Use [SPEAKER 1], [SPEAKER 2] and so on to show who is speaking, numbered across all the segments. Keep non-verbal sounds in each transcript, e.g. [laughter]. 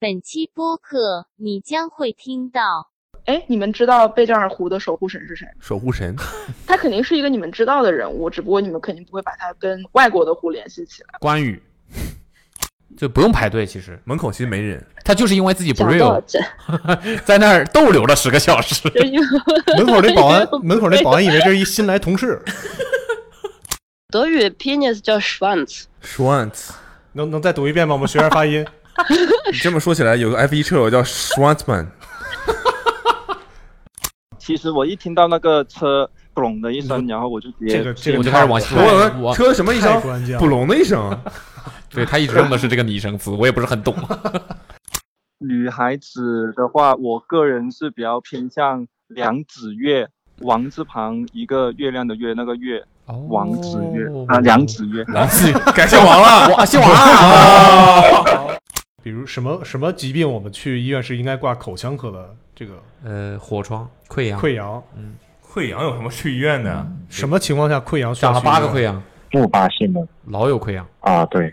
[SPEAKER 1] 本期播客你将会听到。
[SPEAKER 2] 哎，你们知道贝加尔湖的守护神是谁吗？
[SPEAKER 3] 守护神，
[SPEAKER 2] 他肯定是一个你们知道的人物，只不过你们肯定不会把他跟外国的湖联系起来。
[SPEAKER 4] 关羽，就不用排队。其实
[SPEAKER 3] 门口其实没人，
[SPEAKER 4] 他就是因为自己不
[SPEAKER 2] 讲到
[SPEAKER 4] real，
[SPEAKER 5] [laughs]
[SPEAKER 2] 这，
[SPEAKER 4] [laughs] 在那儿逗留了十个小时。
[SPEAKER 2] 就是因为
[SPEAKER 4] [laughs]
[SPEAKER 6] [laughs] 门口那保
[SPEAKER 2] [laughs]
[SPEAKER 6] 安，门口那保安以为这是一新来同事，
[SPEAKER 5] 德语 penis 叫 Schwanz，
[SPEAKER 3] Schwantz。
[SPEAKER 6] 能能再读一遍吗？我们学下
[SPEAKER 4] [laughs]
[SPEAKER 6] 发音。
[SPEAKER 3] 你这么说起来，有个 F 一车友叫 Schwantzman，
[SPEAKER 7] 其实我一听到那个车“咚”的一声，然后我就直接
[SPEAKER 6] 这个这
[SPEAKER 4] [laughs]
[SPEAKER 6] 个
[SPEAKER 4] 我就开始往
[SPEAKER 6] 太
[SPEAKER 4] 下
[SPEAKER 3] 我
[SPEAKER 4] 我
[SPEAKER 3] 车什么一
[SPEAKER 6] 太
[SPEAKER 3] 声？
[SPEAKER 6] 关键
[SPEAKER 3] 不
[SPEAKER 6] 了。
[SPEAKER 3] 聋的一 [laughs] 声，
[SPEAKER 4] 对他一直用的是这个拟声词，我也不是很懂。
[SPEAKER 7] 女孩子的话，我个人是比较偏向梁子月，王字旁一个月亮的月，那个月王子月、
[SPEAKER 4] 哦
[SPEAKER 8] 哦
[SPEAKER 7] 啊，梁子月。
[SPEAKER 4] 梁子
[SPEAKER 3] 改姓
[SPEAKER 4] [laughs]
[SPEAKER 3] 王了。
[SPEAKER 4] 哇，姓啊王啊！
[SPEAKER 6] 比如什么什么疾病，我们去医院是应该挂口腔科的这个
[SPEAKER 4] 呃，火疮、溃疡，
[SPEAKER 6] 溃疡，
[SPEAKER 4] 嗯
[SPEAKER 3] 溃疡有什么去医院的？
[SPEAKER 6] 什么情况下溃疡需要
[SPEAKER 4] 长了
[SPEAKER 6] 去医
[SPEAKER 4] 八个
[SPEAKER 6] [laughs] 院
[SPEAKER 4] 溃
[SPEAKER 8] 啊
[SPEAKER 4] 疡，
[SPEAKER 9] 复发性的
[SPEAKER 4] 老有溃疡。
[SPEAKER 9] 啊，对，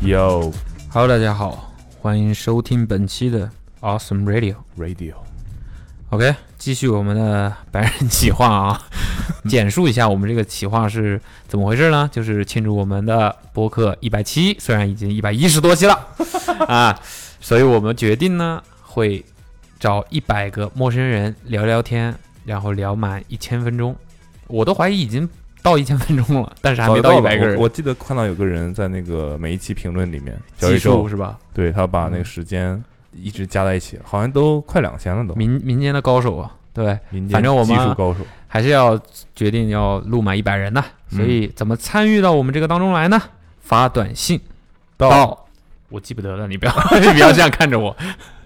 [SPEAKER 3] 有
[SPEAKER 8] Hello，大家好，欢迎收听本期的 Awesome Radio。
[SPEAKER 3] radio，
[SPEAKER 8] OK，继续我们的白人企划啊，简述一下我们这个企划是怎么回事呢？就是庆祝我们的播客一百期，虽然已经一百一十多期了 [laughs] 啊，所以我们决定呢会找一百个陌生人聊聊天，然后聊满一千分钟。我都怀疑已经到一千分钟了，但是还
[SPEAKER 3] 早
[SPEAKER 8] 没
[SPEAKER 3] 就
[SPEAKER 8] 到一
[SPEAKER 3] 了
[SPEAKER 8] 百个人。
[SPEAKER 3] 我我记得看到有个人在那个每一期评论里面，小
[SPEAKER 8] 技
[SPEAKER 3] 宇
[SPEAKER 8] 术
[SPEAKER 3] 宙
[SPEAKER 8] 是吧？
[SPEAKER 3] 对他把那个时间一直加在一起，好像都快两千了都。
[SPEAKER 8] 民民间的高手啊，对。
[SPEAKER 3] 民间
[SPEAKER 8] 反正我
[SPEAKER 3] 技
[SPEAKER 8] 们
[SPEAKER 3] 术高手，
[SPEAKER 8] 还是要决定要录满一百人呐。
[SPEAKER 3] 嗯
[SPEAKER 8] 所以怎么参与到我们这个当中来呢？发短信到，我记不得了，你不要 [laughs] 你不要这样看着 [laughs] 我。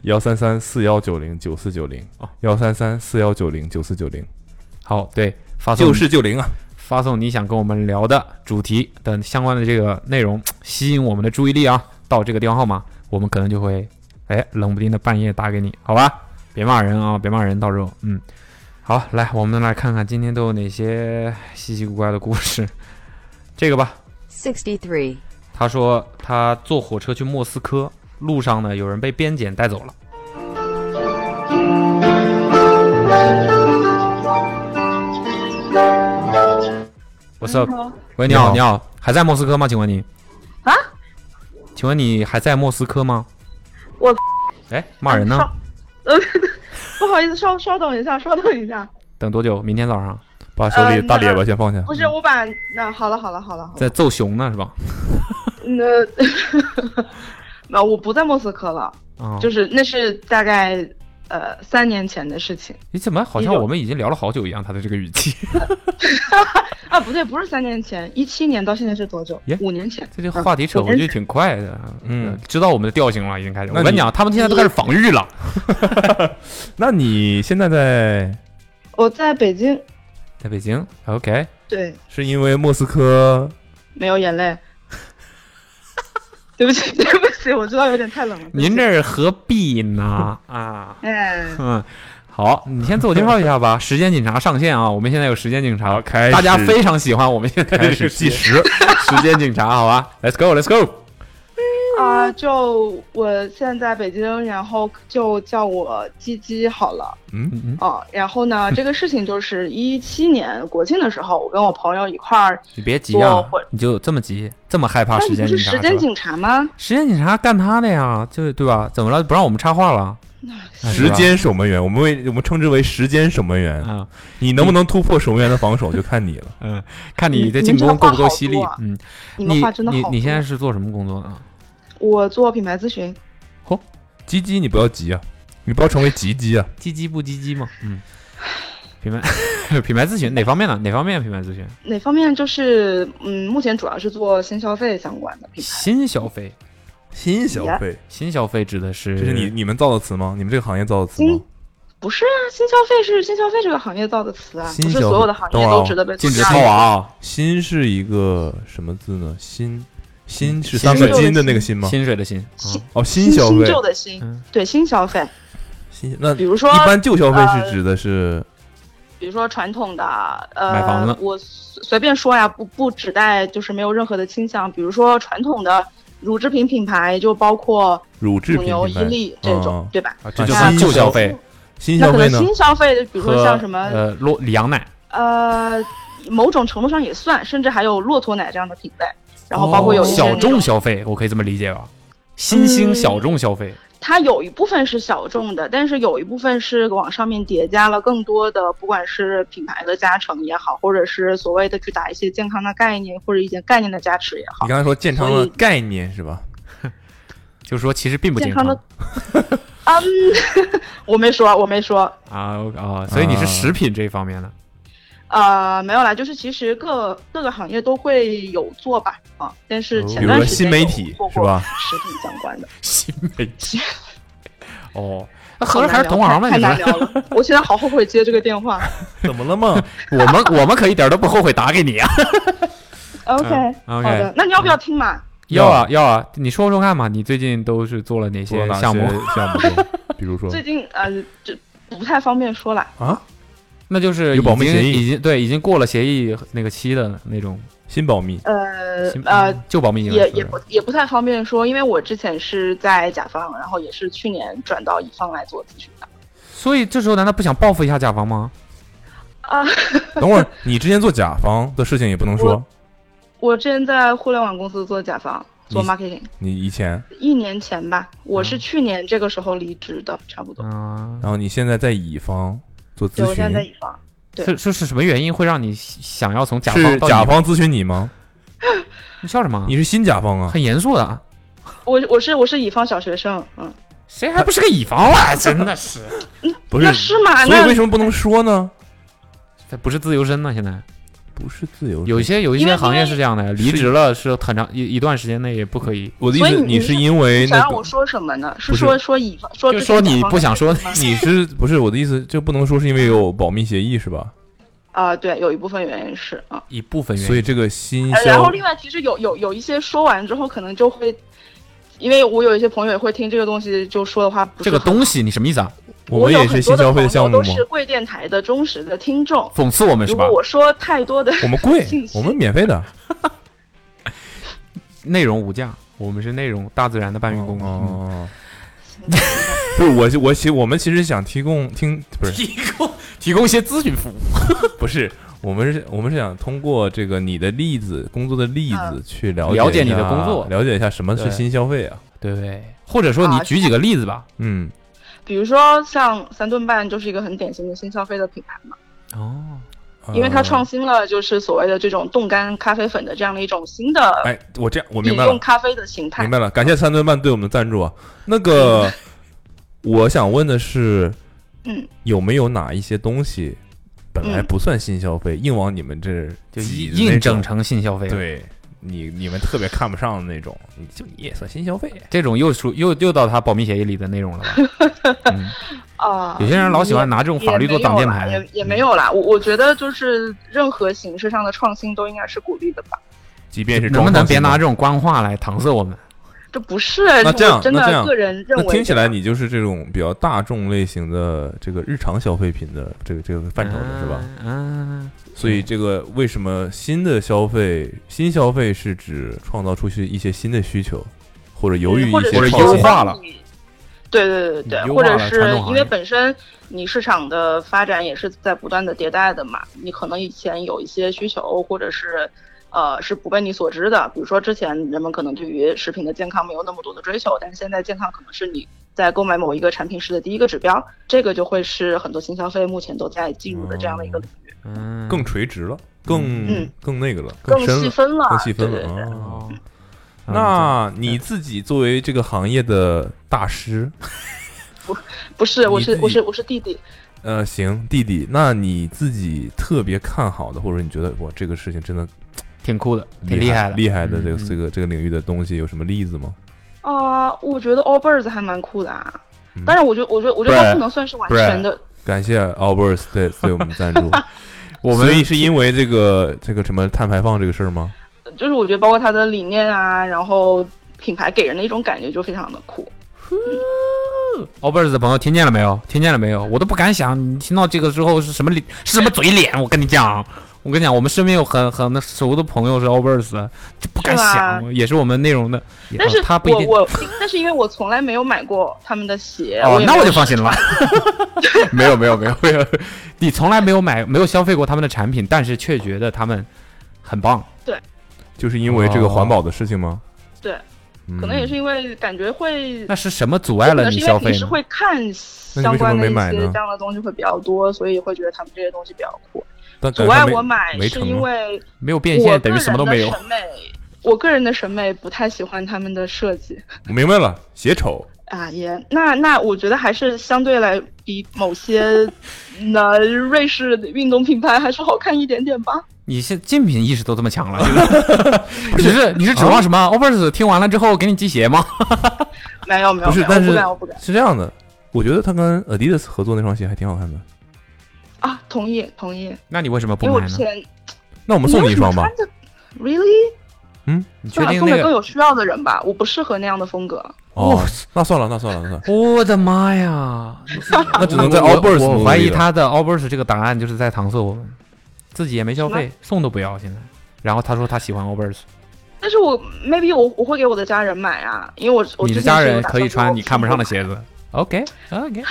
[SPEAKER 3] 幺三三四幺九零九四九零
[SPEAKER 8] 哦，
[SPEAKER 3] 幺三三四幺九零九四九零，
[SPEAKER 8] 好，对，发送
[SPEAKER 3] 就是九零啊。
[SPEAKER 8] 发送你想跟我们聊的主题等相关的这个内容，吸引我们的注意力啊，到这个电话号码，我们可能就会哎冷不丁的半夜打给你，好吧？别骂人啊，别骂人，到时候嗯。好，来，我们来看看今天都有哪些稀奇古怪的故事。这个吧，
[SPEAKER 10] 63.
[SPEAKER 8] 他说他坐火车去莫斯科，路上呢有人被边检带走了。What's up？喂，你好，
[SPEAKER 3] 你
[SPEAKER 8] 你好，还在莫斯科吗？请问你？
[SPEAKER 2] 啊？
[SPEAKER 8] 请问你还在莫斯科吗？
[SPEAKER 2] 我，
[SPEAKER 8] 哎，骂人呢？
[SPEAKER 2] 稍？呃， [laughs] 不好意思，稍稍等一下，稍等一下。
[SPEAKER 8] 等多久？明天早上
[SPEAKER 3] 把手里
[SPEAKER 2] 呃
[SPEAKER 3] 的大
[SPEAKER 2] 那
[SPEAKER 3] 列巴先放下。
[SPEAKER 2] 不
[SPEAKER 8] 嗯
[SPEAKER 2] 是，我把那好了，好了，好了，好了。
[SPEAKER 8] 在揍熊呢是吧？
[SPEAKER 2] 那， [laughs] 那我不在莫斯科了，
[SPEAKER 8] 啊、
[SPEAKER 2] 就是那是大概呃三年前的事情
[SPEAKER 8] 你怎么好像
[SPEAKER 2] 一种
[SPEAKER 8] 我们已经聊了好久一样？他的这个语气，
[SPEAKER 2] 啊，不对，不是三年前，一七年到现在是多久
[SPEAKER 8] 耶？
[SPEAKER 2] 五年前。
[SPEAKER 8] 这个话题扯回去挺快的。
[SPEAKER 3] 嗯，
[SPEAKER 8] 知道我们的调性了，已经开始。
[SPEAKER 3] 那
[SPEAKER 8] 我跟
[SPEAKER 3] 你
[SPEAKER 8] 你讲，他们现在都开始防御了。
[SPEAKER 3] 那你现在在
[SPEAKER 2] 我在北京，
[SPEAKER 8] 在北京，OK，
[SPEAKER 2] 对，
[SPEAKER 3] 是因为莫斯科
[SPEAKER 2] 没有眼泪。 [laughs] 对不起，对 [laughs] 不起，我知道有点太冷了。对不起
[SPEAKER 8] 您这儿何必呢？ [laughs] 啊，
[SPEAKER 2] 哎，
[SPEAKER 8] 嗯，好，你先自我介绍一下吧。时间警察上线啊，我们现在有时间警察，
[SPEAKER 3] 开始
[SPEAKER 8] 大家非常喜欢我们现在
[SPEAKER 3] 开
[SPEAKER 8] 的
[SPEAKER 3] 始
[SPEAKER 8] 这个
[SPEAKER 3] 计
[SPEAKER 8] 时
[SPEAKER 3] 时？
[SPEAKER 8] [laughs] 时间警察，好吧，Let's go，Let's go。
[SPEAKER 2] 啊、就我现在北京，然后就叫我鸡鸡好了
[SPEAKER 3] 嗯，
[SPEAKER 8] 嗯
[SPEAKER 2] 啊、然后呢，这个事情就是一七年国庆的时候，我跟我朋友一块儿，
[SPEAKER 8] 你别急啊
[SPEAKER 2] 我会，
[SPEAKER 8] 你就这么急，这么害怕
[SPEAKER 2] 那
[SPEAKER 8] 时
[SPEAKER 2] 你
[SPEAKER 8] 间
[SPEAKER 2] 不
[SPEAKER 8] 警
[SPEAKER 2] 是
[SPEAKER 8] 察？
[SPEAKER 2] 时间警察吗？
[SPEAKER 8] 时间警察干他的呀，就对吧？怎么了？不让我们插话了？啊
[SPEAKER 3] 时间守门员，我们为我们称之为时间守门员。
[SPEAKER 8] 啊，
[SPEAKER 3] 你能不能突破守门员的防守，就看你了。
[SPEAKER 8] 嗯，看你的
[SPEAKER 2] 你
[SPEAKER 8] 进
[SPEAKER 2] 你这
[SPEAKER 8] 攻够
[SPEAKER 2] 话
[SPEAKER 8] 不够
[SPEAKER 2] 好
[SPEAKER 8] 犀利
[SPEAKER 2] 多啊。
[SPEAKER 8] 嗯，
[SPEAKER 2] 你们话真的
[SPEAKER 8] 你
[SPEAKER 2] 好
[SPEAKER 8] 你现在
[SPEAKER 2] 多
[SPEAKER 8] 是做什么工作啊呢？
[SPEAKER 2] 我做品牌咨询，
[SPEAKER 3] 鸡鸡，你不要急啊，你不要成为吉鸡啊。
[SPEAKER 8] 唧唧不唧唧嘛，嗯，品牌 [laughs] 品牌咨询哪方面呢？哪方面品牌咨询？
[SPEAKER 2] 哪方面就是嗯，目前主要是做新消费相关的品牌。
[SPEAKER 8] 新消费，
[SPEAKER 3] 新消费，
[SPEAKER 8] 新消费指的是
[SPEAKER 3] 这是你你们造的词吗？你们这个行业造的词吗？
[SPEAKER 2] 不是啊，新消费是新消费这个行业造的词啊，
[SPEAKER 3] 新
[SPEAKER 2] 不是
[SPEAKER 3] 消费
[SPEAKER 2] 所有的行
[SPEAKER 3] 等
[SPEAKER 2] 业
[SPEAKER 3] 会儿啊
[SPEAKER 2] 都值得被
[SPEAKER 8] 禁止
[SPEAKER 2] 做
[SPEAKER 8] 套娃啊，
[SPEAKER 3] 新是一个什么字呢？新薪是
[SPEAKER 8] 薪
[SPEAKER 3] 三
[SPEAKER 8] 水
[SPEAKER 3] 个金的那个薪吗？
[SPEAKER 8] 薪水的薪，
[SPEAKER 2] 薪
[SPEAKER 3] 哦，
[SPEAKER 2] 新
[SPEAKER 3] 新消费，
[SPEAKER 2] 旧的新
[SPEAKER 8] 嗯，
[SPEAKER 2] 对新消费，
[SPEAKER 3] 新那
[SPEAKER 2] 比如说呃
[SPEAKER 3] 一般旧消费是指的是
[SPEAKER 2] 比如说传统的，
[SPEAKER 8] 买房子
[SPEAKER 2] 呃，我随随便说呀，不不指代就是没有任何的倾向。比如说传统的乳制品品牌，就包括
[SPEAKER 3] 乳制
[SPEAKER 2] 乳
[SPEAKER 3] 品
[SPEAKER 2] 牛、
[SPEAKER 3] 品
[SPEAKER 2] 伊
[SPEAKER 3] 牌
[SPEAKER 2] 利这种，
[SPEAKER 3] 嗯
[SPEAKER 2] 对吧？
[SPEAKER 4] 啊，这就
[SPEAKER 3] 啊
[SPEAKER 4] 算
[SPEAKER 3] 新
[SPEAKER 4] 旧
[SPEAKER 3] 消
[SPEAKER 4] 消费，
[SPEAKER 3] 新
[SPEAKER 2] 那
[SPEAKER 3] 消
[SPEAKER 2] 可
[SPEAKER 3] 费
[SPEAKER 2] 能
[SPEAKER 3] 呢？
[SPEAKER 2] 新消费的，比如说
[SPEAKER 8] 和
[SPEAKER 2] 像什么
[SPEAKER 8] 呃洛羊奶，
[SPEAKER 2] 呃，某种程度上也算，甚至还有骆驼奶这样的品类。然后包括有一些
[SPEAKER 8] 哦小
[SPEAKER 2] 那
[SPEAKER 8] 众
[SPEAKER 2] 种嗯
[SPEAKER 8] 消费，我可以这么理解吧？新兴小众消费，
[SPEAKER 2] 它有一部分是小众的，但是有一部分是往上面叠加了更多的，不管是品牌的加成也好，或者是所谓的去打一些健康的概念或者一些概念的加持也好
[SPEAKER 3] 你，刚才说健康
[SPEAKER 2] 所
[SPEAKER 3] 的
[SPEAKER 2] 以
[SPEAKER 3] 概念是吧？
[SPEAKER 8] 就说其实并不
[SPEAKER 2] 健
[SPEAKER 8] 健康
[SPEAKER 2] 的，嗯，我没说，我没说，
[SPEAKER 8] 啊啊，所以你是
[SPEAKER 3] 啊
[SPEAKER 8] 食品这一方面的。
[SPEAKER 2] 呃，没有啦，就是其实各各个行业都会有做吧，啊，但是
[SPEAKER 3] 哦比
[SPEAKER 2] 前
[SPEAKER 3] 如
[SPEAKER 2] 段
[SPEAKER 3] 说
[SPEAKER 2] 时
[SPEAKER 3] 新
[SPEAKER 2] 间
[SPEAKER 3] 媒
[SPEAKER 2] 有
[SPEAKER 3] 体
[SPEAKER 2] 做
[SPEAKER 3] 是
[SPEAKER 2] 过
[SPEAKER 3] 吧？
[SPEAKER 2] 食品相关的，
[SPEAKER 8] 新媒体。哦，那
[SPEAKER 2] 好
[SPEAKER 8] 合着还
[SPEAKER 2] 难
[SPEAKER 8] 是
[SPEAKER 2] 聊
[SPEAKER 8] 同行吧？
[SPEAKER 2] 太
[SPEAKER 8] 你
[SPEAKER 2] 难
[SPEAKER 8] 们，
[SPEAKER 2] 聊了，我现在好后悔接这个电话。
[SPEAKER 3] 怎么了
[SPEAKER 4] [laughs]
[SPEAKER 3] 嘛？
[SPEAKER 8] 我们我们可一点都不后悔打给你啊！
[SPEAKER 2] OK，、
[SPEAKER 8] 嗯
[SPEAKER 2] 好
[SPEAKER 8] OK
[SPEAKER 2] 的，那你要不要听嘛？
[SPEAKER 8] 要啊要啊，你说说看嘛，你最近都是做了哪
[SPEAKER 3] 做
[SPEAKER 8] 些
[SPEAKER 3] 了哪
[SPEAKER 8] 项目？
[SPEAKER 3] [laughs] 些项目中，比如说
[SPEAKER 2] 最近呃，这不太方便说啦。
[SPEAKER 3] 啊，
[SPEAKER 8] 那就是已
[SPEAKER 3] 有保密
[SPEAKER 8] 经
[SPEAKER 3] 协议
[SPEAKER 8] 已经对已经过了协议那个期的那种
[SPEAKER 3] 新保密
[SPEAKER 2] 呃
[SPEAKER 8] 新
[SPEAKER 3] 嗯
[SPEAKER 2] 呃，
[SPEAKER 8] 旧保密应该
[SPEAKER 2] 也
[SPEAKER 8] 说
[SPEAKER 2] 也
[SPEAKER 8] 是
[SPEAKER 2] 不也不太方便说，因为我之前是在甲方，然后也是去年转到乙方来做咨询的。
[SPEAKER 8] 所以这时候难道不想报复一下甲方吗？
[SPEAKER 2] 啊， [laughs]
[SPEAKER 3] 等会儿，你之前做甲方的事情也不能说。
[SPEAKER 2] 我之前在互联网公司做甲方，做
[SPEAKER 3] 你
[SPEAKER 2] marketing，
[SPEAKER 3] 你以前，
[SPEAKER 2] 一年前吧，我是
[SPEAKER 8] 嗯
[SPEAKER 2] 去年这个时候离职的，差不多。
[SPEAKER 8] 嗯、
[SPEAKER 3] 然后你现在在乙方做
[SPEAKER 2] 对，
[SPEAKER 3] 咨
[SPEAKER 2] 我现在在
[SPEAKER 3] 询，
[SPEAKER 2] 乙方，对
[SPEAKER 8] 是是是什么原因会让你想要从甲
[SPEAKER 3] 是
[SPEAKER 8] 方到乙
[SPEAKER 3] 甲？方咨询你吗？
[SPEAKER 8] 你笑什么？
[SPEAKER 3] 你是新甲方啊？
[SPEAKER 8] 很严肃的，啊，
[SPEAKER 2] 我我是我是乙方小学生，嗯，
[SPEAKER 8] 谁还不是个乙方了？真
[SPEAKER 3] [laughs]
[SPEAKER 8] 的是，
[SPEAKER 3] 不是
[SPEAKER 2] 那，是吗？
[SPEAKER 3] 所以为
[SPEAKER 2] 那
[SPEAKER 3] 什么不能说呢？
[SPEAKER 8] 这不是自由身呢？现在
[SPEAKER 3] 不是自由身，
[SPEAKER 8] 有一些有一
[SPEAKER 2] 因
[SPEAKER 8] 些
[SPEAKER 2] 为
[SPEAKER 8] 行业是这样的，离
[SPEAKER 3] 是
[SPEAKER 8] 职了是很长一一段时间内也不可以。
[SPEAKER 3] 我的意思，
[SPEAKER 2] 所以你
[SPEAKER 3] 是因为
[SPEAKER 2] 想
[SPEAKER 3] 那
[SPEAKER 2] 让我
[SPEAKER 3] 个，
[SPEAKER 2] 说什么呢？是
[SPEAKER 3] 不是
[SPEAKER 2] 说说乙方，说
[SPEAKER 8] 就
[SPEAKER 2] 之
[SPEAKER 8] 说
[SPEAKER 2] 前
[SPEAKER 8] 你
[SPEAKER 2] 甲方
[SPEAKER 8] 不
[SPEAKER 2] 的
[SPEAKER 8] 想
[SPEAKER 2] 事情
[SPEAKER 8] 说
[SPEAKER 2] 吗
[SPEAKER 3] 你是不是我的意思？就不能说是因为有保密协议是吧？
[SPEAKER 2] 啊、对，有一部分原因是啊、
[SPEAKER 8] 一部分
[SPEAKER 3] 所以这个新
[SPEAKER 2] 呃然
[SPEAKER 3] 消
[SPEAKER 2] 后另外其实有有有一些说完之后，可能就会，因为我有一些朋友也会听这个东西，就说的话不是
[SPEAKER 8] 这个
[SPEAKER 2] 很
[SPEAKER 8] 东西你什么意思啊？
[SPEAKER 3] 我们
[SPEAKER 2] 有
[SPEAKER 3] 也
[SPEAKER 2] 很
[SPEAKER 3] 是
[SPEAKER 2] 多
[SPEAKER 3] 新
[SPEAKER 2] 的
[SPEAKER 3] 消费
[SPEAKER 2] 朋
[SPEAKER 3] 的
[SPEAKER 2] 友
[SPEAKER 3] 项目
[SPEAKER 2] 都
[SPEAKER 3] 吗？
[SPEAKER 2] 是贵电台的忠实的听众。
[SPEAKER 8] 讽刺我们是
[SPEAKER 2] 如
[SPEAKER 8] 吧
[SPEAKER 2] 果？我说太多的
[SPEAKER 3] 我们贵
[SPEAKER 2] 信，息
[SPEAKER 3] 我们免费的。
[SPEAKER 8] 内容无价，我们是内容，大自然的搬运工。嗯
[SPEAKER 3] 哦，
[SPEAKER 8] [laughs]
[SPEAKER 3] 不是我，我其我们其实想提供听，不是
[SPEAKER 8] 提供提供一些咨询服务，
[SPEAKER 3] [laughs] 不是，我们是我们是想通过这个你的例子，工作的例子
[SPEAKER 2] 嗯
[SPEAKER 3] 去了
[SPEAKER 8] 了解
[SPEAKER 3] 解一
[SPEAKER 8] 你的
[SPEAKER 3] 下
[SPEAKER 8] 工作
[SPEAKER 3] 了解一下什么是
[SPEAKER 8] 对
[SPEAKER 3] 新消费啊？
[SPEAKER 8] 对不对？或者说你
[SPEAKER 2] 啊
[SPEAKER 8] 举几个例子吧。
[SPEAKER 3] 嗯，
[SPEAKER 2] 比如说像三顿半就是一个很典型的新消费的品牌嘛，
[SPEAKER 8] 哦，
[SPEAKER 2] 因为它
[SPEAKER 3] 呃
[SPEAKER 2] 创新了就是所谓的这种冻干咖啡粉的这样的一种新的
[SPEAKER 3] 哎，我这样我
[SPEAKER 2] 饮
[SPEAKER 3] 明白
[SPEAKER 2] 用
[SPEAKER 3] 了，
[SPEAKER 2] 咖啡的形态
[SPEAKER 3] 明。白了，感谢三顿半对我们的赞助啊。那个， [laughs] 我想问的是，
[SPEAKER 2] 嗯，
[SPEAKER 3] 有没有哪一些东西本来
[SPEAKER 2] 嗯
[SPEAKER 3] 不算新消费，硬往你们这
[SPEAKER 8] 就
[SPEAKER 3] 挤
[SPEAKER 8] 硬
[SPEAKER 3] 的那
[SPEAKER 8] 硬整
[SPEAKER 3] 种
[SPEAKER 8] 成性消费了。
[SPEAKER 3] 对你你们特别看不上的那种，你就你也算新消费。
[SPEAKER 8] 这种又属又又到他保密协议里的内容了吧？嗯
[SPEAKER 2] [laughs] 啊、
[SPEAKER 8] 有些人老喜欢拿这种法律做挡箭牌
[SPEAKER 2] 也没有啦也也
[SPEAKER 3] 嗯
[SPEAKER 2] 没有啦。我我觉得就是任何形式上的创新都应该是鼓励的吧。
[SPEAKER 3] 即便是
[SPEAKER 8] 能不
[SPEAKER 3] 装
[SPEAKER 8] 能
[SPEAKER 3] 上
[SPEAKER 8] 别
[SPEAKER 3] 新的
[SPEAKER 8] 拿这种官话来搪塞我们？
[SPEAKER 2] 这不是，
[SPEAKER 3] 那这样
[SPEAKER 2] 我真
[SPEAKER 3] 那这样
[SPEAKER 2] 的个人认
[SPEAKER 3] 那
[SPEAKER 2] 为。
[SPEAKER 3] 听起来你就是这种比较大众类型的这个日常消费品的这个这个范畴的是吧？
[SPEAKER 8] 嗯，嗯
[SPEAKER 3] 所以这个为什么新的消费，新消费是指创造出去一些新的需求，或者由于
[SPEAKER 2] 或
[SPEAKER 3] 一
[SPEAKER 2] 者
[SPEAKER 3] 些
[SPEAKER 8] 或者
[SPEAKER 3] 创
[SPEAKER 8] 优
[SPEAKER 3] 新
[SPEAKER 8] 化了。
[SPEAKER 2] 对对对对对，
[SPEAKER 8] 优化
[SPEAKER 2] 或
[SPEAKER 8] 了
[SPEAKER 2] 者
[SPEAKER 8] 传
[SPEAKER 2] 是
[SPEAKER 8] 统行业
[SPEAKER 2] 因为本身你市场的发展也是在不断的迭代的嘛，你可能以前有一些需求或者是。呃，是不被你所知的。比如说，之前人们可能对于食品的健康没有那么多的追求，但是现在健康可能是你在购买某一个产品时的第一个指标，这个就会是很多新消费目前都在进入的这样的
[SPEAKER 3] 哦
[SPEAKER 2] 一个领域，
[SPEAKER 8] 嗯，
[SPEAKER 3] 更垂直了，更、
[SPEAKER 2] 嗯
[SPEAKER 3] 更那个了，
[SPEAKER 2] 更
[SPEAKER 3] 深
[SPEAKER 2] 细
[SPEAKER 3] 了，
[SPEAKER 2] 分了，
[SPEAKER 3] 更细分
[SPEAKER 2] 对对对
[SPEAKER 3] 了。哦
[SPEAKER 8] 哦。
[SPEAKER 3] 那你自己作为这个行业的大师，
[SPEAKER 2] 不是，我
[SPEAKER 3] 你
[SPEAKER 2] 是
[SPEAKER 3] 自
[SPEAKER 2] 我
[SPEAKER 3] 己
[SPEAKER 2] 是我是弟弟，
[SPEAKER 3] 呃，行，弟弟，那你自己特别看好的，或者你觉得哇，这个事情真的
[SPEAKER 8] 挺酷的，挺
[SPEAKER 3] 厉
[SPEAKER 8] 害的，
[SPEAKER 3] 厉害的这个
[SPEAKER 8] 嗯
[SPEAKER 3] 这个这个领域的东西，有什么例子吗？
[SPEAKER 2] 啊、我觉得 Allbirds 还蛮酷的啊
[SPEAKER 3] 嗯。
[SPEAKER 2] 但是我觉得，我觉得，我觉得
[SPEAKER 3] 不是
[SPEAKER 2] 它不能算是完全的，
[SPEAKER 3] 感谢 Alberts 对对我们赞助。
[SPEAKER 8] [laughs] 我们
[SPEAKER 3] 所以是因为这个这个什么碳排放这个事儿吗？
[SPEAKER 2] 呃就是我觉得包括它的理念啊，然后品牌给人的一种感觉就非常的酷。
[SPEAKER 8] Overs 的朋友听见了没有？听见了没有？我都不敢想，你听到这个之后是什么脸，是什么嘴脸？我跟你讲，我跟你讲，我们身边有很很熟的朋友是 Overs 的，就不敢
[SPEAKER 2] 是吧
[SPEAKER 8] 想，也是我们内容的。也
[SPEAKER 2] 但是
[SPEAKER 8] 哦他不一
[SPEAKER 2] 我
[SPEAKER 8] 定
[SPEAKER 2] 我，但是因为我从来没有买过他们的鞋，
[SPEAKER 8] 哦，
[SPEAKER 2] 也
[SPEAKER 8] 那
[SPEAKER 2] 没
[SPEAKER 8] 我
[SPEAKER 2] 有
[SPEAKER 8] 就放心了。 [laughs] 没有没有没有没有，你从来没有买没有消费过他们的产品，但是却觉得他们很棒。
[SPEAKER 3] 就是因为这
[SPEAKER 8] 哦
[SPEAKER 3] 个环保的事情吗？
[SPEAKER 2] 对，
[SPEAKER 3] 嗯
[SPEAKER 2] 可能也是因为感觉会
[SPEAKER 8] 那是什么阻碍
[SPEAKER 2] 可
[SPEAKER 8] 了
[SPEAKER 2] 能是
[SPEAKER 8] 你
[SPEAKER 2] 因为
[SPEAKER 8] 消
[SPEAKER 2] 平
[SPEAKER 8] 费
[SPEAKER 2] 时
[SPEAKER 8] 呢？
[SPEAKER 2] 会看
[SPEAKER 3] 那你
[SPEAKER 2] 相
[SPEAKER 3] 为什么
[SPEAKER 2] 关的
[SPEAKER 3] 没
[SPEAKER 2] 一
[SPEAKER 3] 买
[SPEAKER 2] 些
[SPEAKER 3] 呢
[SPEAKER 2] 这样的东西会比较多，所以会觉得他们这些东西比较酷。
[SPEAKER 3] 但
[SPEAKER 2] 阻
[SPEAKER 3] 感觉
[SPEAKER 2] 碍
[SPEAKER 3] 没
[SPEAKER 2] 我买
[SPEAKER 3] 没
[SPEAKER 2] 是
[SPEAKER 3] 成
[SPEAKER 2] 因
[SPEAKER 3] 吗
[SPEAKER 2] 为
[SPEAKER 8] 没有变
[SPEAKER 2] 我
[SPEAKER 8] 现
[SPEAKER 2] 个
[SPEAKER 8] 等于
[SPEAKER 2] 人
[SPEAKER 8] 什么都
[SPEAKER 2] 的
[SPEAKER 8] 没有。
[SPEAKER 2] 审美，我个人的审美不太喜欢他们的设计
[SPEAKER 3] 我明白了，鞋丑。
[SPEAKER 2] 啊，也那那我觉得还是相对来比某些那瑞士的运动品牌还是好看一点点吧。
[SPEAKER 8] 你现竞品意识都这么
[SPEAKER 2] [laughs]
[SPEAKER 8] 强了，不是？你是指望什么？Overs 听完了之后给你寄鞋吗？
[SPEAKER 2] 没有没有，
[SPEAKER 3] 不是
[SPEAKER 2] 没有
[SPEAKER 3] 但
[SPEAKER 2] 我
[SPEAKER 3] 是
[SPEAKER 2] 不敢我不敢
[SPEAKER 3] 是这样的，我觉得他跟 Adidas 合作那双鞋还挺好看的。
[SPEAKER 2] 啊，同意同意，
[SPEAKER 8] 那你为什么不
[SPEAKER 2] 因为我
[SPEAKER 8] 买
[SPEAKER 2] 之
[SPEAKER 8] 呢？
[SPEAKER 2] 前
[SPEAKER 3] 那我们送你一双吧。。
[SPEAKER 2] 为什么穿着 Really？
[SPEAKER 8] 你确
[SPEAKER 2] 算了，啊
[SPEAKER 8] 定
[SPEAKER 2] 送
[SPEAKER 8] 那
[SPEAKER 2] 给更
[SPEAKER 8] 个？
[SPEAKER 2] 有需要的人吧。我不适合那样的风格。
[SPEAKER 3] 哦，那算了，那算了，那算了，
[SPEAKER 8] 我的妈呀！
[SPEAKER 3] 那只能在
[SPEAKER 8] 我
[SPEAKER 3] Allbirds
[SPEAKER 8] 我
[SPEAKER 3] 努力
[SPEAKER 8] 怀疑
[SPEAKER 3] 了
[SPEAKER 8] 他的 Allbirds 这个答案就是在搪塞我们，自己也没消费，送都不要现在。然后他说他喜欢 Allbirds，
[SPEAKER 2] 但是我 maybe 我我会给我的家人买啊，因为我我
[SPEAKER 8] 你的
[SPEAKER 2] 之前
[SPEAKER 8] 家
[SPEAKER 2] 是有
[SPEAKER 8] 人
[SPEAKER 2] 打
[SPEAKER 8] 可
[SPEAKER 2] 算给
[SPEAKER 8] 以穿
[SPEAKER 2] 我
[SPEAKER 8] 你看不上的
[SPEAKER 2] 父母
[SPEAKER 8] 鞋子。OK OK，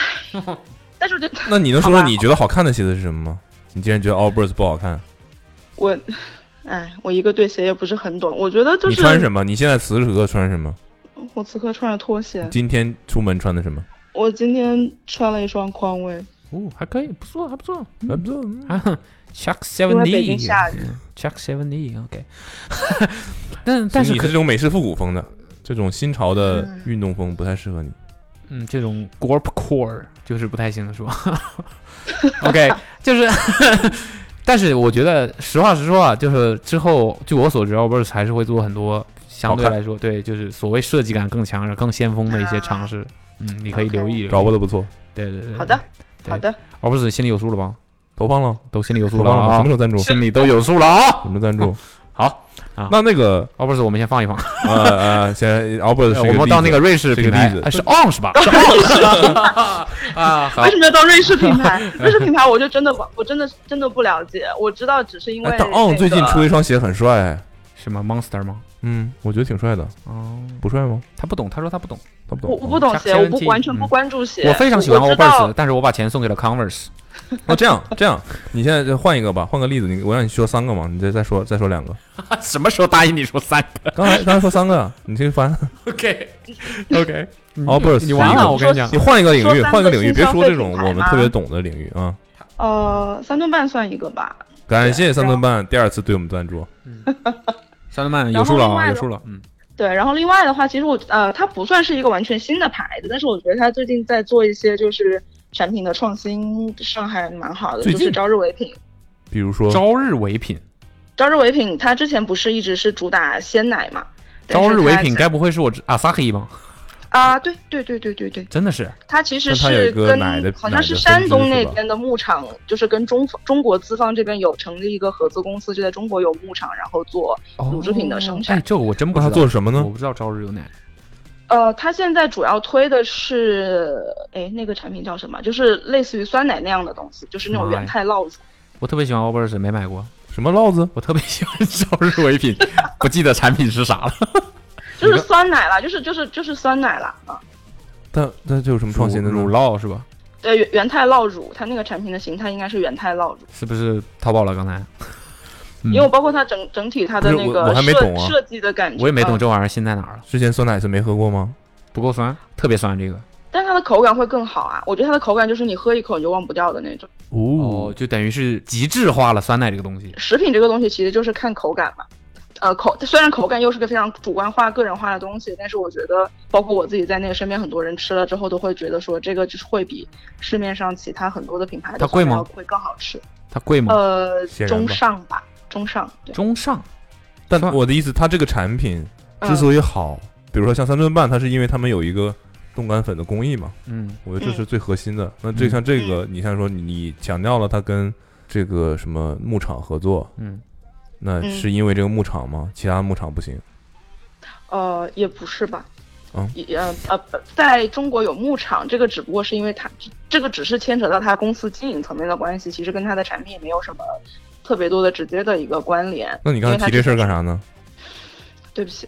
[SPEAKER 2] 买，但是我就
[SPEAKER 3] 那你能
[SPEAKER 2] 好
[SPEAKER 3] 说说
[SPEAKER 2] 吧
[SPEAKER 3] 你觉得好看的鞋子是什么吗？你竟然觉得 Allbirds 不好看，
[SPEAKER 2] 我，哎，我一个对鞋也不是很懂，我觉得就
[SPEAKER 3] 你
[SPEAKER 2] 是
[SPEAKER 3] 穿什么？你现在此时此刻穿什么？
[SPEAKER 2] 我此刻穿着拖鞋，
[SPEAKER 3] 今天出门穿的什么？
[SPEAKER 2] 我今天穿了一双匡威，
[SPEAKER 8] 哦，还可以，不错，还不错。 [laughs]
[SPEAKER 3] 哎，不错，嗯
[SPEAKER 8] 啊，Chuck
[SPEAKER 2] 因为北京
[SPEAKER 8] Seventy，Chuck [laughs]
[SPEAKER 2] 下雨，
[SPEAKER 8] Seventy，OK。但
[SPEAKER 3] 所
[SPEAKER 8] 但是
[SPEAKER 3] 以你
[SPEAKER 8] 可
[SPEAKER 3] 是这种美式复古风的，这种新潮的
[SPEAKER 2] 嗯
[SPEAKER 3] 运动风不太适合你。
[SPEAKER 8] 嗯，这种 Gorp Core 就是不太行，是吧 [laughs] ？OK，就是，但是我觉得实话实说啊，就是之后据我所知，Albers 还是会做很多相对
[SPEAKER 3] 好看
[SPEAKER 8] 来说，对，就是所谓设计感更强、更先锋的一些尝试。嗯，你可以留意。
[SPEAKER 3] 啊找握的不错，
[SPEAKER 8] 对对嗯对。
[SPEAKER 2] 好的。好的，
[SPEAKER 8] ，Albers 心里有数了吧？
[SPEAKER 3] 投放了，
[SPEAKER 8] 都心里有
[SPEAKER 3] 投
[SPEAKER 8] 数了
[SPEAKER 3] 放了，
[SPEAKER 8] 啊
[SPEAKER 3] 什么时，候赞助？
[SPEAKER 8] [laughs] 心里都有数了啊。
[SPEAKER 3] 什么时候赞助？
[SPEAKER 8] [laughs] 好啊
[SPEAKER 3] 那那个
[SPEAKER 8] ，Albers 我们先放一放，
[SPEAKER 3] 呃呃，现在 Albert 是
[SPEAKER 8] 哎我们到那个瑞士
[SPEAKER 3] 是个
[SPEAKER 8] 品牌
[SPEAKER 3] 例子，
[SPEAKER 8] 哎是
[SPEAKER 3] [laughs]
[SPEAKER 8] On 是吧？是 On 啊，好
[SPEAKER 3] 哎
[SPEAKER 2] 为，什么要到瑞士品
[SPEAKER 8] [laughs]
[SPEAKER 2] 牌？瑞士品牌我就真的不我真的真的不了解，我知道只是因为
[SPEAKER 3] 哎，但 On
[SPEAKER 2] 那
[SPEAKER 3] 最近
[SPEAKER 2] 个
[SPEAKER 3] 出了一双鞋很帅，哎
[SPEAKER 8] 什么 Monster 吗？
[SPEAKER 3] 嗯，我觉得挺帅的，
[SPEAKER 8] 哦，
[SPEAKER 3] 不帅吗？
[SPEAKER 8] 他不懂，他说他不懂。
[SPEAKER 3] 他不懂，
[SPEAKER 2] 我我不懂鞋，
[SPEAKER 8] Chuck
[SPEAKER 2] 我不
[SPEAKER 8] Seventeen，
[SPEAKER 2] 完全不
[SPEAKER 8] 嗯
[SPEAKER 2] 关注鞋，
[SPEAKER 8] 我非常喜欢
[SPEAKER 2] 我知道
[SPEAKER 8] Allbirds，但是我把钱送给了 Converse。
[SPEAKER 3] 哦，这样这样，你现在就换一个吧，换个例子，你我让你说三个嘛，你再再说再说两个。
[SPEAKER 8] [laughs] 什么时候答应你说三个
[SPEAKER 3] 刚才刚才说三个，啊哦你去翻。
[SPEAKER 8] [laughs] ？OK OK，
[SPEAKER 3] Allbirds，
[SPEAKER 8] 你完
[SPEAKER 2] 了
[SPEAKER 8] 我跟你讲
[SPEAKER 3] 你换一个领
[SPEAKER 2] 说
[SPEAKER 3] 域，
[SPEAKER 2] 三个
[SPEAKER 3] 换一个领域，
[SPEAKER 2] 新
[SPEAKER 3] 别
[SPEAKER 2] 消
[SPEAKER 3] 说
[SPEAKER 2] 费
[SPEAKER 3] 这种
[SPEAKER 2] 品牌
[SPEAKER 3] 我们
[SPEAKER 2] 吗
[SPEAKER 3] 特别懂的领域啊。
[SPEAKER 2] 呃，三顿半算一个吧。
[SPEAKER 3] 感谢三顿半第二次对我们赞助，
[SPEAKER 8] 山德曼
[SPEAKER 2] 然
[SPEAKER 8] 有
[SPEAKER 2] 后
[SPEAKER 8] 数了
[SPEAKER 2] 另
[SPEAKER 8] 啊，
[SPEAKER 2] 外
[SPEAKER 8] 有
[SPEAKER 2] 的
[SPEAKER 8] 数了。嗯，
[SPEAKER 2] 对，然后另外的话，其实我呃，它不算是一个完全新的牌子，但是我觉得它最近在做一些就是产品的创新上还蛮好的，
[SPEAKER 3] 最
[SPEAKER 2] 就
[SPEAKER 3] 近
[SPEAKER 2] 是朝日唯品。
[SPEAKER 3] 比如说
[SPEAKER 8] 朝日唯品，
[SPEAKER 2] 朝日唯品它之前不是一直是主打鲜奶嘛？但
[SPEAKER 8] 朝
[SPEAKER 2] 是
[SPEAKER 8] 日
[SPEAKER 2] 它
[SPEAKER 8] 唯品该不会是我阿萨黑吧？
[SPEAKER 2] 啊，对对对对对对，
[SPEAKER 8] 真的是
[SPEAKER 2] 它其实
[SPEAKER 3] 但它有一
[SPEAKER 2] 是
[SPEAKER 3] 个
[SPEAKER 2] 跟
[SPEAKER 3] 奶的
[SPEAKER 2] 好像
[SPEAKER 3] 奶的
[SPEAKER 2] 是
[SPEAKER 3] 分
[SPEAKER 2] 山
[SPEAKER 3] 支
[SPEAKER 2] 东
[SPEAKER 3] 是
[SPEAKER 2] 那
[SPEAKER 3] 吧
[SPEAKER 2] 边的牧场，就是跟中中国资方这边有成立一个合资公司，就在中国有牧场，然后做乳制品的生产
[SPEAKER 8] 哦哎，这个我真不
[SPEAKER 3] 那
[SPEAKER 8] 知
[SPEAKER 3] 他啊
[SPEAKER 8] 道。
[SPEAKER 3] 做什么呢
[SPEAKER 8] 我？不知道朝日有奶。
[SPEAKER 2] 呃，它现在主要推的是，哎，那个产品叫什么？就是类似于酸奶那样的东西，就是那种
[SPEAKER 8] 妈呀
[SPEAKER 2] 原态酪乳。
[SPEAKER 8] 我特别喜欢 Albers，没买过。
[SPEAKER 3] 什么烙子？
[SPEAKER 8] 我特别喜欢 [laughs] 朝日唯品，不记得产品是啥了。
[SPEAKER 2] 就是酸奶啦，就是就是就是酸奶啦啊！
[SPEAKER 3] 但但这有什么创新的呢
[SPEAKER 8] 乳酪是吧？
[SPEAKER 2] 对，原原态酪乳，它那个产品的形态应该是原态酪乳，
[SPEAKER 8] 是不是淘宝了？刚才嗯
[SPEAKER 2] 因为包括它整整体它的
[SPEAKER 3] 不是
[SPEAKER 2] 那
[SPEAKER 3] 我我
[SPEAKER 2] 个
[SPEAKER 3] 还没
[SPEAKER 2] 设
[SPEAKER 3] 懂啊
[SPEAKER 2] 设计的感觉，
[SPEAKER 8] 我也没懂
[SPEAKER 2] 嗯，
[SPEAKER 8] 这玩意儿新在哪儿了，
[SPEAKER 3] 之前酸奶是没喝过吗？
[SPEAKER 8] 不够酸，特别酸这个。
[SPEAKER 2] 但是它的口感会更好啊！我觉得它的口感就是你喝一口你就忘不掉的那种。
[SPEAKER 8] 哦，，就等于是极致化了酸奶这个东西。
[SPEAKER 2] 食品这个东西其实就是看口感嘛。呃，口虽然口感又是个非常主观化、个人化的东西，但是我觉得，包括我自己在内，身边很多人吃了之后都会觉得说，这个就是会比市面上其他很多的品牌的
[SPEAKER 8] 它贵吗
[SPEAKER 2] 酸奶要会更好吃。
[SPEAKER 8] 它贵吗？
[SPEAKER 2] 呃，
[SPEAKER 3] 嗯显然吧
[SPEAKER 2] 中上吧，中上。对，
[SPEAKER 8] 中上，
[SPEAKER 3] 但
[SPEAKER 8] 酸
[SPEAKER 3] 我的意思，它这个产品
[SPEAKER 2] 嗯
[SPEAKER 8] 嗯
[SPEAKER 3] 之所以好，比如说像三顿半，它是因为他们有一个冻干粉的工艺嘛，
[SPEAKER 8] 嗯，
[SPEAKER 3] 我觉得这是最核心的。那这
[SPEAKER 8] 嗯
[SPEAKER 3] 像这个，你像说你你强调了它跟这个什么牧场合作，
[SPEAKER 8] 嗯，
[SPEAKER 3] 那
[SPEAKER 2] 嗯
[SPEAKER 3] 是因为这个牧场吗？其他牧场不行？
[SPEAKER 2] 呃，也不是吧。
[SPEAKER 3] 嗯
[SPEAKER 2] 也呃呃，不在中国有牧场，这个只不过是因为它这个只是牵扯到它公司经营层面的关系，其实跟它的产品也没有什么特别多的直接的一个关联。
[SPEAKER 3] 那你刚才
[SPEAKER 2] 因为它
[SPEAKER 3] 提这事儿干啥呢？
[SPEAKER 2] 对不起，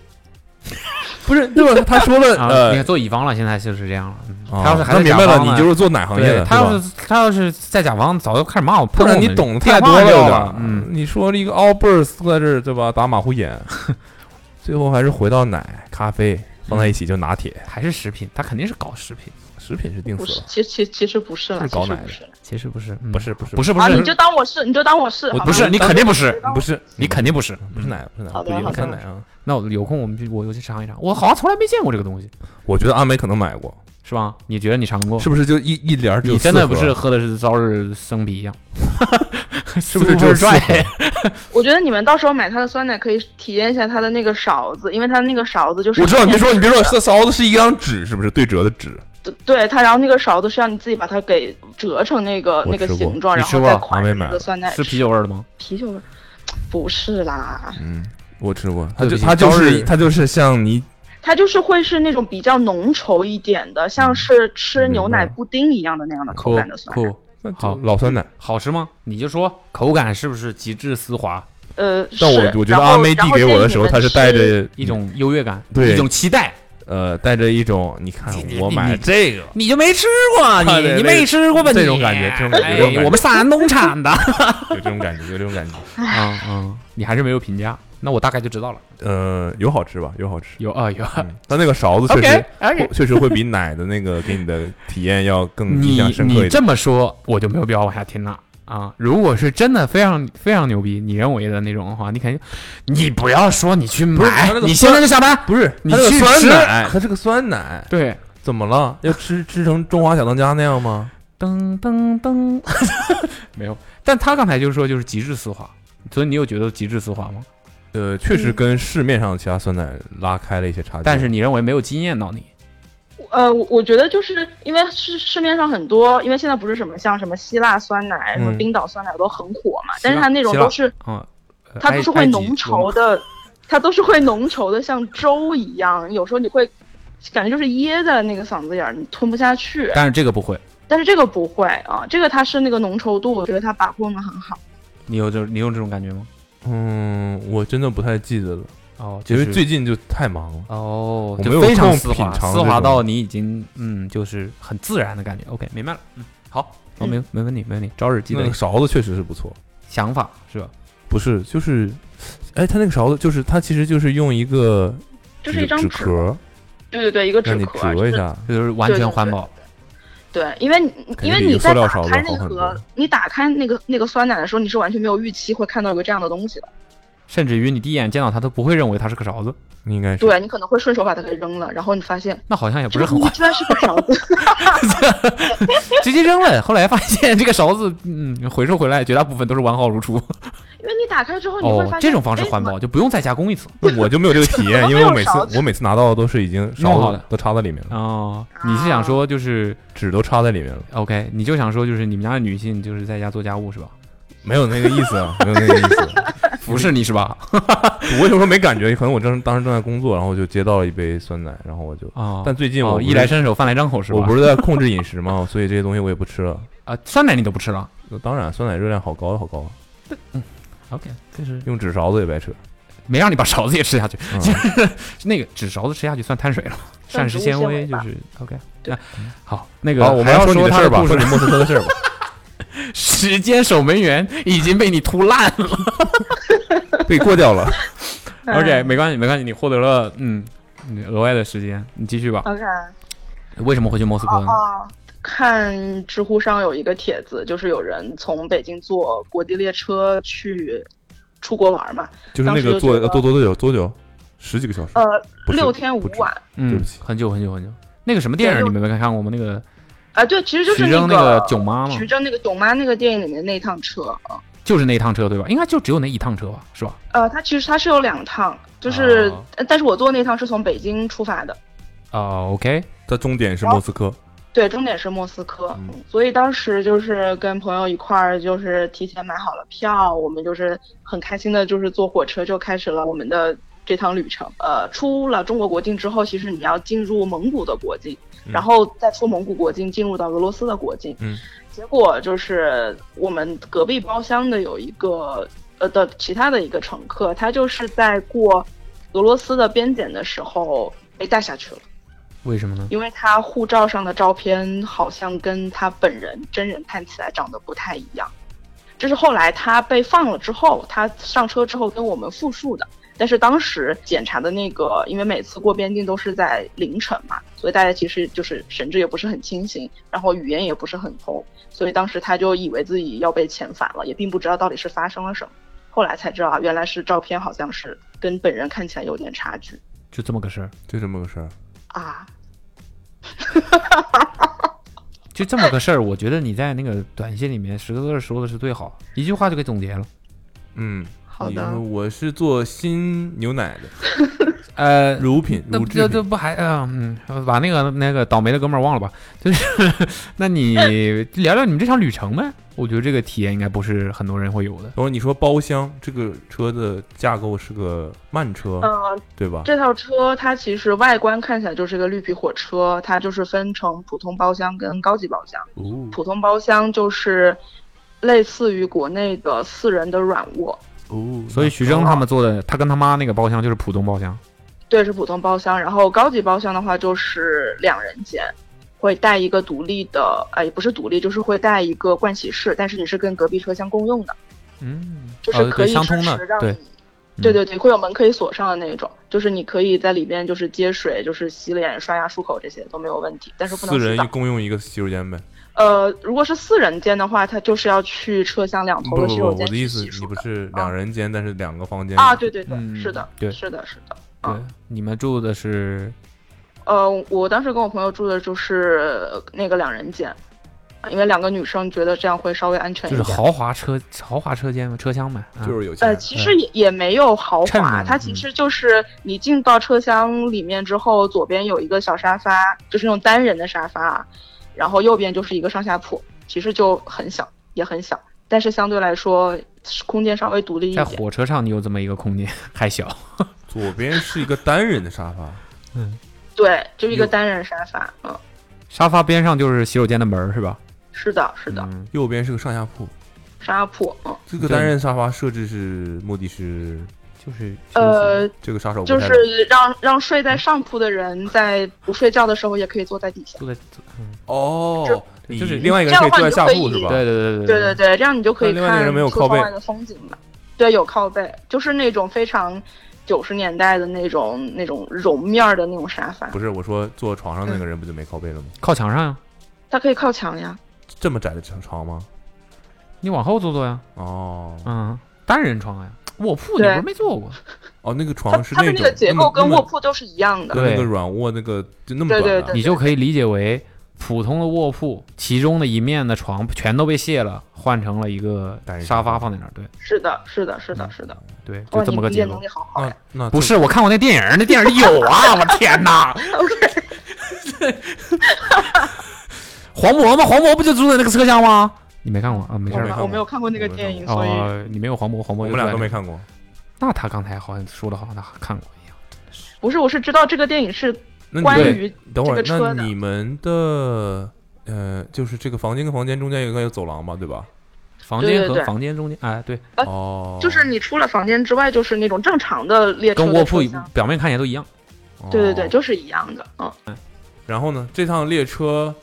[SPEAKER 3] 不是，对吧？他说了，
[SPEAKER 8] 啊，
[SPEAKER 3] 呃
[SPEAKER 8] 你，看做乙方了，现在就是这样了。嗯
[SPEAKER 3] 啊
[SPEAKER 8] 他要是还在
[SPEAKER 3] 那明白
[SPEAKER 8] 甲
[SPEAKER 3] 了，
[SPEAKER 8] 方呢
[SPEAKER 3] 你就是做哪行业
[SPEAKER 8] 对
[SPEAKER 3] 的？
[SPEAKER 8] 他
[SPEAKER 3] 对吧
[SPEAKER 8] 要是他要是在甲方，早就开始骂我，
[SPEAKER 3] 不
[SPEAKER 8] 喷
[SPEAKER 3] 然
[SPEAKER 8] 我
[SPEAKER 3] 你
[SPEAKER 8] 们
[SPEAKER 3] 懂得
[SPEAKER 8] 电
[SPEAKER 3] 太多
[SPEAKER 8] 话
[SPEAKER 3] 了，
[SPEAKER 8] 就
[SPEAKER 3] 有
[SPEAKER 8] 要
[SPEAKER 3] 点
[SPEAKER 8] 了
[SPEAKER 3] 儿。
[SPEAKER 8] 嗯，
[SPEAKER 3] 你说了一个 Allbirds 在这儿，对吧？打马虎
[SPEAKER 8] [laughs]
[SPEAKER 3] 眼，最后还是回到奶、咖
[SPEAKER 8] 嗯
[SPEAKER 3] 啡放在一起就拿铁，
[SPEAKER 8] 还是食品，他肯定是搞食品，
[SPEAKER 3] 食品是定
[SPEAKER 2] 不
[SPEAKER 3] 死
[SPEAKER 2] 是
[SPEAKER 3] 了，。
[SPEAKER 2] 其实其实其实不是了，
[SPEAKER 3] 是搞
[SPEAKER 2] 其实
[SPEAKER 3] 奶
[SPEAKER 2] 不
[SPEAKER 3] 的
[SPEAKER 2] 是
[SPEAKER 8] 其实不是，嗯
[SPEAKER 3] 不是不是
[SPEAKER 8] 不是不，
[SPEAKER 2] 啊，你就是当我是，你就嗯当我是，
[SPEAKER 4] 我
[SPEAKER 2] 好
[SPEAKER 4] 不
[SPEAKER 2] 吗
[SPEAKER 4] 是，你肯定不是，
[SPEAKER 3] 不是，嗯
[SPEAKER 4] 你肯定不是，
[SPEAKER 3] 不是奶，不是奶，
[SPEAKER 2] 好的
[SPEAKER 3] 不一定
[SPEAKER 2] 好
[SPEAKER 3] 不是
[SPEAKER 2] 的
[SPEAKER 3] 奶啊。
[SPEAKER 8] 那我有空我们去，我就去尝一尝。我好像从来没见过这个东西，
[SPEAKER 3] 我觉得阿美可能买过，
[SPEAKER 8] 是吧？你觉得你尝过？
[SPEAKER 3] 是不是就一一帘儿只有
[SPEAKER 8] 哦你真
[SPEAKER 3] 四
[SPEAKER 8] 的
[SPEAKER 3] 盒
[SPEAKER 8] 不是喝的是招日生啤一
[SPEAKER 3] [laughs]
[SPEAKER 8] 样，是
[SPEAKER 3] 是不是只有四盒
[SPEAKER 8] 拽？ [laughs]
[SPEAKER 2] 我觉得你们到时候买它的酸奶可以体验一下它的那个勺子，因为它那个勺子就是
[SPEAKER 3] 我知道，你别说，你别说，
[SPEAKER 2] 是
[SPEAKER 3] 这勺子是一张纸，是不是对折的纸？
[SPEAKER 2] 对它，然后那个勺子是让你自己把它给折成那个
[SPEAKER 3] 我
[SPEAKER 2] 那个
[SPEAKER 3] 吃过
[SPEAKER 2] 形状，
[SPEAKER 8] 你
[SPEAKER 2] 然
[SPEAKER 8] 吃
[SPEAKER 2] 后
[SPEAKER 8] 过
[SPEAKER 2] 再
[SPEAKER 8] 啊
[SPEAKER 2] 款
[SPEAKER 3] 没
[SPEAKER 2] 着
[SPEAKER 3] 买
[SPEAKER 2] 那个酸奶
[SPEAKER 8] 是啤酒味儿的吗？
[SPEAKER 2] 啤酒味儿，不是啦，
[SPEAKER 3] 嗯，我吃过，它就
[SPEAKER 8] 对不起
[SPEAKER 3] 它就
[SPEAKER 8] 招
[SPEAKER 3] 是
[SPEAKER 8] 日
[SPEAKER 3] 它就是像你
[SPEAKER 2] 它就是会是那种比较浓稠一点的，像是吃牛奶
[SPEAKER 3] 嗯明白
[SPEAKER 2] 布丁一样的那样的口感的酸奶。
[SPEAKER 8] 酷，
[SPEAKER 3] 那就
[SPEAKER 8] 好
[SPEAKER 3] 老酸奶，
[SPEAKER 8] 好吃吗？你就说口感是不是极致丝滑，
[SPEAKER 2] 呃，
[SPEAKER 3] 但
[SPEAKER 2] 是
[SPEAKER 3] 我我觉
[SPEAKER 2] 然
[SPEAKER 3] 得
[SPEAKER 2] 后
[SPEAKER 3] 阿妹递给我的时候，
[SPEAKER 2] 然
[SPEAKER 3] 她
[SPEAKER 2] 后建议你们
[SPEAKER 3] 是带
[SPEAKER 2] 吃
[SPEAKER 3] 着
[SPEAKER 8] 一种优越感，
[SPEAKER 3] 嗯对
[SPEAKER 8] 一种期待？
[SPEAKER 3] 呃带着一种你看
[SPEAKER 8] 你
[SPEAKER 3] 我
[SPEAKER 8] 你
[SPEAKER 3] 买
[SPEAKER 8] 你
[SPEAKER 3] 这
[SPEAKER 8] [laughs]
[SPEAKER 3] 个，
[SPEAKER 8] 你就没吃过，
[SPEAKER 3] 啊对
[SPEAKER 8] 你你
[SPEAKER 3] 那
[SPEAKER 8] 没吃过吧？
[SPEAKER 3] 这
[SPEAKER 8] 你
[SPEAKER 3] 种感觉这种感觉
[SPEAKER 8] 哎
[SPEAKER 3] 这种感觉
[SPEAKER 8] 我们山东产的。
[SPEAKER 3] 有这种感觉，有这种感觉。
[SPEAKER 8] [laughs] 嗯嗯，你还是没有评价，那我大概就知道了。
[SPEAKER 3] 呃，有好吃吧？有好吃。
[SPEAKER 8] 有啊有啊，
[SPEAKER 3] 嗯，但那个勺子确
[SPEAKER 8] OK，
[SPEAKER 3] 实
[SPEAKER 8] OK
[SPEAKER 3] 确实会比奶的那个给你的体验要更印
[SPEAKER 8] 你
[SPEAKER 3] 象深刻
[SPEAKER 8] 你
[SPEAKER 3] 一点。
[SPEAKER 8] 这么说，我就没有必要往下听了啊。如果是真的非常非常牛逼，你认为的那种的话，你肯定，你不要说你去
[SPEAKER 3] 不是他
[SPEAKER 8] 买
[SPEAKER 3] 那个，
[SPEAKER 8] 你
[SPEAKER 3] 酸
[SPEAKER 8] 现在就下班。
[SPEAKER 3] 不是，
[SPEAKER 8] 你
[SPEAKER 3] 它这个
[SPEAKER 8] 去
[SPEAKER 3] 酸
[SPEAKER 8] 吃
[SPEAKER 3] 奶，它这个酸奶
[SPEAKER 8] 对，
[SPEAKER 3] 怎么了？要吃吃成中华小当家那样吗？
[SPEAKER 8] 噔噔噔， [laughs] 没有。但他刚才就说就是极致丝滑，所以你有觉得极致丝滑吗？
[SPEAKER 3] 呃，确
[SPEAKER 2] 嗯
[SPEAKER 3] 实跟市面上的其他酸奶拉开了一些差距。
[SPEAKER 8] 但是你认为没有惊艳到你，
[SPEAKER 2] 呃，我我觉得就是因为市市面上很多，因为现在不是什么像什么希腊酸奶、什么
[SPEAKER 3] 嗯
[SPEAKER 2] 冰岛酸奶都很火嘛，
[SPEAKER 8] 希
[SPEAKER 2] 但
[SPEAKER 8] 腊
[SPEAKER 2] 是它那种
[SPEAKER 8] 希腊
[SPEAKER 2] 都是
[SPEAKER 8] 啊，呃
[SPEAKER 2] 它都是会浓。
[SPEAKER 8] 埃埃
[SPEAKER 2] 稠
[SPEAKER 8] 及
[SPEAKER 2] 的，它都是会浓稠的，像粥一样，有时候你会感觉就是噎在那个嗓子眼儿，你吞不下去。
[SPEAKER 8] 但是这个不会，
[SPEAKER 2] 但是这个不会啊，这个它是那个浓稠度，我觉得它把控的很好。
[SPEAKER 8] 你有这你有这种感觉吗？
[SPEAKER 3] 嗯，我真的不太记得了，
[SPEAKER 8] 哦，
[SPEAKER 3] 因为最近就太忙了。
[SPEAKER 8] 哦，
[SPEAKER 3] 我
[SPEAKER 8] 就
[SPEAKER 3] 没有
[SPEAKER 8] 非常
[SPEAKER 3] 空
[SPEAKER 8] 丝
[SPEAKER 3] 品
[SPEAKER 8] 滑，
[SPEAKER 3] 尝
[SPEAKER 8] 丝
[SPEAKER 3] 这
[SPEAKER 8] 滑
[SPEAKER 3] 种
[SPEAKER 8] 到你已经嗯，就是很自然的感觉。OK，明白了，嗯，好，哦，没没问题，没问题。招日记
[SPEAKER 3] 那
[SPEAKER 8] 得
[SPEAKER 3] 个勺子确实是不错，
[SPEAKER 8] 想法是吧？
[SPEAKER 3] 不是就是，哎，它那个勺子就是它其实就是用一个
[SPEAKER 2] 就是一张
[SPEAKER 3] 纸
[SPEAKER 2] 纸
[SPEAKER 3] 壳儿
[SPEAKER 2] 对对对，一个纸
[SPEAKER 3] 让你
[SPEAKER 2] 壳儿，
[SPEAKER 3] 折一下，
[SPEAKER 8] 这就是完
[SPEAKER 2] 对
[SPEAKER 8] 全
[SPEAKER 2] 对
[SPEAKER 8] 环
[SPEAKER 2] 对
[SPEAKER 8] 保。
[SPEAKER 2] 对，因为你
[SPEAKER 3] 肯定
[SPEAKER 2] 因为
[SPEAKER 3] 比
[SPEAKER 2] 你
[SPEAKER 3] 塑
[SPEAKER 2] 在
[SPEAKER 3] 料
[SPEAKER 2] 打
[SPEAKER 3] 勺子
[SPEAKER 2] 开那
[SPEAKER 3] 好很
[SPEAKER 2] 盒
[SPEAKER 3] 多，
[SPEAKER 2] 你打开那个那个酸奶的时候，你是完全没有预期会看到一个这样的东西的。
[SPEAKER 8] 甚至于你第一眼见到它都不会认为它是个勺子，
[SPEAKER 3] 应该是
[SPEAKER 2] 对，啊你可能会顺手把它给扔了，然后你发现
[SPEAKER 8] 那好像也不
[SPEAKER 2] 这
[SPEAKER 8] 是
[SPEAKER 2] 个
[SPEAKER 8] 很
[SPEAKER 2] [laughs] 东
[SPEAKER 8] 环
[SPEAKER 2] 西居然是个勺
[SPEAKER 8] [laughs]
[SPEAKER 2] 子。
[SPEAKER 8] 保，直接扔了。后来发现这个勺子，嗯，回收回来绝大部分都是完好如初。
[SPEAKER 2] 因为你打开之后你会
[SPEAKER 8] 哦
[SPEAKER 2] 发现，，
[SPEAKER 8] 这种方式
[SPEAKER 2] 哎
[SPEAKER 8] 环保，就不用再加工一次。
[SPEAKER 3] 那我就没有这个体验，
[SPEAKER 2] [laughs] 怎么
[SPEAKER 3] 因为我
[SPEAKER 2] 没
[SPEAKER 3] 每
[SPEAKER 2] 有
[SPEAKER 3] 次
[SPEAKER 2] 勺子
[SPEAKER 3] 我每次拿到的都是已经
[SPEAKER 8] 弄好
[SPEAKER 3] 勺
[SPEAKER 8] 的
[SPEAKER 3] 子都插在里面了，
[SPEAKER 8] 哦，你是想
[SPEAKER 2] 啊
[SPEAKER 8] 说就是
[SPEAKER 3] 纸都插在里面了，
[SPEAKER 8] OK，你就想说就是你们家的女性就是在家做家务是吧？
[SPEAKER 3] 没有那个意思啊，没有那个意思。
[SPEAKER 8] 服侍你是吧？
[SPEAKER 3] [laughs] 我为什么说没感觉？可能我正当时正在工作，然后就接到了一杯酸奶，然后我就，
[SPEAKER 8] 哦，
[SPEAKER 3] 但最近
[SPEAKER 8] 哦
[SPEAKER 3] 我
[SPEAKER 8] 衣来伸手，饭来张口是
[SPEAKER 3] 手，
[SPEAKER 8] 吧？
[SPEAKER 3] 我不是在控制饮食嘛，所以这些东西我也不吃了。
[SPEAKER 8] 啊，酸奶你都不吃了
[SPEAKER 3] 那当然，酸奶热量好高好高啊，
[SPEAKER 8] ？OK，就是
[SPEAKER 3] 用纸勺子也白扯。
[SPEAKER 8] 没让你把勺子也吃下去，
[SPEAKER 3] 嗯
[SPEAKER 8] [laughs] 那个纸勺子吃下去算碳水
[SPEAKER 2] [laughs]
[SPEAKER 8] 了，
[SPEAKER 2] 算
[SPEAKER 8] 膳食
[SPEAKER 2] 植物
[SPEAKER 8] 纤
[SPEAKER 2] 纤
[SPEAKER 8] 维
[SPEAKER 2] 维
[SPEAKER 8] 就
[SPEAKER 2] 吧
[SPEAKER 8] 是 OK。那好，那个
[SPEAKER 3] 好，我
[SPEAKER 8] 还
[SPEAKER 3] 们要
[SPEAKER 8] 说
[SPEAKER 3] 你的
[SPEAKER 8] 他
[SPEAKER 3] 事儿吧，
[SPEAKER 8] 故
[SPEAKER 3] 说
[SPEAKER 8] 事
[SPEAKER 3] 你莫斯科的事儿吧。
[SPEAKER 8] 时间守门员已经被你突烂
[SPEAKER 2] [laughs]
[SPEAKER 8] 了。
[SPEAKER 3] [laughs] 被过掉了。
[SPEAKER 8] OK，没关系，没关系，你获得了嗯你额外的时间，你继续吧。
[SPEAKER 2] OK，
[SPEAKER 8] 为什么会去莫斯科呢？
[SPEAKER 2] 哦，看知乎上有一个帖子，就是有人从北京坐国际列车去出国玩嘛，
[SPEAKER 3] 就是那个坐要坐多多久？多久？十几个小时。
[SPEAKER 2] 呃，
[SPEAKER 3] 不是
[SPEAKER 2] 六天五
[SPEAKER 3] 不止
[SPEAKER 2] 晚
[SPEAKER 3] 对
[SPEAKER 8] 嗯
[SPEAKER 3] 不起，
[SPEAKER 8] 很久很久很久。那个什么电
[SPEAKER 2] 对
[SPEAKER 8] 影
[SPEAKER 2] 就
[SPEAKER 8] 你们没看过吗？那个
[SPEAKER 2] 啊、对，其实就是
[SPEAKER 8] 徐峥那
[SPEAKER 2] 个
[SPEAKER 8] 个囧妈嘛
[SPEAKER 2] 徐，峥那个囧妈那个电影里面那一趟车啊，
[SPEAKER 8] 就是那一趟车对吧？应该就只有那一趟车吧，是吧？
[SPEAKER 2] 呃，它其实它是有两趟，就是、
[SPEAKER 8] 哦
[SPEAKER 2] 呃但是我坐那趟是从北京出发的，
[SPEAKER 8] 啊，OK，
[SPEAKER 3] 它终点是莫斯科。
[SPEAKER 2] 对，终点是莫斯科，所以当时就是跟朋友一块儿，就是提前买好了票，我们就是很开心的，就是坐火车就开始了我们的这趟旅程。呃，出了中国国境之后，其实你要进入蒙古的国境，然后再出蒙古国境，进入到俄罗斯的国境。
[SPEAKER 3] 嗯，
[SPEAKER 2] 结果就是我们隔壁包厢的有一个呃的其他的一个乘客，他就是在过俄罗斯的边检的时候被带下去了。
[SPEAKER 8] 为什么呢？
[SPEAKER 2] 因为他护照上的照片好像跟他本人真人看起来长得不太一样。这是后来他被放了之后，他上车之后跟我们复述的。但是当时检查的那个，因为每次过边境都是在凌晨嘛，所以大家其实就是神志也不是很清醒，然后语言也不是很通，所以当时他就以为自己要被遣返了，也并不知道到底是发生了什么。后来才知道啊，原来是照片好像是跟本人看起来有点差距
[SPEAKER 8] 就这么个事儿，
[SPEAKER 3] 就这么个事儿。
[SPEAKER 2] 啊。
[SPEAKER 8] 就这么个事儿。我觉得你在那个短信里面，石头哥说的是最好，一句话就给总结了。
[SPEAKER 3] 嗯，好
[SPEAKER 2] 的
[SPEAKER 3] 我是做新牛奶
[SPEAKER 2] [laughs]
[SPEAKER 3] 的，
[SPEAKER 8] 呃，
[SPEAKER 3] 乳品、
[SPEAKER 8] 那
[SPEAKER 3] 乳
[SPEAKER 8] 不
[SPEAKER 3] 制
[SPEAKER 8] 这
[SPEAKER 3] 品
[SPEAKER 8] 这。不还啊嗯，把那个那个倒霉的哥们儿忘了吧？就是， [laughs] 那你聊聊你们这场旅程呗？我觉得这个体验应该不是很多人会有的。
[SPEAKER 3] 等会儿你说包厢这个车的架构是个慢车，
[SPEAKER 2] 嗯、
[SPEAKER 3] 对吧？
[SPEAKER 2] 这套车它其实外观看起来就是个绿皮火车，它就是分成普通包厢跟高级包厢。
[SPEAKER 3] 哦
[SPEAKER 2] 普通包厢就是类似于国内的四人的软卧，
[SPEAKER 3] 哦，
[SPEAKER 8] 所以徐峥他们做的，他跟他妈那个包厢就是普通包厢，
[SPEAKER 2] 对，是普通包厢。然后高级包厢的话就是两人间，会带一个独立的，呃，也不是独立，就是会带一个盥洗室，但是你是跟隔壁车厢共用的，
[SPEAKER 8] 嗯，
[SPEAKER 2] 就是
[SPEAKER 8] 呃，
[SPEAKER 2] 可
[SPEAKER 8] 对，
[SPEAKER 2] 以
[SPEAKER 8] 相
[SPEAKER 2] 支
[SPEAKER 8] 通
[SPEAKER 2] 持
[SPEAKER 8] 的，
[SPEAKER 2] 让
[SPEAKER 8] 对嗯
[SPEAKER 2] 你。对对对，会有门可以锁上的那种，就是你可以在里边就是接水，就是洗脸、刷牙、漱口这些都没有问题，但是不能
[SPEAKER 3] 四
[SPEAKER 2] 洗
[SPEAKER 3] 人
[SPEAKER 2] 澡。
[SPEAKER 3] 共用一个洗手间呗？
[SPEAKER 2] 呃，如果是四人间的话，它就是要去车厢两
[SPEAKER 3] 不
[SPEAKER 2] 头的
[SPEAKER 3] 不
[SPEAKER 2] 洗
[SPEAKER 3] 不，
[SPEAKER 2] 手
[SPEAKER 3] 我
[SPEAKER 2] 间
[SPEAKER 3] 的
[SPEAKER 2] 去
[SPEAKER 3] 意思
[SPEAKER 2] 洗漱
[SPEAKER 3] 你不
[SPEAKER 2] 的
[SPEAKER 3] 是两人间，但是两个房间
[SPEAKER 2] 啊？对对对，
[SPEAKER 8] 嗯
[SPEAKER 2] 是的，
[SPEAKER 8] 对
[SPEAKER 2] 是的，是的。
[SPEAKER 8] 对
[SPEAKER 2] 嗯，
[SPEAKER 8] 你们住的是
[SPEAKER 2] 呃，我当时跟我朋友住的就是呃那个两人间，因为两个女生觉得这样会稍微安全
[SPEAKER 8] 就
[SPEAKER 2] 一
[SPEAKER 8] 是
[SPEAKER 2] 点。
[SPEAKER 8] 豪华车豪华车间吗？车厢呗，啊
[SPEAKER 3] 就是有钱
[SPEAKER 2] 呃，
[SPEAKER 3] 人。
[SPEAKER 2] 其实也也没有豪
[SPEAKER 8] 衬着
[SPEAKER 2] 华，
[SPEAKER 8] 呢
[SPEAKER 2] 它其实就是你进到车厢里面之后，左边有一个小沙发，就是那种单人的沙发，然后右边就是一个上下铺，其实就很小，也很小，但是相对来说空间稍微独立一
[SPEAKER 8] 在
[SPEAKER 2] 点。
[SPEAKER 8] 火车上你有这么一个空间， [laughs] 还小，
[SPEAKER 3] 左边是一个单人的沙发，
[SPEAKER 2] 对，就一
[SPEAKER 3] 有
[SPEAKER 2] 个单人沙发，嗯，
[SPEAKER 8] 沙发边上就是洗手间的门儿是吧？
[SPEAKER 2] 是的，是的，
[SPEAKER 8] 嗯，
[SPEAKER 3] 右边是个上下铺。
[SPEAKER 2] 沙铺，嗯，
[SPEAKER 3] 这个单人沙发设置是目的是
[SPEAKER 8] 就是
[SPEAKER 2] 呃，
[SPEAKER 3] 这个杀手
[SPEAKER 2] 就
[SPEAKER 3] 嗯不太冷
[SPEAKER 2] 是让让睡在上铺的人在不睡觉的时候也可以坐在底下，
[SPEAKER 8] 坐在
[SPEAKER 3] 哦，你
[SPEAKER 8] 就是
[SPEAKER 3] 另外一个人可以坐在下铺是吧？
[SPEAKER 8] 对对对对
[SPEAKER 2] 对对对，这样你就可以
[SPEAKER 3] 那另外一个人
[SPEAKER 2] 看
[SPEAKER 3] 没有
[SPEAKER 2] 出
[SPEAKER 3] 靠背
[SPEAKER 2] 窗外的风景嘛。对，有靠背，就是那种非常九十年代的那种那种绒面儿的那种沙发，
[SPEAKER 3] 不是我说坐床上那个人不就没靠背了吗？
[SPEAKER 8] 靠墙上啊呀，
[SPEAKER 2] 它可以靠墙呀。
[SPEAKER 3] 这么窄的床床吗？
[SPEAKER 8] 你往后坐坐呀，
[SPEAKER 3] 哦
[SPEAKER 8] 嗯，单人床呀，卧铺你不
[SPEAKER 2] 对
[SPEAKER 8] 是没坐过？
[SPEAKER 3] 哦，那个
[SPEAKER 2] 它
[SPEAKER 3] 床是
[SPEAKER 2] 它的
[SPEAKER 3] 种
[SPEAKER 2] 那个结
[SPEAKER 3] 那么
[SPEAKER 2] 构跟
[SPEAKER 3] 那么
[SPEAKER 2] 卧铺都是一样的。
[SPEAKER 3] 跟那
[SPEAKER 8] 对
[SPEAKER 3] 个软卧那个就那么
[SPEAKER 2] 对
[SPEAKER 3] 短
[SPEAKER 2] 对
[SPEAKER 3] 啊
[SPEAKER 2] 对
[SPEAKER 8] 你就可以理解为普通的卧铺，其中的一面的床全都被卸了，换成了一个
[SPEAKER 3] 单人
[SPEAKER 8] 沙发
[SPEAKER 3] 床
[SPEAKER 8] 放在那儿，对
[SPEAKER 2] 是的，是的，是
[SPEAKER 3] 嗯
[SPEAKER 2] 的，是的。
[SPEAKER 8] 对，
[SPEAKER 2] 哇，
[SPEAKER 8] 就这
[SPEAKER 2] 哦你
[SPEAKER 8] 么个
[SPEAKER 2] 理解
[SPEAKER 8] 结构
[SPEAKER 2] 能力。好好哎呀
[SPEAKER 3] 那。那
[SPEAKER 8] 不是，我看过那电影儿，那电影儿里有
[SPEAKER 3] [laughs]
[SPEAKER 8] 啊！我天哪黄渤吗？黄渤不就住在那个车厢吗？你没看过啊？没事
[SPEAKER 3] 我
[SPEAKER 8] 儿
[SPEAKER 3] 没看
[SPEAKER 2] 我
[SPEAKER 3] 过
[SPEAKER 2] 我没有看过那个
[SPEAKER 3] 我没
[SPEAKER 2] 电
[SPEAKER 3] 看
[SPEAKER 2] 影，所以
[SPEAKER 8] 哦，你没有黄渤，黄渤
[SPEAKER 3] 我
[SPEAKER 8] 就
[SPEAKER 3] 们俩都
[SPEAKER 8] 住在
[SPEAKER 3] 没
[SPEAKER 8] 那。
[SPEAKER 3] 看过。
[SPEAKER 8] 那他刚才好像说的好像他看过一样。
[SPEAKER 2] 不是，我是知道这个电影是
[SPEAKER 3] 那
[SPEAKER 2] 关
[SPEAKER 3] 你嗯对
[SPEAKER 2] 于
[SPEAKER 3] 等会
[SPEAKER 2] 这
[SPEAKER 3] 儿，
[SPEAKER 2] 个车
[SPEAKER 3] 那
[SPEAKER 2] 的
[SPEAKER 3] 你们的呃，就是这个房间跟房间中间有一个走廊吧，对吧？
[SPEAKER 8] 房
[SPEAKER 2] 对
[SPEAKER 8] 间
[SPEAKER 2] 对
[SPEAKER 8] 和
[SPEAKER 2] 对
[SPEAKER 8] 房间中间，哎，对，
[SPEAKER 2] 呃
[SPEAKER 3] 哦，
[SPEAKER 2] 就是你出了房间之外，就是那种正常的列车
[SPEAKER 8] 跟
[SPEAKER 2] 的
[SPEAKER 8] 卧铺
[SPEAKER 2] 车厢
[SPEAKER 8] 表面看起来都一样。
[SPEAKER 2] 对对对，
[SPEAKER 3] 哦
[SPEAKER 2] 就是一样的。嗯，
[SPEAKER 3] 然后呢，这趟列车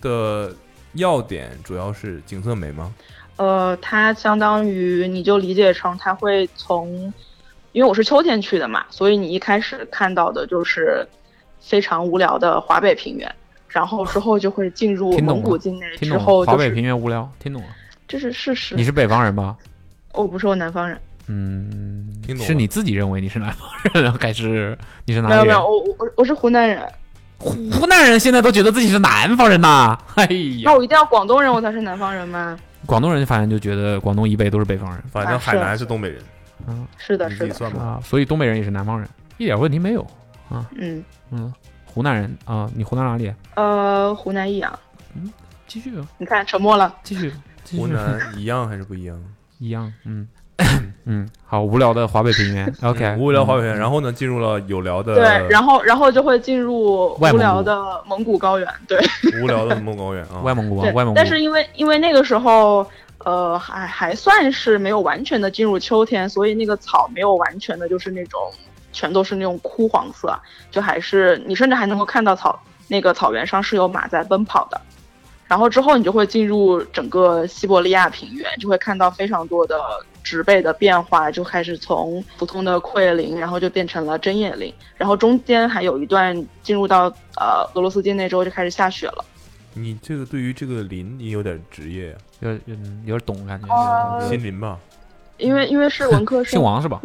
[SPEAKER 3] 的要点主要是景色美吗？
[SPEAKER 2] 呃，它相当于你就理解成它会从，因为我是秋天去的嘛，所以你一开始看到的就是非常无聊的华北平原，然后之后就会进入
[SPEAKER 8] 听懂
[SPEAKER 2] 蒙古
[SPEAKER 8] 了
[SPEAKER 2] 境内，之
[SPEAKER 8] 听懂了，
[SPEAKER 2] 后
[SPEAKER 8] 华
[SPEAKER 2] 就
[SPEAKER 8] 北
[SPEAKER 2] 是
[SPEAKER 8] 平原无聊，听懂了。
[SPEAKER 2] 这是事实哦
[SPEAKER 8] 你。是北方人吧？
[SPEAKER 2] 我不是我南方人，
[SPEAKER 8] 嗯
[SPEAKER 3] 听，懂
[SPEAKER 8] 是
[SPEAKER 3] 了
[SPEAKER 8] 你自己认为你是南方人， [laughs] 还是你是哪
[SPEAKER 2] 没有
[SPEAKER 8] 里
[SPEAKER 2] 没
[SPEAKER 8] 人
[SPEAKER 2] 有，？我我我我是湖南人，
[SPEAKER 8] 湖南人现在都觉得自己是南方人呐。哎呀
[SPEAKER 2] 那，我一定要广东人我才是南方人吗？
[SPEAKER 8] 广东人反正就觉得广东以北都是北方人
[SPEAKER 3] 反
[SPEAKER 2] 啊
[SPEAKER 3] 正海
[SPEAKER 2] 是
[SPEAKER 3] 南是东北人，
[SPEAKER 2] 是的，
[SPEAKER 3] 你
[SPEAKER 2] 是
[SPEAKER 3] 自己
[SPEAKER 2] 的，
[SPEAKER 3] 算吧。
[SPEAKER 8] 啊，所以东北人也是南方人，一点问题没有。
[SPEAKER 2] 嗯，
[SPEAKER 8] 嗯，湖南人啊、你湖南哪里？
[SPEAKER 2] 呃，湖南益阳，
[SPEAKER 8] 继续啊，
[SPEAKER 2] 你看沉默了。
[SPEAKER 8] 继续，继续
[SPEAKER 3] 湖南
[SPEAKER 8] [laughs]
[SPEAKER 3] 一样还是不一样？
[SPEAKER 8] 一样，嗯 [coughs] 嗯，好无聊的华北平 [laughs] 原，OK，
[SPEAKER 3] 嗯无聊华北
[SPEAKER 8] 嗯
[SPEAKER 3] 平原，然后呢，进入了有聊的，
[SPEAKER 2] 对，然后然后就会进入
[SPEAKER 8] 外
[SPEAKER 2] 无
[SPEAKER 8] 蒙古
[SPEAKER 2] 聊的蒙古高原，对
[SPEAKER 3] 无聊的孟高原啊，
[SPEAKER 8] 外蒙古啊，
[SPEAKER 2] 对
[SPEAKER 8] 外蒙古，
[SPEAKER 2] 但是因为因为那个时候，呃，还还算是没有完全的进入秋天，所以那个草没有完全的就是那种全都是那种枯黄色，就还是你甚至还能够看到草那个草原上是有马在奔跑的。然后之后你就会进入整个西伯利亚平原，就会看到非常多的植被的变化，就开始从普通的溃林，然后就变成了针叶林，然后中间还有一段进入到呃俄罗斯境内之后就开始下雪了。
[SPEAKER 3] 你这个对于这个林，你有点职业啊，
[SPEAKER 8] 有点嗯有点懂感觉，
[SPEAKER 2] 哦
[SPEAKER 3] 心林吧？
[SPEAKER 2] 因为因为是文科
[SPEAKER 8] 嗯姓
[SPEAKER 2] 生，
[SPEAKER 8] 王是吧？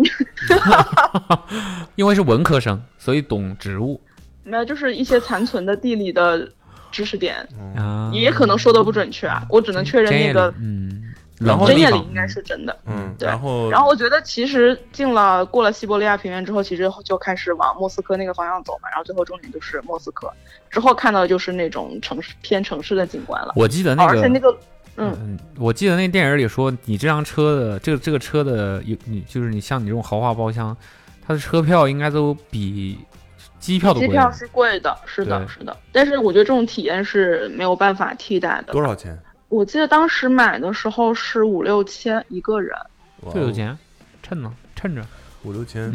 [SPEAKER 8] [laughs] 因为是文科生，所以懂植物
[SPEAKER 2] 没有就是一些残存的地理的知识点，
[SPEAKER 8] 啊，
[SPEAKER 2] 也可能说的不准确啊，我只能确认
[SPEAKER 8] 针叶
[SPEAKER 2] 那个
[SPEAKER 8] 林嗯，
[SPEAKER 3] 然后
[SPEAKER 8] 冷的
[SPEAKER 2] 针
[SPEAKER 8] 地
[SPEAKER 2] 叶
[SPEAKER 8] 方
[SPEAKER 2] 林应该是真的。
[SPEAKER 3] 嗯，
[SPEAKER 2] 对
[SPEAKER 3] 然后
[SPEAKER 2] 然后我觉得其实进了过了西伯利亚平原之后，其实就开始往莫斯科那个方向走嘛，然后最后重点就是莫斯科，之后看到的就是那种城市偏城市的景观了，
[SPEAKER 8] 我记得那
[SPEAKER 2] 而且
[SPEAKER 8] 个
[SPEAKER 2] 哦那个嗯
[SPEAKER 8] 嗯，我记得那电影里说，你这辆车的这个这个车的有你就是你像你这种豪华包厢，它的车票应该都比机票都
[SPEAKER 2] 机
[SPEAKER 8] 贵。
[SPEAKER 2] 票是贵的，是的
[SPEAKER 8] 对
[SPEAKER 2] 是的，但是我觉得这种体验是没有办法替代的
[SPEAKER 3] 多。少钱？
[SPEAKER 2] 我记得当时买的时候是五六千一个人。
[SPEAKER 3] 哇
[SPEAKER 8] 对，
[SPEAKER 3] 哦
[SPEAKER 8] 有钱，趁呢，趁着，
[SPEAKER 3] 五六千，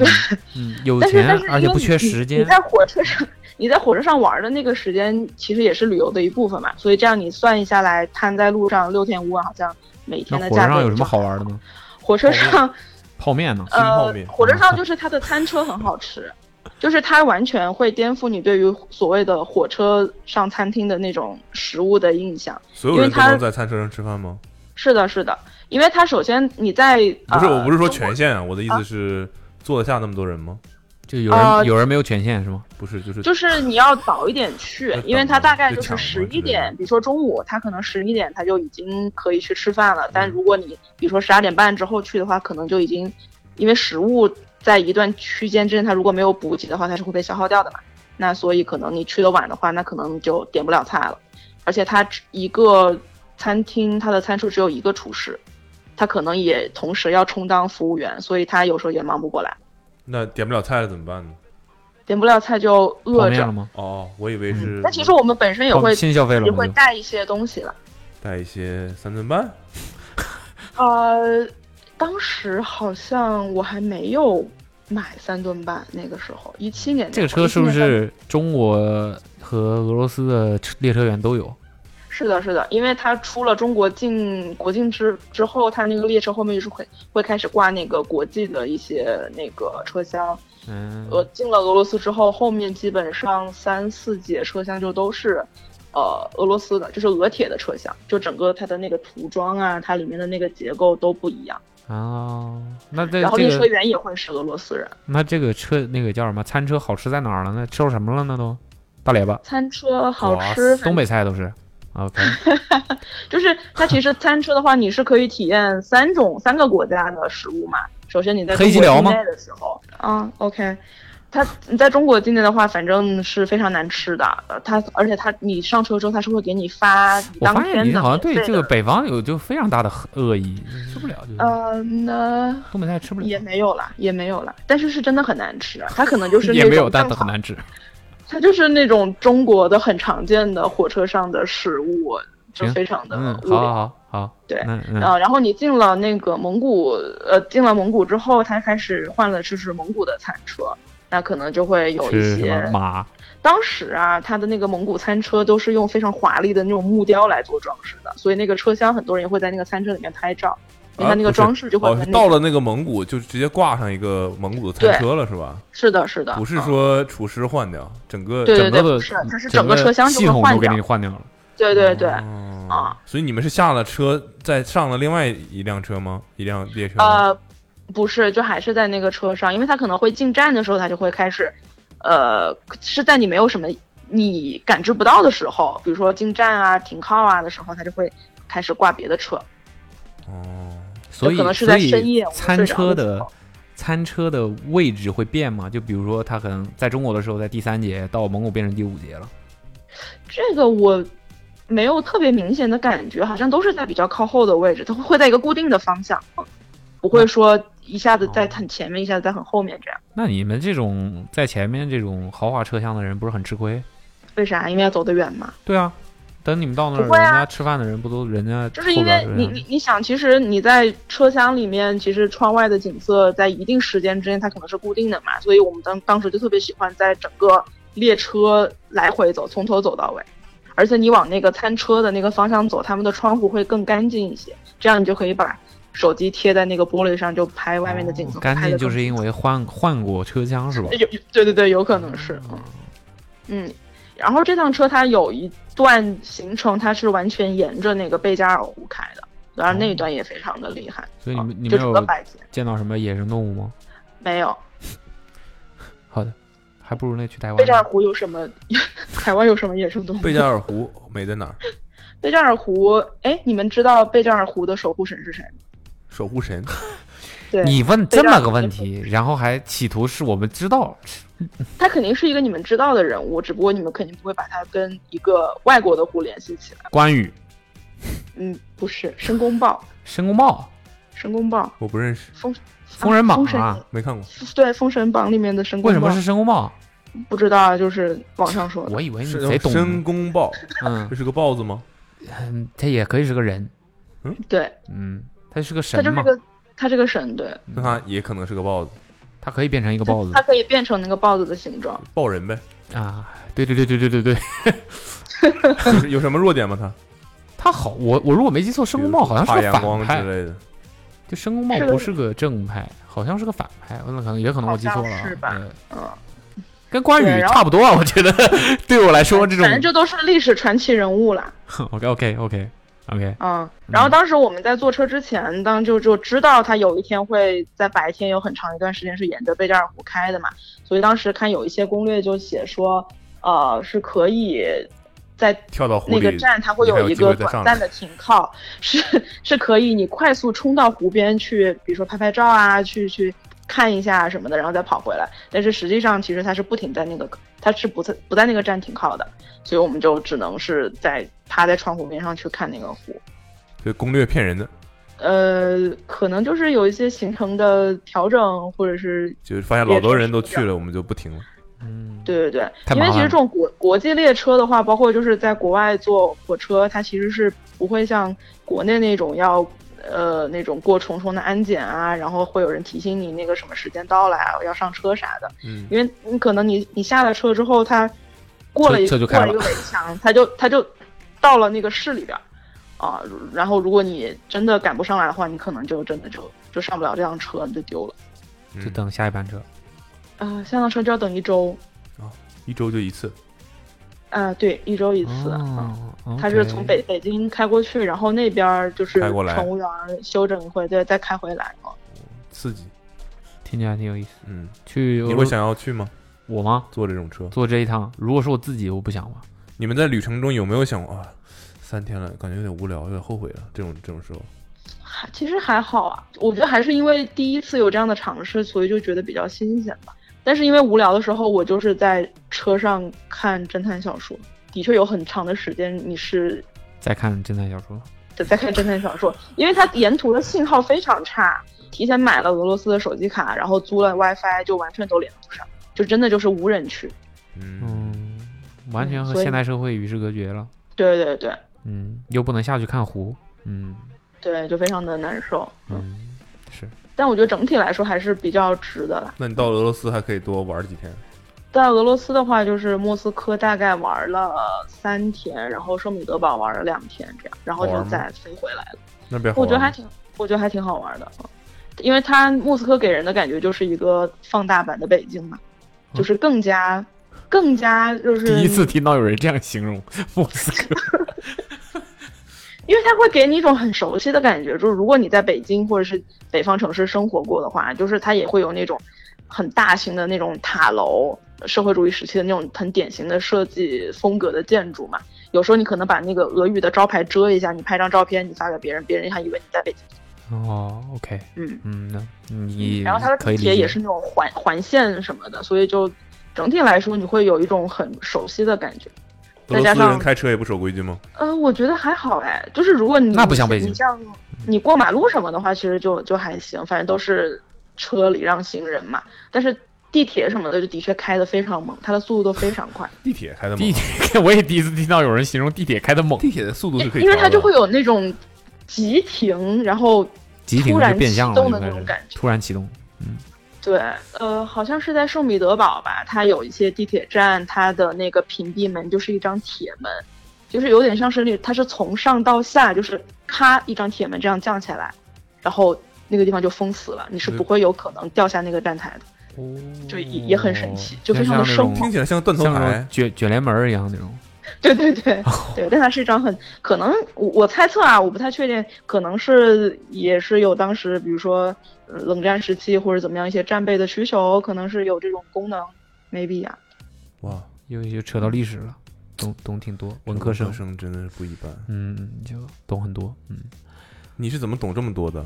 [SPEAKER 8] 嗯，有
[SPEAKER 2] 但是
[SPEAKER 8] 钱
[SPEAKER 2] 但是，
[SPEAKER 8] 而
[SPEAKER 2] 因
[SPEAKER 8] 且
[SPEAKER 2] 为
[SPEAKER 8] 不缺
[SPEAKER 2] 你
[SPEAKER 8] 时
[SPEAKER 2] 你
[SPEAKER 8] 间
[SPEAKER 2] 在火车上，你在火车上玩的那个时间，其实也是旅游的一部分嘛。所以这样你算一下来，摊在路上六天五晚，好像每
[SPEAKER 8] 那
[SPEAKER 2] 天的
[SPEAKER 8] 火
[SPEAKER 2] 价
[SPEAKER 8] 车
[SPEAKER 2] 格也
[SPEAKER 8] 上有什么
[SPEAKER 2] 就
[SPEAKER 8] 好玩的呢？
[SPEAKER 2] 火车上，
[SPEAKER 8] 泡面嗯呢？
[SPEAKER 3] 吃泡
[SPEAKER 2] 呃
[SPEAKER 3] 面，
[SPEAKER 2] 火车上就是它的餐车很好吃，就是它完全会颠覆你对于所谓的火车上餐厅的那种食物的印象。
[SPEAKER 3] 所有人
[SPEAKER 2] 因为
[SPEAKER 3] 都
[SPEAKER 2] 他
[SPEAKER 3] 能在餐车上吃饭吗？
[SPEAKER 2] 是的，是的，因为它首先你在
[SPEAKER 3] 不是，
[SPEAKER 2] 呃
[SPEAKER 3] 我不是说
[SPEAKER 2] 中国
[SPEAKER 3] 全县啊，我的意思是坐得下那么多人吗？
[SPEAKER 8] 就有人
[SPEAKER 2] 呃
[SPEAKER 8] 有人没有权限是吗？
[SPEAKER 3] 不是，就是
[SPEAKER 2] 就是你要早一点去
[SPEAKER 3] 要，
[SPEAKER 2] 因为
[SPEAKER 3] 等
[SPEAKER 2] 它
[SPEAKER 3] 吗
[SPEAKER 2] 大概
[SPEAKER 3] 就
[SPEAKER 2] 就是
[SPEAKER 3] 抢吗
[SPEAKER 2] 十
[SPEAKER 3] 之
[SPEAKER 2] 一
[SPEAKER 3] 类的
[SPEAKER 2] 点，比如说中午，它可能十一点它就已经可以去吃饭了。
[SPEAKER 3] 嗯
[SPEAKER 2] 但如果你比如说十二点半之后去的话，可能就已经因为食物在一段区间之内，它如果没有补给的话，它是会被消耗掉的嘛。那所以可能你去的晚的话，那可能就点不了菜了。而且它只一个餐厅，它的餐厨只有一个厨师，他可能也同时要充当服务员，所以他有时候也忙不过来，
[SPEAKER 3] 那点不了菜了怎么办呢？
[SPEAKER 2] 点不了菜就
[SPEAKER 8] 泡
[SPEAKER 2] 饿
[SPEAKER 8] 面了
[SPEAKER 2] 着。
[SPEAKER 8] 吗？
[SPEAKER 3] 哦，我以为是
[SPEAKER 2] 嗯但其实我们本身也
[SPEAKER 8] 泡
[SPEAKER 2] 会
[SPEAKER 8] 新消费了
[SPEAKER 2] 也
[SPEAKER 8] 吗
[SPEAKER 2] 会
[SPEAKER 8] 就？
[SPEAKER 2] 带一些东西了。
[SPEAKER 3] 带一些三顿半，
[SPEAKER 2] 呃，当时好像我还没有买三顿半，那个时候一七年
[SPEAKER 8] 这个车是不？是中国和俄罗斯的车列车员都有？
[SPEAKER 2] 是的，是的，因为它出了中国境国境之之后，它那个列车后面就是会会开始挂那个国际的一些那个车厢。
[SPEAKER 8] 嗯，
[SPEAKER 2] 呃，进了俄罗斯之后，后面基本上三四节车厢就都是。呃，俄罗斯的就是俄铁的车厢，就整个它的那个涂装啊，它里面的那个结构都不一样。
[SPEAKER 8] 哦，那这
[SPEAKER 2] 然后
[SPEAKER 8] 这
[SPEAKER 2] 列
[SPEAKER 8] 个
[SPEAKER 2] 车员也会是俄罗斯人。
[SPEAKER 8] 那这个车那个叫什么餐车好吃在哪儿了呢？吃到什么了呢都？大列巴，
[SPEAKER 2] 餐车好
[SPEAKER 8] 哇
[SPEAKER 2] 吃，
[SPEAKER 8] 东北菜都是。OK，
[SPEAKER 2] [laughs] 就是它其实餐车的话，你是可以体验三种三个国家的食
[SPEAKER 8] [laughs]
[SPEAKER 2] 物嘛。首先你在
[SPEAKER 8] 黑
[SPEAKER 2] 中
[SPEAKER 8] 吉
[SPEAKER 2] 国
[SPEAKER 8] 辽
[SPEAKER 2] 境
[SPEAKER 8] 吗
[SPEAKER 2] 内的时候，啊，OK，它你在中国境内的话，反正是非常难吃的。呃它而且它你上车之后，它是会给你发你
[SPEAKER 8] 我
[SPEAKER 2] 当
[SPEAKER 8] 发现
[SPEAKER 2] 天
[SPEAKER 8] 你
[SPEAKER 2] 的
[SPEAKER 8] 好像对
[SPEAKER 2] 免
[SPEAKER 8] 这
[SPEAKER 2] 费
[SPEAKER 8] 个
[SPEAKER 2] 的
[SPEAKER 8] 北方有就非常大的恶意，吃不了就
[SPEAKER 2] 呃，那
[SPEAKER 8] 东北菜吃不
[SPEAKER 2] 也
[SPEAKER 8] 了，
[SPEAKER 2] 没有啦，也没有啦，但是是真的很难吃啊，
[SPEAKER 8] [laughs]
[SPEAKER 2] 它可能就是那
[SPEAKER 8] 也
[SPEAKER 2] 种
[SPEAKER 8] 没有，但
[SPEAKER 2] 正
[SPEAKER 8] 很
[SPEAKER 2] 好
[SPEAKER 8] 难吃。
[SPEAKER 2] 它就是那种中国的很常见的火车上的食物，就
[SPEAKER 8] 行
[SPEAKER 2] 非常的
[SPEAKER 8] 嗯，
[SPEAKER 2] 无
[SPEAKER 8] 好
[SPEAKER 2] 聊。
[SPEAKER 8] 好好好，
[SPEAKER 2] 对
[SPEAKER 8] 嗯嗯，
[SPEAKER 2] 呃，然后你进了那个蒙古，呃，进了蒙古之后，他开始换了就是蒙古的餐车，那可能就会有
[SPEAKER 8] 吃
[SPEAKER 2] 一
[SPEAKER 8] 什么
[SPEAKER 2] 些。
[SPEAKER 8] 马？
[SPEAKER 2] 当时啊，他的那个蒙古餐车都是用非常华丽的那种木雕来做装饰的，所以那个车厢很多人也会在那个餐车里面拍照，因为它
[SPEAKER 3] 啊
[SPEAKER 2] 那
[SPEAKER 3] 不
[SPEAKER 2] 个
[SPEAKER 3] 是
[SPEAKER 2] 装饰就会
[SPEAKER 3] 哦，
[SPEAKER 2] 在
[SPEAKER 3] 是
[SPEAKER 2] 那
[SPEAKER 3] 到
[SPEAKER 2] 个
[SPEAKER 3] 了那个蒙古就直接挂上一个蒙古的餐车了是吧？
[SPEAKER 2] 是的，是的，
[SPEAKER 3] 不是
[SPEAKER 2] 嗯
[SPEAKER 3] 说厨师换掉，整个
[SPEAKER 2] 对
[SPEAKER 8] 整
[SPEAKER 2] 对
[SPEAKER 8] 个
[SPEAKER 2] 对
[SPEAKER 8] 的
[SPEAKER 2] 不是它是
[SPEAKER 8] 整
[SPEAKER 2] 整个车厢就
[SPEAKER 8] 系
[SPEAKER 2] 会
[SPEAKER 8] 统
[SPEAKER 2] 换
[SPEAKER 8] 都给
[SPEAKER 2] 掉
[SPEAKER 8] 你换掉了。
[SPEAKER 2] 对对对，
[SPEAKER 3] 哦
[SPEAKER 2] 啊，
[SPEAKER 3] 所以你们是下了车再上了另外一辆车吗？一辆列车吗？
[SPEAKER 2] 呃，不是，就还是在那个车上，因为他可能会进站的时候，他就会开始，呃，是在你没有什么你感知不到的时候，比如说进站啊、停靠啊的时候，他就会开始挂别的车。
[SPEAKER 3] 哦，
[SPEAKER 8] 所以
[SPEAKER 2] 可能是
[SPEAKER 8] 所
[SPEAKER 2] 在
[SPEAKER 8] 以
[SPEAKER 2] 深夜我们
[SPEAKER 8] 餐
[SPEAKER 2] 睡着
[SPEAKER 8] 车
[SPEAKER 2] 的时
[SPEAKER 8] 的
[SPEAKER 2] 候
[SPEAKER 8] 餐车的位置会变吗？就比如说，它可能在中国的时候在第三节，到蒙古变成第五节了。
[SPEAKER 2] 这个我没有特别明显的感觉，好像都是在比较靠后的位置，它会在一个固定的方向，不会说一下子在很前面，一下子在很后面这样。
[SPEAKER 8] 那你们这种在前面这种豪华车厢的人，不是很吃亏？
[SPEAKER 2] 为啥？因为要走得远嘛。
[SPEAKER 8] 对啊，等你们到那儿，
[SPEAKER 2] 不会啊
[SPEAKER 8] 人家吃饭的人不都人家
[SPEAKER 2] 就是因为
[SPEAKER 8] 后边
[SPEAKER 2] 你你你想，其实你在车厢里面，其实窗外的景色在一定时间之内它可能是固定的嘛，所以我们当当时就特别喜欢在整个列车来回走，从头走到尾。而且你往那个餐车的那个方向走，他们的窗户会更干净一些，这样你就可以把手机贴在那个玻璃上，就拍外面的景色。
[SPEAKER 8] 哦干
[SPEAKER 2] 拍得更
[SPEAKER 8] 净就是因为换换过车厢是吧？
[SPEAKER 2] 有有对对对，有可能是，嗯，然后这趟车它有一段行程，它是完全沿着那个贝加尔湖开的，当然那一段也非常的厉害，
[SPEAKER 8] 哦所以你们你
[SPEAKER 2] 就
[SPEAKER 8] 们
[SPEAKER 2] 整个
[SPEAKER 8] 有哦
[SPEAKER 2] 白天
[SPEAKER 8] 见到什么野生动物吗？
[SPEAKER 2] 没有。
[SPEAKER 8] 好的，还不如那去台湾呢。
[SPEAKER 2] 贝加尔湖有什么？ [laughs] 台湾有什么野生动物？
[SPEAKER 3] 贝加尔湖美在哪儿？
[SPEAKER 2] 贝加尔湖，哎，你们知道贝加尔湖的守护神是谁吗？
[SPEAKER 3] 守护神，
[SPEAKER 2] 对，
[SPEAKER 8] 你问这么个问题，然后还企图是我们知道，
[SPEAKER 2] 他肯定是一个你们知道的人物，只不过你们肯定不会把他跟一个外国的湖联系起来。
[SPEAKER 8] 关羽、
[SPEAKER 2] 嗯，不是，申公豹，
[SPEAKER 8] 申公豹、
[SPEAKER 2] 申公豹，
[SPEAKER 3] 我不认识，
[SPEAKER 2] 封
[SPEAKER 8] 封神榜
[SPEAKER 2] 封神
[SPEAKER 8] 啊，
[SPEAKER 3] 没看过。
[SPEAKER 2] 对《封神榜》里面的申公
[SPEAKER 8] 为
[SPEAKER 2] 豹。
[SPEAKER 8] 什么是申公豹？
[SPEAKER 2] 不知道，啊就是网上说的。
[SPEAKER 8] 我以为你
[SPEAKER 3] 是
[SPEAKER 8] 贼懂，
[SPEAKER 3] 申公豹，
[SPEAKER 8] 嗯
[SPEAKER 3] 这是个豹子吗？
[SPEAKER 8] 嗯，他也可以是个人，
[SPEAKER 2] 对，
[SPEAKER 8] 嗯，他是个
[SPEAKER 2] 他
[SPEAKER 8] 神
[SPEAKER 2] 就是
[SPEAKER 8] 嘛，
[SPEAKER 2] 个，他是个神，对，
[SPEAKER 3] 那它也可能是个豹子，
[SPEAKER 8] 他可以变成一个豹子
[SPEAKER 2] 他可以变成那个豹子的形状。
[SPEAKER 3] 豹人呗。
[SPEAKER 8] 啊！对对对对对对对，
[SPEAKER 3] 有什有什么弱点吗？它
[SPEAKER 8] 他好，我我如果没记错，申公豹好像
[SPEAKER 3] 怕
[SPEAKER 8] 是个
[SPEAKER 3] 阳光之
[SPEAKER 8] 反派，
[SPEAKER 3] 类的。
[SPEAKER 8] 就申公豹
[SPEAKER 2] 是个
[SPEAKER 8] 不是个正派，好像是个反派，那可能也可能我记错
[SPEAKER 2] 好
[SPEAKER 8] 了啊
[SPEAKER 2] 像，是吧
[SPEAKER 8] 呃
[SPEAKER 2] 嗯，
[SPEAKER 8] 跟关
[SPEAKER 2] 对
[SPEAKER 8] 羽
[SPEAKER 2] 然后
[SPEAKER 8] 差不多啊，我
[SPEAKER 2] [laughs]
[SPEAKER 8] 觉得对我来说这种 [laughs]
[SPEAKER 2] 反正这都是历史传奇人物啦，
[SPEAKER 8] OK OK OK OK，
[SPEAKER 2] 嗯。然后当时我们在坐车之前，当就就知道他有一天会在白天有很长一段时间是沿着贝加尔湖开的嘛，所以当时看有一些攻略就写说，呃，是可以在
[SPEAKER 3] 跳到湖
[SPEAKER 2] 那
[SPEAKER 3] 里，
[SPEAKER 2] 个站它会
[SPEAKER 3] 你还
[SPEAKER 2] 有
[SPEAKER 3] 有
[SPEAKER 2] 一
[SPEAKER 3] 机会
[SPEAKER 2] 个
[SPEAKER 3] 再
[SPEAKER 2] 短
[SPEAKER 3] 上来
[SPEAKER 2] 暂的停靠，是是可以你快速冲到湖边去，比如说拍拍照啊，去去看一下什么的，然后再跑回来。但是实际上其实它是不停在那个，它是不在不在那个站停靠的，所以我们就只能是在趴在窗户边上去看那个湖。
[SPEAKER 3] 这攻略骗人的，
[SPEAKER 2] 呃，可能就是有一些行程的调整，或者是
[SPEAKER 3] 就是发现老多人都去了，我们就不停了。
[SPEAKER 8] 嗯，
[SPEAKER 2] 对对对，
[SPEAKER 8] 太
[SPEAKER 2] 因
[SPEAKER 8] 麻
[SPEAKER 2] 为
[SPEAKER 8] 烦
[SPEAKER 2] 其实
[SPEAKER 8] 了
[SPEAKER 2] 这种国国际列车的话，包括就是在国外坐火车，它其实是不会像国内那种要呃那种过重重的安检啊，然后会有人提醒你那个什么时间到了啊，要上车啥的。
[SPEAKER 3] 嗯，
[SPEAKER 2] 因为你可能你你下了车之后，它过了一
[SPEAKER 8] 车车就
[SPEAKER 2] 过
[SPEAKER 8] 开了
[SPEAKER 2] 了一个围墙，它就它就到了那个市里边儿啊。如然后如果你真的赶不上来的话，你可能就真的就就上不了这辆车，你就丢了。
[SPEAKER 3] 嗯
[SPEAKER 8] 就等下一班车。
[SPEAKER 2] 啊、下辆车就要等一周。
[SPEAKER 3] 一周就一次，
[SPEAKER 2] 啊、对，一周一次。嗯
[SPEAKER 8] 哦，
[SPEAKER 2] 他是从北北京开过去，然后那边儿就是
[SPEAKER 3] 开过来
[SPEAKER 2] 乘务员儿休整一会，对，再开回来。哦
[SPEAKER 3] 刺激。
[SPEAKER 8] 听起来挺有意思。
[SPEAKER 3] 嗯，
[SPEAKER 8] 去
[SPEAKER 3] 你会想要去吗？
[SPEAKER 8] 我吗？
[SPEAKER 3] 坐这种车？
[SPEAKER 8] 坐这一趟，如果是我自己，我不想了。
[SPEAKER 3] 你们在旅程中有没有想过啊？三天了，感觉有点无聊，有点后悔了。这种这种时候，
[SPEAKER 2] 还其实还好啊，我觉得还是因为第一次有这样的尝试，所以就觉得比较新鲜吧。但是因为无聊的时候，我就是在车上看侦探小说，的确有很长的时间你是
[SPEAKER 8] 再看侦探小说，
[SPEAKER 2] 对，在看侦探小说，因为它沿途的信号非常差，提前买了俄罗斯的手机卡，然后租了 WiFi，就完全都连不上，就真的就是无人区。
[SPEAKER 3] 嗯，
[SPEAKER 8] 嗯，完全和
[SPEAKER 2] 所以
[SPEAKER 8] 现代社会与世隔绝了。
[SPEAKER 2] 对对对
[SPEAKER 8] 嗯，又不能下去看湖。嗯
[SPEAKER 2] 对，就非常的难受。
[SPEAKER 8] 嗯，是
[SPEAKER 2] 但我觉得整体来说还是比较值的啦。
[SPEAKER 3] 那你到俄罗斯还可以多玩几天，
[SPEAKER 2] 在俄罗斯的话，就是莫斯科大概玩了三天，然后圣彼得堡玩了两天，这样，然后
[SPEAKER 3] 好
[SPEAKER 2] 就
[SPEAKER 3] 玩吗
[SPEAKER 2] 再飞回来了。
[SPEAKER 3] 那边好
[SPEAKER 2] 我觉得
[SPEAKER 3] 玩吗
[SPEAKER 2] 还挺，我觉得还挺好玩的，嗯因为它莫斯科给人的感觉就是一个放大版的北京嘛，
[SPEAKER 3] 哦
[SPEAKER 2] 就是更加，更加就是
[SPEAKER 4] 第一次听到有人这样形容莫斯科，
[SPEAKER 2] 因为它会给你一种很熟悉的感觉，就是如果你在北京或者是北方城市生活过的话，就是它也会有那种很大型的那种塔楼，社会主义时期的那种很典型的设计风格的建筑嘛。有时候你可能把那个俄语的招牌遮一下，你拍张照片，你发给别人，别人还以为你在北京。
[SPEAKER 8] 哦，OK，
[SPEAKER 2] 嗯
[SPEAKER 8] 嗯，那你
[SPEAKER 2] 然后它的
[SPEAKER 8] 可以
[SPEAKER 2] 地
[SPEAKER 8] 理
[SPEAKER 2] 铁
[SPEAKER 8] 解
[SPEAKER 2] 也是那种环环线什么的，所以就整体来说你会有一种很熟悉的感觉。
[SPEAKER 3] 俄
[SPEAKER 2] 再
[SPEAKER 3] 罗
[SPEAKER 2] 加
[SPEAKER 3] 斯人
[SPEAKER 2] 上
[SPEAKER 3] 开车也不守规矩吗？
[SPEAKER 2] 呃，我觉得还好哎，就是如果你
[SPEAKER 8] 那不像北京
[SPEAKER 2] 你像你过马路什么的话，其实就就还行，反正都是车礼让行人嘛。但是地铁什么的就的确开得非常猛，它的速度都非常快，
[SPEAKER 3] 地铁开的吗？
[SPEAKER 4] 地铁， [laughs] 我也第一次听到有人形容地铁开的猛。
[SPEAKER 3] 地铁的速度是可以
[SPEAKER 2] 因为它
[SPEAKER 3] 调
[SPEAKER 2] 就
[SPEAKER 3] 的
[SPEAKER 2] 会有那种急停，然后
[SPEAKER 8] 急停
[SPEAKER 2] 突
[SPEAKER 8] 是
[SPEAKER 2] 然
[SPEAKER 8] 变
[SPEAKER 2] 启
[SPEAKER 8] 相了，
[SPEAKER 2] 动
[SPEAKER 8] 应
[SPEAKER 2] 的
[SPEAKER 8] 该
[SPEAKER 2] 那
[SPEAKER 8] 是
[SPEAKER 2] 种感觉。
[SPEAKER 8] 突然启动。
[SPEAKER 2] 对，呃，好像是在圣彼得堡吧，它有一些地铁站，它的那个屏蔽门就是一张铁门，就是有点像是那，它是从上到下，就是咔一张铁门这样降下来，然后那个地方就封死了，你是不会有可能掉下那个站台的， [laughs] 就也也很神奇，就非常的
[SPEAKER 8] 哦像
[SPEAKER 2] 生
[SPEAKER 8] 那
[SPEAKER 3] 听
[SPEAKER 8] 种
[SPEAKER 3] 起来像断头
[SPEAKER 8] 像那
[SPEAKER 3] 台
[SPEAKER 8] 种。卷卷帘门儿一样那种。
[SPEAKER 2] 对对对 [laughs] 对，但它是一张很可能，我我猜测啊，我不太确定，可能是也是有当时比如说呃冷战时期或者怎么样一些战备的需求，可能是有这种功能，maybe 啊。
[SPEAKER 3] 哇，
[SPEAKER 8] 又又扯到历史了，懂懂挺多，文科生
[SPEAKER 3] 文，生真的是不一般。
[SPEAKER 8] 嗯，嗯就懂很多，嗯，
[SPEAKER 3] 你是怎么懂这么多的？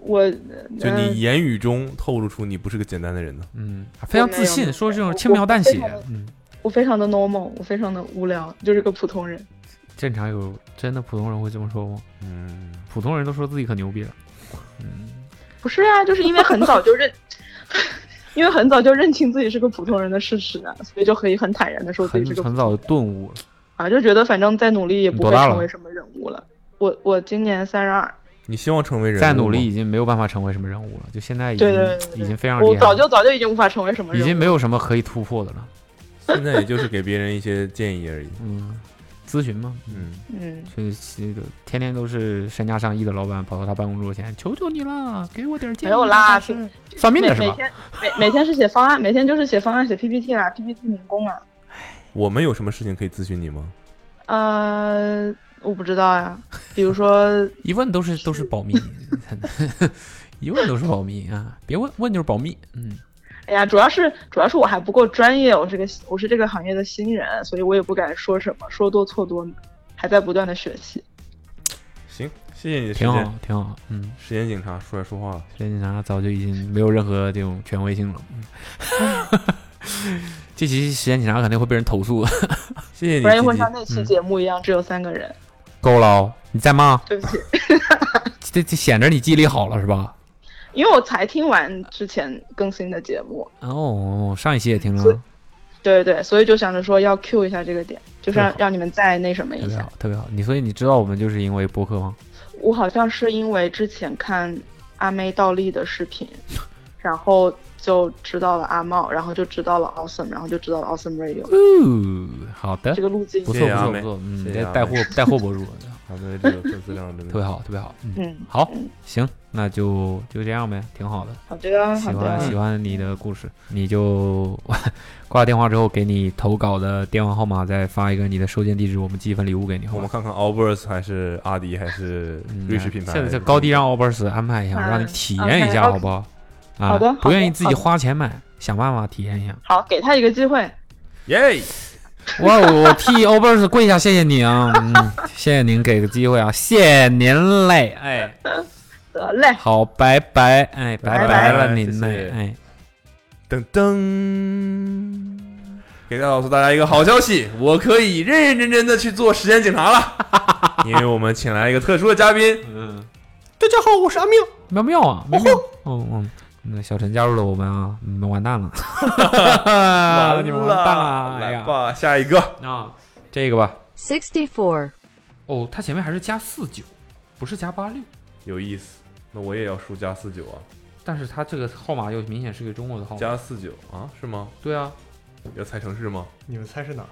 [SPEAKER 2] 我
[SPEAKER 3] 就
[SPEAKER 2] 呃
[SPEAKER 3] 你言语中透露出你不是个简单的人呢？
[SPEAKER 8] 嗯，非常
[SPEAKER 2] 没
[SPEAKER 8] 自
[SPEAKER 2] 有
[SPEAKER 8] 信，
[SPEAKER 2] 没
[SPEAKER 8] 说这种
[SPEAKER 2] 我
[SPEAKER 8] 轻描淡
[SPEAKER 2] 我非
[SPEAKER 8] 写
[SPEAKER 2] 常的，
[SPEAKER 8] 嗯，
[SPEAKER 2] 我非常的 normal，我非常的无聊，就是个普通人。
[SPEAKER 8] 正常有真的普通人会这么说吗？
[SPEAKER 3] 嗯，
[SPEAKER 8] 普通人都说自己可牛逼了，嗯，
[SPEAKER 2] 不是啊，就是因为很早就认， [laughs] 因为很早就认清自己是个普通人的事实啊，所以就可以很坦然的说自
[SPEAKER 8] 很
[SPEAKER 2] 己是个普
[SPEAKER 8] 很早就顿悟了，
[SPEAKER 2] 啊，就觉得反正再努力也不
[SPEAKER 8] 多
[SPEAKER 2] 会
[SPEAKER 8] 大了
[SPEAKER 2] 成为什么人物了。我我今年三十二，
[SPEAKER 3] 你希望成为人？
[SPEAKER 8] 再努力已。经没有办法成为什么人物了，就现在已经
[SPEAKER 2] 对对对对
[SPEAKER 8] 已经非常
[SPEAKER 2] 我
[SPEAKER 8] 厉害
[SPEAKER 2] 早
[SPEAKER 8] 了，
[SPEAKER 2] 就早就已经无法成为什么人物
[SPEAKER 8] 已
[SPEAKER 2] 了，
[SPEAKER 8] 经没有什么可以突破的了，
[SPEAKER 3] 现在也就是给别人一些建议而已。
[SPEAKER 8] 嗯，咨询嘛，嗯。
[SPEAKER 3] 嗯，
[SPEAKER 2] 嗯，
[SPEAKER 8] 就是这个天天都是身价上亿的老板跑到他办公桌前，求求你了，给我点建
[SPEAKER 2] 没
[SPEAKER 8] 议。
[SPEAKER 2] 有啦
[SPEAKER 8] 大师算命
[SPEAKER 2] 每
[SPEAKER 8] 的是
[SPEAKER 2] 每
[SPEAKER 8] 吧？
[SPEAKER 2] 天每每天是写方案，每天就是写方案写 PPT 啦，PPT 民工啊，
[SPEAKER 3] 我们有什么事情可以咨询你吗？
[SPEAKER 2] 呃，我不知道呀、比如说
[SPEAKER 8] 一问都是都
[SPEAKER 2] [laughs]
[SPEAKER 8] 是保密， [laughs] 一问都是保密啊！别问，问就是保密。嗯，
[SPEAKER 2] 哎呀，主要是主要是我还不够专业，我是个我是这个行业的新人，所以我也不敢说什么，说多错多，还在不断的学习。
[SPEAKER 3] 行，谢谢你的时
[SPEAKER 8] 挺
[SPEAKER 3] 间
[SPEAKER 8] 好。，挺好。嗯，
[SPEAKER 3] 时间警察出来说话了。
[SPEAKER 8] 所以警察早就已经没有任何这种权威性了。嗯
[SPEAKER 2] [laughs]
[SPEAKER 8] [laughs] 这期时间警察肯定会被人投诉，
[SPEAKER 3] 谢谢你，
[SPEAKER 2] 不然又会
[SPEAKER 3] 吉吉
[SPEAKER 2] 像那
[SPEAKER 8] 嗯
[SPEAKER 2] 期节目一样，只有三个人。
[SPEAKER 8] 够了哦，你再骂，
[SPEAKER 2] 对不起，
[SPEAKER 8] 这这显着你记忆力好了是吧？
[SPEAKER 2] 因为我才听完之前更新的节目，
[SPEAKER 8] 哦，上一期也听
[SPEAKER 2] 所以
[SPEAKER 8] 了，
[SPEAKER 2] 对对对，所以就想着说要 Q 一下这个点，就是让让你们再那什么
[SPEAKER 8] 特
[SPEAKER 2] 一
[SPEAKER 8] 别
[SPEAKER 2] 下。
[SPEAKER 8] 好，特别好。你所以你知道我们就是因为播客吗？
[SPEAKER 2] 我好像是因为之前看阿妹倒立的视频，然后就知道了阿茂，然后就知道了 Awesome，然后就知道了 Awesome Radio
[SPEAKER 8] 哦，好的
[SPEAKER 2] 这，个路径
[SPEAKER 8] 不。
[SPEAKER 3] 谢
[SPEAKER 8] 错
[SPEAKER 3] 谢
[SPEAKER 8] 不
[SPEAKER 3] 阿
[SPEAKER 8] 错
[SPEAKER 3] 梅
[SPEAKER 8] 不错，嗯，
[SPEAKER 3] 谢
[SPEAKER 8] 你
[SPEAKER 3] 谢啊
[SPEAKER 8] 这
[SPEAKER 3] 阿
[SPEAKER 8] 带
[SPEAKER 3] 梅
[SPEAKER 8] 货带货博主，
[SPEAKER 3] 咱们这个粉丝量真的
[SPEAKER 8] 特别好特别好，嗯，
[SPEAKER 2] 嗯，
[SPEAKER 8] 好，行，那就就这样呗，挺好的。
[SPEAKER 2] 好的，嗯
[SPEAKER 8] 喜
[SPEAKER 2] 好
[SPEAKER 8] 欢
[SPEAKER 2] 的
[SPEAKER 8] 喜。欢你的故事，你就挂了电话之后，给你投稿的电话号码，再发一个你的收件地址，我们寄一份礼物给你，好
[SPEAKER 3] 我们
[SPEAKER 8] 吧？
[SPEAKER 3] 看看 Albers 还是阿迪还是
[SPEAKER 8] 嗯
[SPEAKER 3] 瑞士品牌？
[SPEAKER 8] 这这高低让奥伯斯安排一下，
[SPEAKER 2] 嗯
[SPEAKER 8] 让你体验一下，
[SPEAKER 2] OK，
[SPEAKER 8] 好不好？啊，
[SPEAKER 2] 好的
[SPEAKER 8] 不愿意自己
[SPEAKER 2] 好的
[SPEAKER 8] 花钱买，想办法体验一下。
[SPEAKER 2] 好，给他一个机会。
[SPEAKER 3] 耶！
[SPEAKER 8] 哇，我替 o b e r s 跪下，谢谢你啊，嗯，谢谢您给个机会啊，谢谢您嘞，哎，
[SPEAKER 2] 得嘞，
[SPEAKER 8] 好，拜拜，哎，拜
[SPEAKER 2] 拜
[SPEAKER 8] 了
[SPEAKER 3] 拜
[SPEAKER 8] 您
[SPEAKER 3] 谢
[SPEAKER 8] 嘞
[SPEAKER 3] 谢，
[SPEAKER 8] 哎，
[SPEAKER 3] 噔噔，给大家告诉大家一个好消息，我可以认认真真的去做时间警察了，
[SPEAKER 8] [laughs]
[SPEAKER 3] 因为我们请来一个特殊的嘉宾，
[SPEAKER 8] 妙妙啊，妙妙，哦嗯，那小陈加入了我们啊，你们完
[SPEAKER 3] [laughs]
[SPEAKER 8] 蛋了，
[SPEAKER 3] 完
[SPEAKER 8] 啊你们完蛋了，哎
[SPEAKER 3] 来
[SPEAKER 8] 呀，
[SPEAKER 3] 吧，下一个，
[SPEAKER 8] 啊，这个吧，
[SPEAKER 1] Sixty four，
[SPEAKER 8] 哦，它前面还是加四九，不是加八六，
[SPEAKER 3] 有意思，那我也要输加四九啊，
[SPEAKER 8] 但是它这个号码又明显是个中国的号码，
[SPEAKER 3] 加四九啊，是吗？
[SPEAKER 8] 对啊，
[SPEAKER 3] 要猜城市吗？
[SPEAKER 6] 你们猜是哪儿？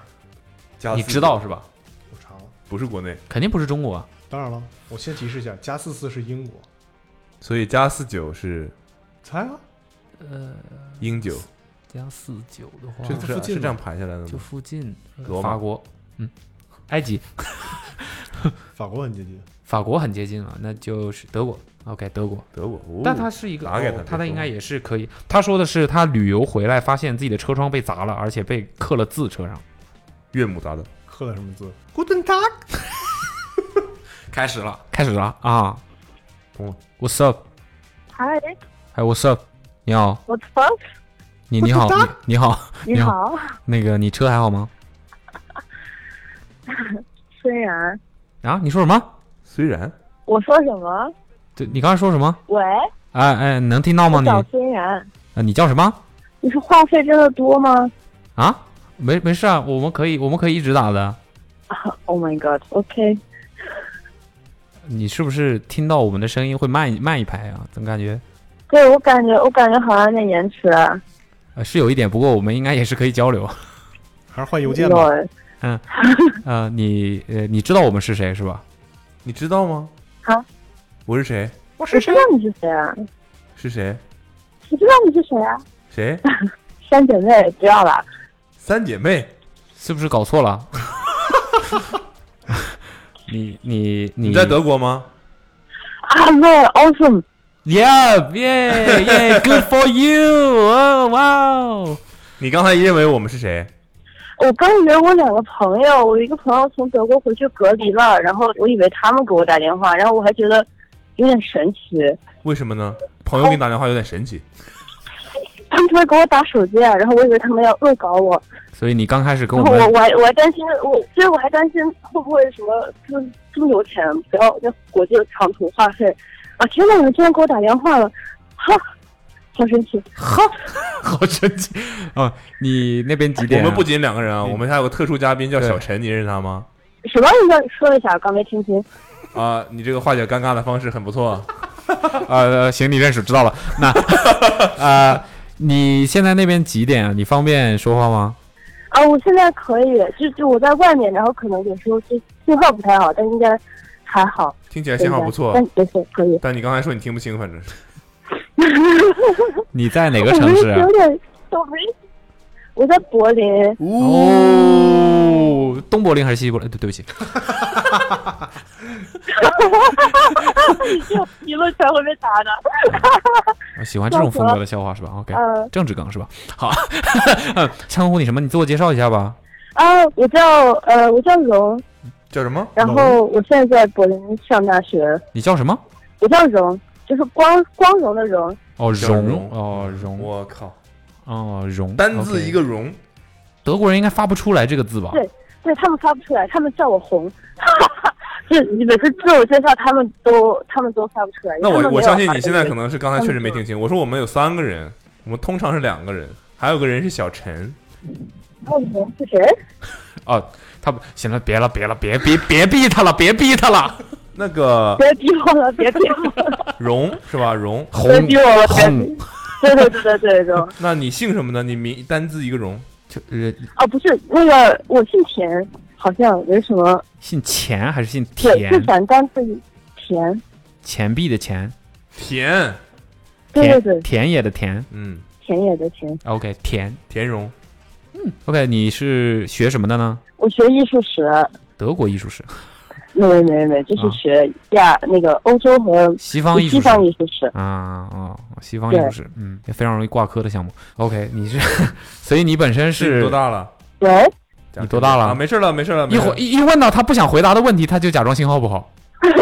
[SPEAKER 3] 加
[SPEAKER 8] 你
[SPEAKER 3] 49
[SPEAKER 8] 知道是吧？
[SPEAKER 6] 我查了，
[SPEAKER 3] 不是国内，
[SPEAKER 8] 肯定不是中国啊，
[SPEAKER 6] 当然了，我先提示一下，加四四是英国，
[SPEAKER 3] 所以加四九是
[SPEAKER 6] 猜啊，
[SPEAKER 8] 呃，
[SPEAKER 3] 英九，
[SPEAKER 8] 加四九的话
[SPEAKER 3] 是
[SPEAKER 6] 这
[SPEAKER 3] 是啊是
[SPEAKER 6] 附近
[SPEAKER 3] 这样
[SPEAKER 6] 吗
[SPEAKER 3] 排下来的
[SPEAKER 8] 就
[SPEAKER 3] 吗？
[SPEAKER 8] 附近，呃
[SPEAKER 3] 罗马
[SPEAKER 8] 法国，嗯，埃及，
[SPEAKER 6] 法国很接近。
[SPEAKER 8] 法国很接近了，那就是德国。OK，德国，
[SPEAKER 3] 德国，哦
[SPEAKER 8] 但它是一个，
[SPEAKER 3] 拿给他
[SPEAKER 8] 哦
[SPEAKER 3] 别
[SPEAKER 8] 它的
[SPEAKER 3] 说
[SPEAKER 8] 应该也是可以。他说的是他旅游回来发现自己的车窗被砸了，而且被刻了字车上。
[SPEAKER 3] 岳母砸的，
[SPEAKER 6] 刻了什么字？
[SPEAKER 8] 开始了，开始了啊！
[SPEAKER 3] 通了。
[SPEAKER 8] What's up？
[SPEAKER 5] 嗨
[SPEAKER 8] 哎，What's up？你好，
[SPEAKER 5] ，What's up？
[SPEAKER 8] 你你好，你你好，
[SPEAKER 5] 你好，
[SPEAKER 8] 那个你车还好吗？
[SPEAKER 5] 虽然
[SPEAKER 8] 啊，你说什么？
[SPEAKER 3] 虽然
[SPEAKER 5] 我说什么？
[SPEAKER 8] 对，你刚才说什么？
[SPEAKER 5] 喂，
[SPEAKER 8] 哎哎，能听到吗
[SPEAKER 5] 我
[SPEAKER 8] 你？
[SPEAKER 5] 找
[SPEAKER 8] 啊，
[SPEAKER 5] 虽然，
[SPEAKER 8] 你叫什么？
[SPEAKER 5] 你说话费真的多吗
[SPEAKER 8] 啊，没没事啊，我们可以我们可以一直打的。
[SPEAKER 5] ？Oh my god，OK，
[SPEAKER 8] 你是不是听到我们的声音会慢一慢一拍啊？怎么感觉？
[SPEAKER 5] 对我感觉我感觉好像有点延迟啊。
[SPEAKER 8] 呃，是有一点，不过我们应该也是可以交流。 [laughs]
[SPEAKER 6] 还是换邮件吧。
[SPEAKER 5] 有
[SPEAKER 8] 嗯，呃，你呃，你知道我们是谁是吧？
[SPEAKER 3] 你知道吗？
[SPEAKER 5] 啊，
[SPEAKER 3] 我是谁？
[SPEAKER 5] 我不知道你是谁啊？
[SPEAKER 3] 是谁？
[SPEAKER 5] 不知道你是谁啊？
[SPEAKER 3] 谁？
[SPEAKER 5] 三姐妹，不要了。
[SPEAKER 3] 三姐妹？
[SPEAKER 8] 是不是搞错了？ [laughs] 你你你
[SPEAKER 3] 你在德国吗？
[SPEAKER 5] 啊，妹，awesome，
[SPEAKER 8] ？Yeah yeah yeah，good for you！哦哇哦！
[SPEAKER 3] 你刚才认为我们是谁？
[SPEAKER 5] 我刚以为我两个朋友，我一个朋友从德国回去隔离了，然后我以为他们给我打电话，然后我还觉得有点神奇，
[SPEAKER 3] 为什么呢？朋友给你打电话有点神奇。
[SPEAKER 5] 他们突然给我打手机，啊然后我以为他们要恶搞我，
[SPEAKER 8] 所以你刚开始跟
[SPEAKER 5] 然
[SPEAKER 8] 我
[SPEAKER 5] 后 [laughs] 我
[SPEAKER 8] 们
[SPEAKER 5] 我还我还担心我，所以我还担心会不会什么这这么有钱，不要要国际长途话费啊！天哪，你们居然给我打电话了，哈，好神奇！
[SPEAKER 8] [laughs] 好神奇啊！你那边几
[SPEAKER 3] 我
[SPEAKER 8] 点啊、
[SPEAKER 3] 们不仅两个人啊，我们还有个特殊嘉宾叫
[SPEAKER 8] 对
[SPEAKER 3] 小陈，你认识他吗？
[SPEAKER 5] 什么？你再说一下，刚没听清。
[SPEAKER 3] 啊，你这个化解尴尬的方式很不错。
[SPEAKER 8] 呃，行，你认识，知道了。 [laughs] 那呃，你现在那边几点啊？你方便说话吗？
[SPEAKER 5] 啊，我现在可以，就就我在外面，然后可能有时候就信号不太好，但应该还好。
[SPEAKER 3] 听起来信号不错
[SPEAKER 5] 但，没事，可以。
[SPEAKER 3] 但你刚才说你听不清，反正是
[SPEAKER 8] 你在哪
[SPEAKER 5] 我
[SPEAKER 8] 个城市啊
[SPEAKER 5] 有？点，我没，我在柏林。
[SPEAKER 8] 哦，东柏林还是西柏林？对，对不起，
[SPEAKER 5] [laughs] 一路全会被打的。
[SPEAKER 8] 我喜欢这种风格的笑话是吧？OK，
[SPEAKER 5] 呃
[SPEAKER 8] 政治梗是吧？好， [laughs] 嗯称呼你什么？你自我介绍一下吧。
[SPEAKER 5] 啊，我叫呃，我叫荣，
[SPEAKER 3] 叫什么？
[SPEAKER 5] 然后我现在在柏林上大学。
[SPEAKER 8] 你叫什么？
[SPEAKER 5] 我叫荣，就是光光荣的荣。
[SPEAKER 8] 哦，
[SPEAKER 3] 叫
[SPEAKER 8] 荣
[SPEAKER 3] 荣
[SPEAKER 8] 哦，荣
[SPEAKER 3] 我靠，
[SPEAKER 8] 哦，荣，
[SPEAKER 3] 单字
[SPEAKER 8] OK
[SPEAKER 3] 一个容。
[SPEAKER 8] 德国人应该发不出来这个字吧？
[SPEAKER 5] 对对他们发不出来，他们叫我红。 [laughs] 就你每次自我介绍，他们都他们都发不出来。
[SPEAKER 3] 那我
[SPEAKER 5] 他们没
[SPEAKER 3] 我
[SPEAKER 5] 有啊
[SPEAKER 3] 相信
[SPEAKER 5] 发
[SPEAKER 3] 你
[SPEAKER 5] 出
[SPEAKER 3] 现在
[SPEAKER 5] 来
[SPEAKER 3] 可能是刚才确实没听清。我说我们有三个人，我们通常是两个人，还有个人是小陈。
[SPEAKER 5] 哦你们是谁？
[SPEAKER 8] 哦，他不行了，别了，别了，别别别逼他了，别逼他了，
[SPEAKER 3] 那个
[SPEAKER 5] 别逼我了，别逼我了，
[SPEAKER 3] 荣是吧？荣，
[SPEAKER 8] 红
[SPEAKER 5] [laughs] 别逼我了，别
[SPEAKER 8] 红
[SPEAKER 5] 逼。对对对对对对，
[SPEAKER 3] 那你姓什么呢？你名单字一个荣，
[SPEAKER 8] 就呃，
[SPEAKER 5] 哦，不是那个，我姓田，好像没什么，
[SPEAKER 8] 姓钱还是姓
[SPEAKER 5] 对，
[SPEAKER 8] 田
[SPEAKER 5] 是？反单字田，
[SPEAKER 8] 钱币的钱，
[SPEAKER 3] 田，
[SPEAKER 5] 对对
[SPEAKER 8] 田
[SPEAKER 5] 对，
[SPEAKER 8] 田野的田。
[SPEAKER 3] 嗯，
[SPEAKER 5] 田野的田。
[SPEAKER 8] OK，田。
[SPEAKER 3] 田荣。
[SPEAKER 8] OK，你是学什么的呢？
[SPEAKER 5] 我学艺术史，
[SPEAKER 8] 德国艺术史，
[SPEAKER 5] 没没没没，就是学亚那个欧洲和
[SPEAKER 8] 西啊方艺术
[SPEAKER 5] 西
[SPEAKER 8] 史
[SPEAKER 5] 方艺术史。
[SPEAKER 8] 啊哦，西方艺术史，嗯，也非常容易挂科的项目。OK，你是， [laughs] 所以你本身
[SPEAKER 3] 你
[SPEAKER 8] 是
[SPEAKER 3] 多？大了？
[SPEAKER 5] 喂， [laughs]
[SPEAKER 8] 你多大了
[SPEAKER 3] 啊？没事了，没事了。
[SPEAKER 8] 一
[SPEAKER 3] 没事
[SPEAKER 8] 会
[SPEAKER 3] 了
[SPEAKER 8] 一一问到他不想回答的问题，他就假装信号不好。
[SPEAKER 5] 没有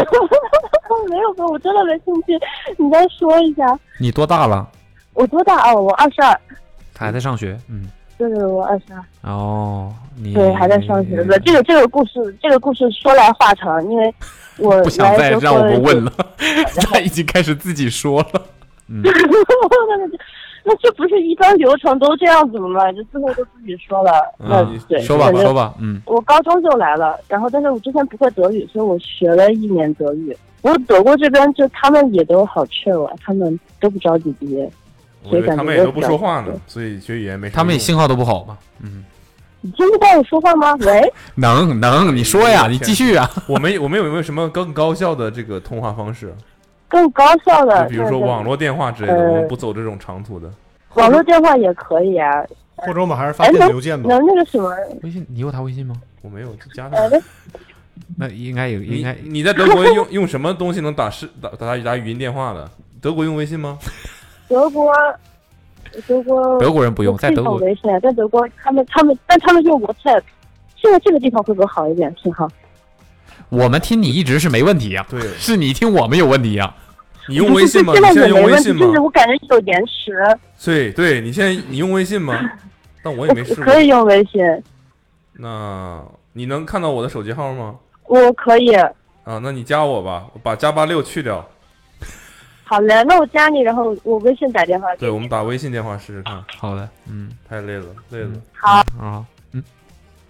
[SPEAKER 5] 没有，我真的没兴趣，你再说一下。
[SPEAKER 8] 你多大了？
[SPEAKER 5] 我多大哦？我二十二，
[SPEAKER 8] 他还在上学，嗯，
[SPEAKER 5] 对对，我二十二，
[SPEAKER 8] 哦，你
[SPEAKER 5] 对，还在上学。不，这个这个故事，这个故事说来话长，因为我
[SPEAKER 8] [laughs] 不想再
[SPEAKER 5] 来德
[SPEAKER 8] 让
[SPEAKER 5] 国
[SPEAKER 8] 我们问了， [laughs] 他已经开始自己说了。
[SPEAKER 5] [laughs] 那这不是一般流程都这样子的吗？就最后都自己说了。那
[SPEAKER 8] 嗯
[SPEAKER 5] 对，
[SPEAKER 8] 说吧，
[SPEAKER 5] 反正
[SPEAKER 8] 说吧，嗯，
[SPEAKER 5] 我高中就来了，然后但是我之前不会德语，所以我学了一年德语。我德国这边就他们也都好 chill，啊他们都不着急毕业。
[SPEAKER 3] 我以为他们也都不说话呢，所以学语言没什么用。
[SPEAKER 8] 他们也信号都不好嘛，嗯，
[SPEAKER 5] 你听不到我说话吗？喂，
[SPEAKER 8] 能能，你说呀，你继续啊，
[SPEAKER 3] 我们我们有没有什么更高效的这个通话方式？
[SPEAKER 5] 更高效
[SPEAKER 3] 就
[SPEAKER 9] 呃
[SPEAKER 5] 的，
[SPEAKER 3] 比如说
[SPEAKER 5] 对对
[SPEAKER 3] 网络电话之类的，
[SPEAKER 5] 呃
[SPEAKER 3] 我们不走这种长途的。
[SPEAKER 5] 网络电话也可以啊。
[SPEAKER 6] 或者我们还是发电子邮件吧
[SPEAKER 5] 哎能。那个什么，
[SPEAKER 8] 微信，你有他微信吗？
[SPEAKER 3] 我没有，就加他
[SPEAKER 5] 呃。，那
[SPEAKER 8] 那应该有，应
[SPEAKER 3] 你
[SPEAKER 8] 该
[SPEAKER 3] 你在德国用 [laughs] 用什么东西能打视打打打语音电话的？德国用微信吗？
[SPEAKER 5] 德国，德国，
[SPEAKER 8] 德国人不用，在德
[SPEAKER 5] 我
[SPEAKER 8] 国
[SPEAKER 5] 可以很危险，在德国他们他们，但他们用 WhatsApp，这个这个地方会不会好一点？挺好。
[SPEAKER 8] 我们听你一直是没问题呀、
[SPEAKER 3] 对
[SPEAKER 8] 是你听我们有问题呀、啊
[SPEAKER 3] 你用微信
[SPEAKER 9] [laughs]
[SPEAKER 3] 吗？你
[SPEAKER 9] 现
[SPEAKER 3] 现在
[SPEAKER 9] 在也
[SPEAKER 3] 用
[SPEAKER 9] 没
[SPEAKER 3] 微
[SPEAKER 9] 问
[SPEAKER 3] 信
[SPEAKER 9] 题，
[SPEAKER 3] 吗
[SPEAKER 9] 就？是我感觉有延迟，
[SPEAKER 3] 对对，你现在你用微
[SPEAKER 9] [laughs]
[SPEAKER 3] 信吗？但我也
[SPEAKER 9] 我
[SPEAKER 3] 没试过。
[SPEAKER 9] 可以用微信，
[SPEAKER 3] 那你能看到我的手机号吗？
[SPEAKER 9] 我可以。
[SPEAKER 3] 啊，那你加我吧，我把加八六去掉。
[SPEAKER 9] 好嘞，那我加你，然后我微信打电话。
[SPEAKER 3] 对，我们打微信电话试试看。
[SPEAKER 8] 好的，嗯，
[SPEAKER 3] 太累了，累了。
[SPEAKER 9] 好，
[SPEAKER 8] 啊，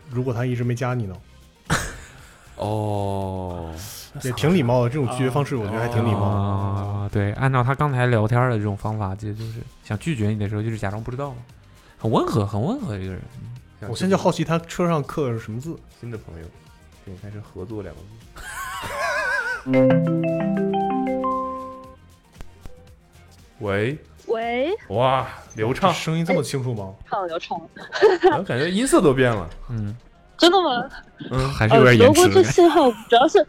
[SPEAKER 6] 如果他一直没加你呢，
[SPEAKER 3] 哦，
[SPEAKER 6] 也挺礼貌的。这种拒绝方式，我觉得还挺礼貌的。
[SPEAKER 8] 啊，对，按照他刚才聊天的这种方法，这就是想拒绝你的时候，就是假装不知道，很温和，很温和一个人。
[SPEAKER 3] 哎
[SPEAKER 6] 我现在就好奇他车上刻的是什么字。
[SPEAKER 3] 新的朋友，跟你开始合作两 [laughs] 个字。喂，
[SPEAKER 5] 喂，
[SPEAKER 3] 哇，流
[SPEAKER 6] 这
[SPEAKER 3] 畅，
[SPEAKER 6] 声音这么清楚吗？
[SPEAKER 5] 唱流畅，
[SPEAKER 3] 我感觉音色都变了。
[SPEAKER 8] 嗯，
[SPEAKER 5] 真的吗？
[SPEAKER 3] 嗯，
[SPEAKER 8] 还是有
[SPEAKER 5] 呃，
[SPEAKER 8] 点
[SPEAKER 5] 德
[SPEAKER 8] 延
[SPEAKER 5] 国
[SPEAKER 8] 迟
[SPEAKER 5] 这
[SPEAKER 8] 的感觉，
[SPEAKER 5] 信号主要是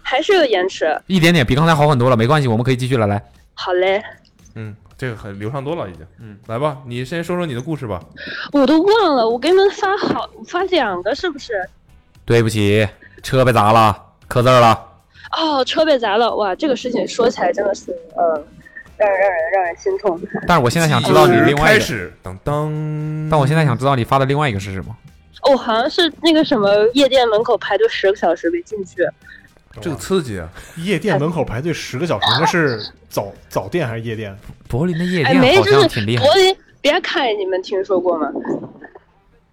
[SPEAKER 5] 还是有延迟。
[SPEAKER 8] 一点点比刚才好很多了，没关系，我们可以继续了，来，
[SPEAKER 5] 好嘞，
[SPEAKER 3] 嗯，这个很流畅多了，已经。
[SPEAKER 8] 嗯，
[SPEAKER 3] 来吧，你先说说你的故事吧。
[SPEAKER 5] 我都忘了，我给你们发好发两个是不是？
[SPEAKER 8] 对不起，车被砸了，刻字儿了，
[SPEAKER 5] 哦，车被砸了，哇，这个事情说起来真的是，呃，让人让人让人心痛。
[SPEAKER 8] 但是我现在想知道你另外一
[SPEAKER 3] 开
[SPEAKER 8] 个，
[SPEAKER 3] 始，当当。
[SPEAKER 8] 但我
[SPEAKER 5] 嗯
[SPEAKER 8] 现在想知道你发的另外一个是什么？
[SPEAKER 5] 哦，好像是那个什么夜店门口排队十个小时没进去，
[SPEAKER 3] 这个刺激啊！
[SPEAKER 5] 哎
[SPEAKER 6] 夜店门口排队十个小
[SPEAKER 5] [laughs]
[SPEAKER 6] 时，那是早早店还是夜店？
[SPEAKER 8] 柏林的夜
[SPEAKER 5] 哎，
[SPEAKER 8] 店
[SPEAKER 5] 没，
[SPEAKER 8] 好
[SPEAKER 5] 就
[SPEAKER 8] 像
[SPEAKER 5] 是
[SPEAKER 8] 挺厉害
[SPEAKER 5] 柏林别看你们听说过吗？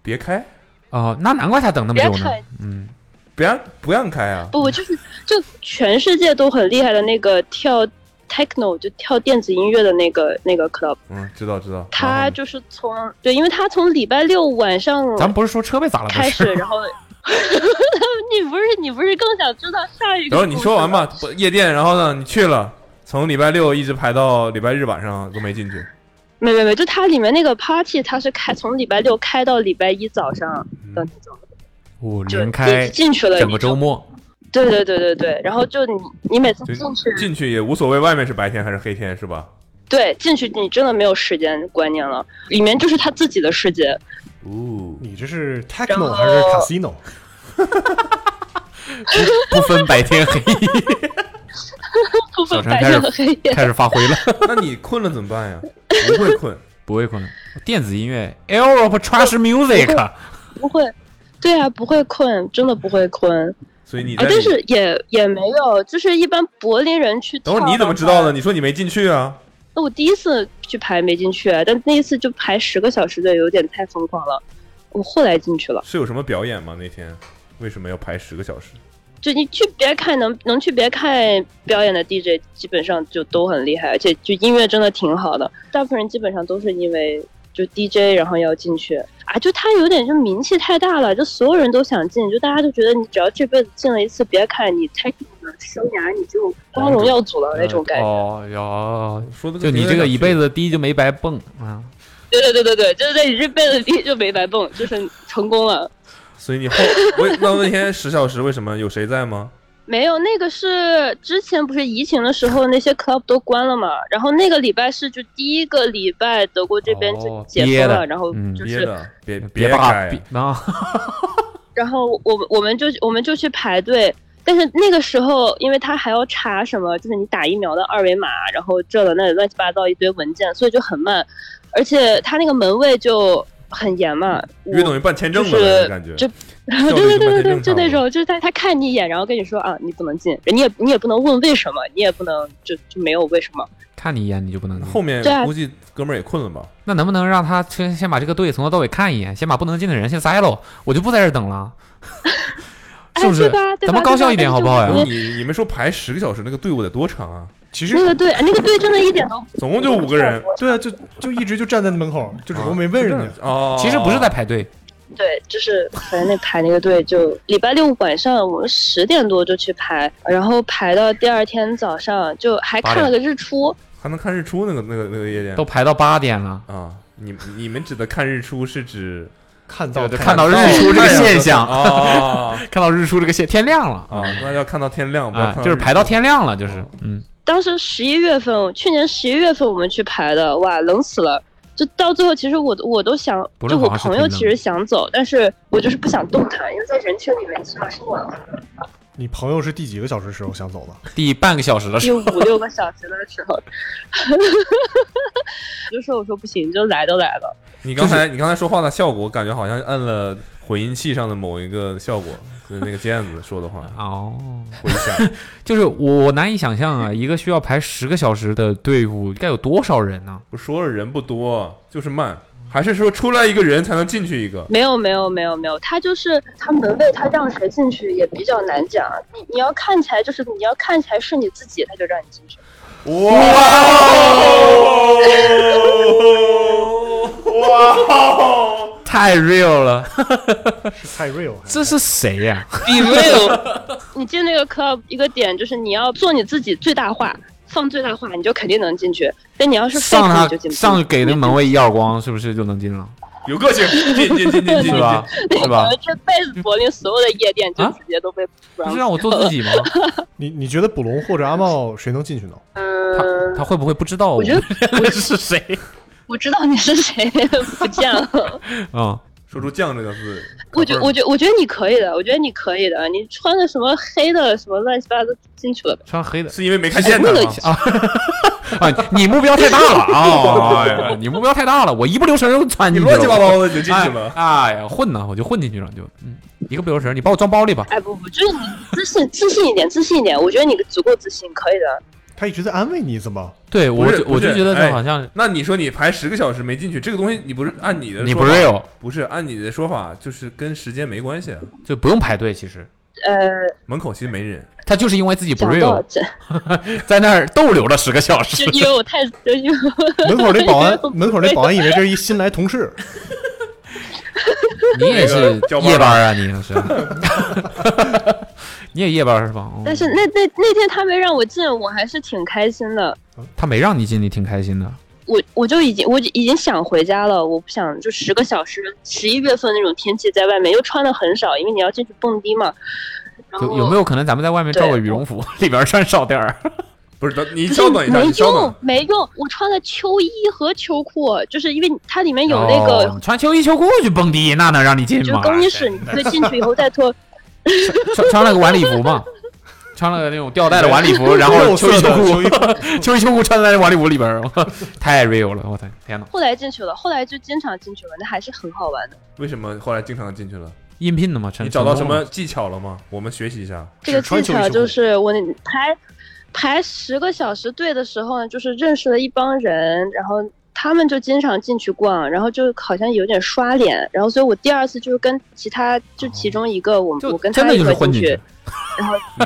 [SPEAKER 3] 别开，
[SPEAKER 8] 哦，那难怪他等那么久呢
[SPEAKER 5] 别看。
[SPEAKER 8] 嗯，
[SPEAKER 3] 不让不让开啊！
[SPEAKER 5] 不，我就是就全世界都很厉害的那个跳 techno 就跳电子音乐的那个那个 club，
[SPEAKER 3] 嗯，知道知道。
[SPEAKER 5] 他
[SPEAKER 3] 然后呢
[SPEAKER 5] 就是从对，因为他从礼拜六晚上
[SPEAKER 8] 哦咱们不是说车被砸了不
[SPEAKER 5] 开始，
[SPEAKER 8] 是？
[SPEAKER 5] 然后 [laughs] 你不是你不是更想知道下一个？
[SPEAKER 3] 等会儿你说完。吧。不夜店，然后呢，你去了，从礼拜六一直排到礼拜日晚上都没进去。
[SPEAKER 5] 没没没，就它里面那个 party，它是开从礼拜六开到礼拜一早上的那种，
[SPEAKER 8] 我
[SPEAKER 5] 就
[SPEAKER 8] 哦连开
[SPEAKER 5] 进进去了
[SPEAKER 8] 整
[SPEAKER 5] 你
[SPEAKER 8] 个
[SPEAKER 5] 就
[SPEAKER 8] 周。末，
[SPEAKER 5] 对对对对对，然后就你你每次
[SPEAKER 3] 就
[SPEAKER 5] 进去，
[SPEAKER 3] 进去也无所谓，外面是白天还是黑天是吧？
[SPEAKER 5] 对进去你真的没有时间观念了，里面就是他自己的世界。
[SPEAKER 3] 哦，
[SPEAKER 6] 你这是 techno 还是 casino？
[SPEAKER 8] 不分白天
[SPEAKER 5] [laughs]
[SPEAKER 8] 黑夜，
[SPEAKER 5] 部
[SPEAKER 8] 小
[SPEAKER 5] 分
[SPEAKER 8] 陈
[SPEAKER 5] 白
[SPEAKER 8] 开
[SPEAKER 5] 天
[SPEAKER 8] 始
[SPEAKER 5] 和黑夜。
[SPEAKER 8] 开始发挥了，
[SPEAKER 3] [laughs]
[SPEAKER 8] [laughs]
[SPEAKER 3] 那你困了怎么办呀？不会
[SPEAKER 5] [laughs]
[SPEAKER 3] 困，
[SPEAKER 8] 不会困了。电子音乐，Europe Trash Music，啊
[SPEAKER 5] 不会，对啊，不会困，真的不会困
[SPEAKER 3] 所以你
[SPEAKER 5] 啊
[SPEAKER 3] 在。
[SPEAKER 5] 但是也也没有，就是一般柏林人去。
[SPEAKER 3] 等会儿你怎么知道的？？你说你没进去啊？
[SPEAKER 5] 那我第一次去排没进去，啊但那一次就排十个小时的，有点太疯狂了。我后来进去了，
[SPEAKER 3] 是有什么表演吗？那天为什么要排十个小时？
[SPEAKER 5] 就你去别看能能去别看表演的 DJ，基本上就都很厉害，而且就音乐真的挺好的。大部分人基本上都是因为就 DJ，然后要进去啊，就他有点就名气太大了，就所有人都想进，就大家都觉得你只要这辈子进了一次别看，你 techno 的生涯你就光荣耀祖了那种感觉。
[SPEAKER 8] 哦哟，
[SPEAKER 3] 说的
[SPEAKER 8] 就你这个一辈子第一就没白蹦啊！
[SPEAKER 5] 对对对对对，就是在你这辈子第一就没白蹦，就是成功了。
[SPEAKER 3] 所以你后 [laughs] 为那那天十小时为什么有谁在吗？
[SPEAKER 5] 没有，那个是之前不是疫情的时候，那些 club 都关了嘛。然后那个礼拜是就第一个礼拜，德国这边就
[SPEAKER 8] 哦
[SPEAKER 5] 解
[SPEAKER 8] 憋
[SPEAKER 5] 封
[SPEAKER 8] 的
[SPEAKER 5] 了，然后
[SPEAKER 8] 嗯
[SPEAKER 5] 就
[SPEAKER 3] 憋
[SPEAKER 5] 是，
[SPEAKER 3] 的，别
[SPEAKER 8] 把
[SPEAKER 3] 开
[SPEAKER 8] 别，啊！
[SPEAKER 5] 然后我们我们就我们就去排队。但是那个时候，因为他还要查什么，就是你打疫苗的二维码，然后这了那里乱七八糟一堆文件，所以就很慢。而且他那个门卫就很严嘛，
[SPEAKER 3] 约
[SPEAKER 8] 嗯
[SPEAKER 5] 我
[SPEAKER 3] 等于办签证
[SPEAKER 5] 就
[SPEAKER 3] 了，
[SPEAKER 5] 是
[SPEAKER 3] 感觉 [laughs]
[SPEAKER 5] 就
[SPEAKER 3] 效率就
[SPEAKER 5] 对对对对
[SPEAKER 3] 完全正常
[SPEAKER 5] 对，就那
[SPEAKER 3] 了
[SPEAKER 5] 种，就是他他看你一眼，然后跟你说啊，你不能进，你也你也不能问为什么，你也不能就就没有为什么。
[SPEAKER 8] 看你一眼你就
[SPEAKER 3] [laughs]
[SPEAKER 8] 不能
[SPEAKER 3] 后面
[SPEAKER 5] 对啊
[SPEAKER 3] 估计哥们儿也困了吧？
[SPEAKER 8] 那能不能让他先先把这个队从头到尾看一眼，先把不能进的人先塞喽，我就不在这儿等
[SPEAKER 5] [laughs]
[SPEAKER 8] 了，
[SPEAKER 5] 哎
[SPEAKER 8] 是不是？
[SPEAKER 5] 对吧对
[SPEAKER 8] 咱
[SPEAKER 5] 吧
[SPEAKER 8] 们高效一点好不好
[SPEAKER 3] 然后
[SPEAKER 8] 呀？
[SPEAKER 3] 你你们说排十个小时那个队伍得多长啊？
[SPEAKER 6] 其
[SPEAKER 5] 那
[SPEAKER 6] 实
[SPEAKER 5] 个队，那个队真的一点都
[SPEAKER 3] 总共就五个人，
[SPEAKER 6] 对啊，就就一直就站在门口，就
[SPEAKER 3] 啊
[SPEAKER 6] 只不过没问人家。
[SPEAKER 3] 哦，
[SPEAKER 8] 其实不是在排队，
[SPEAKER 5] 对，就是反正那排那个队就礼拜六晚上我们十点多就去排，然后排到第二天早上就还看了个日出。
[SPEAKER 3] 还能看日出那个那个那个夜店
[SPEAKER 8] 都排到八点了，
[SPEAKER 3] 啊。你你们指的看日出是指
[SPEAKER 6] 看到
[SPEAKER 8] 看到日出这个现象
[SPEAKER 3] 啊
[SPEAKER 8] 看到日出这个线哦天亮了
[SPEAKER 3] 啊，那要看到天亮，不要
[SPEAKER 8] 啊
[SPEAKER 3] 看，到
[SPEAKER 8] 就是
[SPEAKER 3] 日出
[SPEAKER 8] 排到天亮了，就是嗯，
[SPEAKER 5] 当时十一月份，去年十一月份我们去排的，哇，冷死了。就到最后，其实我我都想，
[SPEAKER 8] 不是
[SPEAKER 5] 就我
[SPEAKER 8] 好像是
[SPEAKER 5] 朋
[SPEAKER 8] 挺
[SPEAKER 5] 友
[SPEAKER 8] 冷
[SPEAKER 5] 其实想走，但是我就是不想动弹，因为在人群里面起码是暖和的。
[SPEAKER 6] 你朋友是第几个小时时候想走的？
[SPEAKER 8] 第半个小时的时
[SPEAKER 5] 有
[SPEAKER 8] 候，
[SPEAKER 5] 五六个小时的时候， [laughs] 我就说我说不行，就来都来了。
[SPEAKER 3] 你刚才你刚才说话的效果，感觉好像按了回音器上的某一个效果，就是那个键子说的
[SPEAKER 8] [laughs]
[SPEAKER 3] 话
[SPEAKER 8] 哦，
[SPEAKER 3] 回响。
[SPEAKER 8] 就是我我难以想象啊，一个需要排十个小时的队伍该有多少人呢？
[SPEAKER 3] 我说了人不多，就是慢，还是说出来一个人才能进去一个？
[SPEAKER 5] 没有没有没有没有，他就是他门卫，他让谁进去也比较难讲。啊你你要看起来就是你要看起来是你自己，他就让你进去。
[SPEAKER 3] 哇哦！哇哦！
[SPEAKER 8] 太 real 了，
[SPEAKER 6] 是太 real 还
[SPEAKER 8] [laughs]
[SPEAKER 6] 是
[SPEAKER 8] 这是谁 [laughs] 呀、
[SPEAKER 5] 比没
[SPEAKER 8] [laughs]
[SPEAKER 5] 有，你进那个 club 一个点就是你要做你自己最大化，放最大化，你就肯定能进去。但你要是 fake，
[SPEAKER 8] 上
[SPEAKER 5] 你
[SPEAKER 8] 他
[SPEAKER 5] 就进不去
[SPEAKER 8] 上去给那门卫一耳光，是不是就能进了？
[SPEAKER 3] 有个性，进进 [laughs] 进进进
[SPEAKER 8] 是吧？是
[SPEAKER 5] 我
[SPEAKER 8] 吧？
[SPEAKER 5] 们这辈子柏林所有的夜店就
[SPEAKER 8] 啊
[SPEAKER 5] 直接都被不
[SPEAKER 8] 不
[SPEAKER 5] 让
[SPEAKER 8] 是让我做自己
[SPEAKER 3] [laughs]
[SPEAKER 8] 吗？
[SPEAKER 6] 你你觉得捕龙或者阿茂谁能进去呢？
[SPEAKER 3] 呃
[SPEAKER 5] 嗯，
[SPEAKER 8] 他会不会不知道
[SPEAKER 5] 我觉得
[SPEAKER 8] 们 [laughs] 是谁
[SPEAKER 5] 我知道你是谁，
[SPEAKER 8] [laughs]
[SPEAKER 5] 不见了。
[SPEAKER 8] 啊？
[SPEAKER 3] 说出“酱”这个字，
[SPEAKER 5] 我觉我觉我觉得你可以的，我觉得你可以的。你穿个什么黑的什么乱七八糟进去了呗。哎
[SPEAKER 8] 穿黑的
[SPEAKER 3] 是因为没看见他吗？
[SPEAKER 8] 啊！你目标太大了啊！哎呀你目标太大了，我一不留神就窜
[SPEAKER 3] 你
[SPEAKER 8] 进去了，
[SPEAKER 3] 乱七八糟的你就进去了。
[SPEAKER 8] 哎。哎呀，混呢，我就混进去了，就嗯，一个不留神，你把我装包里吧。
[SPEAKER 5] 哎不不，就是你自信自信一点，自信一点。我觉得你足够自信，可以的。
[SPEAKER 6] 他一直在安慰你，怎么？
[SPEAKER 8] 对我
[SPEAKER 3] 不是
[SPEAKER 8] 就
[SPEAKER 3] 不
[SPEAKER 8] 我
[SPEAKER 3] 是
[SPEAKER 8] 就觉得
[SPEAKER 3] 哎
[SPEAKER 8] 他好像
[SPEAKER 3] 那你说你排十个小时没进去，这个东西你不是按你的
[SPEAKER 8] 你
[SPEAKER 3] 说
[SPEAKER 8] 不
[SPEAKER 3] 法
[SPEAKER 8] real，
[SPEAKER 3] 不是按你的说法，就是跟时间没关系啊。
[SPEAKER 8] 就不用排队。其实
[SPEAKER 5] 呃，
[SPEAKER 3] 门口其实没人，
[SPEAKER 8] 他就是因为自己不
[SPEAKER 5] 讲到
[SPEAKER 8] real，
[SPEAKER 5] 了 [laughs] 这，
[SPEAKER 8] 在那儿逗留了十个小
[SPEAKER 5] 就
[SPEAKER 8] 时。
[SPEAKER 5] 因为我太就因为我
[SPEAKER 6] 门口那保安，门口那保安以为这是一新来同事，
[SPEAKER 8] [laughs] 你也是
[SPEAKER 3] 那个交班
[SPEAKER 8] 夜班啊，你也是， [laughs] 你也夜班是吧？哦
[SPEAKER 5] 但是那那那天他没让我进，我还是挺开心的。
[SPEAKER 8] 他没让你进，你挺开心的。
[SPEAKER 5] 我我就已经我已经想回家了，我不想就十个小时，十一月份那种天气在外面又穿的很少，因为你要进去蹦迪嘛。然后
[SPEAKER 8] 有有没有可能咱们在外面
[SPEAKER 5] 对
[SPEAKER 8] 照个羽绒服，里边穿少点儿？
[SPEAKER 3] 不是等你
[SPEAKER 5] 不是
[SPEAKER 3] 稍等一下，
[SPEAKER 5] 没
[SPEAKER 3] 你稍等
[SPEAKER 5] 用，，没用。我穿了秋衣和秋裤，就是因为它里面 [laughs] 有那个，
[SPEAKER 8] 哦穿秋衣秋裤去蹦迪，那能让你进
[SPEAKER 5] 就是
[SPEAKER 8] 吗？
[SPEAKER 5] 更衣室，你
[SPEAKER 3] [laughs]
[SPEAKER 5] 可以进去以后再脱。
[SPEAKER 8] 穿穿了个晚礼服
[SPEAKER 5] [laughs]
[SPEAKER 8] 嘛，穿了个那种吊带的晚
[SPEAKER 3] [laughs]
[SPEAKER 8] 礼服，然后
[SPEAKER 6] [laughs] 肉
[SPEAKER 8] 秋衣秋
[SPEAKER 6] 色的
[SPEAKER 8] 裤
[SPEAKER 6] 秋衣，
[SPEAKER 8] 秋衣秋裤穿在晚礼服里边儿， [laughs] 太 real 了，我的天哪！
[SPEAKER 5] 后来进去了，后来就经常进去了，那还是很好玩的。
[SPEAKER 3] 为什么后来经常进去了？
[SPEAKER 8] 应聘的嘛，成
[SPEAKER 3] 你找到什
[SPEAKER 8] 成功
[SPEAKER 3] 么
[SPEAKER 8] 了
[SPEAKER 3] 技巧了吗？我们学习一下。
[SPEAKER 5] 这个
[SPEAKER 6] 只穿
[SPEAKER 5] 技
[SPEAKER 6] 秋衣
[SPEAKER 5] 巧
[SPEAKER 6] 秋裤
[SPEAKER 5] 就是我那排排十个小时队的时候呢，就是认识了一帮人，然后他们就经常进去逛，然后就好像有点刷脸，然后所以我第二次就是跟其他就其中一个我、我
[SPEAKER 8] 哦就
[SPEAKER 5] 跟
[SPEAKER 8] 真
[SPEAKER 5] 他
[SPEAKER 8] 的
[SPEAKER 5] 一
[SPEAKER 8] 就
[SPEAKER 5] 块
[SPEAKER 8] 是混
[SPEAKER 5] 进
[SPEAKER 8] 进
[SPEAKER 5] 去
[SPEAKER 8] 去，，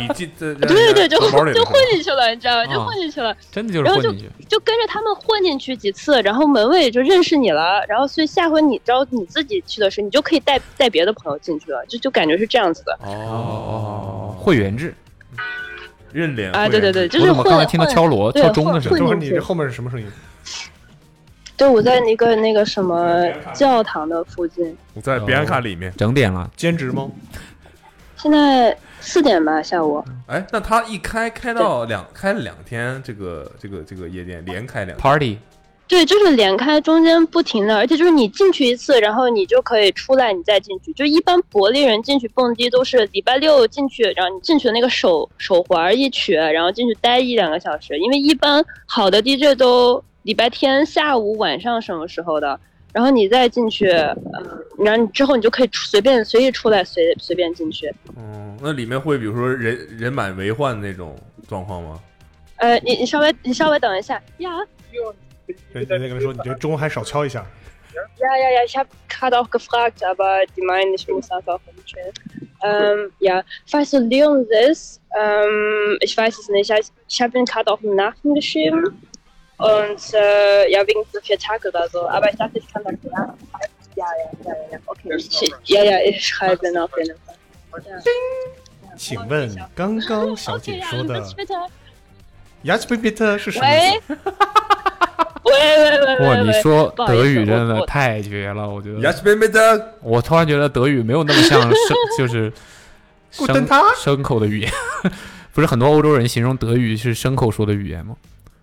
[SPEAKER 3] 你进这
[SPEAKER 5] 对对对，就
[SPEAKER 3] 包包里了
[SPEAKER 5] 就混
[SPEAKER 3] 是吧
[SPEAKER 5] 进去了，你知道吗？就
[SPEAKER 8] 啊
[SPEAKER 5] 混进去了，
[SPEAKER 8] 真的就是
[SPEAKER 5] 然后
[SPEAKER 8] 混
[SPEAKER 5] 就
[SPEAKER 8] 进去。
[SPEAKER 5] 就跟着他们混进去几次，然后门卫就认识你了，然后所以下回你只要你自己去的时候，你就可以带带别的朋友进去了，就就感觉是这样子的
[SPEAKER 3] 哦，
[SPEAKER 8] 会员制，
[SPEAKER 3] 认脸
[SPEAKER 5] 啊，对对对，，就是
[SPEAKER 8] 我怎么
[SPEAKER 5] 混
[SPEAKER 8] 刚才听到
[SPEAKER 5] 混
[SPEAKER 8] 敲锣、
[SPEAKER 5] 对啊
[SPEAKER 8] 敲钟的声
[SPEAKER 5] 混
[SPEAKER 8] 音？
[SPEAKER 6] 等会儿
[SPEAKER 5] 进去
[SPEAKER 6] 你这后面是什么声音？
[SPEAKER 5] 对，我在那个那个什么教堂的附近。
[SPEAKER 3] 我在比安卡里面。
[SPEAKER 8] 整点了，
[SPEAKER 6] 兼职吗？
[SPEAKER 5] 现在四点吧，下午。
[SPEAKER 3] 哎，那他一开开到两开了两天，这个这个这个夜店连开两天，
[SPEAKER 8] party
[SPEAKER 5] 对，就是连开，中间不停的，而且就是你进去一次，然后你就可以出来，你再进去。就一般柏林人进去蹦迪都是礼拜六进去，然后你进去的那个手手环一取，然后进去待一两个小时，因为一般好的 DJ 都礼拜天下午、晚上什么时候的。然后你再进去，嗯，然后你之后你就可以出随便随意出来，随随便进去。
[SPEAKER 3] 嗯，那里面会比如说人人满为患那种状况吗？
[SPEAKER 5] 呃，你你稍微你稍微等一下呀
[SPEAKER 6] 人家跟他说你这钟还少敲一下。
[SPEAKER 5] ja ja ja, ich habe gerade auch gefragt, aber die meinen, ich muss einfach rumchillen. Ähm, ja, falls du Leon ist, ähm, ich weiß es nicht. Ich, ich habe ihn gerade auch eine Nachricht geschrieben und äh, ja wegen so vier Tage oder so. Aber ich dachte, ich kann sagen, ja, ja, ja, ja, ja, okay, ich, ich, ja, ja, ich schreibe ihn auf jeden Fall.
[SPEAKER 6] 请问刚刚小姐说
[SPEAKER 5] dann
[SPEAKER 6] 的 [laughs]
[SPEAKER 5] bis später.
[SPEAKER 6] “yes b b i 是什么意思？
[SPEAKER 5] 喂，喂喂喂
[SPEAKER 8] 哇！
[SPEAKER 5] 喂
[SPEAKER 8] 你
[SPEAKER 5] 喂，
[SPEAKER 8] 说
[SPEAKER 5] 不好意思
[SPEAKER 8] 德语真
[SPEAKER 5] 我
[SPEAKER 8] 的
[SPEAKER 5] 我
[SPEAKER 8] 太绝了，我觉得。
[SPEAKER 3] 雅斯贝贝的，
[SPEAKER 8] 我突然觉得德语没有那么像
[SPEAKER 5] [laughs]
[SPEAKER 8] 生，就是
[SPEAKER 6] 古
[SPEAKER 8] 生
[SPEAKER 6] 登塔
[SPEAKER 8] 牲口的语言。 [laughs] 不是很多欧洲人形容德语是牲口说的语言吗？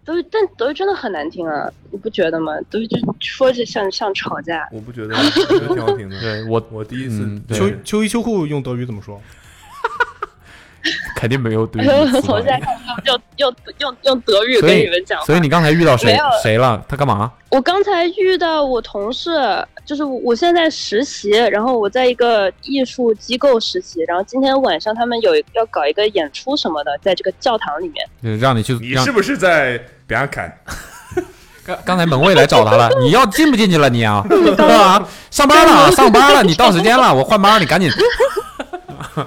[SPEAKER 5] 德语，但德语真的很难听啊，你不觉得吗？德语就说着像像吵架。
[SPEAKER 3] 我不觉得，我觉得挺好听的。
[SPEAKER 8] 对我
[SPEAKER 3] 我第一次
[SPEAKER 8] 嗯对
[SPEAKER 6] 秋秋衣秋裤用德语怎么说？
[SPEAKER 8] 肯定没有
[SPEAKER 5] [laughs]
[SPEAKER 8] 对
[SPEAKER 5] 哎
[SPEAKER 8] 你
[SPEAKER 5] 我现在用用用用德语
[SPEAKER 8] 所
[SPEAKER 5] 跟
[SPEAKER 8] 以
[SPEAKER 5] 你们讲话。
[SPEAKER 8] 所以你刚才遇到谁
[SPEAKER 5] 没有
[SPEAKER 8] 谁了？他干嘛？
[SPEAKER 5] 我刚才遇到我同事，就是我现在实习，然后我在一个艺术机构实习，然后今天晚上他们有要搞一个演出什么的，在这个教堂里面。
[SPEAKER 8] 就是让你去
[SPEAKER 3] 你
[SPEAKER 8] 让
[SPEAKER 3] 是不是在别让开？
[SPEAKER 8] 刚刚才门卫来找他
[SPEAKER 5] [laughs]
[SPEAKER 8] 了，你要进不进去了你啊？啊，上班了啊，上班了，你到时间了，我换班，你赶紧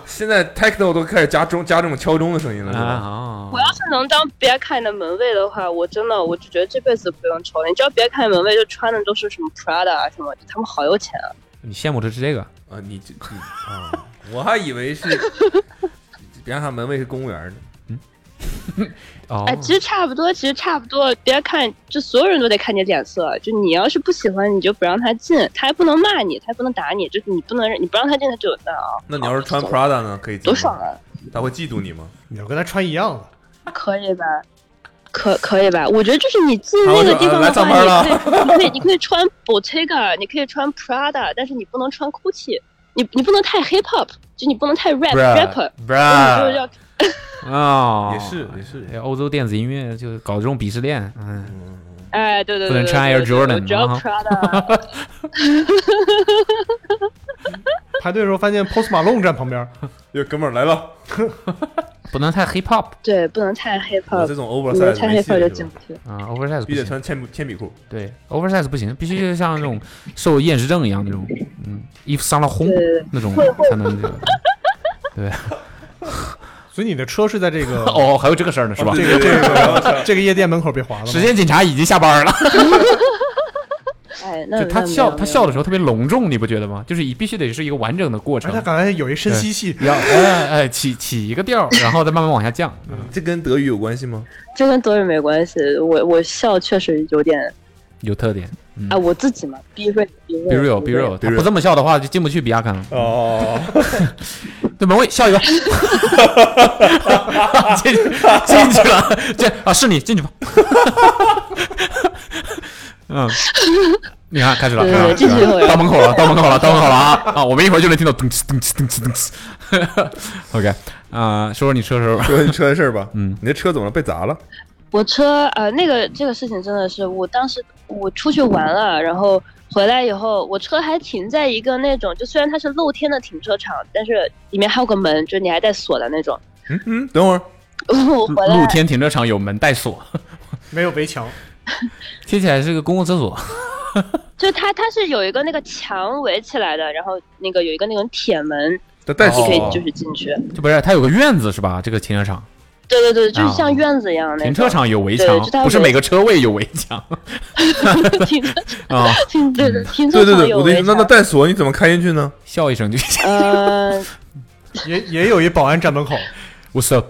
[SPEAKER 3] 现在 techno 都开始加钟加这种敲钟的声音了，是吧？
[SPEAKER 8] [laughs] 啊
[SPEAKER 5] 我要是能当别看的门卫的话，我真的我就觉得这辈子不用愁了。你知道别看门卫就穿的都是什么 Prada 啊什么，他们好有钱啊！
[SPEAKER 8] 你羡慕的是这个？
[SPEAKER 3] 啊，你这你啊，我还以为是别让他门卫是公务员呢。
[SPEAKER 8] 哦
[SPEAKER 5] 哎，其实差不多，其实差不多。别看就所有人都得看你脸色，就你要是不喜欢，你就不让他进，他还不能骂你，他还不能打你，就是你不能你不让他进，他就有难啊。
[SPEAKER 3] 那你要是穿 Prada 呢，可以进
[SPEAKER 5] 多
[SPEAKER 3] 吗
[SPEAKER 5] 爽啊！
[SPEAKER 3] 他会嫉妒你吗？
[SPEAKER 6] 你要跟他穿一样的，
[SPEAKER 5] 可以吧？可可以吧？我觉得就是你进那个地方
[SPEAKER 3] 来
[SPEAKER 5] 的
[SPEAKER 3] 上
[SPEAKER 5] 话，
[SPEAKER 3] 班了
[SPEAKER 5] 你可以你可以你可以穿 Bottega，你可以穿 Prada，但是你不能穿 Gucci，你你不能太 Hip Hop，就你不能太 Rap Rapper，你就是要
[SPEAKER 8] 啊，
[SPEAKER 3] 也是也是，
[SPEAKER 8] 哎欧洲电子音乐就搞这种鄙视链，嗯，
[SPEAKER 5] 哎对对对，
[SPEAKER 8] 不能穿 Air
[SPEAKER 5] 对对对
[SPEAKER 8] Jordan
[SPEAKER 5] 只要
[SPEAKER 8] 啊
[SPEAKER 5] Prada，
[SPEAKER 6] 排队的时候发现 Post Malone 站旁边，
[SPEAKER 3] 哟，哥们儿来了，
[SPEAKER 8] 不能太 hip hop
[SPEAKER 5] 对，不能太 Hip
[SPEAKER 3] 我这
[SPEAKER 5] Hop，
[SPEAKER 3] 种
[SPEAKER 5] 你们
[SPEAKER 3] oversize
[SPEAKER 5] 太
[SPEAKER 3] 没
[SPEAKER 5] Hip
[SPEAKER 3] 戏了
[SPEAKER 5] Hop 就是进
[SPEAKER 3] 吧
[SPEAKER 5] 不去。
[SPEAKER 8] 啊，oversize 不
[SPEAKER 3] 必须得
[SPEAKER 8] 行，
[SPEAKER 3] 穿铅铅笔裤。
[SPEAKER 8] 对，oversize 不行，必须就像那种受厌食症一样那种，嗯，衣服上了烘
[SPEAKER 5] 对对对
[SPEAKER 8] 那种才能这个。对，
[SPEAKER 6] 所以你的车是在这个
[SPEAKER 8] [laughs] [laughs] 哦，还有这个事儿呢，是吧？
[SPEAKER 3] 对对对，
[SPEAKER 6] 这个夜店门口被划了吗
[SPEAKER 8] 时间警察已经下班了。
[SPEAKER 5] 哎，
[SPEAKER 8] 就
[SPEAKER 5] 那
[SPEAKER 8] 他笑，他笑的时
[SPEAKER 5] 候，
[SPEAKER 8] 候特别隆重，你不觉得吗？就是必须得是一个完整的过
[SPEAKER 6] 而
[SPEAKER 8] 程
[SPEAKER 6] 哎他，刚才有一深
[SPEAKER 8] 嗯
[SPEAKER 6] 吸气，
[SPEAKER 8] 要哎哎起起一个调儿，然后再慢慢往下降。
[SPEAKER 3] 嗯这跟德语有关系吗？
[SPEAKER 5] 这跟德语没关系。我我笑确实有点
[SPEAKER 8] 有特点。嗯
[SPEAKER 5] 啊，我自己嘛，be real be
[SPEAKER 8] be real
[SPEAKER 5] real
[SPEAKER 8] be real，
[SPEAKER 3] be
[SPEAKER 8] 他不
[SPEAKER 3] real
[SPEAKER 8] 这么笑的话就进不去比亚看了。
[SPEAKER 3] 哦， [laughs]
[SPEAKER 8] 对门卫笑一个，进去进去了，这啊是你进去吧。 [laughs] 嗯，你看开始了，
[SPEAKER 5] 对对
[SPEAKER 8] 开始
[SPEAKER 5] 对
[SPEAKER 8] 了
[SPEAKER 5] 进去以后
[SPEAKER 8] 到门口了，到门口了，到门口了啊啊！我们一会儿就能听到噔哧噔哧噔哧噔 [laughs] 哧。OK 啊，说说你车时候吧。
[SPEAKER 3] 说你车的事儿吧。
[SPEAKER 8] 嗯，
[SPEAKER 3] 你的车怎么了？被砸了？
[SPEAKER 5] 我车呃，那个这个事情真的是，我当时我出去玩了，然后回来以后，我车还停在一个那种，就虽然它是露天的停车场，但是里面还有个门，就是你还带锁的那种。 [laughs]
[SPEAKER 3] 嗯嗯，等会儿，
[SPEAKER 5] 我回
[SPEAKER 8] 露
[SPEAKER 5] 来，
[SPEAKER 8] 天停车场有门带锁，
[SPEAKER 6] 没有围墙，
[SPEAKER 8] 听起来是个公共厕所。
[SPEAKER 5] 就它它是有一个那个墙围起来的，然后那个有一个那种铁门，
[SPEAKER 3] 他带
[SPEAKER 5] 你
[SPEAKER 3] 锁
[SPEAKER 5] 可以就是进去。
[SPEAKER 8] 就不是它有个院子是吧？这个停车场，
[SPEAKER 5] 对对对，就是
[SPEAKER 8] 啊
[SPEAKER 5] 像院子一样那种。
[SPEAKER 8] 停车场有围
[SPEAKER 5] 对
[SPEAKER 8] 墙
[SPEAKER 5] 就它，有
[SPEAKER 8] 不是每个车位有围墙
[SPEAKER 5] 停车
[SPEAKER 8] 啊。
[SPEAKER 5] 停对对停
[SPEAKER 3] 对
[SPEAKER 5] 车
[SPEAKER 3] 对
[SPEAKER 5] 场 [laughs]
[SPEAKER 3] 对，
[SPEAKER 5] 有
[SPEAKER 3] 我的意
[SPEAKER 5] 围
[SPEAKER 3] 思，那那
[SPEAKER 5] 墙。
[SPEAKER 3] 带锁你怎么开进去呢？
[SPEAKER 8] 笑一声就 [laughs]
[SPEAKER 5] 呃，
[SPEAKER 6] 也也有一保安站门口，
[SPEAKER 8] What's up？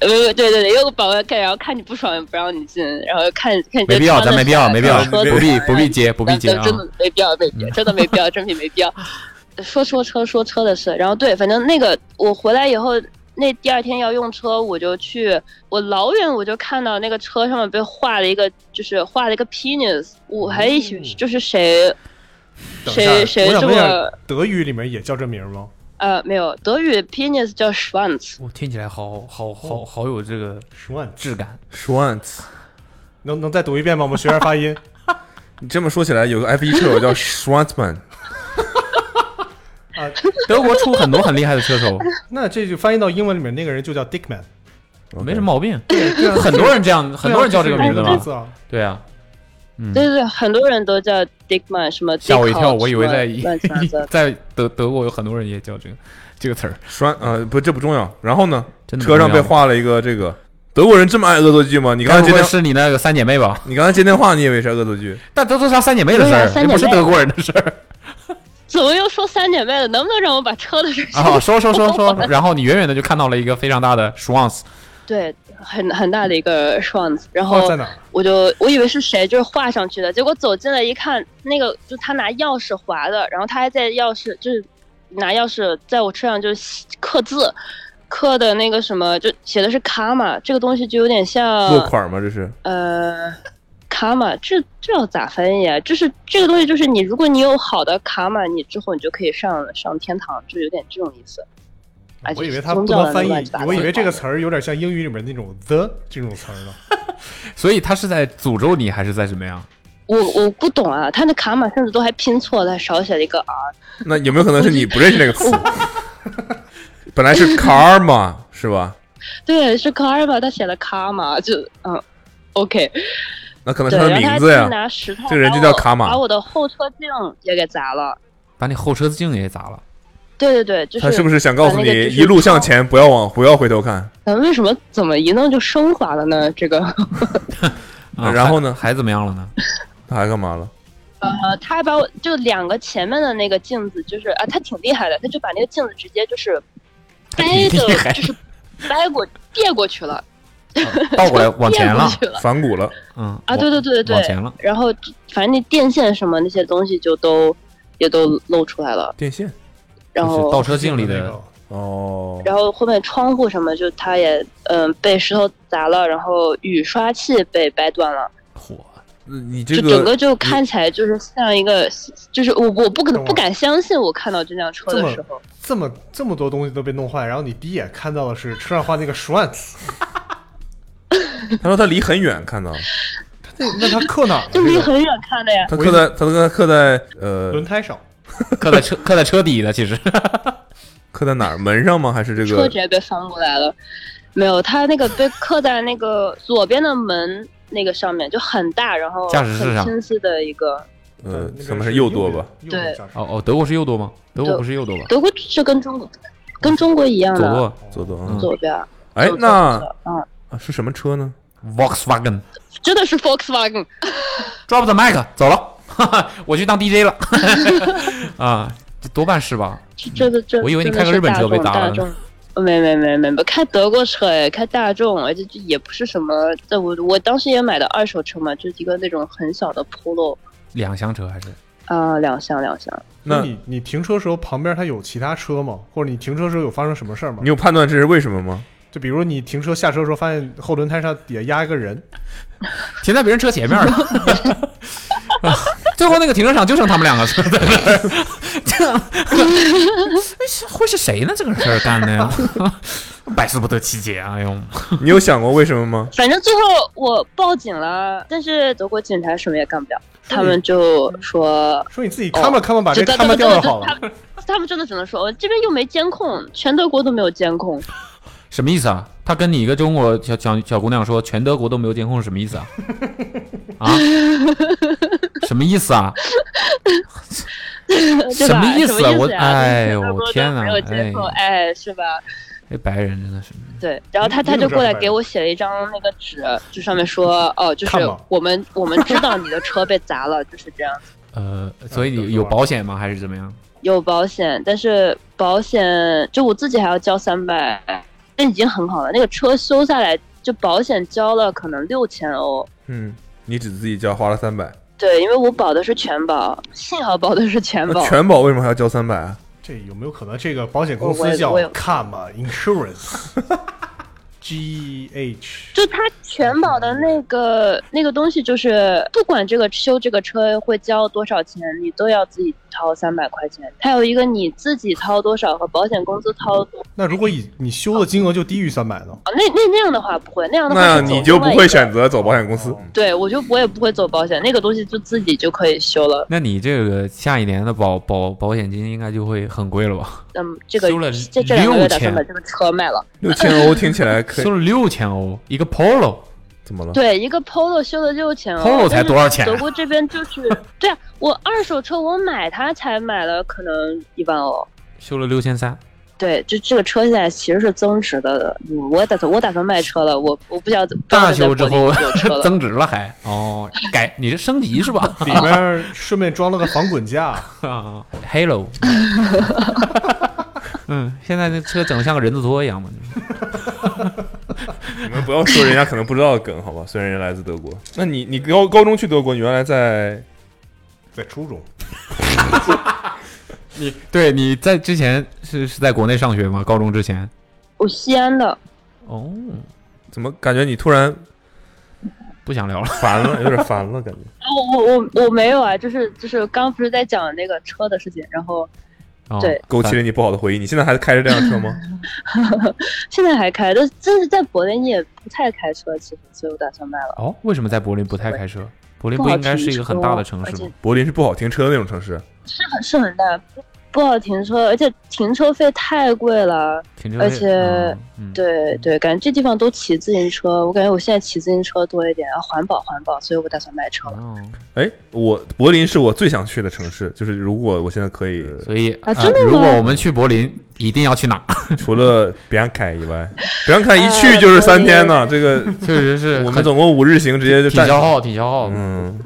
[SPEAKER 5] 呃，对对对，有个保安看，然后看你不爽也不让你进，然后看看你
[SPEAKER 8] [laughs] 没必要，咱没必要，没必
[SPEAKER 5] [laughs]
[SPEAKER 8] 要，
[SPEAKER 5] 说
[SPEAKER 8] 不必不必接，不必接
[SPEAKER 5] 咱
[SPEAKER 8] 啊
[SPEAKER 5] 咱！真的没必要，没必要，真的没必要，真品没必要。说说车说车的事，然后对，反正那个我回来以后，那第二天要用车，我就去，我老远我就看到那个车上面被画了一个，就是画了一个 penis，我还以为就是谁
[SPEAKER 6] 等一
[SPEAKER 5] 谁
[SPEAKER 6] 下，
[SPEAKER 5] 谁
[SPEAKER 6] 我想
[SPEAKER 5] 这
[SPEAKER 6] 问一
[SPEAKER 5] 么
[SPEAKER 6] 下，德语里面也叫这名儿吗？
[SPEAKER 5] 呃没有德语 penis 叫 Schwanz，
[SPEAKER 8] 我听起来好好
[SPEAKER 5] 哦
[SPEAKER 8] 好好有这个
[SPEAKER 6] 十万，
[SPEAKER 8] 质感。
[SPEAKER 3] Schwanz，
[SPEAKER 6] 能能再读一遍吗？我们学下发音。
[SPEAKER 3] 你这么说起来，有个 F 一车手叫 Schwanzman，
[SPEAKER 8] 德国出很多很厉害的车
[SPEAKER 5] [laughs]
[SPEAKER 8] 手，
[SPEAKER 6] 那这就翻译到英文里面，那个人就叫 Dickman，
[SPEAKER 8] 没什么毛病，
[SPEAKER 6] 对啊
[SPEAKER 8] 很多人这样，很多人叫这个名字
[SPEAKER 5] 哦
[SPEAKER 8] 嘛。
[SPEAKER 6] 吧？
[SPEAKER 8] 对啊，
[SPEAKER 5] 对对对，很多人都叫 Dickman 什么 Dick House，什么，
[SPEAKER 8] 吓我一跳，我以为在
[SPEAKER 5] 乱七八
[SPEAKER 8] [laughs]
[SPEAKER 5] 糟的。
[SPEAKER 8] 在德德国有很多人也叫这个这个词儿，
[SPEAKER 3] 栓呃不，这不重要。然后呢，
[SPEAKER 8] 真的不
[SPEAKER 3] 车上
[SPEAKER 8] 重
[SPEAKER 3] 被
[SPEAKER 8] 要。
[SPEAKER 5] 啊
[SPEAKER 3] 画了一个这个德国人这么爱恶作剧吗？你刚
[SPEAKER 8] 该
[SPEAKER 3] 才
[SPEAKER 8] 不
[SPEAKER 3] 接
[SPEAKER 8] 会
[SPEAKER 3] 电，
[SPEAKER 8] 是你那个三姐妹吧？
[SPEAKER 3] 你刚才接电话，你以为是恶作剧？
[SPEAKER 8] 但都都是她三姐妹的事
[SPEAKER 5] 对啊
[SPEAKER 8] 儿，
[SPEAKER 5] 三
[SPEAKER 8] 这不是
[SPEAKER 5] 姐妹
[SPEAKER 8] 德国人的事儿
[SPEAKER 5] 怎么又说三姐妹了？能不能让我把车的事儿
[SPEAKER 8] 啊！说说说说，然后你远远的就看到了一个非常大的 Schwanz，
[SPEAKER 5] 对，很很大的一个 Schwanz，然
[SPEAKER 6] 哦，
[SPEAKER 5] 后
[SPEAKER 6] 在哪儿？
[SPEAKER 5] 我就我以为是谁就是画上去的，结果走进来一看，那个就他拿钥匙划的，然后他还在钥匙就是拿钥匙在我车上就是刻字，刻的那个什么就写的是卡玛，这个东西就有点
[SPEAKER 3] 落
[SPEAKER 5] 像
[SPEAKER 3] 款吗？这是
[SPEAKER 5] 呃卡玛，这这要咋翻译啊？就是这个东西就是你如果你有好的卡玛，你之后你就可以上上天堂，就有点这种意思。啊，
[SPEAKER 6] 我以为
[SPEAKER 5] 就是
[SPEAKER 6] 它不
[SPEAKER 5] 宗教
[SPEAKER 6] 能
[SPEAKER 5] 的
[SPEAKER 6] 翻译
[SPEAKER 5] 乱七八，糟
[SPEAKER 6] 我以为这
[SPEAKER 5] 的
[SPEAKER 6] 个词儿有点像英语里面那种 the 这种词儿呢。
[SPEAKER 4] 所以他是在诅咒你，还是在怎么样？
[SPEAKER 5] 我我不懂啊，他那卡玛甚至都还拼错了，还少写了一个
[SPEAKER 3] [laughs]
[SPEAKER 5] R。
[SPEAKER 3] 那有没有可能是你不认识这个词？
[SPEAKER 5] [laughs]
[SPEAKER 3] 本来是 karma 是吧？
[SPEAKER 5] 对，是 karma，他写了卡玛，就嗯，OK。
[SPEAKER 3] 那可能是
[SPEAKER 5] 对，
[SPEAKER 3] 他的
[SPEAKER 5] 然后
[SPEAKER 3] 名
[SPEAKER 5] 他
[SPEAKER 3] 字呀
[SPEAKER 5] 就。拿石头，
[SPEAKER 3] 这个人就叫卡玛
[SPEAKER 5] 把我的后车镜也给砸了。
[SPEAKER 8] 把你后车子镜也砸了。
[SPEAKER 5] 对对对，就是
[SPEAKER 3] 他是不是想告诉
[SPEAKER 5] 把
[SPEAKER 3] 你
[SPEAKER 5] 那个就是
[SPEAKER 3] 一路向前，不要往不要回头
[SPEAKER 5] [laughs]
[SPEAKER 3] 看？
[SPEAKER 5] 咱为什么怎么一弄就升华了呢？这个，
[SPEAKER 8] 啊
[SPEAKER 3] 然后呢
[SPEAKER 8] 还还怎么样了呢？
[SPEAKER 3] 他还干嘛了？
[SPEAKER 5] 呃，他还把我就两个前面的那个镜子，就是啊，他挺厉害的，他就把那个镜子直接就是掰
[SPEAKER 8] 挺厉害
[SPEAKER 5] 的，就是掰过别过去了，
[SPEAKER 8] [laughs] 倒过来往前
[SPEAKER 5] 别
[SPEAKER 8] 了
[SPEAKER 5] [laughs] 过，去了
[SPEAKER 3] 反骨了，
[SPEAKER 8] 嗯
[SPEAKER 5] 啊！对对对对
[SPEAKER 8] 往前了
[SPEAKER 5] 对，然后反正那电线什么那些东西就都也都露出来了，
[SPEAKER 3] 电线
[SPEAKER 5] 然
[SPEAKER 8] 就是
[SPEAKER 5] 后
[SPEAKER 8] 倒车镜里
[SPEAKER 6] 那
[SPEAKER 8] 的
[SPEAKER 6] 个
[SPEAKER 3] 哦，
[SPEAKER 5] 然后后面窗户什么就他也嗯、被石头砸了，然后雨刷器被掰断了。
[SPEAKER 8] 火，
[SPEAKER 3] 你
[SPEAKER 5] 就
[SPEAKER 3] 这
[SPEAKER 5] 整
[SPEAKER 3] 个
[SPEAKER 5] 个就看起来就是像一个，就是我我不可能
[SPEAKER 6] 懂了
[SPEAKER 5] 不敢相信我看到这辆车
[SPEAKER 6] 这
[SPEAKER 5] 的
[SPEAKER 6] 么
[SPEAKER 5] 时候，
[SPEAKER 6] 这么这么多东西都被弄坏，然后你第一眼看到的是车上画那
[SPEAKER 5] [laughs]
[SPEAKER 6] 个 Schwanz，
[SPEAKER 3] 他说他离很远
[SPEAKER 5] [laughs]
[SPEAKER 3] 看到了，
[SPEAKER 6] 那那他刻哪儿了？
[SPEAKER 5] 就
[SPEAKER 6] 这
[SPEAKER 5] 离
[SPEAKER 6] 个
[SPEAKER 5] 很远看的呀。
[SPEAKER 3] 他刻在他他刻在呃
[SPEAKER 6] 轮胎上，
[SPEAKER 8] 刻在车刻在车底了，其实
[SPEAKER 3] 刻在哪儿门上吗？还是这
[SPEAKER 5] 车
[SPEAKER 3] 个
[SPEAKER 5] 直接被翻过来了，没有，它那个被刻在那个左边的门那个上面，就很大，然后
[SPEAKER 8] 驾驶室
[SPEAKER 5] 很
[SPEAKER 8] 上
[SPEAKER 5] 清晰的一个。
[SPEAKER 3] 呃
[SPEAKER 6] 那个
[SPEAKER 3] 可能是右舵吧？
[SPEAKER 6] 右边？右边
[SPEAKER 5] 对
[SPEAKER 6] 驾驶
[SPEAKER 8] [laughs] 哦哦，德国是右舵吗？德国不是右舵吧？
[SPEAKER 5] 德国是跟中国跟中国一样
[SPEAKER 8] 左
[SPEAKER 5] 的，
[SPEAKER 3] 左
[SPEAKER 8] 舵
[SPEAKER 6] 哦
[SPEAKER 3] 舵
[SPEAKER 8] 嗯
[SPEAKER 3] 啊？
[SPEAKER 5] 左边。
[SPEAKER 3] 哎
[SPEAKER 5] 左，边
[SPEAKER 3] 那
[SPEAKER 5] 嗯，
[SPEAKER 3] 啊是什么车呢？
[SPEAKER 8] ，Volkswagen
[SPEAKER 5] 真的是 Volkswagen，
[SPEAKER 8] drop the mic 走了， [laughs] 哈哈，我去当 DJ 了，啊，这多半是吧？
[SPEAKER 5] 这个这
[SPEAKER 8] 我以为你
[SPEAKER 5] 真
[SPEAKER 8] 开
[SPEAKER 5] 的
[SPEAKER 8] 个
[SPEAKER 5] 是
[SPEAKER 8] 日本车
[SPEAKER 5] 大众
[SPEAKER 8] 被砸了
[SPEAKER 5] 大众没没没没没，开德国车哎，开大众，而且这也不是什么，这我我当时也买的二手车嘛，就是一个那种很小的 Polo
[SPEAKER 8] 两厢车还是？
[SPEAKER 5] 啊、两厢两厢，
[SPEAKER 3] 那
[SPEAKER 6] 那你你停车时候旁边它有其他车吗？或者你停车时候有发生什么事儿吗
[SPEAKER 3] 你？有判断这是为什么吗？
[SPEAKER 6] 就比如你停车下车时候发现后轮胎上底下压一个人，
[SPEAKER 8] 停在别人车前面了。 [laughs] 啊最后那个停车场就剩他们两个车在那儿， [laughs] 这样会是谁呢？这个事儿干的呀，百思不得其解啊！哎呦，
[SPEAKER 3] 你有想过为什么吗？
[SPEAKER 5] 反正最后我报警了，但是德国警察什么也干不了，他们就说。
[SPEAKER 6] 说你自己
[SPEAKER 5] 哦
[SPEAKER 6] 看吧看吧，把这
[SPEAKER 5] 就
[SPEAKER 6] 看
[SPEAKER 5] 他
[SPEAKER 6] 吧
[SPEAKER 5] 们
[SPEAKER 6] 掉
[SPEAKER 5] 他
[SPEAKER 6] 了
[SPEAKER 5] 们
[SPEAKER 6] 好
[SPEAKER 5] 他
[SPEAKER 6] 了。
[SPEAKER 5] 们他们真的只能说，哦我这边又没监控，全德国都没有监控。 [laughs]
[SPEAKER 8] 什么意思啊？他跟你一个中国小小小姑娘说全德国都没有监控是什么意思啊？啊？什么意思啊？
[SPEAKER 5] 对吧
[SPEAKER 8] 么意
[SPEAKER 5] 思
[SPEAKER 8] 思啊？我
[SPEAKER 5] 呀
[SPEAKER 8] 哎
[SPEAKER 5] 全
[SPEAKER 8] 呦
[SPEAKER 5] 德国
[SPEAKER 8] 我
[SPEAKER 5] 都
[SPEAKER 8] 天哪
[SPEAKER 5] 没有！监控，
[SPEAKER 8] 哎，
[SPEAKER 5] 哎，是吧？
[SPEAKER 8] 这白人真的是，
[SPEAKER 5] 对，然后他
[SPEAKER 6] 你
[SPEAKER 5] 他
[SPEAKER 6] 你
[SPEAKER 5] 就
[SPEAKER 6] 怎么知道
[SPEAKER 5] 过来
[SPEAKER 6] 是白
[SPEAKER 5] 给
[SPEAKER 6] 人
[SPEAKER 5] 我写了一张那个纸，就上面说，哦，就是
[SPEAKER 6] 看吧
[SPEAKER 5] 我们我们知道你的车被砸了，就是这样，
[SPEAKER 8] 呃，所以
[SPEAKER 6] 怎么
[SPEAKER 8] 你
[SPEAKER 6] 说
[SPEAKER 8] 有
[SPEAKER 6] 啊
[SPEAKER 8] 保险吗？还是怎么样？
[SPEAKER 5] 有保险，但是保险就我自己还要交三百，那已经很好了。那个车修下来，就保险交了可能六千欧，
[SPEAKER 3] 嗯，你只自己交花了三百，
[SPEAKER 5] 对，因为我保的是全保，幸好保的是全保
[SPEAKER 3] 那。全保为什么还要交三百啊？
[SPEAKER 6] 这有没有可能这个保险公
[SPEAKER 5] 我
[SPEAKER 6] 司
[SPEAKER 5] 也
[SPEAKER 6] 叫
[SPEAKER 5] 我也
[SPEAKER 6] Kama Insurance [laughs] G H？
[SPEAKER 5] 就它全保的那个那个东西，就是不管这个修这个车会交多少钱，你都要自己掏三百块钱。它有一个你自己掏多少和保险公司掏多少，
[SPEAKER 6] 那如果以你修的金额就低于三百呢？
[SPEAKER 5] 那那那样的话不会，那样的话
[SPEAKER 3] 那
[SPEAKER 5] 是走
[SPEAKER 3] 你就
[SPEAKER 5] 另外
[SPEAKER 3] 不
[SPEAKER 5] 一
[SPEAKER 3] 会
[SPEAKER 5] 个
[SPEAKER 3] 选择走保险公司
[SPEAKER 6] 哦？
[SPEAKER 5] 对我就我也不会走保险，那个东西就自己就可以修了。
[SPEAKER 8] 那你这个下一年的保保保险金应该就会很贵了吧？
[SPEAKER 5] 嗯，这个
[SPEAKER 8] 修了
[SPEAKER 5] 这这两个月打算
[SPEAKER 8] 6000
[SPEAKER 5] 把这个车卖了。
[SPEAKER 3] [laughs] 六千欧听起来可以
[SPEAKER 8] 收了六千欧一个 Polo，
[SPEAKER 3] 怎么了？
[SPEAKER 5] 对，一个 Polo 修了六千哦
[SPEAKER 8] Polo 才多少钱啊
[SPEAKER 5] 德国这边就是对啊，我二手车我买它才买了可能一万欧。
[SPEAKER 8] 修了六千三，
[SPEAKER 5] 对，这这个车现在其实是增值的，嗯我打算我打算卖车了，我我不想
[SPEAKER 8] 大修之后
[SPEAKER 5] 有车了，
[SPEAKER 8] [laughs] 增值了还哦，改你这升级是 [laughs] 吧
[SPEAKER 6] 里面顺便装了个防滚架，
[SPEAKER 8] 啊？Hello，嗯，现在那车整得像个人字拖一样嘛，就是
[SPEAKER 3] 你们不要说人家可能不知道的梗，好吧？虽然人家来自德国，那你你高高中去德国，你原来在
[SPEAKER 6] 在初中
[SPEAKER 8] 对，你在之前是是在国内上学吗？高中之前？
[SPEAKER 5] 我西安的，
[SPEAKER 8] 哦，
[SPEAKER 3] 怎么感觉你突然
[SPEAKER 8] 不想聊了。
[SPEAKER 3] 烦了，有点烦了 [laughs] 感觉。
[SPEAKER 5] 我我我我没有啊，就是就是刚不是在讲那个车的事情，然后 [laughs]
[SPEAKER 8] 哦
[SPEAKER 5] 对，
[SPEAKER 3] 勾起了你不好的回忆。你现在还开着这辆车吗？
[SPEAKER 5] 现在还开，但是真是在柏林也不太开车，其实，所以我打算卖了。
[SPEAKER 8] 哦，为什么在柏林不太开车？柏林
[SPEAKER 5] 不好
[SPEAKER 8] 应该
[SPEAKER 5] 停
[SPEAKER 8] 是一个很
[SPEAKER 5] 车
[SPEAKER 8] 大的城市
[SPEAKER 5] 而且
[SPEAKER 8] 吗？
[SPEAKER 3] [laughs] 柏林是不好停车的那种城市，
[SPEAKER 5] 是很是很大，不不好停车，而且停车费太贵了。
[SPEAKER 8] 停车
[SPEAKER 5] 而
[SPEAKER 8] 费
[SPEAKER 5] 且
[SPEAKER 8] 嗯嗯
[SPEAKER 5] 对对，感觉这地方都骑自行车，我感觉我现在骑自行车多一点，啊环保环保，所以我打算卖车了。
[SPEAKER 8] 哦，
[SPEAKER 3] 哎，我柏林是我最想去的城市，就是如果我现在可以，
[SPEAKER 8] 所以呃
[SPEAKER 5] 啊真的吗
[SPEAKER 8] 如果我们去柏林，一定要去哪？
[SPEAKER 3] 除了比安凯以 [laughs] 外，比安凯一
[SPEAKER 5] 哎
[SPEAKER 3] 去就是三天呢。这个
[SPEAKER 8] 确实是
[SPEAKER 3] [laughs] 我们
[SPEAKER 8] 很
[SPEAKER 3] 总共五日行，直接就
[SPEAKER 8] 挺
[SPEAKER 3] 占
[SPEAKER 8] 消耗，挺消耗。
[SPEAKER 3] 嗯，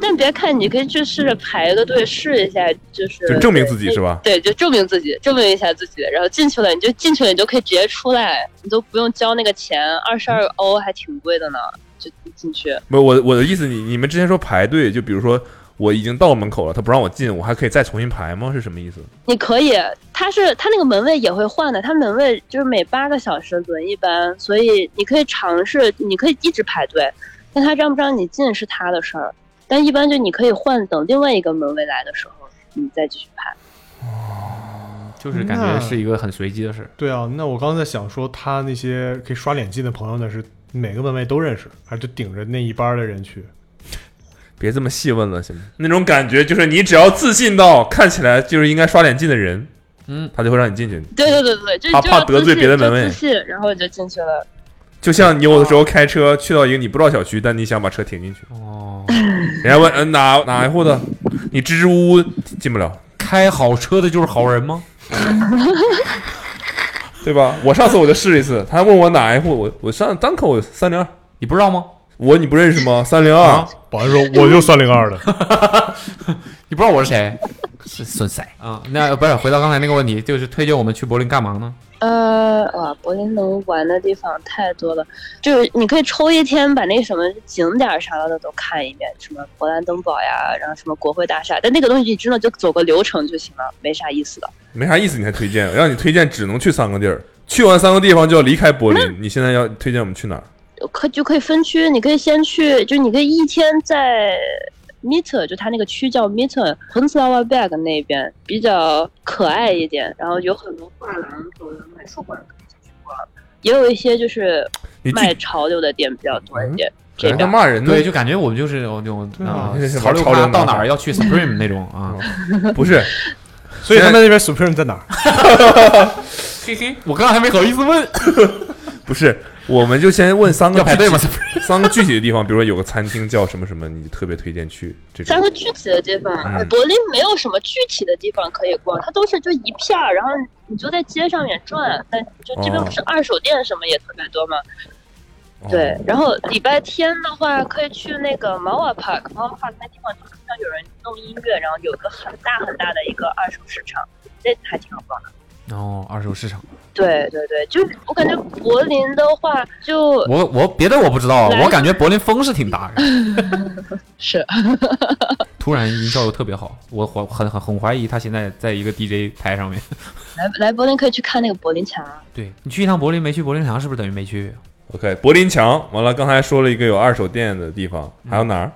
[SPEAKER 5] 但别看，你可以去试着排个队试一下，就是
[SPEAKER 3] 就证明自己是吧？
[SPEAKER 5] 对，就证明自己，证明一下自己，然后进去了你就进去了，你就可以直接出来，你都不用交那个钱，二十二欧还挺贵的呢，就进去。
[SPEAKER 3] 不，我我的意思，你你们之前说排队，就比如说我已经到门口了，他不让我进，我还可以再重新排吗？是什么意思？
[SPEAKER 5] 你可以，他是他那个门卫也会换的，他门卫就是每八个小时轮一班，所以你可以尝试，你可以一直排队，但他让不让你进是他的事儿，但一般就你可以换，等另外一个门卫来的时候，你再继续排。
[SPEAKER 8] 就是感
[SPEAKER 5] 嗯
[SPEAKER 8] 觉是一个很随机的事儿。
[SPEAKER 6] 对啊，那我刚才在想说，他那些可以刷脸进的朋友呢，是每个门卫都认识，还是就顶着那一班的人去？
[SPEAKER 3] 别这么细问了，行吗？那种感觉就是你只要自信到看起来就是应该刷脸进的人，
[SPEAKER 8] 嗯，
[SPEAKER 3] 他就会让你进去。
[SPEAKER 5] 对对对对，就
[SPEAKER 3] 怕
[SPEAKER 5] 就
[SPEAKER 3] 怕
[SPEAKER 5] 要
[SPEAKER 3] 得
[SPEAKER 5] 自
[SPEAKER 3] 罪
[SPEAKER 5] 信
[SPEAKER 3] 别的
[SPEAKER 5] 就
[SPEAKER 3] 门卫
[SPEAKER 5] 自信，然后你就进去了。
[SPEAKER 3] 就像你有的时候开车去到一个你不知道小区，但你想把车停进去，
[SPEAKER 8] 哦，
[SPEAKER 3] 人家问嗯哪哪一户的，你支支吾吾进不了，
[SPEAKER 8] 开好车的就是好人吗？
[SPEAKER 3] 对吧？我上次我就试了一次，他问我哪一户，我我上单口三零二，
[SPEAKER 8] 你不知道吗？
[SPEAKER 3] 我你不认识吗？三零
[SPEAKER 8] 啊
[SPEAKER 3] 二，
[SPEAKER 6] 保安说我就三零二的，
[SPEAKER 8] 你不知道我是谁？ [laughs] 是孙赛啊？那不是回到刚才那个问题，就是推荐我们去柏林干嘛呢？
[SPEAKER 5] 呃，哇，柏林能玩的地方太多了，就是你可以抽一天把那什么景点儿啥的都看一遍，什么勃兰登堡呀，然后什么国会大厦，但那个东西真的就走个流程就行了，没啥意思的。
[SPEAKER 3] 没啥意思，你还推荐？让你推荐只能去三个地儿，去完三个地方就要离开柏林。你现在要推荐我们去哪儿？
[SPEAKER 5] 可就可以分区，你可以先去，就你可以一天在 Mitter，就它那个区叫 Mitter p e n s l a v b a g 那边比较可爱一点，然后有很多画廊、走廊、美术馆可以进去逛，也有一些就是
[SPEAKER 3] 你具
[SPEAKER 5] 卖潮流的店比较多一点。这
[SPEAKER 3] 还在
[SPEAKER 5] 边
[SPEAKER 3] 骂人呢？
[SPEAKER 8] 对，就感觉我们就是那种
[SPEAKER 6] 对啊
[SPEAKER 8] 啊
[SPEAKER 3] 这是，
[SPEAKER 8] 潮流
[SPEAKER 3] 潮流
[SPEAKER 8] 咖
[SPEAKER 3] 男
[SPEAKER 8] 到哪
[SPEAKER 3] 孩
[SPEAKER 8] 儿 [laughs] 要去 Supreme 那种啊。
[SPEAKER 3] 不
[SPEAKER 5] [laughs]
[SPEAKER 3] 是，
[SPEAKER 6] 所以他们那边 Supreme 在哪儿？
[SPEAKER 8] 嘿嘿，我刚才还没好意思问，
[SPEAKER 3] 不是，我们就先问三个
[SPEAKER 8] 要排队吗？
[SPEAKER 3] 具 [laughs] 三个具体的地方，比如说有个餐厅叫什么什么，你特别推荐去这
[SPEAKER 5] 三
[SPEAKER 3] 种。
[SPEAKER 5] 个具体的地方，呃
[SPEAKER 3] 嗯
[SPEAKER 5] 柏林没有什么具体的地方可以逛，它都是就一片儿，然后你就在街上面转。但就这边
[SPEAKER 3] 哦
[SPEAKER 5] 不是二手店什么也特别多嘛，
[SPEAKER 3] 哦
[SPEAKER 5] 对。然后礼拜天的话，可以去那个 Mawa Park，Mawa Park 那地方就是像有人弄音乐，然后有一个很大很大的一个二手市场，这还挺好逛的。
[SPEAKER 8] 哦，二手市场，
[SPEAKER 5] 对对对，就是我感觉柏林的话就
[SPEAKER 8] 我我别的我不知道啊，
[SPEAKER 5] 来
[SPEAKER 8] 我感觉柏林风是挺大的。
[SPEAKER 5] 是
[SPEAKER 8] 突然音效又特别好，我怀很很很怀疑他现在在一个 DJ 台上面。
[SPEAKER 5] 来来柏林可以去看那个柏林墙。啊
[SPEAKER 8] 对你去一趟柏林没去柏林墙，是不是等于没去？
[SPEAKER 3] OK，柏林墙完了，刚才说了一个有二手店的地方，还有哪儿？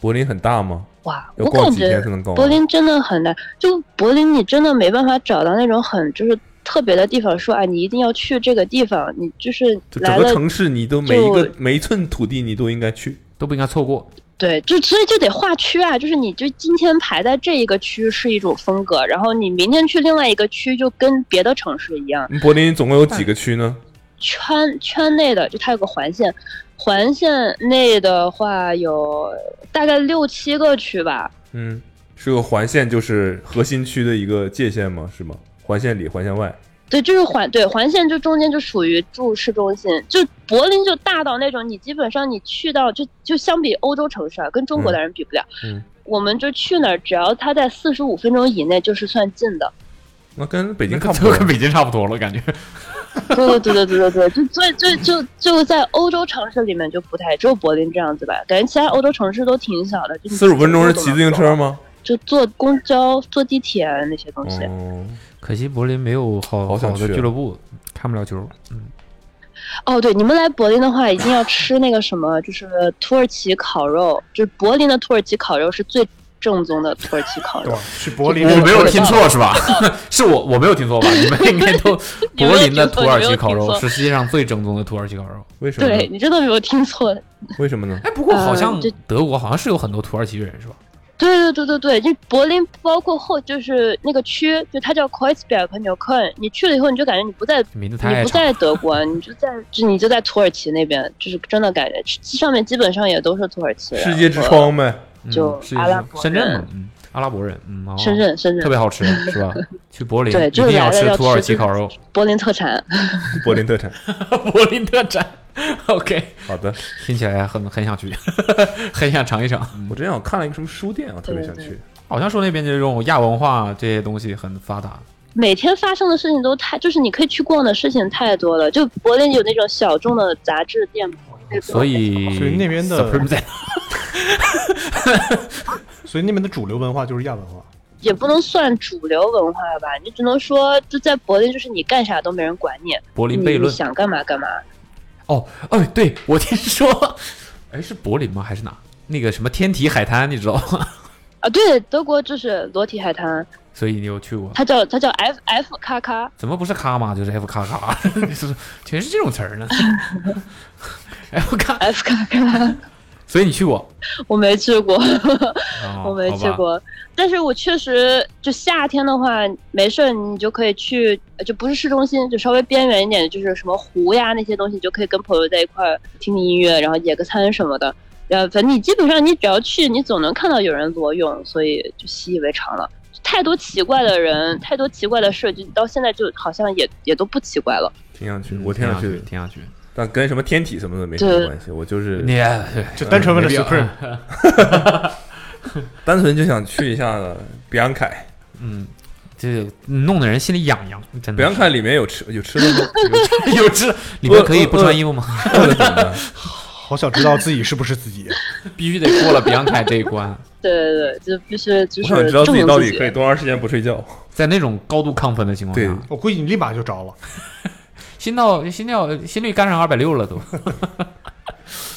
[SPEAKER 3] 柏林很大吗？
[SPEAKER 5] 哇，
[SPEAKER 3] 要
[SPEAKER 5] 嗯我
[SPEAKER 3] 逛
[SPEAKER 5] 感
[SPEAKER 3] 几
[SPEAKER 5] 觉
[SPEAKER 3] 天才能逛啊完？
[SPEAKER 5] 柏林真的很大，就柏林你真的没办法找到那种很就是特别的地方，说啊你一定要去这个地方，你就是
[SPEAKER 3] 就整
[SPEAKER 5] 来
[SPEAKER 3] 个
[SPEAKER 5] 了，
[SPEAKER 3] 城市，你都每一个
[SPEAKER 5] 就
[SPEAKER 3] 每一寸土地你都应该去。
[SPEAKER 8] 都不应该错过。
[SPEAKER 5] 对，就所以就得划区啊，就是你就今天排在这一个区是一种风格，然后你明天去另外一个区就跟别的城市一样，
[SPEAKER 3] 嗯柏林总共有几
[SPEAKER 5] 啊
[SPEAKER 3] 个区呢？
[SPEAKER 5] 圈圈内的就它有个环线，环线内的话有大概六七个区吧，
[SPEAKER 3] 嗯，是个环线，就是核心区的一个界限吗？是吗？环线里，环线外。
[SPEAKER 5] 对，就是环对环线，就中间就属于住市中心，就柏林就大到那种，你基本上你去到就就相比欧洲城市啊，跟中国当然比不了，
[SPEAKER 3] 嗯嗯
[SPEAKER 5] 我们就去那儿，只要它在四十五分钟以内就是算近的。 [laughs]
[SPEAKER 3] 那跟北
[SPEAKER 8] 已
[SPEAKER 3] 京差不多
[SPEAKER 8] 跟北京差不多了，感觉。
[SPEAKER 5] 对对对对对对，就所以就就就在欧洲城市里面就不太，只有柏林这样子吧，感觉其他欧洲城市都挺小的。就你
[SPEAKER 3] 四十五分钟是
[SPEAKER 5] 走路
[SPEAKER 3] 骑
[SPEAKER 5] 都
[SPEAKER 3] 自行
[SPEAKER 5] 能走
[SPEAKER 3] 车，吗？
[SPEAKER 5] 就坐公交、坐地铁啊那些东西。
[SPEAKER 3] 哦，
[SPEAKER 8] 可惜柏林没有好
[SPEAKER 3] 好想
[SPEAKER 8] 的
[SPEAKER 3] 去啊
[SPEAKER 8] 俱乐部，看不了球。
[SPEAKER 5] 哦，对，你们来柏林的话，一定要吃那个什么，就是土耳其烤肉，就是柏林的土耳其烤肉是最正宗的土耳其烤
[SPEAKER 6] 对
[SPEAKER 5] 肉
[SPEAKER 6] 吧。？去柏林，
[SPEAKER 8] 我没有听错 [laughs] 是吧？是我我没有听错吧？ [laughs] 你们应该都
[SPEAKER 5] 你没有
[SPEAKER 8] 柏林的
[SPEAKER 5] 听错
[SPEAKER 8] 土耳其烤
[SPEAKER 5] 你没有
[SPEAKER 8] 肉
[SPEAKER 5] 听
[SPEAKER 8] 是世界上最正宗的土耳其烤肉。
[SPEAKER 3] 为什么呢？
[SPEAKER 5] 对你真的没有听错，
[SPEAKER 3] 为什么
[SPEAKER 5] [laughs]
[SPEAKER 3] 呢？
[SPEAKER 8] [laughs] 哎，不过好像
[SPEAKER 5] 呃这
[SPEAKER 8] 德国好像是有很多土耳其人是吧？
[SPEAKER 5] 对对对对对，就柏林包括后就是那个区，就它叫 Kreuzberg 纽克恩，你去了以后你就感觉你不在
[SPEAKER 8] 名字
[SPEAKER 5] 你
[SPEAKER 8] 太
[SPEAKER 5] 不
[SPEAKER 8] 长。
[SPEAKER 5] 在德国，你就在就你就在土耳其那边，就是真的感觉上面基本上也都是土耳其人，
[SPEAKER 3] 世界之窗呗，
[SPEAKER 8] 嗯
[SPEAKER 5] 就是阿拉伯
[SPEAKER 8] 深圳
[SPEAKER 5] 人
[SPEAKER 8] 嘛，嗯，阿拉伯人，嗯，哦
[SPEAKER 5] 深圳深
[SPEAKER 8] 特
[SPEAKER 5] 圳
[SPEAKER 8] 别 [laughs] 好吃是吧？去柏林
[SPEAKER 5] 对
[SPEAKER 8] 一
[SPEAKER 5] 就是
[SPEAKER 8] 定要
[SPEAKER 5] 来了
[SPEAKER 8] 吃
[SPEAKER 5] 要
[SPEAKER 8] 土耳
[SPEAKER 5] 吃
[SPEAKER 8] 其烤肉，
[SPEAKER 5] 柏林特产，
[SPEAKER 3] 柏林特产。
[SPEAKER 8] [laughs] 柏林特产。OK，
[SPEAKER 3] 好的，
[SPEAKER 8] 听起来很很想去， [laughs] 很想尝一尝。
[SPEAKER 3] [laughs] 我之前我看了一个什么书店，我特别想
[SPEAKER 5] 对
[SPEAKER 3] 去。
[SPEAKER 8] 好像说那边这种亚文化这些东西很发达，
[SPEAKER 5] 每天发生的事情都太就是你可以去逛的事情太多了，就柏林有那种小众的杂志店铺，那种
[SPEAKER 8] 所以
[SPEAKER 6] 所以那边的
[SPEAKER 8] Supreme 在
[SPEAKER 6] 所以那边的主流文化就是亚文化。
[SPEAKER 5] 也不能算主流文化吧，你只能说就在柏林，就是你干啥都没人管你，
[SPEAKER 8] 柏林
[SPEAKER 5] 你
[SPEAKER 8] 悖
[SPEAKER 5] 你
[SPEAKER 8] 论。
[SPEAKER 5] 想干嘛干嘛。
[SPEAKER 8] 哦，哎，对我听说，哎，是柏林吗？还是哪？那个什么天体海滩，你知道吗？ [laughs]
[SPEAKER 5] 啊，对，德国就是裸体海滩，
[SPEAKER 8] 所以你有去过？
[SPEAKER 5] 它叫它叫 F F 咔咔，
[SPEAKER 8] 怎么不是卡嘛，就是 F 卡卡， [laughs] 就是全是这种词儿呢 [laughs] ？F 卡，
[SPEAKER 5] F 咔咔， [laughs]
[SPEAKER 8] 所以你去过？
[SPEAKER 5] 我没去过，
[SPEAKER 8] 哦
[SPEAKER 5] 我没去。过，但是我确实就夏天的话，没事儿你就可以去，呃就不是市中心，就稍微边缘一点，就是什么湖呀那些东西，你就可以跟朋友在一块儿听听音乐，然后野个餐什么的。呃，反正你基本上你只要去，你总能看到有人裸泳，所以就习以为常了。太多奇怪的人，太多奇怪的事，就到现在就好像也也都不奇怪了。
[SPEAKER 3] 挺想去，
[SPEAKER 8] 嗯
[SPEAKER 3] 我挺想去的，
[SPEAKER 8] 挺想去。
[SPEAKER 3] 但跟什么天体什么的没什么
[SPEAKER 5] 对
[SPEAKER 3] 关系。我就是
[SPEAKER 8] 你呃
[SPEAKER 6] 就单纯为了 Supreme，
[SPEAKER 3] 单纯就想去一下比昂凯。
[SPEAKER 8] 嗯，这弄得人心里痒痒，真
[SPEAKER 3] 比
[SPEAKER 8] 的
[SPEAKER 3] 昂
[SPEAKER 8] 是。
[SPEAKER 3] 凯里面有吃有吃的
[SPEAKER 5] [laughs]
[SPEAKER 3] 吗？
[SPEAKER 8] [laughs] 有吃，里面可以不穿衣服吗？
[SPEAKER 3] 有饿的怎么办？
[SPEAKER 6] 好想知道自己是不是自己。
[SPEAKER 8] 必须得过了比昂凯这一关，
[SPEAKER 5] 对对对，就必须就
[SPEAKER 3] 我
[SPEAKER 5] 是
[SPEAKER 3] 想知道
[SPEAKER 5] 证
[SPEAKER 3] 自己
[SPEAKER 5] 明
[SPEAKER 3] 到
[SPEAKER 5] 自
[SPEAKER 3] 底可以多长时间不睡觉。
[SPEAKER 8] [laughs] 在那种高度亢奋的情况
[SPEAKER 3] 对
[SPEAKER 8] 下，
[SPEAKER 6] 我估计你立马就着了。
[SPEAKER 8] 心跳、心跳、心率干上二百六了都。 [laughs]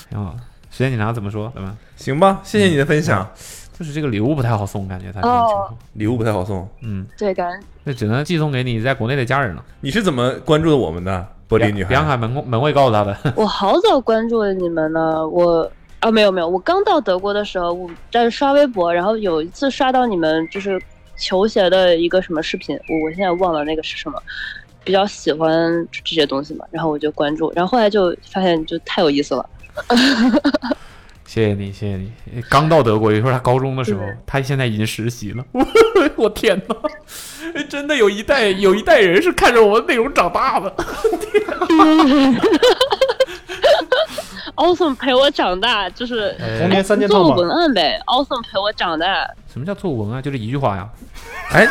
[SPEAKER 8] 挺好。时间警察怎么说？怎么？
[SPEAKER 3] 行吧，谢谢你的分享。
[SPEAKER 8] 就是这个礼物不太好送，感觉他这种情况。
[SPEAKER 3] 礼物不太好送，
[SPEAKER 8] 嗯，
[SPEAKER 5] 对，感觉
[SPEAKER 8] 那只能寄送给你在国内的家人了。
[SPEAKER 3] 你是怎么关注的我们的柏林女
[SPEAKER 8] 比昂
[SPEAKER 3] 孩？
[SPEAKER 8] 凯门卫门卫告诉他的。 [laughs]
[SPEAKER 5] 我好早关注了你们呢，我啊没有没有，我刚到德国的时候，我在刷微博，然后有一次刷到你们就是球鞋的一个什么视频，我我现在忘了那个是什么，比较喜欢这些东西嘛，然后我就关注，然后后来就发现就太有意思了，
[SPEAKER 8] 谢谢你，谢谢你。刚到德国，也就是他高中的时候，他现在已经实习了。 [laughs] 我天哪！哎真的有一代有一代人是看着我们内容长大的。
[SPEAKER 5] Awesome 陪我长大，就是
[SPEAKER 8] 哎
[SPEAKER 6] 童年三件套
[SPEAKER 5] 做
[SPEAKER 6] 吧
[SPEAKER 5] 文，案呗，Awesome 陪我长大，
[SPEAKER 8] 什么叫做文案？啊就是一句话呀。
[SPEAKER 3] 哎，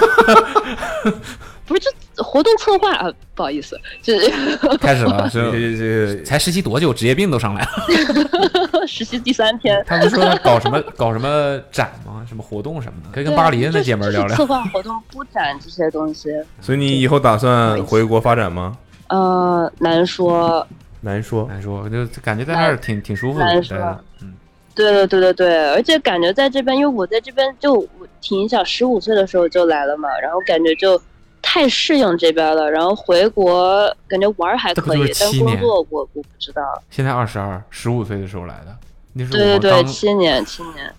[SPEAKER 5] 不是这活动策划啊，不好意思，就是 [laughs]
[SPEAKER 8] 开始了，
[SPEAKER 3] 这
[SPEAKER 8] 是
[SPEAKER 3] 这这
[SPEAKER 8] 才实习多久，职业病都上来了。
[SPEAKER 5] 实习第三天，
[SPEAKER 8] 他们说他搞什么搞什么展吗？什么活动什么的，可以跟巴黎的那姐们儿聊
[SPEAKER 5] 就是
[SPEAKER 8] 聊 [laughs]
[SPEAKER 5] 策。划活动、布展这些东西，
[SPEAKER 3] 所以你以后打算回国发展吗？
[SPEAKER 5] 呃，难说。
[SPEAKER 3] 难说。
[SPEAKER 8] 难哎说，就感觉在那儿挺挺舒服的。
[SPEAKER 5] 难说
[SPEAKER 8] 待着嗯，
[SPEAKER 5] 对对对对对，而且感觉在这边，因为我在这边就我挺小，十五岁的时候就来了嘛，然后感觉就太适应这边了，然后回国感觉玩儿还
[SPEAKER 8] 这不
[SPEAKER 5] 可以
[SPEAKER 8] 就是，
[SPEAKER 5] 但
[SPEAKER 8] 七
[SPEAKER 5] 工
[SPEAKER 8] 年
[SPEAKER 5] 作我我不知道。
[SPEAKER 8] 现在二十二，十五岁的时候来的，那时候
[SPEAKER 5] 对对
[SPEAKER 8] 我
[SPEAKER 5] 对，
[SPEAKER 8] 刚
[SPEAKER 5] 七年七年，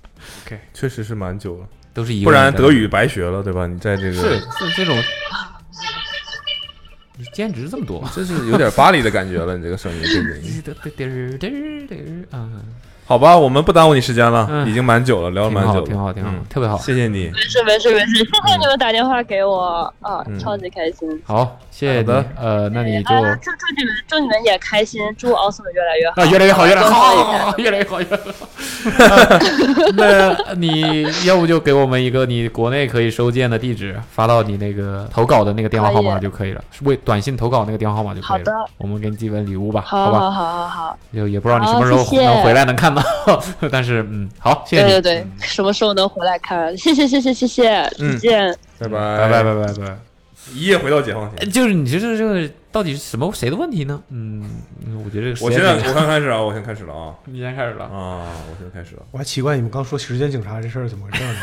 [SPEAKER 3] 确实是蛮久了，
[SPEAKER 8] 都是一
[SPEAKER 3] 不
[SPEAKER 8] 个人
[SPEAKER 3] 然
[SPEAKER 8] 在
[SPEAKER 3] 德语白学了，对吧？你在这
[SPEAKER 8] 是
[SPEAKER 3] 个，
[SPEAKER 8] 是这种，兼职这么多。
[SPEAKER 3] 真是有点巴黎的感觉了，你这个声音对不对？
[SPEAKER 8] 嗯，
[SPEAKER 3] 好吧，我们不耽误你时间了，
[SPEAKER 8] 嗯
[SPEAKER 3] 已经蛮久了，聊了
[SPEAKER 8] 挺
[SPEAKER 3] 蛮久
[SPEAKER 8] 好，
[SPEAKER 3] 了，
[SPEAKER 8] 挺好，挺好
[SPEAKER 3] 嗯，
[SPEAKER 8] 特别好。
[SPEAKER 3] 谢谢你，
[SPEAKER 5] 没事没事没
[SPEAKER 8] 嗯
[SPEAKER 5] 事，谢谢 [laughs] 你们打电话给我啊
[SPEAKER 3] 嗯，
[SPEAKER 5] 超级开心。
[SPEAKER 8] 好，谢谢
[SPEAKER 3] 好的
[SPEAKER 8] 你。呃，那你就
[SPEAKER 5] 啊祝祝你们祝你们也开心，祝奥斯们越来越好。
[SPEAKER 8] [laughs] 啊，越来越好，越来越
[SPEAKER 5] 都可以 [laughs]
[SPEAKER 8] 好，越来越好，越来越好。 [laughs] 那你要不就给我们一个你国内可以收件的地址，发到你那个投稿的那个电话号码
[SPEAKER 5] 可以
[SPEAKER 8] 就可以了，为短信投稿那个电话号码就可以
[SPEAKER 5] 好的
[SPEAKER 8] 了。我们给你寄份礼物吧，
[SPEAKER 5] 好
[SPEAKER 8] 吧
[SPEAKER 5] 好好？好好，
[SPEAKER 8] 就也不知道你什
[SPEAKER 5] 好
[SPEAKER 8] 么时候
[SPEAKER 5] 谢谢
[SPEAKER 8] 能回来能看到， [laughs] 但是嗯，好，谢谢
[SPEAKER 5] 对
[SPEAKER 8] 你，
[SPEAKER 5] 对对，什么时候能回来看？谢谢谢谢谢谢，
[SPEAKER 3] 嗯
[SPEAKER 5] 再见。
[SPEAKER 3] 拜拜
[SPEAKER 8] 拜拜拜拜拜拜。哎
[SPEAKER 3] 一夜回到解放前。
[SPEAKER 8] 就是你这这这个到底是什么谁的问题呢？嗯，我觉得这个时
[SPEAKER 3] 我
[SPEAKER 8] 间
[SPEAKER 3] 现在
[SPEAKER 8] 点
[SPEAKER 3] 我看开始啊，我先开始了啊
[SPEAKER 4] 你先开始了，
[SPEAKER 3] 啊！我现在开始了，
[SPEAKER 6] 我还奇怪你们刚说时间警察这事儿怎么回事 [laughs] 呢？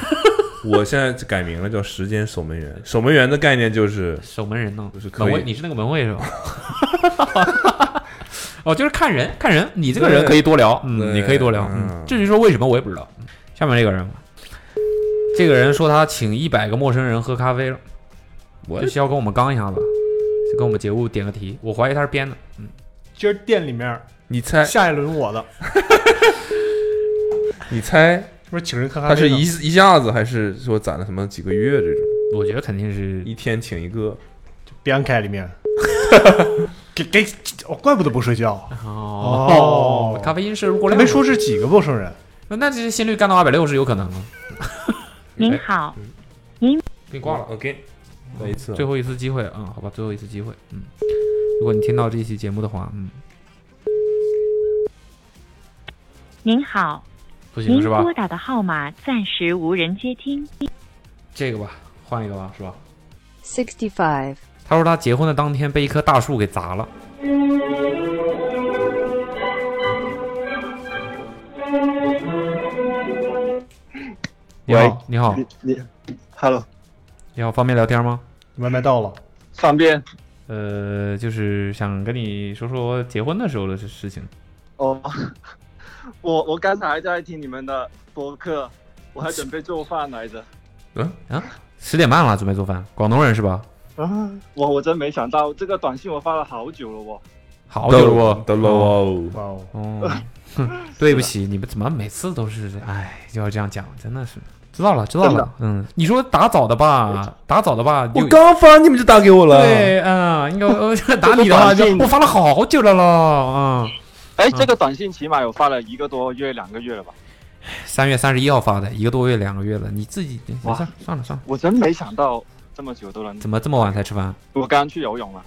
[SPEAKER 3] 我现在改名了，叫时间守门员。守门员的概念就是
[SPEAKER 8] 守门人呢？
[SPEAKER 3] 就是可
[SPEAKER 8] 门卫，
[SPEAKER 3] 以，
[SPEAKER 8] 你是那个门卫是吧？ [laughs] 哦，就是看人，看人，你这个人
[SPEAKER 3] 对
[SPEAKER 8] 可以多聊，
[SPEAKER 3] 对
[SPEAKER 8] 嗯，你可以多聊，
[SPEAKER 3] 嗯
[SPEAKER 8] 嗯，至于说为什么我也不知道。下面这个人吧，这个人说他请一百个陌生人喝咖啡了，
[SPEAKER 3] 我
[SPEAKER 8] 就是要跟我们刚一下子，就跟我们节目点个题，我怀疑他是编的，
[SPEAKER 6] 今儿店里面
[SPEAKER 3] 你猜
[SPEAKER 6] 下一轮我的，
[SPEAKER 3] 你猜
[SPEAKER 6] 是不是请人看咖
[SPEAKER 3] 他
[SPEAKER 6] 啡
[SPEAKER 3] 是
[SPEAKER 6] 呢？
[SPEAKER 3] 一一下子还是说攒了什么几个月这种？
[SPEAKER 8] 我觉得肯定是
[SPEAKER 3] 一天请一个，
[SPEAKER 6] 边开里面，给给，哦，怪不得不睡觉，哦
[SPEAKER 8] 咖啡因摄入过
[SPEAKER 6] 他
[SPEAKER 8] 量，
[SPEAKER 6] 没说是几个陌生人，
[SPEAKER 8] 那这心率干到二百六是有可能啊的。
[SPEAKER 10] 您好，
[SPEAKER 8] [laughs] 给你挂了，
[SPEAKER 3] 我给你再一次啊，
[SPEAKER 8] 最后一次机会啊、嗯好吧，最后一次机会，嗯，如果你听到这期节目的话，嗯，
[SPEAKER 10] 您好，
[SPEAKER 8] 不行
[SPEAKER 10] 您
[SPEAKER 8] 是吧？
[SPEAKER 10] 拨打的号码暂时无人接听。
[SPEAKER 8] 这个吧，换一个吧，是吧？
[SPEAKER 11] sixty five,
[SPEAKER 8] 他说他结婚的当天被一棵大树给砸了。你好，你好，
[SPEAKER 7] 你你，Hello，
[SPEAKER 8] 你好，方便聊天吗？
[SPEAKER 6] 外卖到了，
[SPEAKER 7] 方便
[SPEAKER 8] 呃，就是想跟你说说结婚的时候的事事情。
[SPEAKER 7] 哦。 [laughs] 我我刚才还在听你们的播客，我还准备做饭来着。
[SPEAKER 8] 十点半了，准备做饭，广东人是吧？
[SPEAKER 7] 啊，我我真没想到这个短信我发了好久了我。
[SPEAKER 8] 好久了，
[SPEAKER 3] 都了哦，
[SPEAKER 6] 哇哦，
[SPEAKER 8] 哦，
[SPEAKER 7] 嗯
[SPEAKER 8] 哼对不起，你们怎么每次都是这哎，就要这样讲，真的是知道了，知道
[SPEAKER 7] 真
[SPEAKER 8] 了。嗯，你说打早的吧，打早的吧，
[SPEAKER 3] 我
[SPEAKER 8] 有
[SPEAKER 3] 刚发你们就打给我了，
[SPEAKER 8] 对啊，应该
[SPEAKER 7] [laughs]
[SPEAKER 8] 我打你的话，
[SPEAKER 7] 这个短信
[SPEAKER 8] 我发了好久了咯，啊，
[SPEAKER 7] 哎，这个短信起码有发了一个多月、两个月了吧？
[SPEAKER 8] 三月三十一号发的，一个多月、两个月了，你自己
[SPEAKER 7] 哇
[SPEAKER 8] 算了算了算了，
[SPEAKER 7] 我真没想到这么久都能。
[SPEAKER 8] 怎么这么晚才吃饭？
[SPEAKER 7] 我刚去游泳了，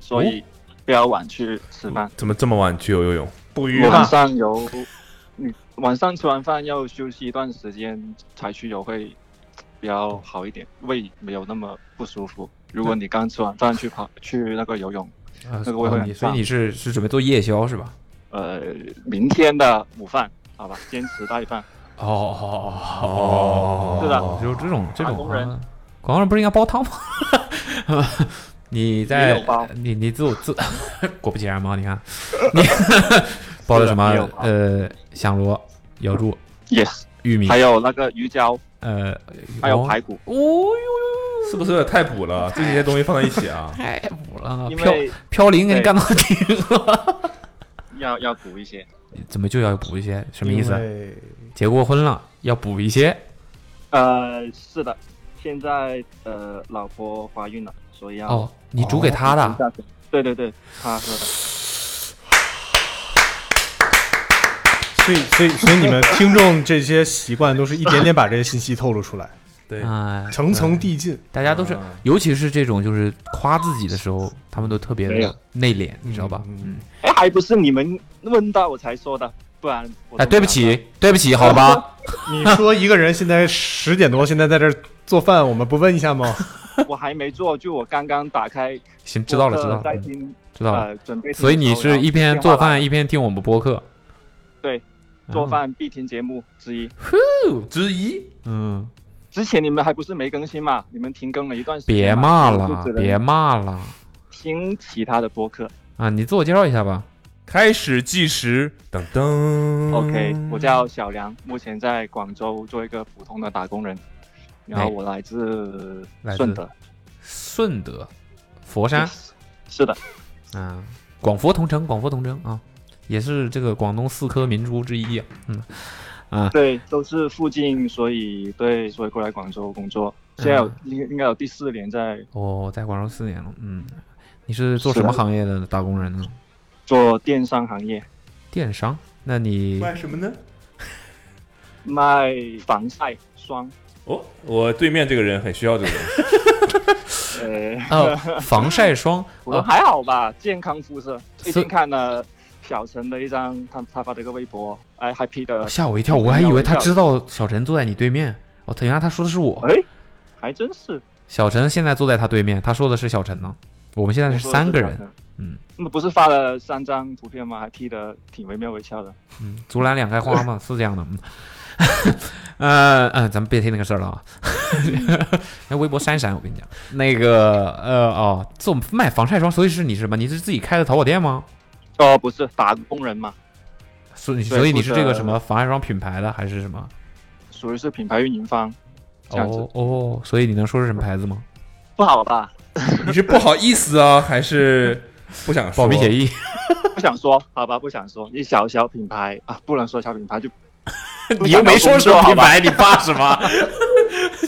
[SPEAKER 7] 所以比较晚去吃饭。
[SPEAKER 3] 怎么这么晚去游游泳？
[SPEAKER 6] 捕鱼啊
[SPEAKER 7] 我晚
[SPEAKER 6] 吧，
[SPEAKER 7] 上游，嗯，晚上吃完饭要休息一段时间才去游会比较好一点，胃没有那么不舒服。如果你刚吃完饭去跑去那个游泳，
[SPEAKER 8] 啊
[SPEAKER 7] 那个我也
[SPEAKER 8] 哦
[SPEAKER 7] 很
[SPEAKER 8] 你所以
[SPEAKER 7] 棒
[SPEAKER 8] 你是是准备做夜宵是吧？
[SPEAKER 7] 呃，明天的午饭好吧，坚持带饭。
[SPEAKER 8] 哦哦哦
[SPEAKER 3] 哦
[SPEAKER 7] 是的
[SPEAKER 8] 就是这种这种
[SPEAKER 7] 广东人
[SPEAKER 8] 啊，广东人不是应该煲汤吗？ [laughs] 你
[SPEAKER 7] 也
[SPEAKER 8] 在
[SPEAKER 7] 有煲
[SPEAKER 8] 你你自我自果不其然嘛，你看你煲的什么
[SPEAKER 7] 也有？煲
[SPEAKER 8] 呃，响螺、瑶柱、
[SPEAKER 7] Yes，
[SPEAKER 8] 玉米
[SPEAKER 7] 还，有那个鱼胶，
[SPEAKER 8] 呃，
[SPEAKER 7] 还有
[SPEAKER 8] 哦
[SPEAKER 7] 排骨，
[SPEAKER 8] 哦呦，，
[SPEAKER 3] 是不是有点太补了？这些东西放在一起啊
[SPEAKER 8] 太补了！
[SPEAKER 7] 因
[SPEAKER 8] 飘
[SPEAKER 7] 为
[SPEAKER 8] 飘零给你
[SPEAKER 7] 对
[SPEAKER 8] 干到顶了， [laughs]
[SPEAKER 7] 要要补一些。
[SPEAKER 8] 怎么就要补一些？什么意思啊
[SPEAKER 6] 因？为
[SPEAKER 8] 结过婚了要补一些？
[SPEAKER 7] 呃，是的，现在呃，老婆怀孕了，所以要、
[SPEAKER 8] 哦，你煮给他
[SPEAKER 7] 哦
[SPEAKER 8] 的？
[SPEAKER 7] 啊对对对，她喝的。
[SPEAKER 6] 所以所以所以你们听众这些习惯都是一点点把这些信息透露出来，
[SPEAKER 3] 对，
[SPEAKER 8] 哎，
[SPEAKER 6] 层层递进，
[SPEAKER 8] 大家都
[SPEAKER 7] 嗯
[SPEAKER 8] 是，尤其是这种就是夸自己的时候，他们都特别
[SPEAKER 7] 没有
[SPEAKER 8] 的内敛，你知道吧？
[SPEAKER 6] 嗯，
[SPEAKER 7] 哎，还不是你们问到我才说的，不然我
[SPEAKER 8] 哎，对不，起，对不起，好了
[SPEAKER 7] [laughs]
[SPEAKER 8] 吧？
[SPEAKER 6] 你说一个人现在十点多，现在在这儿做饭，我们不问一下吗？
[SPEAKER 7] 我还没做，就我刚刚打开，
[SPEAKER 8] 行，知道了，知道了，
[SPEAKER 7] 呃在
[SPEAKER 8] 嗯
[SPEAKER 7] 听，
[SPEAKER 8] 知道了。
[SPEAKER 7] 呃，准备听的时候。
[SPEAKER 8] 所以你是一边做
[SPEAKER 7] 然后
[SPEAKER 8] 饭一边听我们播客？
[SPEAKER 7] 对，
[SPEAKER 8] 嗯
[SPEAKER 7] 做。饭必听节目之一。
[SPEAKER 3] 之一，
[SPEAKER 8] 嗯，
[SPEAKER 7] 之前你们还不是没更新嘛？你们停更了一段时间，
[SPEAKER 8] 别骂了
[SPEAKER 7] 就只，能
[SPEAKER 8] 别骂了
[SPEAKER 7] 听其他的播客。
[SPEAKER 8] 啊！你自我介绍一下吧。
[SPEAKER 3] 开始计时，噔
[SPEAKER 8] 嗯
[SPEAKER 3] 噔
[SPEAKER 7] OK，我叫小梁，目前在广州做一个普通的打工人，然后我来自
[SPEAKER 8] 哎来自
[SPEAKER 7] 顺德，
[SPEAKER 8] 顺德，佛山
[SPEAKER 7] Yes，是的，
[SPEAKER 8] 啊，广佛同城，广佛同城啊，也是这个广东四颗明珠之一啊。嗯，啊，
[SPEAKER 7] [laughs] 对，都是附近，所以对，所以过来广州工作，现在有
[SPEAKER 8] 嗯
[SPEAKER 7] 应应该有第四年在
[SPEAKER 8] 我、哦在广州四年了，嗯，你是做什
[SPEAKER 7] 是
[SPEAKER 8] 么
[SPEAKER 7] 的
[SPEAKER 8] 行业的打工人呢？
[SPEAKER 7] 做电商行业，
[SPEAKER 8] 电商？那你
[SPEAKER 3] 卖什么呢？
[SPEAKER 7] 卖防晒霜，
[SPEAKER 3] 哦，我对面这个人很需要这个 [laughs] 人，
[SPEAKER 8] [laughs]
[SPEAKER 7] 呃， [laughs]
[SPEAKER 8] 哦，防晒霜
[SPEAKER 7] 我
[SPEAKER 8] 哦，
[SPEAKER 7] 还好吧，健康肤色。最
[SPEAKER 8] 所以
[SPEAKER 7] 近看了小陈的一张，他他发的一个微博，哎，happy 的，
[SPEAKER 8] 吓我一哦
[SPEAKER 7] 哎
[SPEAKER 8] 跳，我还以为他知道小陈坐在你对面，哦，他原来他说的是我，
[SPEAKER 7] 哎，还真是
[SPEAKER 8] 小陈现在坐在他对面，他说的是小陈呢。我们现在是三个人，嗯，
[SPEAKER 7] 那不是发了三张图片吗？还 P 的挺惟妙惟肖的。
[SPEAKER 8] 嗯，竹篮两开花
[SPEAKER 7] [laughs]
[SPEAKER 8] 嘛，是这样的。嗯呃嗯， [laughs] 咱们别提那个事儿了啊。 [laughs] 那微博删一删，我跟你讲。那个呃哦，做卖防晒霜，所以是你是什么？你是自己开的淘宝店吗？
[SPEAKER 7] 哦，不是打工人嘛，
[SPEAKER 8] 所以
[SPEAKER 7] 对
[SPEAKER 8] 所以你是
[SPEAKER 7] 负责
[SPEAKER 8] 这个什么防晒霜品牌的还是什么？
[SPEAKER 7] 属于是品牌运营方，这样子、
[SPEAKER 8] 哦哦，所以你能说是什么牌子吗？
[SPEAKER 7] 不好吧？
[SPEAKER 3] 你是不好意思啊， [laughs] 还是不想说
[SPEAKER 8] 保密协议？，
[SPEAKER 7] 不想说，好吧，不想说。一小小品牌啊，不能说小品牌就
[SPEAKER 8] 你又没说什么品牌，你怕什
[SPEAKER 7] [laughs]
[SPEAKER 8] 么？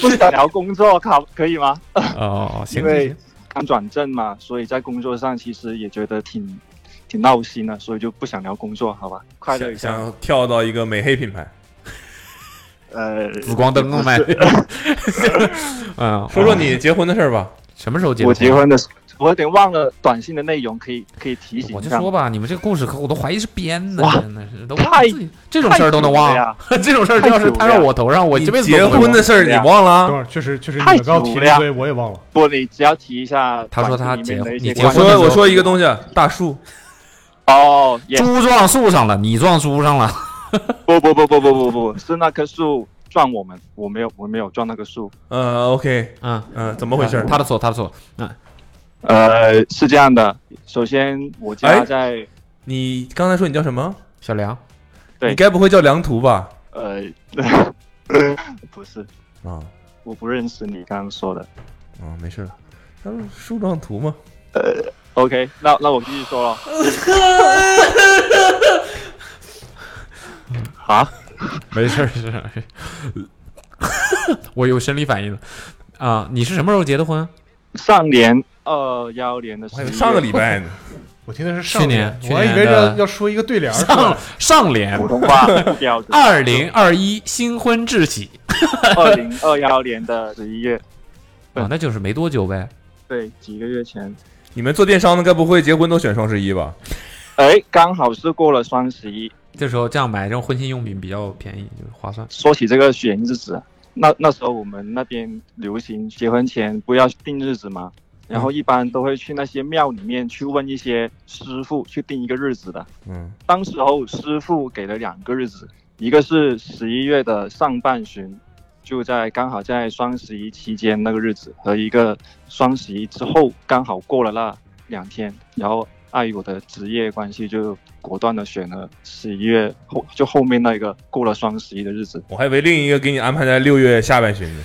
[SPEAKER 7] 不想聊工作，靠，可以吗？
[SPEAKER 8] 哦，行
[SPEAKER 7] 因
[SPEAKER 8] 行
[SPEAKER 7] 为
[SPEAKER 8] 行，
[SPEAKER 7] 刚转正嘛，所以在工作上其实也觉得挺挺闹心的，所以就不想聊工作，好吧？快乐一下，
[SPEAKER 3] 想跳到一个美黑品牌，
[SPEAKER 7] 呃， [laughs]
[SPEAKER 8] [laughs] 紫光灯笼卖
[SPEAKER 7] 不是
[SPEAKER 8] 嗯，
[SPEAKER 3] 说说你结婚的事儿吧。
[SPEAKER 8] 什么时候结
[SPEAKER 7] 我结婚的时候，我有点忘了短信的内容，可以可以提醒
[SPEAKER 8] 我
[SPEAKER 7] 一
[SPEAKER 8] 就
[SPEAKER 7] 下吗。
[SPEAKER 8] 说吧，你们这个故事可我都怀疑是编的，
[SPEAKER 7] 哇
[SPEAKER 8] 真的是都忘了自己这种
[SPEAKER 7] 太
[SPEAKER 8] 事儿都能
[SPEAKER 7] 久了
[SPEAKER 8] 忘
[SPEAKER 7] 呀，
[SPEAKER 8] [laughs] 这种事儿要是摊到我头上，我这辈子都不会
[SPEAKER 3] 忘
[SPEAKER 8] 忘
[SPEAKER 3] 了？啊
[SPEAKER 6] 等会儿，确实确实，你
[SPEAKER 7] 太
[SPEAKER 6] 们刚
[SPEAKER 7] 久
[SPEAKER 6] 提
[SPEAKER 7] 了呀
[SPEAKER 6] 了一堆，我也忘了。
[SPEAKER 7] 不，你只要提一下
[SPEAKER 8] 他说他
[SPEAKER 7] 短信
[SPEAKER 8] 结
[SPEAKER 7] 里面的一些
[SPEAKER 8] 你
[SPEAKER 7] 关
[SPEAKER 8] 结
[SPEAKER 7] 系。
[SPEAKER 8] 婚的时
[SPEAKER 3] 说
[SPEAKER 8] 候，
[SPEAKER 3] 我说一个东西，大树，
[SPEAKER 7] 哦，也
[SPEAKER 8] 猪撞树上了，你撞猪上了，
[SPEAKER 7] 不不不不不不不，是那棵树撞我们，我没有我没有撞那棵树。
[SPEAKER 3] 呃，OK，
[SPEAKER 8] 嗯
[SPEAKER 3] 嗯，怎么回事？
[SPEAKER 8] 他的错，他的错。嗯，
[SPEAKER 7] 呃，是这样的，首先我家在
[SPEAKER 3] 你刚才说你叫什么？
[SPEAKER 8] 小梁，
[SPEAKER 7] 对
[SPEAKER 3] 你该不会叫梁图吧？
[SPEAKER 7] 呃， [laughs] 不是
[SPEAKER 3] 啊，
[SPEAKER 7] 我不认识你刚刚说的。
[SPEAKER 3] 啊，没事了，他说树状图嘛。
[SPEAKER 7] 呃，OK，那那我继续
[SPEAKER 3] [laughs]
[SPEAKER 7] 说了。啊，
[SPEAKER 8] 没事儿没事儿，没事儿 [laughs] 我有生理反应了啊！你是什么时候结的
[SPEAKER 7] [laughs]
[SPEAKER 8] 婚？
[SPEAKER 7] 上年二幺年的时候，
[SPEAKER 3] 上个礼拜呢， [laughs]
[SPEAKER 6] 我听的是上
[SPEAKER 8] 去年，去
[SPEAKER 6] 我还以
[SPEAKER 8] 年
[SPEAKER 6] 为要
[SPEAKER 8] 的
[SPEAKER 6] 要说一个对联儿出来
[SPEAKER 8] 上上联，
[SPEAKER 7] 普通话不
[SPEAKER 3] [laughs]
[SPEAKER 7] 标准。
[SPEAKER 8] 二零二一新婚致喜
[SPEAKER 7] 二零二幺年的十一月，
[SPEAKER 8] 啊，那就是没多久呗。
[SPEAKER 7] 对，几个月前。
[SPEAKER 3] 你们做电商的，该不会结婚都选双十一吧？
[SPEAKER 7] 哎，刚好是过了双十一。
[SPEAKER 8] 这时候这样买这种婚庆用品比较便宜，就是划算。
[SPEAKER 7] 说起这个选日子，那那时候我们那边流行结婚前不要定日子嘛，然后一般都会去那些庙里面去问一些师傅去定一个日子的。
[SPEAKER 3] 嗯，
[SPEAKER 7] 当时候师傅给了两个日子，一个是十一月的上半旬，就在刚好在双十一期间那个日子，和一个双十一之后刚好过了那两天，然后碍于我的职业关系，就果断的选了十一月后就后面那个过了双十一的日子。
[SPEAKER 3] 我还以为另一个给你安排在六月下半旬呢。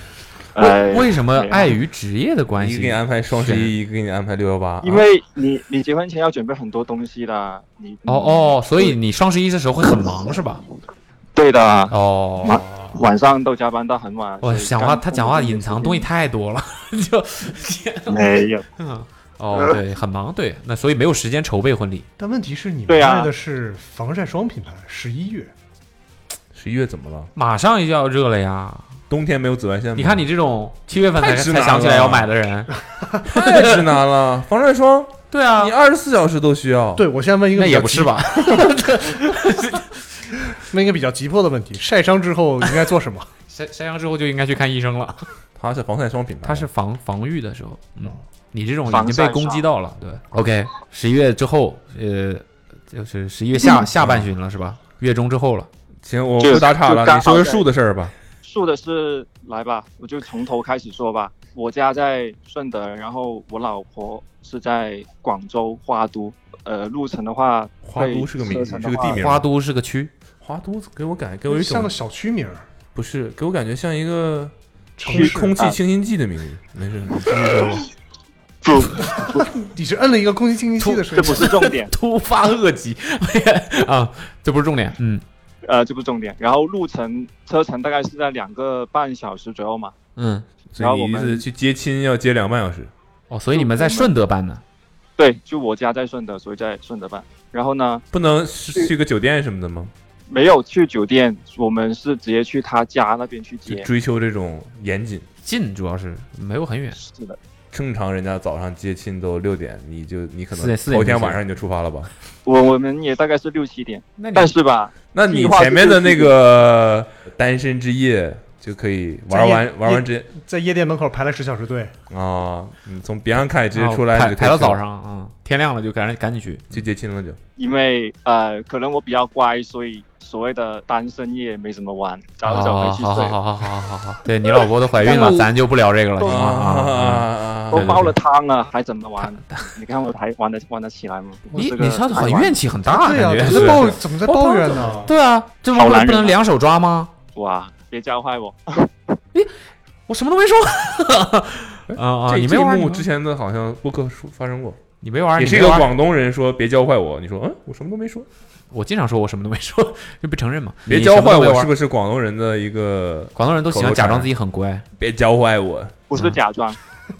[SPEAKER 7] 呃，
[SPEAKER 8] 为什么碍于职业的关
[SPEAKER 3] 一
[SPEAKER 8] 系，
[SPEAKER 3] 个给你安排双十一，一个给你安排六幺八。啊
[SPEAKER 7] 因为你你结婚前要准备很多东西的，你
[SPEAKER 8] 哦哦，所以你双十一的时候会很忙是
[SPEAKER 3] [laughs]
[SPEAKER 8] 吧？
[SPEAKER 7] 对的啊
[SPEAKER 8] 哦，
[SPEAKER 7] 晚晚上都加班到很晚。
[SPEAKER 8] 我
[SPEAKER 7] 所以
[SPEAKER 8] 讲话
[SPEAKER 7] 刚
[SPEAKER 8] 他讲话隐藏东西太多了，就
[SPEAKER 7] 没有。
[SPEAKER 8] 嗯哦，对，很忙，对，那所以没有时间筹备婚礼。
[SPEAKER 6] 但问题是，你们
[SPEAKER 7] 对啊
[SPEAKER 6] 卖的是防晒霜品牌，十一月
[SPEAKER 3] 十一月怎么了？
[SPEAKER 8] 马上就要热了呀！
[SPEAKER 3] 冬天没有紫外线吗？
[SPEAKER 8] 你看你这种七月份
[SPEAKER 3] 嗯
[SPEAKER 8] 才
[SPEAKER 3] 太直
[SPEAKER 8] 才
[SPEAKER 3] 男
[SPEAKER 8] 想起来
[SPEAKER 3] 了
[SPEAKER 8] 要买的人，
[SPEAKER 3] [laughs] 太直男了，防晒霜，
[SPEAKER 8] 对啊
[SPEAKER 3] 你，二十四小时都需要。
[SPEAKER 6] 对，我现在问一个
[SPEAKER 8] 哦那
[SPEAKER 6] 比
[SPEAKER 8] 也
[SPEAKER 6] 较
[SPEAKER 8] 不
[SPEAKER 6] 急
[SPEAKER 8] 是？吧？
[SPEAKER 6] 问一个比较急迫的问题：晒伤之后应该做
[SPEAKER 8] [laughs]
[SPEAKER 6] 什么？
[SPEAKER 8] 晒晒伤之后就应该去看医生了。
[SPEAKER 3] 它是防晒霜品牌，
[SPEAKER 8] 他是防防御的时候，嗯，你这种
[SPEAKER 7] 防
[SPEAKER 8] 已经被
[SPEAKER 7] 晒
[SPEAKER 8] 攻击
[SPEAKER 7] 伤
[SPEAKER 8] 到了，对。OK，十一月之后，呃，就是十一月 [laughs] 下下半旬了，是吧？月中之后了。
[SPEAKER 3] 行，我
[SPEAKER 7] 就
[SPEAKER 3] 不打岔了
[SPEAKER 7] 就，刚
[SPEAKER 3] 你说
[SPEAKER 7] 好
[SPEAKER 3] 说
[SPEAKER 7] 在
[SPEAKER 3] 树的事儿吧。
[SPEAKER 7] 树的是来吧，我就从头开始说吧。我家在顺德，然后我老婆是在广州花都。呃，路程的话，
[SPEAKER 3] 花都是个名
[SPEAKER 7] 车程的
[SPEAKER 3] 是个地
[SPEAKER 7] 话
[SPEAKER 3] 名
[SPEAKER 8] 花都是个区，，
[SPEAKER 3] 花都给我感给我一
[SPEAKER 6] 像
[SPEAKER 3] 种
[SPEAKER 6] 个小区名儿，
[SPEAKER 3] 不是给我感觉像一个
[SPEAKER 6] 城
[SPEAKER 3] 空
[SPEAKER 6] 市
[SPEAKER 3] 空气
[SPEAKER 7] 啊
[SPEAKER 3] 清新剂的名字，没事，你继续说吧。
[SPEAKER 6] 你是摁了一个空气清新剂的声
[SPEAKER 7] 这
[SPEAKER 6] 音
[SPEAKER 7] 不是重
[SPEAKER 8] [laughs]
[SPEAKER 7] 点
[SPEAKER 8] 突发恶疾啊，这不是重点，嗯
[SPEAKER 7] 呃，这不是重点。然后路程车程大概是在两个半小时左右嘛。
[SPEAKER 8] 嗯，
[SPEAKER 3] 所以
[SPEAKER 7] 然后我
[SPEAKER 3] 你意
[SPEAKER 7] 们
[SPEAKER 3] 思去接亲要接两个半小时，
[SPEAKER 8] 哦，所以你们在顺德办呢？
[SPEAKER 7] 对，就我家在顺德，所以在顺德办。然后呢，
[SPEAKER 3] 不能是去个酒店什么的吗？
[SPEAKER 7] 没有去酒店，我们是直接去他家那边去
[SPEAKER 3] 就
[SPEAKER 7] 接。
[SPEAKER 3] 追求这种严谨。
[SPEAKER 8] 近主要是没有很远，
[SPEAKER 7] 是的，
[SPEAKER 3] 正常人家早上接亲都六点，你就你可
[SPEAKER 8] 四点
[SPEAKER 3] 能
[SPEAKER 8] 四点
[SPEAKER 3] 头天
[SPEAKER 8] 就
[SPEAKER 3] 晚上你就出发了吧？
[SPEAKER 7] 我我们也大概是六七点，
[SPEAKER 8] 那
[SPEAKER 7] 但是吧，
[SPEAKER 3] 那你前面的那个单身之夜就可以玩完玩完直接
[SPEAKER 6] 在夜店门口排了十小时队，
[SPEAKER 3] 啊，你从别上开直接出来，你
[SPEAKER 8] 啊
[SPEAKER 3] 就可以
[SPEAKER 8] 排排到
[SPEAKER 3] 去了
[SPEAKER 8] 早上，嗯，天亮了就赶赶紧去，
[SPEAKER 3] 就接亲了就。
[SPEAKER 7] 因为呃，可能我比较乖，所以所谓的单身夜没什么玩，早
[SPEAKER 8] 好
[SPEAKER 7] 点
[SPEAKER 8] 好
[SPEAKER 7] 回去
[SPEAKER 8] 好
[SPEAKER 7] 睡。
[SPEAKER 8] 哦好好好好好，对你老婆都怀孕 [laughs] 了，
[SPEAKER 7] 但我
[SPEAKER 8] 咱就不聊这个了，行吗？啊，
[SPEAKER 7] 都
[SPEAKER 8] 对对
[SPEAKER 7] 煲了汤了，还怎
[SPEAKER 8] [laughs]
[SPEAKER 7] 么玩？你看我还玩得玩得起来吗？我
[SPEAKER 8] 你
[SPEAKER 7] 这个
[SPEAKER 8] 你上次
[SPEAKER 7] 爱
[SPEAKER 8] 很
[SPEAKER 7] 玩
[SPEAKER 8] 怨气很大，
[SPEAKER 7] 对啊
[SPEAKER 8] 感觉
[SPEAKER 7] 怎么
[SPEAKER 8] 是
[SPEAKER 7] 抱
[SPEAKER 8] 是
[SPEAKER 6] 怎么在抱怨呢
[SPEAKER 8] 对啊，这不
[SPEAKER 7] 好男人啊
[SPEAKER 8] 不能两手抓吗？
[SPEAKER 7] 哇！别教坏我，
[SPEAKER 8] 我什么都没说。 [laughs] 啊啊！
[SPEAKER 3] 这
[SPEAKER 8] 你没
[SPEAKER 3] 这一
[SPEAKER 8] 玩
[SPEAKER 3] 幕
[SPEAKER 8] 你
[SPEAKER 3] 之前的好像播客说发生过，
[SPEAKER 8] 你没玩
[SPEAKER 3] 也
[SPEAKER 8] 你
[SPEAKER 3] 是一
[SPEAKER 8] 没
[SPEAKER 3] 个
[SPEAKER 8] 玩
[SPEAKER 3] 广东人说别教坏我，你说嗯，我什么都没说，
[SPEAKER 8] 我经常说我什么都没说， [laughs] 就不承认嘛。
[SPEAKER 3] 别
[SPEAKER 8] 你
[SPEAKER 3] 教
[SPEAKER 8] 什么
[SPEAKER 3] 坏
[SPEAKER 8] 都没
[SPEAKER 3] 我
[SPEAKER 8] 玩
[SPEAKER 3] 是不是广东人的一个？
[SPEAKER 8] 广东人都喜欢假装自己很乖，
[SPEAKER 3] 别教坏我，
[SPEAKER 7] 不是假装。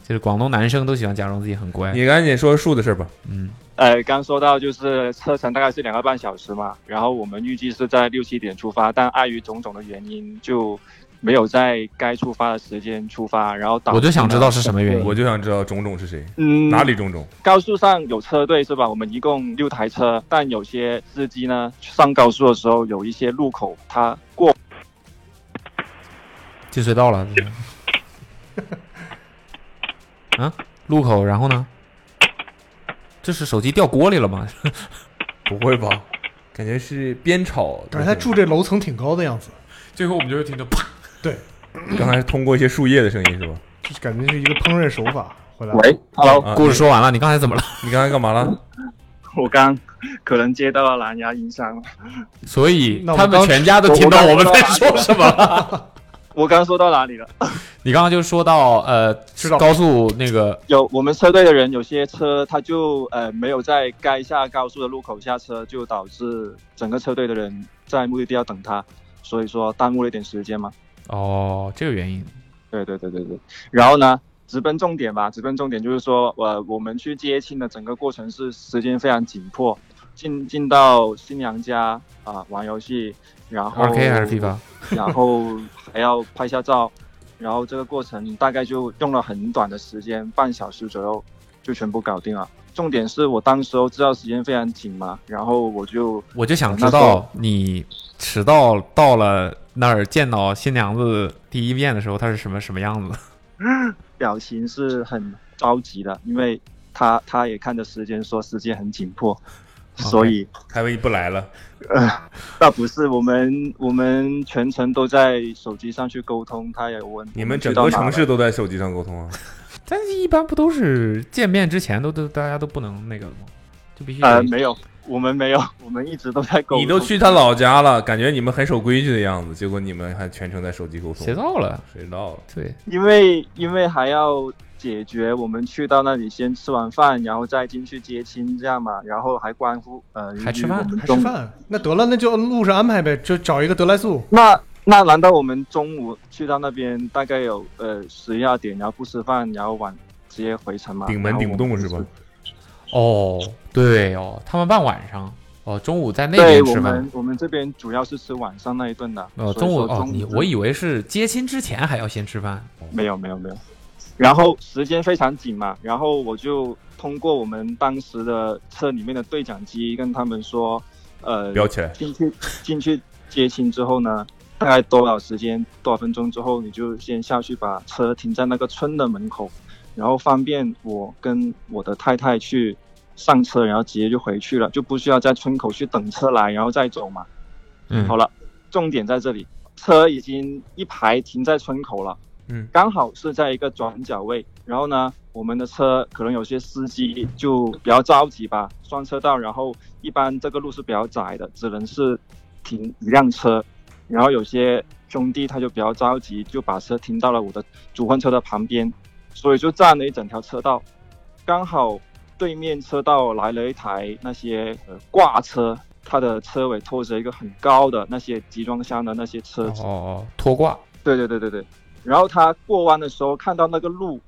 [SPEAKER 8] 就是广东男生都喜欢假装自己很 [laughs] 乖。
[SPEAKER 3] 你赶紧说树的事儿吧。
[SPEAKER 8] 嗯，
[SPEAKER 7] 呃，刚说到就是车程大概是两个半小时嘛，然后我们预计是在六七点出发，但碍于种种的原因，就没有在该出发的时间出发，然后导致
[SPEAKER 8] 我就想知道是什么原因
[SPEAKER 3] 我就想知道种种是谁，
[SPEAKER 7] 嗯
[SPEAKER 3] 哪里种种？
[SPEAKER 7] 高速上有车队是吧？我们一共六台车，但有些司机呢上高速的时候有一些路口他过
[SPEAKER 8] 进隧道了。这是 [laughs] 啊，路口，然后呢？这是手机掉锅里了吗？
[SPEAKER 3] 不会吧？感觉是边吵，
[SPEAKER 6] 感觉他住这楼层挺高的样子，
[SPEAKER 8] [laughs] 最后我们就会听到啪，
[SPEAKER 6] 对，
[SPEAKER 3] 刚才是通过一些树叶的声音是吧？
[SPEAKER 6] 就是感觉是一个烹饪手法。回来，
[SPEAKER 3] 啊
[SPEAKER 8] 故事说完了，你刚才怎么了？
[SPEAKER 3] 你刚才干嘛了？
[SPEAKER 7] 我刚 [laughs] 可能接到了蓝牙音箱了。
[SPEAKER 8] 所以
[SPEAKER 7] 那我
[SPEAKER 8] 他们
[SPEAKER 7] 刚
[SPEAKER 8] 全家都
[SPEAKER 7] 我
[SPEAKER 8] 听到
[SPEAKER 7] 我
[SPEAKER 8] 我们
[SPEAKER 7] 刚
[SPEAKER 8] 在说什么了。
[SPEAKER 7] 我刚说到哪里了？
[SPEAKER 8] 你刚刚就说到呃，高速那个
[SPEAKER 7] 有我们车队的人，有些车他就呃没有在该下高速的路口下车，就导致整个车队的人在目的地要等他，所以说耽误了一点时间嘛。
[SPEAKER 8] 哦，这个原因
[SPEAKER 7] 对对对对对。然后呢，直奔重点吧，直奔重点就是说，呃，我们去接亲的整个过程是时间非常紧迫，进进到新娘家啊、玩游戏，然后
[SPEAKER 8] 2K 还是 FIFA
[SPEAKER 7] 然后还要拍下照，然后这个过程大概就用了很短的时间，半小时左右就全部搞定了。重点是我当时候知道时间非常紧嘛，然后我就
[SPEAKER 8] 我就想
[SPEAKER 7] 那
[SPEAKER 8] 知
[SPEAKER 7] 时候
[SPEAKER 8] 道你迟到到了那儿见到新娘子第一面的时候，她是什么什么样子？
[SPEAKER 7] 表情是很着急的，因为他他也看着时间说时间很紧迫，所以
[SPEAKER 3] 还为你不来了。
[SPEAKER 7] 呃，那不是我们我们全程都在手机上去沟通，他也问
[SPEAKER 3] 你
[SPEAKER 7] 我
[SPEAKER 3] 们
[SPEAKER 7] 知
[SPEAKER 3] 整
[SPEAKER 7] 道
[SPEAKER 3] 个
[SPEAKER 7] 哪
[SPEAKER 3] 城
[SPEAKER 7] 了
[SPEAKER 3] 市都在手机上沟通啊？
[SPEAKER 8] [laughs] 但是一般不都是见面之前都都大家都不能那个吗？就必须
[SPEAKER 7] 呃
[SPEAKER 8] 得
[SPEAKER 7] 没有，我们没有，我们一直都在沟通。
[SPEAKER 3] 你都去他老家了，感觉你们很守规矩的样子，结果你们还全程在手机沟通。
[SPEAKER 7] 谁到了？
[SPEAKER 3] 谁到了？
[SPEAKER 8] 对，
[SPEAKER 7] 因为因为还要解决我们去到那里先吃完饭，然后再进去接亲这样嘛，然后还关乎呃
[SPEAKER 6] 还吃
[SPEAKER 7] 于我
[SPEAKER 6] 饭，
[SPEAKER 7] 们
[SPEAKER 6] 还吃
[SPEAKER 7] 中
[SPEAKER 6] 饭。那得了，那就路上安排呗，就找一个德莱素。
[SPEAKER 7] 那那难道我们中午去到那边大概有呃十一二点，然后不吃饭，然后晚直接回城嘛？
[SPEAKER 3] 顶门
[SPEAKER 7] 然后
[SPEAKER 3] 顶不
[SPEAKER 7] 我们
[SPEAKER 3] 动是吧？
[SPEAKER 8] 哦，对哦，他们办晚上哦，中午在那
[SPEAKER 7] 对
[SPEAKER 8] 边
[SPEAKER 7] 我
[SPEAKER 8] 吃饭
[SPEAKER 7] 们。我们这边主要是吃晚上那一顿的。
[SPEAKER 8] 哦，
[SPEAKER 7] 所以
[SPEAKER 8] 中午
[SPEAKER 7] 说
[SPEAKER 8] 哦，你
[SPEAKER 7] 中
[SPEAKER 8] 我以为是接亲之前还要先吃饭。
[SPEAKER 7] 没有没有没有，然后时间非常紧嘛，然后我就通过我们当时的车里面的对讲机跟他们说，呃，
[SPEAKER 3] 飙起来
[SPEAKER 7] 进去进去接亲之后呢，大概多少时间多少分钟之后，你就先下去把车停在那个村的门口，然后方便我跟我的太太去上车，然后直接就回去了，就不需要在村口去等车来，然后再走嘛。
[SPEAKER 8] 嗯
[SPEAKER 7] 好了，重点在这里，车已经一排停在村口了。
[SPEAKER 3] 嗯
[SPEAKER 7] 刚好是在一个转角位，然后呢，我们的车可能有些司机就比较着急吧，双车道，然后一般这个路是比较窄的，只能是停一辆车，然后有些兄弟他就比较着急，就把车停到了我的主婚车的旁边，所以就占了一整条车道，刚好对面车道来了一台那些呃挂车，它的车尾拖着一个很高的那些集装箱的那些车
[SPEAKER 8] 哦哦，拖挂。
[SPEAKER 7] 对对对对对。然后他过弯的时候看到那个路，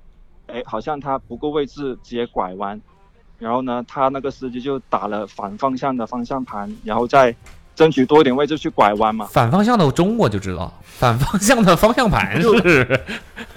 [SPEAKER 7] 哎，好像他不够位置，直接拐弯。然后呢，他那个司机就打了反方向的方向盘，然后再争取多一点位置去拐弯嘛。
[SPEAKER 8] 反方向的钟我就知道，反方向的方向盘是，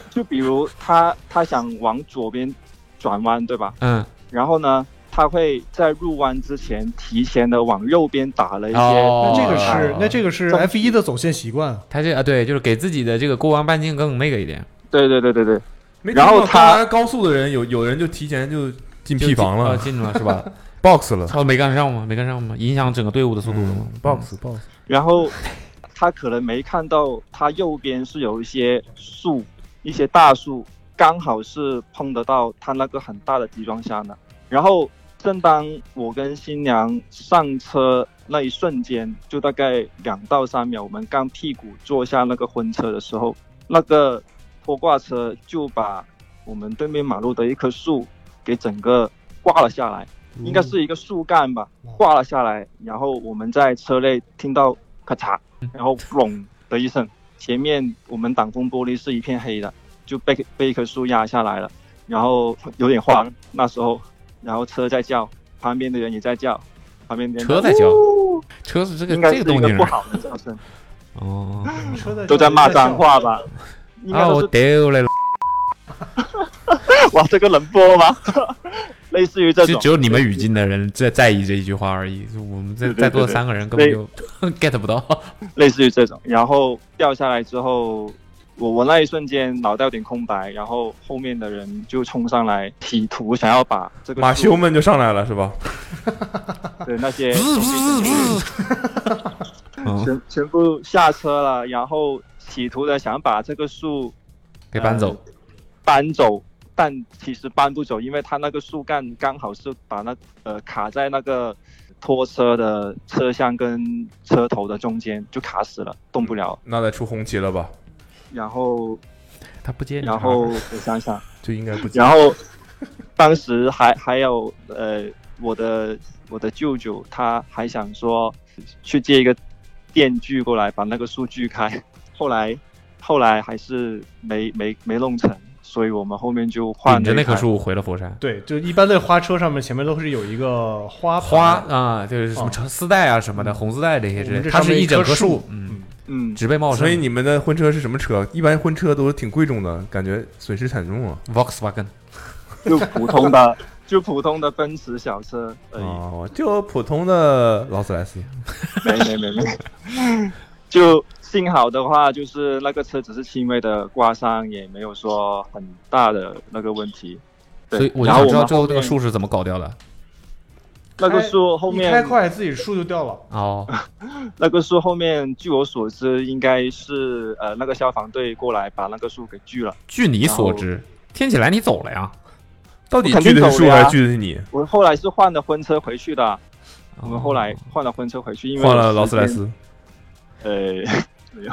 [SPEAKER 7] 就比如他他想往左边转弯，对吧？
[SPEAKER 8] [laughs] 嗯，
[SPEAKER 7] 然后呢，他会在入弯之前提前的往右边打了一些。
[SPEAKER 8] 哦
[SPEAKER 6] 那这个是那这个是
[SPEAKER 7] 中
[SPEAKER 6] F 一的走线习惯啊。
[SPEAKER 8] 他这啊，对，就是给自己的这个过弯半径更那个一点。
[SPEAKER 7] 对对对对对。
[SPEAKER 3] 没
[SPEAKER 8] 然后
[SPEAKER 3] 听过
[SPEAKER 8] 他
[SPEAKER 3] 刚才高速的人有有人就提前就进
[SPEAKER 8] 就
[SPEAKER 3] P 房了，
[SPEAKER 8] 啊进了是吧
[SPEAKER 7] [laughs]
[SPEAKER 3] ？box 了，嗯
[SPEAKER 8] 操，没跟上吗？没跟上吗？影响整个队伍的速度了吗
[SPEAKER 7] 嗯
[SPEAKER 3] ？box box，
[SPEAKER 7] 然后他可能没看到他右边是有一些树，一些大树，刚好是碰得到他那个很大的集装箱的。然后正当我跟新娘上车那一瞬间，就大概两到三秒，我们刚屁股坐下那个婚车的时候，那个拖挂车就把我们对面马路的一棵树给整个挂了下来，应该是一个树干吧，挂了下来。然后我们在车内听到咔嚓，然后隆的一声，前面我们挡风玻璃是一片黑的，就被被一棵树压下来了，然后有点慌那时候，然后车在叫，旁边的人也在叫，旁边的人
[SPEAKER 8] 车在叫
[SPEAKER 7] 呜
[SPEAKER 8] 车是这个
[SPEAKER 7] 应该
[SPEAKER 8] 这
[SPEAKER 7] 是
[SPEAKER 8] 个
[SPEAKER 7] 一
[SPEAKER 8] 动
[SPEAKER 7] 个
[SPEAKER 8] 静
[SPEAKER 7] 不好的叫声，
[SPEAKER 8] 哦，
[SPEAKER 7] 都在骂脏话
[SPEAKER 8] [laughs]
[SPEAKER 7] 吧？应该
[SPEAKER 8] 啊，
[SPEAKER 7] 都
[SPEAKER 8] 我
[SPEAKER 7] 是
[SPEAKER 8] 丢了，
[SPEAKER 7] 哇，这个能播吗？ [laughs] 类似于这
[SPEAKER 8] 就
[SPEAKER 7] 种，
[SPEAKER 8] 只有你们语境的人在在意这一句话而已，就我们在
[SPEAKER 7] 对对
[SPEAKER 8] 在座的
[SPEAKER 7] 对对
[SPEAKER 8] 三个人根本就 [laughs] get 不到。
[SPEAKER 7] 类似于这种。然后掉下来之后，我我那一瞬间脑袋有点空白，然后后面的人就冲上来企图想要把这个
[SPEAKER 3] 马
[SPEAKER 7] 树
[SPEAKER 3] 修们就上来了是吧？
[SPEAKER 7] 对那些
[SPEAKER 8] 哦嗯
[SPEAKER 7] 全全部下车了，然后企图的想把这个树
[SPEAKER 8] 给搬走，
[SPEAKER 7] 搬走，但其实搬不走，因为它那个树干刚好是把那呃卡在那个拖车的车厢跟车头的中间，就卡死了，动不了。
[SPEAKER 3] 那得出红旗了吧？
[SPEAKER 7] 然后
[SPEAKER 8] 他不接你啊
[SPEAKER 7] 然后我想想，
[SPEAKER 3] 就应该不接。
[SPEAKER 7] 然后当时还还有呃，我的我的舅舅他还想说去借一个电锯过来把那个树锯开，后来后来还是没没没弄成，所以我们后面就换
[SPEAKER 8] 顶着
[SPEAKER 7] 了
[SPEAKER 8] 那
[SPEAKER 7] 一
[SPEAKER 8] 棵
[SPEAKER 7] 台
[SPEAKER 8] 树回了佛山。
[SPEAKER 6] 对，就一般的花车上面前面都是有一个花
[SPEAKER 8] 花
[SPEAKER 6] 盘
[SPEAKER 8] 啊，就是什么长丝带啊什么的，红丝带这些之
[SPEAKER 6] 我
[SPEAKER 8] 类
[SPEAKER 6] 们这
[SPEAKER 8] 的，它
[SPEAKER 6] 上面
[SPEAKER 8] 是
[SPEAKER 6] 一
[SPEAKER 8] 整
[SPEAKER 6] 棵
[SPEAKER 8] 棵
[SPEAKER 6] 树，
[SPEAKER 8] 嗯
[SPEAKER 7] 嗯，
[SPEAKER 8] 植被茂盛。
[SPEAKER 3] 所以你们的婚车是什么车？一般婚车都挺贵重的，感觉损失惨重啊。
[SPEAKER 8] Volkswagen
[SPEAKER 7] 就普通的就普通的奔驰小车而已，
[SPEAKER 3] 哦，就普通的劳斯莱斯。
[SPEAKER 7] 没没没没，就幸好的话就是那个车只是轻微的刮伤，也没有说很大的那个问题。对
[SPEAKER 8] 所以我就
[SPEAKER 7] 然后
[SPEAKER 8] 想
[SPEAKER 7] 我
[SPEAKER 8] 知道最后
[SPEAKER 7] 们
[SPEAKER 8] 这个
[SPEAKER 7] 面
[SPEAKER 8] 树是怎么搞掉的。
[SPEAKER 7] 那个树后
[SPEAKER 6] 一开
[SPEAKER 7] 面，
[SPEAKER 6] 快自己树就掉了。
[SPEAKER 8] 哦，
[SPEAKER 7] 那个树后面，据我所知，应该是呃那个消防队过来把那个树给锯了。
[SPEAKER 8] 据你所
[SPEAKER 7] 然后，
[SPEAKER 8] 知，听起来你走了呀？
[SPEAKER 3] 到
[SPEAKER 7] 底我肯定锯的是走了树呀还是锯的是
[SPEAKER 3] 你？
[SPEAKER 7] 我后来是换了婚车回去的。我们后来换了婚车回去，因为
[SPEAKER 3] 哦换
[SPEAKER 7] 我
[SPEAKER 3] 了
[SPEAKER 7] 时
[SPEAKER 3] 劳斯莱
[SPEAKER 7] 间
[SPEAKER 3] 斯。
[SPEAKER 7] 呃， [laughs] 没有，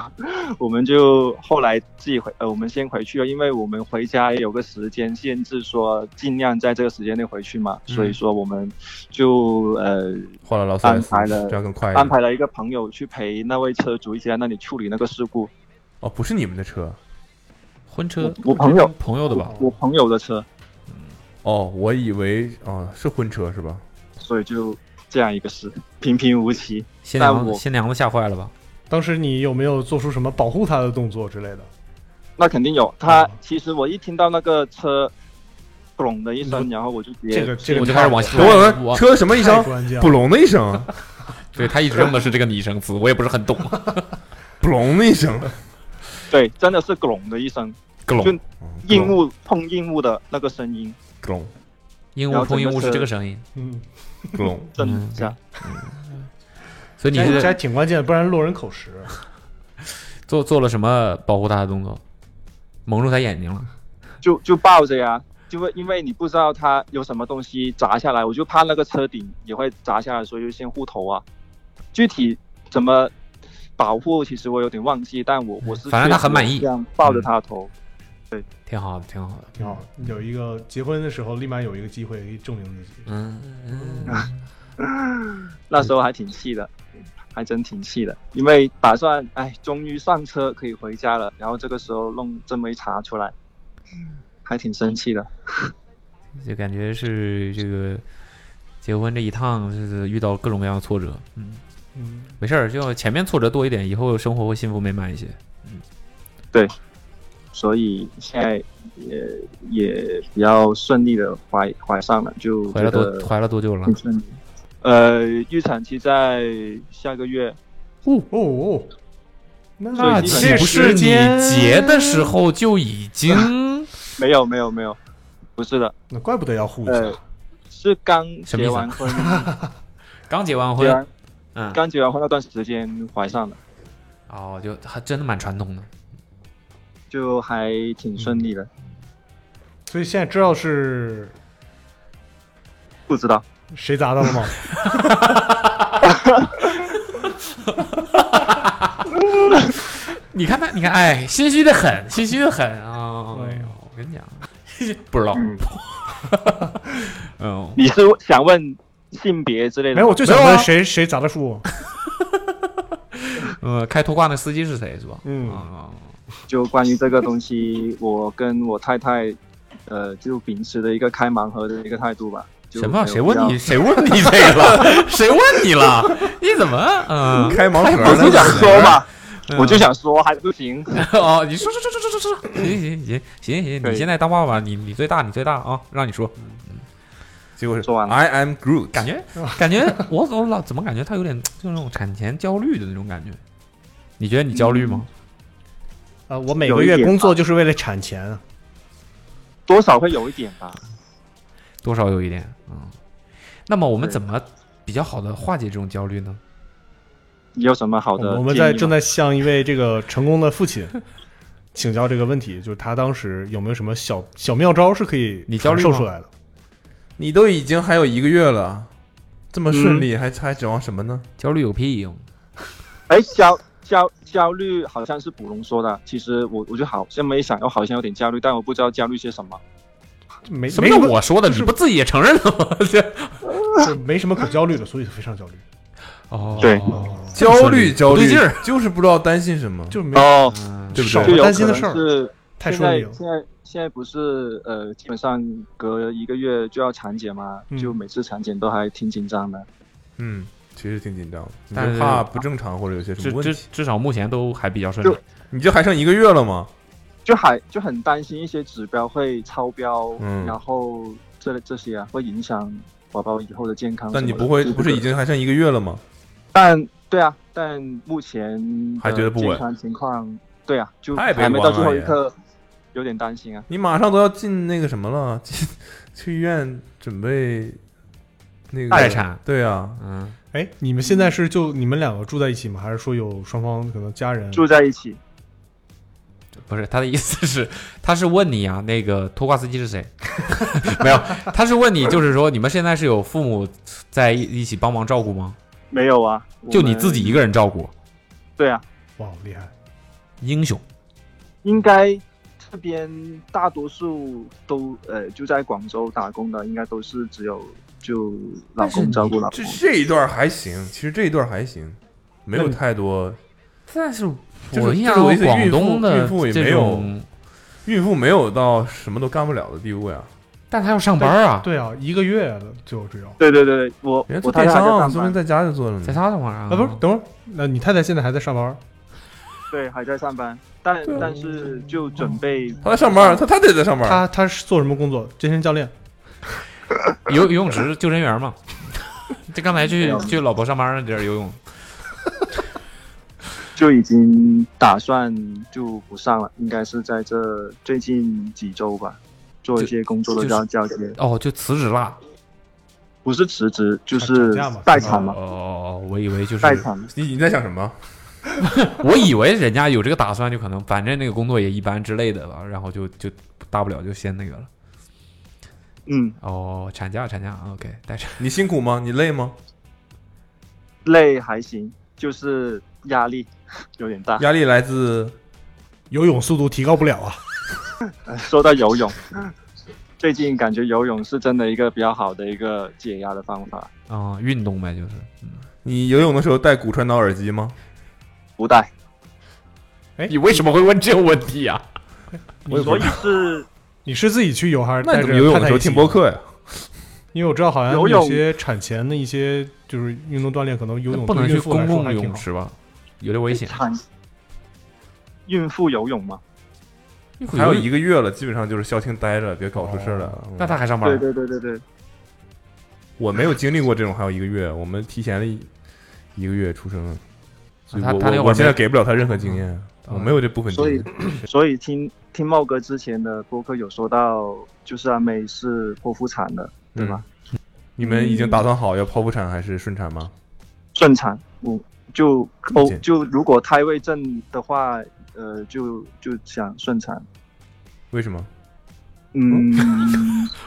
[SPEAKER 7] 我们就后来自己回，呃，我们先回去了，因为我们回家也有个时间限制，说尽量在这个时间内回去嘛，
[SPEAKER 3] 嗯
[SPEAKER 7] 所以说我们就呃
[SPEAKER 3] 换了劳斯莱
[SPEAKER 7] 安
[SPEAKER 3] 斯
[SPEAKER 7] 排了，
[SPEAKER 3] 这样更快一点
[SPEAKER 7] 安排了一个朋友去陪那位车主一起在那里处理那个事故。
[SPEAKER 3] 哦，不是你们的车，
[SPEAKER 8] 婚车，
[SPEAKER 7] 我朋友
[SPEAKER 8] 朋友的吧？
[SPEAKER 7] 我朋友的车，
[SPEAKER 3] 哦，我以为哦是婚车是吧？
[SPEAKER 7] 所以就这样一个事，平平无奇。
[SPEAKER 8] 新
[SPEAKER 7] 但
[SPEAKER 8] 娘
[SPEAKER 7] 我
[SPEAKER 8] 子，新娘子吓坏了吧？
[SPEAKER 6] 当时你有没有做出什么保护他的动作之类的？
[SPEAKER 7] 那肯定有
[SPEAKER 6] 嗯
[SPEAKER 7] 他，其实我一听到那个车“嘣”的一声，然后我就直接
[SPEAKER 6] 这个这个
[SPEAKER 8] 我就开始往
[SPEAKER 6] 太
[SPEAKER 8] 下
[SPEAKER 3] 等会儿等会
[SPEAKER 8] 我
[SPEAKER 3] 儿车什么一声
[SPEAKER 6] 太关键？了
[SPEAKER 3] 不隆的一声，啊
[SPEAKER 8] 对他一直用的是这个拟声词，我也不是很懂。啊
[SPEAKER 3] 不隆的一声，
[SPEAKER 7] 对，真的是“隆”的一声，
[SPEAKER 8] 咯隆
[SPEAKER 7] 就
[SPEAKER 6] 嗯
[SPEAKER 7] 硬物碰硬物的那个声音，
[SPEAKER 3] 咯隆
[SPEAKER 8] 鹦
[SPEAKER 7] 然
[SPEAKER 8] 鹉
[SPEAKER 7] 后
[SPEAKER 8] 碰
[SPEAKER 7] 整
[SPEAKER 8] 鹦
[SPEAKER 7] 个
[SPEAKER 8] 鹉是
[SPEAKER 7] 车
[SPEAKER 8] 这个声音，
[SPEAKER 6] 嗯，
[SPEAKER 3] 咯隆。
[SPEAKER 7] 震一下。
[SPEAKER 8] 所以你
[SPEAKER 6] 这这还
[SPEAKER 8] 是
[SPEAKER 6] 挺关键的，不然落人口实。
[SPEAKER 8] 做做了什么保护他的动作？蒙住他眼睛了。
[SPEAKER 7] 就就抱着呀，就会因为你不知道它有什么东西砸下来，我就怕那个车顶也会砸下来，所以就先护头啊。具体怎么保护，其实我有点忘记，但我我是
[SPEAKER 8] 反正他很满意嗯
[SPEAKER 7] 这样抱着他的头，
[SPEAKER 8] 挺好的，挺好的。
[SPEAKER 6] 挺好，有一个结婚的时候，立马有一个机会可以证明自己。
[SPEAKER 8] 嗯，
[SPEAKER 7] 那时候还挺气的，还真挺气的，因为打算哎，终于上车可以回家了，然后这个时候弄这么一查出来，还挺生气的。
[SPEAKER 8] 就感觉是这个结婚这一趟就是遇到各种各样的挫折。嗯，
[SPEAKER 6] 嗯，
[SPEAKER 8] 没事儿，就前面挫折多一点，以后生活会幸福美满一些。
[SPEAKER 7] 对，所以现在也也比较顺利的怀怀上了，就
[SPEAKER 8] 怀了
[SPEAKER 7] 觉
[SPEAKER 8] 多
[SPEAKER 7] 得嗯
[SPEAKER 8] 怀了多久了？
[SPEAKER 7] 挺顺利呃，预产期在下个月，
[SPEAKER 4] 哦
[SPEAKER 6] 哦哦，
[SPEAKER 7] 所
[SPEAKER 8] 啊
[SPEAKER 4] 那
[SPEAKER 7] 以基
[SPEAKER 4] 岂
[SPEAKER 7] 本上
[SPEAKER 4] 不是你结的时候就已
[SPEAKER 7] [laughs]
[SPEAKER 4] 经
[SPEAKER 7] 没有没有没有，不是的，
[SPEAKER 6] 那怪不得要护
[SPEAKER 7] 一下，是刚
[SPEAKER 8] 什么意
[SPEAKER 7] 结
[SPEAKER 8] 思
[SPEAKER 7] 完婚，
[SPEAKER 8] 刚结完
[SPEAKER 7] 结
[SPEAKER 8] 婚
[SPEAKER 7] 完， [laughs]
[SPEAKER 8] 嗯，
[SPEAKER 7] 啊刚结完婚那段时间怀上了，
[SPEAKER 8] 哦，就还真的蛮传统的。
[SPEAKER 7] 就还挺顺利的，
[SPEAKER 8] 嗯
[SPEAKER 6] 所以现在知道是
[SPEAKER 7] 不知道
[SPEAKER 6] 谁砸的了吗？
[SPEAKER 4] 你看他，你看，哎，心虚的很，心虚的很啊、
[SPEAKER 8] 哦
[SPEAKER 4] 哎呦，我跟你
[SPEAKER 8] [laughs]
[SPEAKER 4] 讲，不知道。
[SPEAKER 8] [laughs]
[SPEAKER 4] 嗯，
[SPEAKER 7] [laughs] 你是想问性别之类的吗？
[SPEAKER 6] 没有，我就想问谁谁砸的树。
[SPEAKER 8] 嗯
[SPEAKER 4] 呃，开拖挂那司机是谁是吧？
[SPEAKER 8] 啊
[SPEAKER 6] 嗯，
[SPEAKER 7] 就关于这个东西，我跟我太太，呃，就秉持的一个开盲盒的一个态度吧。就
[SPEAKER 8] 什么？
[SPEAKER 7] 没有
[SPEAKER 8] 谁问
[SPEAKER 7] 必 [laughs]
[SPEAKER 8] 你？
[SPEAKER 7] 要
[SPEAKER 8] 谁问你这个 [laughs] 了？谁问你了？你怎么？嗯、
[SPEAKER 7] [laughs]
[SPEAKER 3] 开盲盒
[SPEAKER 7] 我
[SPEAKER 3] 呢
[SPEAKER 7] 就想说嘛，
[SPEAKER 8] 嗯
[SPEAKER 7] 我就想说还不行。
[SPEAKER 8] 哦，你说说说说说说说，行行行行行，你现在当爸爸，你你最大，你最大啊，让你说。
[SPEAKER 3] 结果是
[SPEAKER 7] 说完了
[SPEAKER 3] I am Groot，
[SPEAKER 8] 感
[SPEAKER 7] [laughs]
[SPEAKER 8] 觉感觉我我老怎么感觉他有点就是那种产前焦虑的那种感觉？你觉得你焦虑吗？
[SPEAKER 7] 嗯
[SPEAKER 6] 呃，我每
[SPEAKER 8] 有
[SPEAKER 6] 个
[SPEAKER 8] 一
[SPEAKER 6] 月
[SPEAKER 8] 点
[SPEAKER 6] 工作就是为了产钱啊。
[SPEAKER 7] 多少会有一点吧。
[SPEAKER 8] 多少有一点，嗯。那么我们怎么比较好的化解这种焦虑呢？
[SPEAKER 7] 你有什么好的？
[SPEAKER 6] 我们在正在向一位这个成功的父亲请教这个问题，就是他当时有没有什么小小妙招是可以
[SPEAKER 3] 你焦虑吗
[SPEAKER 6] 传授出来的？
[SPEAKER 3] 你都已经还有一个月了，这么顺利，还还指望什么呢？
[SPEAKER 8] 焦虑有屁用！
[SPEAKER 7] 哎，焦焦焦虑好像是捕龙说的。其实我我就好这么一想，我好像有点焦虑，但我不知道焦虑些什么。
[SPEAKER 6] 没
[SPEAKER 8] 什么叫我说的？你不自己也承认了吗？ [laughs] 这
[SPEAKER 6] 就没什么可焦虑的，所以非常焦虑。
[SPEAKER 8] 哦，
[SPEAKER 7] 对，
[SPEAKER 3] 焦虑焦
[SPEAKER 8] 不
[SPEAKER 3] 虑
[SPEAKER 8] 对劲儿，
[SPEAKER 3] 就是不知道担心什么，
[SPEAKER 6] [laughs] 就没
[SPEAKER 7] 哦，
[SPEAKER 3] 对不
[SPEAKER 6] 少
[SPEAKER 3] 对？
[SPEAKER 6] 担心的事儿
[SPEAKER 7] 是
[SPEAKER 6] 太
[SPEAKER 7] 现
[SPEAKER 6] 顺
[SPEAKER 7] 在
[SPEAKER 6] 利了
[SPEAKER 7] 现在现在不是呃，基本上隔一个月就要产检嘛，
[SPEAKER 6] 嗯
[SPEAKER 7] 就每次产检都还挺紧张的。
[SPEAKER 3] 嗯，其实挺紧张的，你
[SPEAKER 8] 但
[SPEAKER 3] 就是怕不正常或者有些什
[SPEAKER 8] 至
[SPEAKER 3] 么问
[SPEAKER 8] 至
[SPEAKER 3] 题。
[SPEAKER 8] 至少目前都还比较顺利
[SPEAKER 7] 就。
[SPEAKER 3] 你就还剩一个月了吗？
[SPEAKER 7] 就还就很担心一些指标会超标，
[SPEAKER 3] 嗯
[SPEAKER 7] 然后这这些啊会影响宝宝以后的健康什么的。
[SPEAKER 3] 但你不会
[SPEAKER 7] 就
[SPEAKER 3] 不是已经还剩一个月了吗？
[SPEAKER 7] 但对啊，但目前的
[SPEAKER 3] 还觉得不稳
[SPEAKER 7] 健康情况对啊，就
[SPEAKER 3] 太悲
[SPEAKER 7] 还没
[SPEAKER 3] 观
[SPEAKER 7] 到最
[SPEAKER 3] 了
[SPEAKER 7] 后一
[SPEAKER 3] 也
[SPEAKER 7] 刻，有点担心啊。
[SPEAKER 3] 你马上都要进那个什么了，进去医院准备那个
[SPEAKER 8] 待产
[SPEAKER 3] 对啊，
[SPEAKER 8] 嗯，
[SPEAKER 6] 哎，你们现在是就你们两个住在一起吗？还是说有双方可能家人
[SPEAKER 7] 住在一起，
[SPEAKER 8] 不是他的意思是，他是问你啊，那个拖挂司机是谁？ [laughs] 没有，他是问你，就是说你们现在是有父母在一一起帮忙照顾吗？
[SPEAKER 7] 没有啊？我
[SPEAKER 8] 就你
[SPEAKER 7] 们
[SPEAKER 8] 自己一个人照顾，
[SPEAKER 7] 对啊，
[SPEAKER 6] 哇，好厉害！
[SPEAKER 8] 英雄。
[SPEAKER 7] 应该这边大多数都呃就在广州打工的，应该都是只有就老公照顾老
[SPEAKER 3] 这
[SPEAKER 7] 婆。
[SPEAKER 3] 这一段还行，其实这一段还行，没有太多。
[SPEAKER 8] 但是
[SPEAKER 3] 就是
[SPEAKER 8] 我印象
[SPEAKER 3] 就是我意思
[SPEAKER 8] 中广
[SPEAKER 3] 孕妇
[SPEAKER 8] 东的
[SPEAKER 3] 孕妇也
[SPEAKER 8] 这
[SPEAKER 3] 没有
[SPEAKER 8] 种，
[SPEAKER 3] 孕妇没有到什么都干不了的地步呀。
[SPEAKER 8] 但他要上班啊，
[SPEAKER 6] 对啊，一个月了就只有啊，
[SPEAKER 7] 对对对，对我
[SPEAKER 3] 人家
[SPEAKER 7] 我
[SPEAKER 3] 做
[SPEAKER 7] 太
[SPEAKER 3] 电
[SPEAKER 7] 太还在
[SPEAKER 3] 商，
[SPEAKER 7] 上
[SPEAKER 3] 说明
[SPEAKER 7] 班，
[SPEAKER 3] 在家就做着
[SPEAKER 8] 在
[SPEAKER 3] 呢。
[SPEAKER 8] 他等会儿啊，
[SPEAKER 6] 不是，等会儿，那你太太现在还在上班？
[SPEAKER 7] 对，还在上班，但但是就准备
[SPEAKER 3] 他在上班，他他得在上班。
[SPEAKER 6] 她她是做什么工作？健身教练。
[SPEAKER 8] 游游泳池救生
[SPEAKER 3] [laughs]
[SPEAKER 8] 员嘛，这刚才去
[SPEAKER 7] 没有
[SPEAKER 8] 去老婆上班那地儿游泳，
[SPEAKER 7] 就已经打算就不上了，应该是在这最近几周吧，做一些工作的交交接，
[SPEAKER 8] 哦，就辞职啦。
[SPEAKER 7] 不是辞职就是
[SPEAKER 6] 吵架嘛
[SPEAKER 7] 待产
[SPEAKER 8] 哦
[SPEAKER 7] 嘛，
[SPEAKER 8] 哦哦，我以为就是
[SPEAKER 7] 待产。
[SPEAKER 3] 你你在想什么？
[SPEAKER 8] 我以为人家有这个打算，就可能反正那个工作也一般之类的吧，然后就就大不了就先那个了。
[SPEAKER 7] 嗯，
[SPEAKER 8] 哦，产假产假，OK，待产。
[SPEAKER 3] 你辛苦吗？你累吗？
[SPEAKER 7] 累还行，就是压力有点大。
[SPEAKER 3] 压力来自
[SPEAKER 6] 游泳速度提高不了啊！
[SPEAKER 7] 说到游泳，最近感觉游泳是真的一个比较好的一个解压的方法，
[SPEAKER 8] 啊、运动呗，就是
[SPEAKER 3] 你游泳的时候戴骨传导耳机吗？
[SPEAKER 7] 不带，
[SPEAKER 4] 你为什么会问这个问题
[SPEAKER 8] 啊
[SPEAKER 4] 呀、
[SPEAKER 6] 我也不
[SPEAKER 7] 所
[SPEAKER 6] 知
[SPEAKER 7] 以
[SPEAKER 6] 道
[SPEAKER 7] 是
[SPEAKER 6] 你是自己去游还是
[SPEAKER 3] 那
[SPEAKER 6] 带
[SPEAKER 3] 你
[SPEAKER 6] 着
[SPEAKER 3] 怎么游泳的时候
[SPEAKER 6] 太太一起
[SPEAKER 3] 听播？客呀？
[SPEAKER 6] 因为我知道好像
[SPEAKER 7] 游
[SPEAKER 6] 有
[SPEAKER 7] 泳
[SPEAKER 6] 些产前的一些就是运动锻炼，可能游泳
[SPEAKER 8] 不能去
[SPEAKER 6] 对孕妇来
[SPEAKER 8] 公
[SPEAKER 6] 说
[SPEAKER 8] 共
[SPEAKER 6] 还
[SPEAKER 8] 游
[SPEAKER 6] 挺
[SPEAKER 8] 泳
[SPEAKER 6] 好。
[SPEAKER 8] 池吧，有点危险。
[SPEAKER 7] 产孕妇游泳嘛，
[SPEAKER 4] 会
[SPEAKER 3] 还有
[SPEAKER 4] 有
[SPEAKER 3] 一个月了，基本上就是消停待着，别搞出事儿来。
[SPEAKER 8] 啊
[SPEAKER 3] 嗯
[SPEAKER 4] 那他还上班？
[SPEAKER 7] 对对对对对，
[SPEAKER 3] 我没有经历过这种，还有一个月，我们提前了一一个月出生，所以
[SPEAKER 4] 啊他
[SPEAKER 3] 我
[SPEAKER 4] 他那
[SPEAKER 3] 我
[SPEAKER 4] 会儿
[SPEAKER 3] 我现在
[SPEAKER 4] 没嗯
[SPEAKER 3] 给不了他任何经验，我没有这部分经
[SPEAKER 7] 所以
[SPEAKER 3] 验。，
[SPEAKER 7] 所以听听茂哥之前的播客有说到，就是阿妹是剖腹产的，对吧？
[SPEAKER 3] 你们
[SPEAKER 7] 嗯
[SPEAKER 3] 已经打算好要剖腹产还是顺产吗？
[SPEAKER 7] 顺产，我就
[SPEAKER 3] 理
[SPEAKER 7] 哦
[SPEAKER 3] 解，
[SPEAKER 7] 就如果胎位正的话，呃，就就想顺产。
[SPEAKER 3] 为什么？
[SPEAKER 7] 嗯，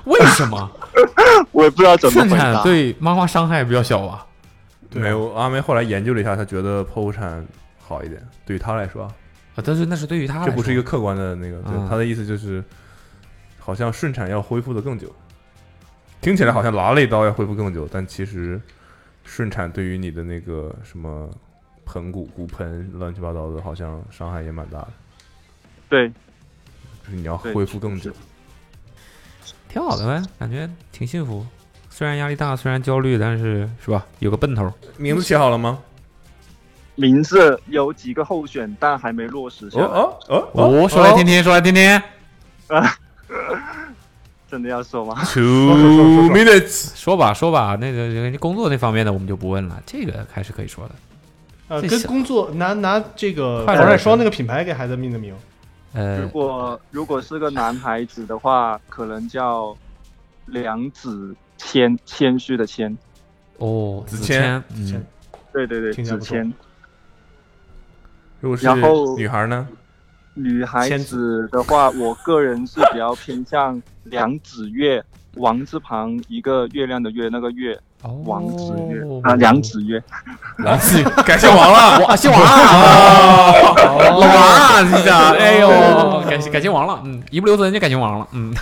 [SPEAKER 4] 为什么？
[SPEAKER 7] [laughs] 我也不知道怎么
[SPEAKER 4] 顺
[SPEAKER 7] 回答
[SPEAKER 4] 产对妈妈伤害比较小啊。
[SPEAKER 3] 没有，阿梅后来研究了一下，她觉得剖腹产好一点，对于她来说啊。
[SPEAKER 8] 但是那是对于她来
[SPEAKER 3] 这不是
[SPEAKER 8] 说
[SPEAKER 3] 一个客观的那个，对
[SPEAKER 8] 嗯
[SPEAKER 3] 她的意思就是，好像顺产要恢复的更久，听起来好像拉了一刀要恢复更久，但其实顺产对于你的那个什么盆骨、骨盆乱七八糟的，好像伤害也蛮大的，
[SPEAKER 7] 对，
[SPEAKER 3] 就是你要
[SPEAKER 7] 对
[SPEAKER 3] 恢复更久。
[SPEAKER 8] 挺好的呗，感觉挺幸福。虽然压力大，虽然焦虑，但是是吧，有个奔头。
[SPEAKER 3] 名字起好了吗？
[SPEAKER 7] 名字有几个候选，但还没落实下来。
[SPEAKER 3] 哦哦
[SPEAKER 8] 哦，说来听听，说来听听。
[SPEAKER 7] 真的要说吗？
[SPEAKER 3] 哦 Two minutes，
[SPEAKER 8] 说吧说吧，那个人家工作那方面的我们就不问了，这个还是可以说的。
[SPEAKER 6] 呃，
[SPEAKER 8] 这
[SPEAKER 6] 跟
[SPEAKER 8] 小
[SPEAKER 6] 工作拿拿这个
[SPEAKER 8] 快
[SPEAKER 6] 防
[SPEAKER 8] 乐
[SPEAKER 6] 晒霜那个品牌给孩子命的名，
[SPEAKER 8] 呃
[SPEAKER 7] 如，果如果是个男孩子的话，可能叫梁子谦，谦虚的谦。
[SPEAKER 8] 哦，
[SPEAKER 3] 子
[SPEAKER 8] 子
[SPEAKER 3] 谦
[SPEAKER 8] 谦，嗯，
[SPEAKER 7] 对对对，
[SPEAKER 6] 听起来
[SPEAKER 7] 子
[SPEAKER 6] 不错
[SPEAKER 7] 谦。
[SPEAKER 3] 如果是
[SPEAKER 7] 然后
[SPEAKER 3] 女孩呢？
[SPEAKER 7] 女孩
[SPEAKER 6] 谦
[SPEAKER 7] 子的话，我个人是比较偏向梁子月，
[SPEAKER 6] 嗯
[SPEAKER 7] 王字旁一个月亮的月，那个月，
[SPEAKER 8] 哦，
[SPEAKER 7] 王子月、啊，梁子月。
[SPEAKER 3] 来自 [laughs] 感谢王了，
[SPEAKER 8] 王姓王啊，老王啊，你想，哎呦，感谢感谢王了，嗯，一不留神就感谢王了，嗯，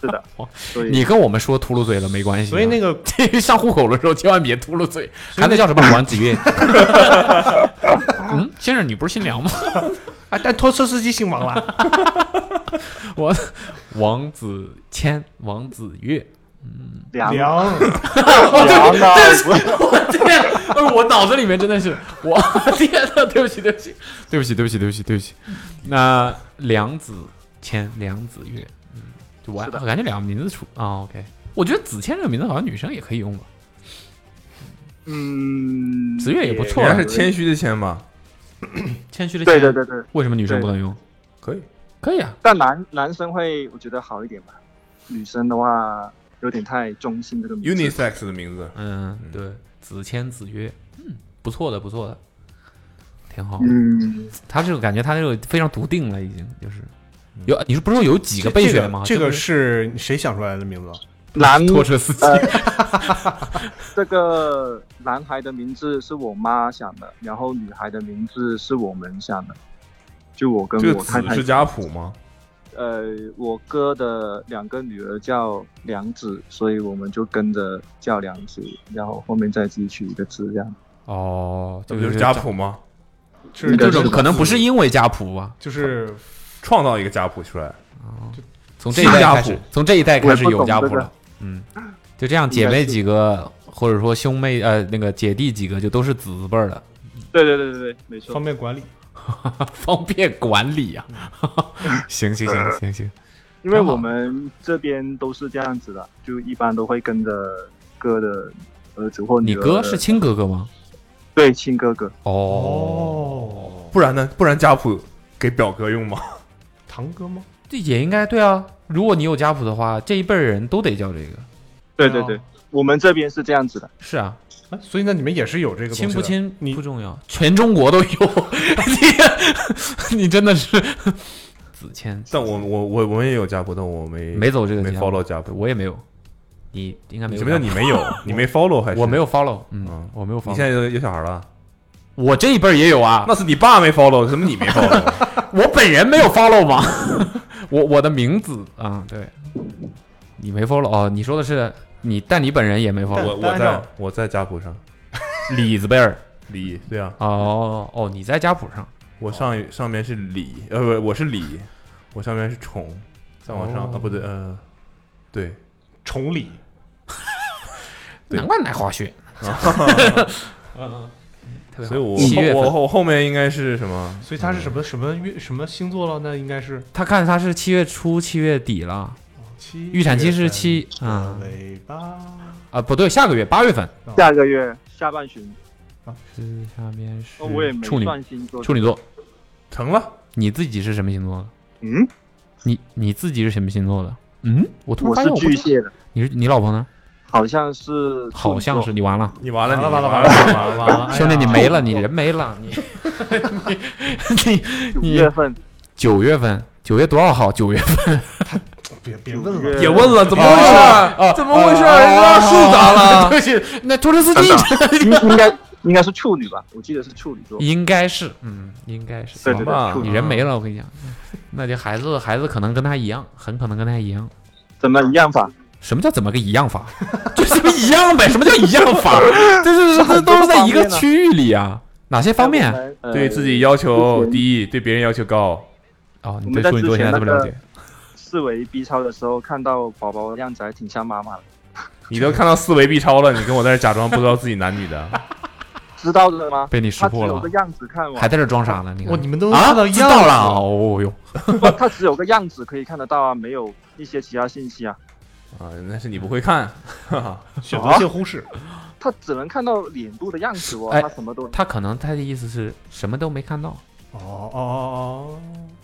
[SPEAKER 7] 是的，所以
[SPEAKER 8] 你跟我们说秃噜嘴了没关系啊，
[SPEAKER 6] 所以那个
[SPEAKER 8] [laughs] 这上户口的时候千万别秃噜嘴，还得叫什么王子月？嗯，先生，你不是姓梁吗？
[SPEAKER 6] 啊，但拖车司机姓王 [laughs] 了，
[SPEAKER 8] 我王子谦，王子月，
[SPEAKER 7] 梁
[SPEAKER 6] 梁
[SPEAKER 7] 梁啊，
[SPEAKER 6] [laughs]
[SPEAKER 8] 我 [laughs] 天，不是我脑子里面真的是，我天呐，对不起，对不起，嗯对不起，对不起，对不起，对不起。那梁子谦，梁子月，嗯，就我
[SPEAKER 7] 是的
[SPEAKER 8] 我感觉两个名字出啊、o k 我觉得子谦这个名字好像女生也可以用吧，
[SPEAKER 7] 嗯，
[SPEAKER 8] 子月也不错
[SPEAKER 3] 应
[SPEAKER 8] 啊
[SPEAKER 3] 该，是谦虚的谦吧？
[SPEAKER 8] 谦虚的谦。
[SPEAKER 7] 对对对对，
[SPEAKER 8] 为什么女生不能用？
[SPEAKER 3] 可以，
[SPEAKER 8] 可以啊，
[SPEAKER 7] 但男男生会我觉得好一点吧，女生的话有点太中性这个名字。
[SPEAKER 3] unisex 的名字，
[SPEAKER 8] 嗯，对，子谦子曰，嗯，不错的，不错的，挺好。
[SPEAKER 7] 嗯，
[SPEAKER 8] 他这个感觉，他这个非常笃定了，已经就是有，你是不是说有几嗯个备选吗？
[SPEAKER 6] 这个
[SPEAKER 8] 不
[SPEAKER 6] 是谁想出来的名字？
[SPEAKER 7] 男
[SPEAKER 8] 拖车司机，
[SPEAKER 7] 这个男孩的名字是我妈想的，然后女孩的名字是我们想的，就我跟
[SPEAKER 3] 这个
[SPEAKER 7] 我太
[SPEAKER 3] 子
[SPEAKER 7] 太
[SPEAKER 3] 是家谱吗？
[SPEAKER 7] 呃，我哥的两个女儿叫梁子，所以我们就跟着叫梁子，然后后面再自己取一个字，这样。
[SPEAKER 8] 哦，
[SPEAKER 3] 这
[SPEAKER 8] 就
[SPEAKER 3] 不就是家，谱吗？
[SPEAKER 6] 是
[SPEAKER 8] 这种可能不是因为家谱啊，
[SPEAKER 6] 就是
[SPEAKER 3] 创造一个家谱出来，
[SPEAKER 8] 从这一代开始，从这一代开始
[SPEAKER 7] 我也
[SPEAKER 8] 有
[SPEAKER 7] 不懂
[SPEAKER 8] 家谱
[SPEAKER 7] 这
[SPEAKER 8] 了
[SPEAKER 7] 个，
[SPEAKER 8] 嗯，就这样，姐妹几个或者说兄妹呃那个姐弟几个就都是子字辈儿的，
[SPEAKER 7] 对对对对对，没错
[SPEAKER 6] 方。便管理。
[SPEAKER 8] 方便管理啊， [laughs] 行行行行行，
[SPEAKER 7] 因为我们这边都是这样子的，就一般都会跟着哥的儿子或
[SPEAKER 8] 你
[SPEAKER 7] 女儿的。
[SPEAKER 8] 哥是亲哥哥吗？
[SPEAKER 7] 对亲哥哥，
[SPEAKER 8] 哦，
[SPEAKER 6] 哦，
[SPEAKER 3] 不然呢？不然家谱给表哥用吗？ [laughs]
[SPEAKER 6] 堂哥吗？
[SPEAKER 8] 这也应该对啊。如果你有家谱的话，这一辈儿人都得叫这个。
[SPEAKER 7] 对对
[SPEAKER 8] 哦
[SPEAKER 7] 对，我们这边是这样子的。
[SPEAKER 8] 是啊，
[SPEAKER 6] 啊，所以那你们也是有这个东西
[SPEAKER 8] 亲
[SPEAKER 6] 的
[SPEAKER 8] 不亲
[SPEAKER 6] 你
[SPEAKER 8] 不重要，全中国都有。 [laughs] 你 [laughs] 你真的是子谦
[SPEAKER 3] 但我我我我们也有家谱，但我没
[SPEAKER 8] 没走这个
[SPEAKER 3] 没
[SPEAKER 8] 家
[SPEAKER 3] follow 家谱。
[SPEAKER 8] 我也没有，你应该没有
[SPEAKER 3] 什么叫你没有？
[SPEAKER 8] [laughs]
[SPEAKER 3] 你没 follow 还是
[SPEAKER 8] 我没？有 follow，
[SPEAKER 3] 嗯
[SPEAKER 8] 嗯，我没有
[SPEAKER 3] 你
[SPEAKER 8] follow。
[SPEAKER 3] 现在有有小孩了？
[SPEAKER 8] 我这一辈儿也有啊，
[SPEAKER 3] 那是你爸没 follow，怎么你没
[SPEAKER 8] [laughs]
[SPEAKER 3] follow？
[SPEAKER 8] 我本人没有 follow 吗？ [laughs] 我我的名字啊，对，你没 follow 哦，你说的是你，但你本人也没 follow。
[SPEAKER 3] 我我在我在家谱上，
[SPEAKER 8] 李字辈儿，
[SPEAKER 3] 李对啊，
[SPEAKER 8] 哦哦，你在家谱上。
[SPEAKER 3] 我
[SPEAKER 8] 哦
[SPEAKER 3] 上上面是李，呃不，我是李，我上面是宠，再往
[SPEAKER 8] 哦
[SPEAKER 3] 上啊不对，呃对，
[SPEAKER 6] 崇礼，
[SPEAKER 3] 对
[SPEAKER 8] 难怪奶花血。特别好
[SPEAKER 3] 所以我
[SPEAKER 8] 啊七月份
[SPEAKER 3] 我我后面应该是什么？
[SPEAKER 6] 所以他是什么什么月什么星座了？那应该是
[SPEAKER 8] 他看他是七月初七月底了，
[SPEAKER 6] 七
[SPEAKER 8] 预产期是七啊
[SPEAKER 6] 哦
[SPEAKER 8] 啊不对，下个月八月份，
[SPEAKER 7] 下个月下半旬，
[SPEAKER 3] 啊
[SPEAKER 8] 是下面是
[SPEAKER 7] 哦我也没
[SPEAKER 8] 嗯处女
[SPEAKER 7] 算星座
[SPEAKER 8] 处女座，
[SPEAKER 3] 成了。
[SPEAKER 8] 你自己是什么星座的？
[SPEAKER 7] 嗯，
[SPEAKER 8] 你你自己是什么星座的？嗯，我突然
[SPEAKER 7] 我
[SPEAKER 8] 发
[SPEAKER 7] 是
[SPEAKER 8] 现我不
[SPEAKER 7] 巨
[SPEAKER 8] 知
[SPEAKER 7] 蟹的，
[SPEAKER 8] 你是你老婆呢？
[SPEAKER 7] 好像是
[SPEAKER 8] 好像是你完了，
[SPEAKER 3] 你完了，
[SPEAKER 8] 你
[SPEAKER 3] 完了完了完了完了完了
[SPEAKER 8] 兄弟
[SPEAKER 3] 哎呀
[SPEAKER 8] 你没了，你人没了，你你你
[SPEAKER 7] 九
[SPEAKER 8] [laughs]
[SPEAKER 7] 月份
[SPEAKER 8] 九月份九月多少号？九月份
[SPEAKER 6] 别别问了，
[SPEAKER 8] 也问了，怎么回事？
[SPEAKER 3] 啊
[SPEAKER 8] 哦怎么回事？人家数咋了？对不起，那拖车司机
[SPEAKER 7] 应应该应该是处女吧？我记得是处女座，
[SPEAKER 8] 应该是，嗯，应该是。
[SPEAKER 7] 对对对
[SPEAKER 8] 行吧
[SPEAKER 7] 处女
[SPEAKER 8] 你人没了，我跟你讲，那就孩子孩子可能跟他一样，很可能跟他一样。
[SPEAKER 7] 怎么一样法？
[SPEAKER 8] 什么叫怎么个一样法？ [laughs] 就是不一样呗。什么叫一样法？ [laughs] 这是这都是在一个区域里啊。哪些方面？
[SPEAKER 7] 哎呃
[SPEAKER 3] 对自己要求
[SPEAKER 7] 之前
[SPEAKER 3] 低，对别人要求高。
[SPEAKER 8] 哦，
[SPEAKER 7] 我们在之前那个四维 B 超的时候看到宝宝的样子还挺像妈妈的，
[SPEAKER 3] 你都看到四维 B 超了，你跟我在这假装不知道自己男
[SPEAKER 8] [laughs]
[SPEAKER 3] 女的，啊
[SPEAKER 7] 知道的吗？
[SPEAKER 8] 被你识破
[SPEAKER 7] 他只有
[SPEAKER 8] 了
[SPEAKER 7] 个样子看完，
[SPEAKER 8] 还在这装傻呢？你看，
[SPEAKER 6] 哇你们都
[SPEAKER 8] 啊
[SPEAKER 6] 看到一
[SPEAKER 8] 知
[SPEAKER 6] 样
[SPEAKER 8] 道
[SPEAKER 6] 了
[SPEAKER 8] 了。哦哟，
[SPEAKER 7] 不，他只有个样子可以看得到啊，没有一些其他信息啊，
[SPEAKER 3] 啊，那是你不会
[SPEAKER 8] [laughs]
[SPEAKER 3] 看，哈哈。
[SPEAKER 6] 选择性忽视。
[SPEAKER 7] 他只能看到脸部的样子哦，
[SPEAKER 8] 哎
[SPEAKER 7] 他什么都，
[SPEAKER 8] 他可能他的意思是什么都没看到，
[SPEAKER 6] 哦哦哦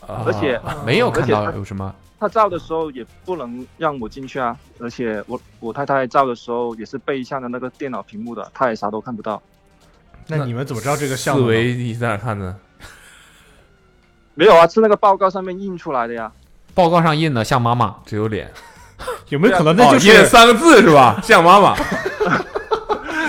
[SPEAKER 6] 哦，
[SPEAKER 7] 而且
[SPEAKER 8] 啊没有看到
[SPEAKER 7] 而且他
[SPEAKER 8] 有什么。
[SPEAKER 7] 他照的时候也不能让我进去啊，而且我我太太照的时候也是背向着那个电脑屏幕的，她也啥都看不到，
[SPEAKER 6] 那你们怎么知道这个项
[SPEAKER 3] 四
[SPEAKER 6] 目呢？
[SPEAKER 3] 维你在哪看的？
[SPEAKER 7] 没有啊，是那个报告上面印出来的呀，
[SPEAKER 8] 报告上印的像妈妈，
[SPEAKER 3] 只有脸，
[SPEAKER 6] 有没有可能那就
[SPEAKER 3] 哦因为
[SPEAKER 6] 是
[SPEAKER 3] 三个字是吧？像妈妈。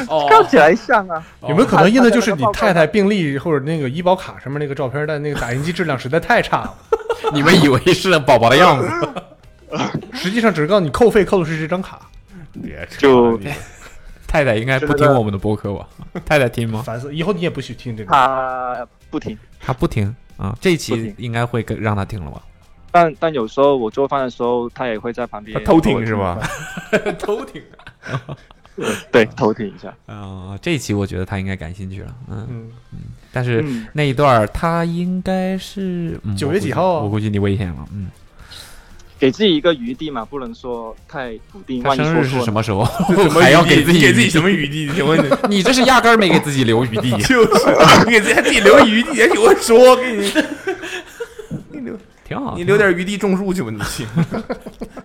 [SPEAKER 8] 哦
[SPEAKER 7] 看起来像啊，
[SPEAKER 6] 有没有可能印的就是你太太病历或者那个医保卡上面那个照片，但那个打印机质量实在太差了，
[SPEAKER 8] [laughs] 你们以为是 [laughs] 宝宝的样子？
[SPEAKER 6] 实际上只是告诉你扣费扣的是这张卡，
[SPEAKER 3] [laughs] 别
[SPEAKER 8] [laughs]
[SPEAKER 3] 扯
[SPEAKER 7] 就
[SPEAKER 8] 太太应该不听我们的播
[SPEAKER 7] [laughs]
[SPEAKER 8] 客吧？太太听吗？
[SPEAKER 6] 烦死了！以后你也不许听这个。
[SPEAKER 7] 啊她不停。
[SPEAKER 8] 她不听啊，这一
[SPEAKER 7] 不
[SPEAKER 8] 期
[SPEAKER 7] 听
[SPEAKER 8] 应该会跟让她听了吧？
[SPEAKER 7] 但但有时候我做饭的时候，她也会在旁边
[SPEAKER 3] 他偷
[SPEAKER 7] 帮我
[SPEAKER 3] 听是吧？
[SPEAKER 8] 偷听
[SPEAKER 7] 对，偷听一下。
[SPEAKER 8] 啊，这一期我觉得她应该感兴趣了，嗯。
[SPEAKER 6] 嗯，
[SPEAKER 8] 但是
[SPEAKER 7] 嗯
[SPEAKER 8] 那一段儿他应该是嗯
[SPEAKER 6] 9
[SPEAKER 8] 我
[SPEAKER 6] 月
[SPEAKER 8] 估
[SPEAKER 6] 几
[SPEAKER 8] 计
[SPEAKER 6] 号啊
[SPEAKER 8] 我估计你危险了，嗯。
[SPEAKER 7] 给自己一个余地嘛，不能说太笃定。
[SPEAKER 8] 他
[SPEAKER 7] 万一
[SPEAKER 8] 生
[SPEAKER 7] 说
[SPEAKER 8] 日是
[SPEAKER 7] 错
[SPEAKER 8] 什
[SPEAKER 7] 了，
[SPEAKER 8] 么时候？
[SPEAKER 3] [laughs] 什么
[SPEAKER 8] 还要
[SPEAKER 3] 余地
[SPEAKER 8] 给自己
[SPEAKER 3] 你给自己
[SPEAKER 8] 余地
[SPEAKER 3] 什么余地？
[SPEAKER 8] [laughs]
[SPEAKER 3] 请问你，，
[SPEAKER 8] 你这是压根儿没给自己留余地
[SPEAKER 3] [laughs] 就是你给自己还自己留余地，还给我说，给
[SPEAKER 8] [laughs]
[SPEAKER 3] 你你留
[SPEAKER 8] 挺好，
[SPEAKER 3] 你留 [laughs] 点余地种树去吧，你去，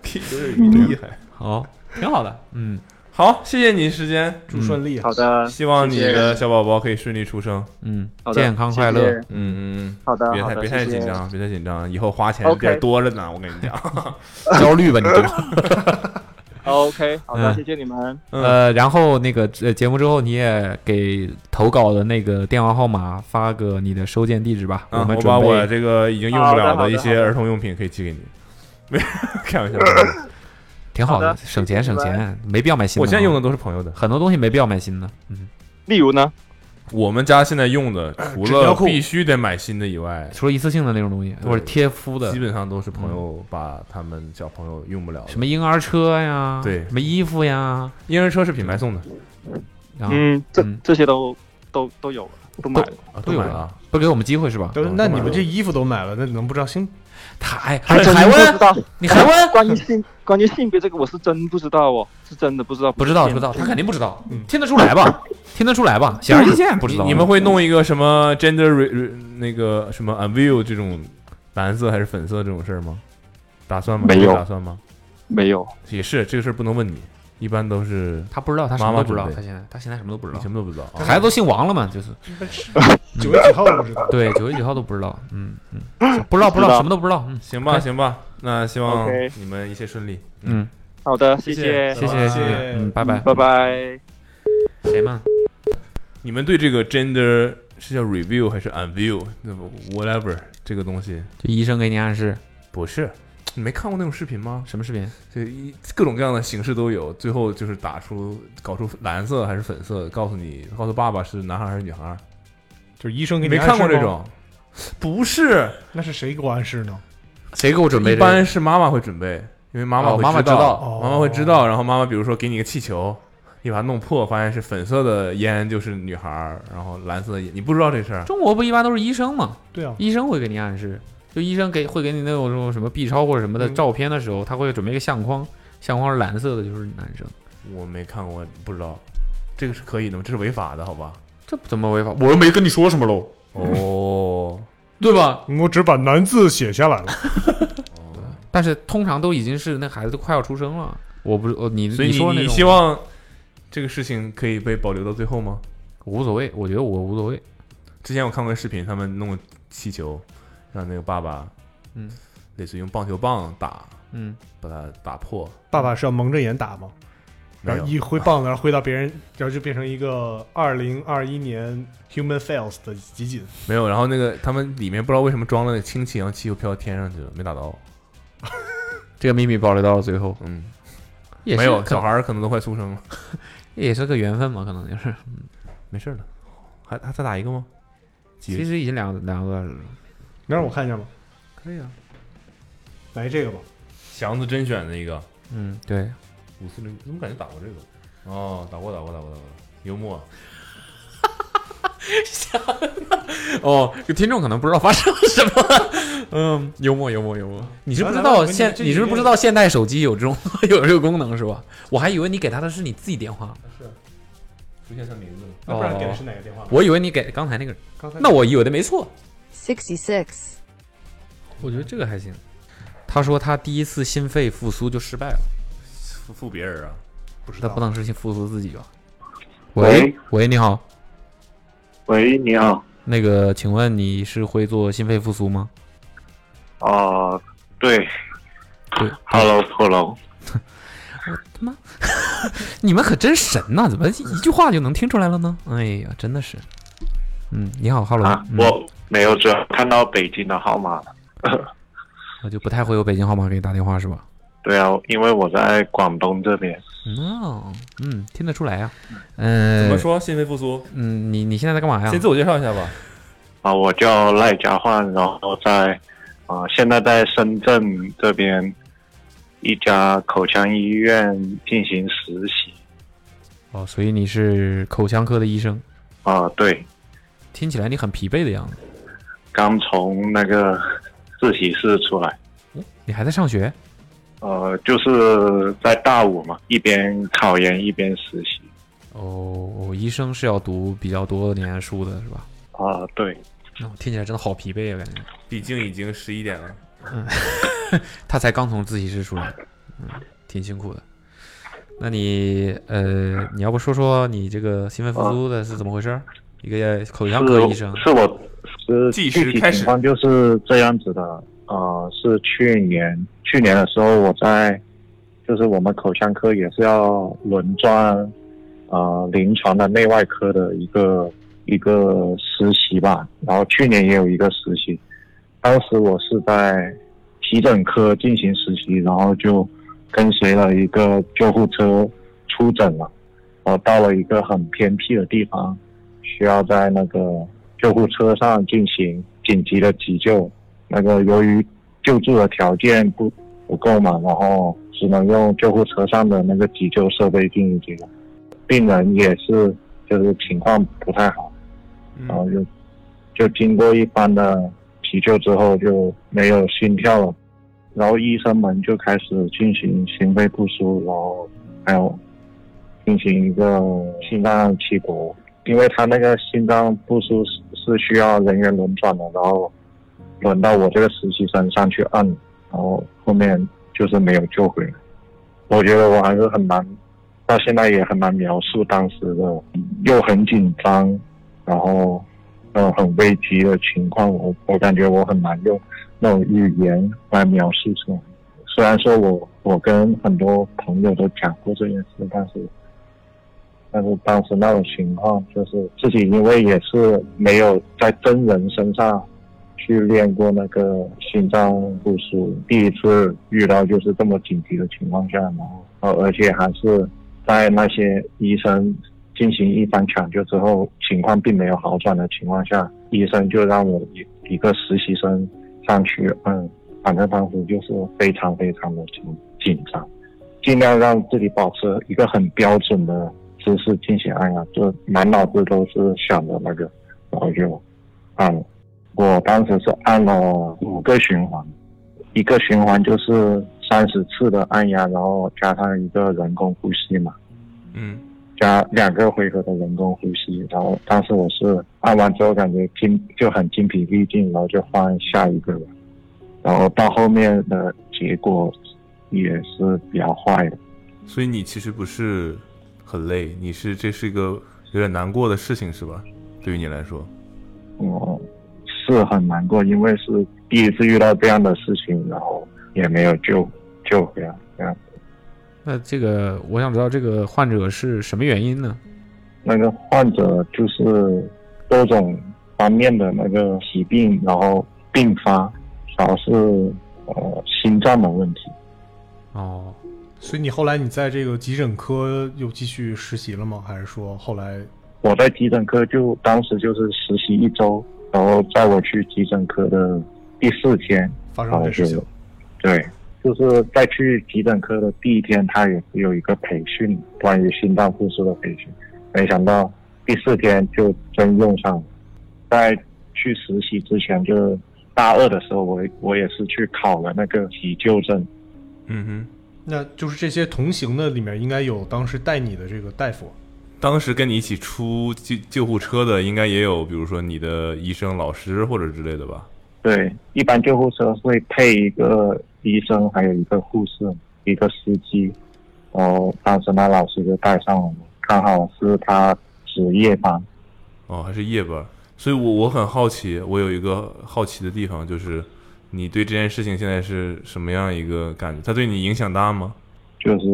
[SPEAKER 3] [laughs] 给你留点余地还
[SPEAKER 8] 好，挺好的，嗯
[SPEAKER 3] 好。谢谢你时间，
[SPEAKER 6] 祝顺利啊！
[SPEAKER 7] 嗯好的，
[SPEAKER 3] 希望你
[SPEAKER 7] 谢谢
[SPEAKER 3] 的小宝宝可以顺利出生。
[SPEAKER 8] 嗯
[SPEAKER 7] 好，的
[SPEAKER 8] 健康快
[SPEAKER 7] 谢
[SPEAKER 8] 乐
[SPEAKER 7] 谢，
[SPEAKER 3] 嗯嗯
[SPEAKER 7] 好的
[SPEAKER 3] 嗯，别太
[SPEAKER 7] 好的
[SPEAKER 3] 别太
[SPEAKER 7] 谢谢
[SPEAKER 3] 紧张，别太紧张，以后花钱
[SPEAKER 7] OK
[SPEAKER 3] 点多着呢，我跟你
[SPEAKER 7] [laughs]
[SPEAKER 3] 讲。 [laughs]
[SPEAKER 8] 焦虑吧你就。
[SPEAKER 7] OK，好的，
[SPEAKER 8] 嗯
[SPEAKER 7] 谢谢你们。
[SPEAKER 3] 嗯
[SPEAKER 8] 呃，然后那个呃节目之后，你也给投稿的那个电话号码发个你的收件地址吧，
[SPEAKER 3] 啊，
[SPEAKER 8] 们
[SPEAKER 3] 我把
[SPEAKER 8] 准
[SPEAKER 3] 我
[SPEAKER 8] 备
[SPEAKER 3] 这个已经用不
[SPEAKER 7] 好的
[SPEAKER 3] 了
[SPEAKER 7] 好
[SPEAKER 3] 的
[SPEAKER 7] 的
[SPEAKER 3] 一
[SPEAKER 7] 好
[SPEAKER 3] 些
[SPEAKER 7] 的
[SPEAKER 3] 儿童用品可以寄给你，没有开
[SPEAKER 7] [laughs]
[SPEAKER 3] 玩笑。开玩笑
[SPEAKER 8] 挺好
[SPEAKER 7] 好
[SPEAKER 8] 的，
[SPEAKER 7] 的
[SPEAKER 8] 省钱省
[SPEAKER 7] 谢谢你
[SPEAKER 8] 钱，没必要买新的。
[SPEAKER 3] 我现在用的都是朋友的。
[SPEAKER 8] 很多东西没必要买新的，嗯，
[SPEAKER 7] 例如呢？
[SPEAKER 3] [laughs] 我们家现在用的，除
[SPEAKER 6] 纸尿
[SPEAKER 3] 了
[SPEAKER 6] 裤
[SPEAKER 3] 必须得买新的以外，
[SPEAKER 8] 除了一次性的那种东西，
[SPEAKER 3] 对
[SPEAKER 8] 或者贴敷的
[SPEAKER 3] 基，本上都是朋友把他们小朋友用不了的。
[SPEAKER 8] 什么婴儿车呀，
[SPEAKER 3] 对
[SPEAKER 8] 什么衣服呀，
[SPEAKER 3] 婴儿车是品牌送的
[SPEAKER 8] 然后
[SPEAKER 7] 嗯，这
[SPEAKER 8] 嗯
[SPEAKER 7] 这些都都都有了，都买了。
[SPEAKER 3] 啊，
[SPEAKER 8] 都
[SPEAKER 3] 都
[SPEAKER 8] 有
[SPEAKER 3] 买了啊。
[SPEAKER 8] 不给我们机会是吧？
[SPEAKER 6] 都那你们这衣服都买了，那你能不知道新？
[SPEAKER 8] 他哎还
[SPEAKER 7] 还真
[SPEAKER 8] 还
[SPEAKER 7] 不知
[SPEAKER 8] 问
[SPEAKER 7] 道，
[SPEAKER 8] 你嗯还问？
[SPEAKER 7] 关于性关于性别这个，我是真不知道哦，是真的不知道。
[SPEAKER 8] 不知道，不知道，他肯定不知道，听得出来吧？听得出来吧？显而易见，不知道。
[SPEAKER 3] 你们会弄一个什么 gender re, re- 那个什么 unveil 这种蓝色还是粉色这种事儿吗？打算吗？
[SPEAKER 7] 没有
[SPEAKER 3] 打算吗？
[SPEAKER 7] 没有，
[SPEAKER 3] 也是这个事儿不能问你，一般都是
[SPEAKER 8] 他不知道，他什么
[SPEAKER 3] 妈妈
[SPEAKER 8] 都不知道，
[SPEAKER 3] 准备
[SPEAKER 8] 他现在他现在什么都不知
[SPEAKER 3] 你
[SPEAKER 8] 道
[SPEAKER 3] 什，么都不知道啊。
[SPEAKER 8] 孩子都姓王了嘛，就是
[SPEAKER 6] [laughs] 九月几号不知道？
[SPEAKER 8] 对，九月几号都不知道，嗯嗯，不知道不知
[SPEAKER 7] 不知
[SPEAKER 8] 道
[SPEAKER 7] 道
[SPEAKER 8] 什么都不知道，嗯
[SPEAKER 3] 行吧，行吧，那希望
[SPEAKER 7] OK
[SPEAKER 3] 你们一切顺利。
[SPEAKER 8] 嗯，
[SPEAKER 7] 好的，谢
[SPEAKER 3] 谢
[SPEAKER 8] 谢谢谢
[SPEAKER 6] 谢
[SPEAKER 8] 谢，嗯，拜拜
[SPEAKER 7] 拜拜。
[SPEAKER 8] 谁嘛？
[SPEAKER 3] 你们对这个 gender 是叫 review 还是 unveil？那么 whatever 这个东西
[SPEAKER 8] 就医生给你暗示
[SPEAKER 3] 不是。你没看过那种视频吗？
[SPEAKER 8] 什么视频？
[SPEAKER 3] 就一各种各样的形式都有，最后就是打出搞出蓝色还是粉色，告诉你告诉爸爸是男孩还是女孩。
[SPEAKER 6] 就是医生给
[SPEAKER 3] 你
[SPEAKER 6] 你
[SPEAKER 3] 没
[SPEAKER 6] 暗示
[SPEAKER 3] 看过这
[SPEAKER 6] 吗？
[SPEAKER 3] 种？不是，
[SPEAKER 6] 那是谁给我暗示呢？
[SPEAKER 8] 谁给我准备
[SPEAKER 3] 一
[SPEAKER 8] 这个？
[SPEAKER 3] 般是妈妈会准备，因为妈妈
[SPEAKER 8] 哦
[SPEAKER 3] 会
[SPEAKER 8] 妈妈
[SPEAKER 3] 知道，
[SPEAKER 8] 知道
[SPEAKER 6] 哦
[SPEAKER 3] 妈妈会知道。然后妈妈比如说给你个气球，一把它弄破，发现是粉色的烟就是女孩儿，然后蓝色的烟，你不知道这事儿。
[SPEAKER 8] 中国不一般都是医生嘛？
[SPEAKER 6] 对啊，
[SPEAKER 8] 医生会给你暗示，就医生给会给你那种什么 B 超或者什么的照片的时候，他会准备一个相框，相框是蓝色的，就是男生。
[SPEAKER 3] 我没看过，不知道，这个是可以的吗？这是违法的，好吧？
[SPEAKER 8] 这怎么违法？我又没跟你说什么喽。 [laughs]
[SPEAKER 3] 哦，
[SPEAKER 8] 对吧？
[SPEAKER 6] 我只把难字写下来
[SPEAKER 8] [laughs]
[SPEAKER 6] 了。
[SPEAKER 8] 但是通常都已经是那孩子都快要出生了。我不是我你
[SPEAKER 3] 所以
[SPEAKER 8] 你说那
[SPEAKER 3] 你
[SPEAKER 8] 种
[SPEAKER 3] 希望这个事情可以被保留到最后吗？
[SPEAKER 8] 无所谓，我觉得我无所谓。
[SPEAKER 3] 之前我看过一个视频，他们弄个气球，让那个爸爸，
[SPEAKER 8] 嗯，
[SPEAKER 3] 类似于用棒球棒打，
[SPEAKER 8] 嗯，
[SPEAKER 3] 把它打破。
[SPEAKER 6] 爸爸是要蒙着眼打吗？
[SPEAKER 3] 没有
[SPEAKER 6] 然后一挥棒子，然后挥到别人，然后就变成一个二零二一年 Human Fails 的集锦。
[SPEAKER 3] 没有，然后那个他们里面不知道为什么装了那氢气，然后气球飘到天上去了，没打到。
[SPEAKER 8] 这个秘密保留到了最后，
[SPEAKER 3] 嗯，
[SPEAKER 8] 也是
[SPEAKER 3] 没有
[SPEAKER 8] 可
[SPEAKER 3] 小孩儿可能都快出生了，
[SPEAKER 8] 也是个缘分嘛，可能就是。嗯
[SPEAKER 3] 没事的，还还再打一个吗？几
[SPEAKER 8] 其实已经两两个多小时了。
[SPEAKER 6] 能让我看一下吗？
[SPEAKER 8] 可以啊，
[SPEAKER 6] 来这个吧。
[SPEAKER 3] 祥子甄选的一个，
[SPEAKER 8] 嗯，对，
[SPEAKER 3] 五四零，怎么感觉打过这个？哦，打过，打过，打过，打过，幽默。
[SPEAKER 8] 哦，有听众可能不知道发生了什 [laughs] 么。嗯，幽默，幽默，幽默。你是不知道现，你是不是不知道现代手机有这种 [laughs] 有这个功能是吧？我还以为你给他的是你自己电话。
[SPEAKER 6] 是
[SPEAKER 3] 出现他名字了，
[SPEAKER 6] 那不然给的是哪个电话
[SPEAKER 8] 哦？我以为你给刚才那个人
[SPEAKER 6] 刚才，
[SPEAKER 8] 那我以为的没错。
[SPEAKER 12] 66.
[SPEAKER 8] 我觉得这个还行。他说他第一次心肺复苏就失败了，
[SPEAKER 3] 付付别人啊？
[SPEAKER 6] 不知
[SPEAKER 8] 那不能是复苏自己吧？
[SPEAKER 7] 喂
[SPEAKER 8] 喂，你好，
[SPEAKER 7] 喂，你好，
[SPEAKER 8] 那个，请问你是会做心肺复苏吗？
[SPEAKER 7] 啊、对
[SPEAKER 8] 对
[SPEAKER 7] ，Hello
[SPEAKER 8] [laughs]
[SPEAKER 7] Polo，
[SPEAKER 8] 你们可真神呐、怎么一句话就能听出来了呢？哎呀，真的是。嗯，你好哈喽，嗯
[SPEAKER 7] 啊我没有，主要看到北京的号码了。 [laughs]
[SPEAKER 8] 我啊就不太会有北京号码给你打电话是吧？
[SPEAKER 7] 对啊，因为我在广东这边。
[SPEAKER 8] No，嗯，听得出来啊。
[SPEAKER 3] 怎
[SPEAKER 7] 呃
[SPEAKER 8] 嗯、
[SPEAKER 3] 么？说心肺复苏？
[SPEAKER 8] 嗯，你你现在在干嘛呀？
[SPEAKER 3] 先自我介绍一下吧。
[SPEAKER 7] 啊，我叫赖家焕，然后在啊、现在在深圳这边一家口腔医院进行实习
[SPEAKER 8] 哦，所以你是口腔科的医生，
[SPEAKER 7] 啊、对，
[SPEAKER 8] 听起来你很疲惫的样子。
[SPEAKER 7] 刚从那个自习室出来，
[SPEAKER 8] 你还在上学？
[SPEAKER 7] 呃，就是在大五嘛，一边考研一边实习
[SPEAKER 8] 哦，医生是要读比较多年书的是吧？
[SPEAKER 7] 啊、对，
[SPEAKER 8] 那我听起来真的好疲惫啊，感觉。
[SPEAKER 3] 毕竟已经十一点了。
[SPEAKER 8] 嗯，他才刚从自习室出来，嗯，挺辛苦的。那你呃，你要不说说你这个心肺复苏的是怎么回事儿？一个口腔科医生，
[SPEAKER 7] 啊是我是呃具体情况就是这样子的，呃，是去年去年的时候我在，就是我们口腔科也是要轮转，呃，临床的内外科的一个一个实习吧，然后去年也有一个实习，当时我是在急诊科进行实习，然后就跟随了一个救护车出诊了，然后到了一个很偏僻的地方，需要在那个救护车上进行紧急的急救。那个由于救助的条件不不够嘛，然后只能用救护车上的那个急救设备进行急救。病人也是就是情况不太好，
[SPEAKER 6] 嗯
[SPEAKER 7] 然后就就经过一番的急救之后就没有心跳了，然后医生们就开始进行心肺复苏，然后还有进行一个心脏起搏，因为他那个心脏复苏是是需要人员轮转的，然后轮到我这个实习生上去按，然后后面就是没有救回来。我觉得我还是很难，到现在也很难描述当时的，又很紧张，然后呃很危急的情况，我我感觉我很难用那种语言来描述出来。虽然说我我跟很多朋友都讲过这件事，但是但是当时那种情况，就是自己因为也是没有在真人身上去练过那个心脏复苏，第一次遇到就是这么紧急的情况下，然后呃而且还是在那些医生进行一番抢救之后，情况并没有好转的情况下，医生就让我一一个实习生上去，嗯，反正当时就是非常非常的紧紧张，尽量让自己保持一个很标准的姿势进行按压，就满脑子都是想着那个，然后就按了。我当时是按了五个循环，一个循环就是三十次的按压，然后加上一个人工呼吸嘛，
[SPEAKER 3] 嗯，
[SPEAKER 7] 加两个回合的人工呼吸。然后当时我是按完之后感觉筋就很筋疲力尽，然后就换下一个人，然后到后面的结果也是比较坏的。
[SPEAKER 3] 所以你其实不是很累，你是这是一个有点难过的事情，是吧？对于你来说，
[SPEAKER 7] 我是很难过，因为是第一次遇到这样的事情，然后也没有救救回来。这样，
[SPEAKER 8] 那这个我想知道这个患者是什么原因呢？
[SPEAKER 7] 那个患者就是多种方面的那个疾病，然后并发，主要是呃心脏的问题。
[SPEAKER 8] 哦，
[SPEAKER 6] 所以你后来你在这个急诊科又继续实习了吗？还是说后来
[SPEAKER 7] 我在急诊科就当时就是实习一周，然后在我去急诊科的第四天
[SPEAKER 6] 发生了这事情
[SPEAKER 7] 然后就对，就是在去急诊科的第一天，他也是有一个培训，关于心脏复苏的培训，没想到第四天就真用上了。在去实习之前，就是大二的时候我，我也是去考了那个急救证，
[SPEAKER 3] 嗯哼。
[SPEAKER 6] 那就是这些同行的里面应该有当时带你的这个大夫，
[SPEAKER 3] 当时跟你一起出救救护车的，应该也有，比如说你的医生、老师或者之类的吧？
[SPEAKER 7] 对，一般救护车会配一个医生，还有一个护士，一个司机。哦然后当时那老师就带上我们，刚好是他值夜班。
[SPEAKER 3] 哦，还是夜班。所以我我很好奇，我有一个好奇的地方，就是你对这件事情现在是什么样一个感觉？它对你影响大吗？
[SPEAKER 7] 就是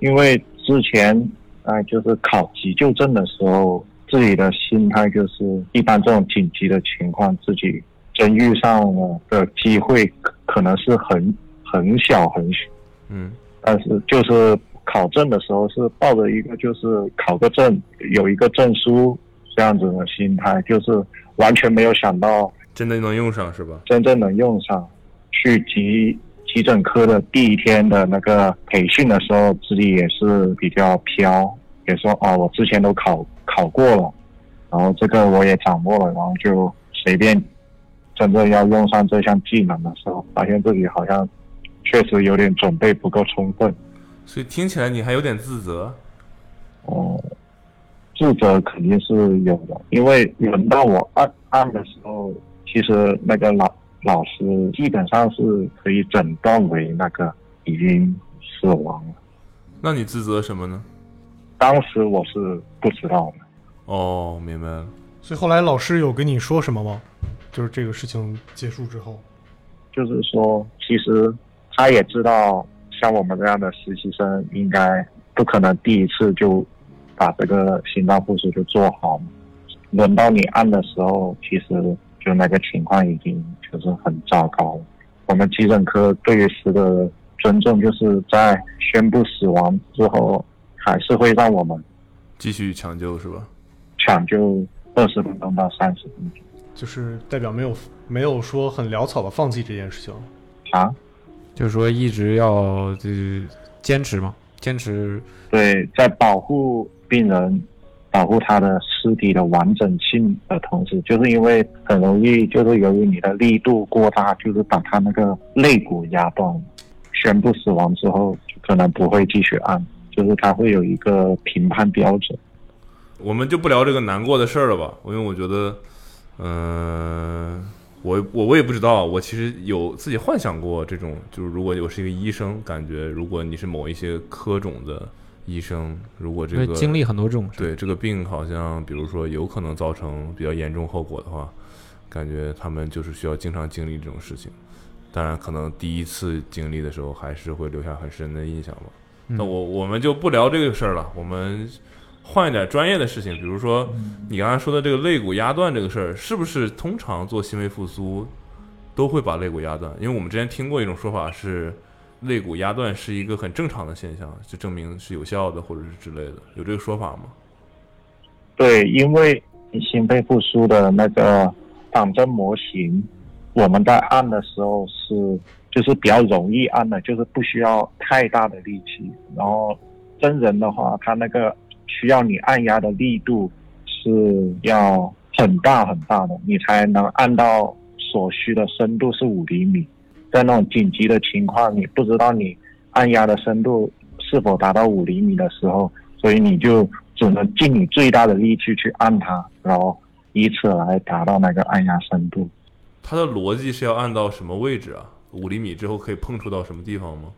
[SPEAKER 7] 因为之前啊、呃就是考急救证的时候，自己的心态就是，一般这种紧急的情况，自己真遇上了的机会可可能是很很小很小，
[SPEAKER 3] 嗯
[SPEAKER 7] 但是就是考证的时候是抱着一个就是考个证，有一个证书这样子的心态，就是完全没有想到
[SPEAKER 3] 真的能用上是吧？
[SPEAKER 7] 真正能用上。去急急诊科的第一天的那个培训的时候，自己也是比较飘，也说啊，我之前都考考过了，然后这个我也掌握了，然后就随便真正要用上这项技能的时候，发现自己好像确实有点准备不够充分。
[SPEAKER 3] 所以听起来你还有点自责。
[SPEAKER 7] 哦，自责肯定是有的，因为轮到我按按的时候，其实那个老老师基本上是可以诊断为那个已经死亡了。
[SPEAKER 3] 那你自责什么呢？
[SPEAKER 7] 当时我是不知道的，
[SPEAKER 3] 哦，明白了。
[SPEAKER 6] 所以后来老师有跟你说什么吗？就是这个事情结束之后，
[SPEAKER 7] 就是说，其实他也知道，像我们这样的实习生应该不可能第一次就把这个心脏复苏就做好嘛。轮到你按的时候，其实就那个情况已经就是很糟糕了。我们急诊科对于死者的尊重，就是在宣布死亡之后，还是会让我们
[SPEAKER 3] 继续抢救是吧？
[SPEAKER 7] 抢救二十分钟到三十分钟。
[SPEAKER 6] 就是代表没有没有说很潦草的放弃这件事情。
[SPEAKER 7] 啊，
[SPEAKER 8] 就是说一直要就是坚持嘛，坚持
[SPEAKER 7] 对，在保护病人、保护他的尸体的完整性的同时，就是因为很容易，就是由于你的力度过大，就是把他那个肋骨压断了。宣布死亡之后，就可能不会继续按，就是他会有一个评判标准。
[SPEAKER 3] 我们就不聊这个难过的事儿了吧，因为我觉得，嗯、我我我也不知道，我其实有自己幻想过这种，就是如果我是一个医生，感觉如果你是某一些科种的医生，如果这个
[SPEAKER 8] 对经历很多种
[SPEAKER 3] 对这个病好像，比如说有可能造成比较严重后果的话，感觉他们就是需要经常经历这种事情。当然，可能第一次经历的时候还是会留下很深的印象吧。那我我们就不聊这个事儿了，我们换一点专业的事情，比如说你刚才说的这个肋骨压断这个事儿，是不是通常做心肺复苏都会把肋骨压断？因为我们之前听过一种说法是，肋骨压断是一个很正常的现象，就证明是有效的或者是之类的，有这个说法吗？
[SPEAKER 7] 对，因为心肺复苏的那个仿真模型，我们在按的时候是就是比较容易按的，就是不需要太大的力气。然后真人的话，他那个
[SPEAKER 12] 需要你按压的力度是要很大很大的，你才能按到所需的深度是五厘米。在那种紧急的情况，你不知道你按压的深度是否达到五厘米的时候，所以你就只能尽你最大的力气去按它，然后以此来达到那个按压深度。
[SPEAKER 3] 它的逻辑是要按到什么位置啊？五厘米之后可以碰触到什么地方吗？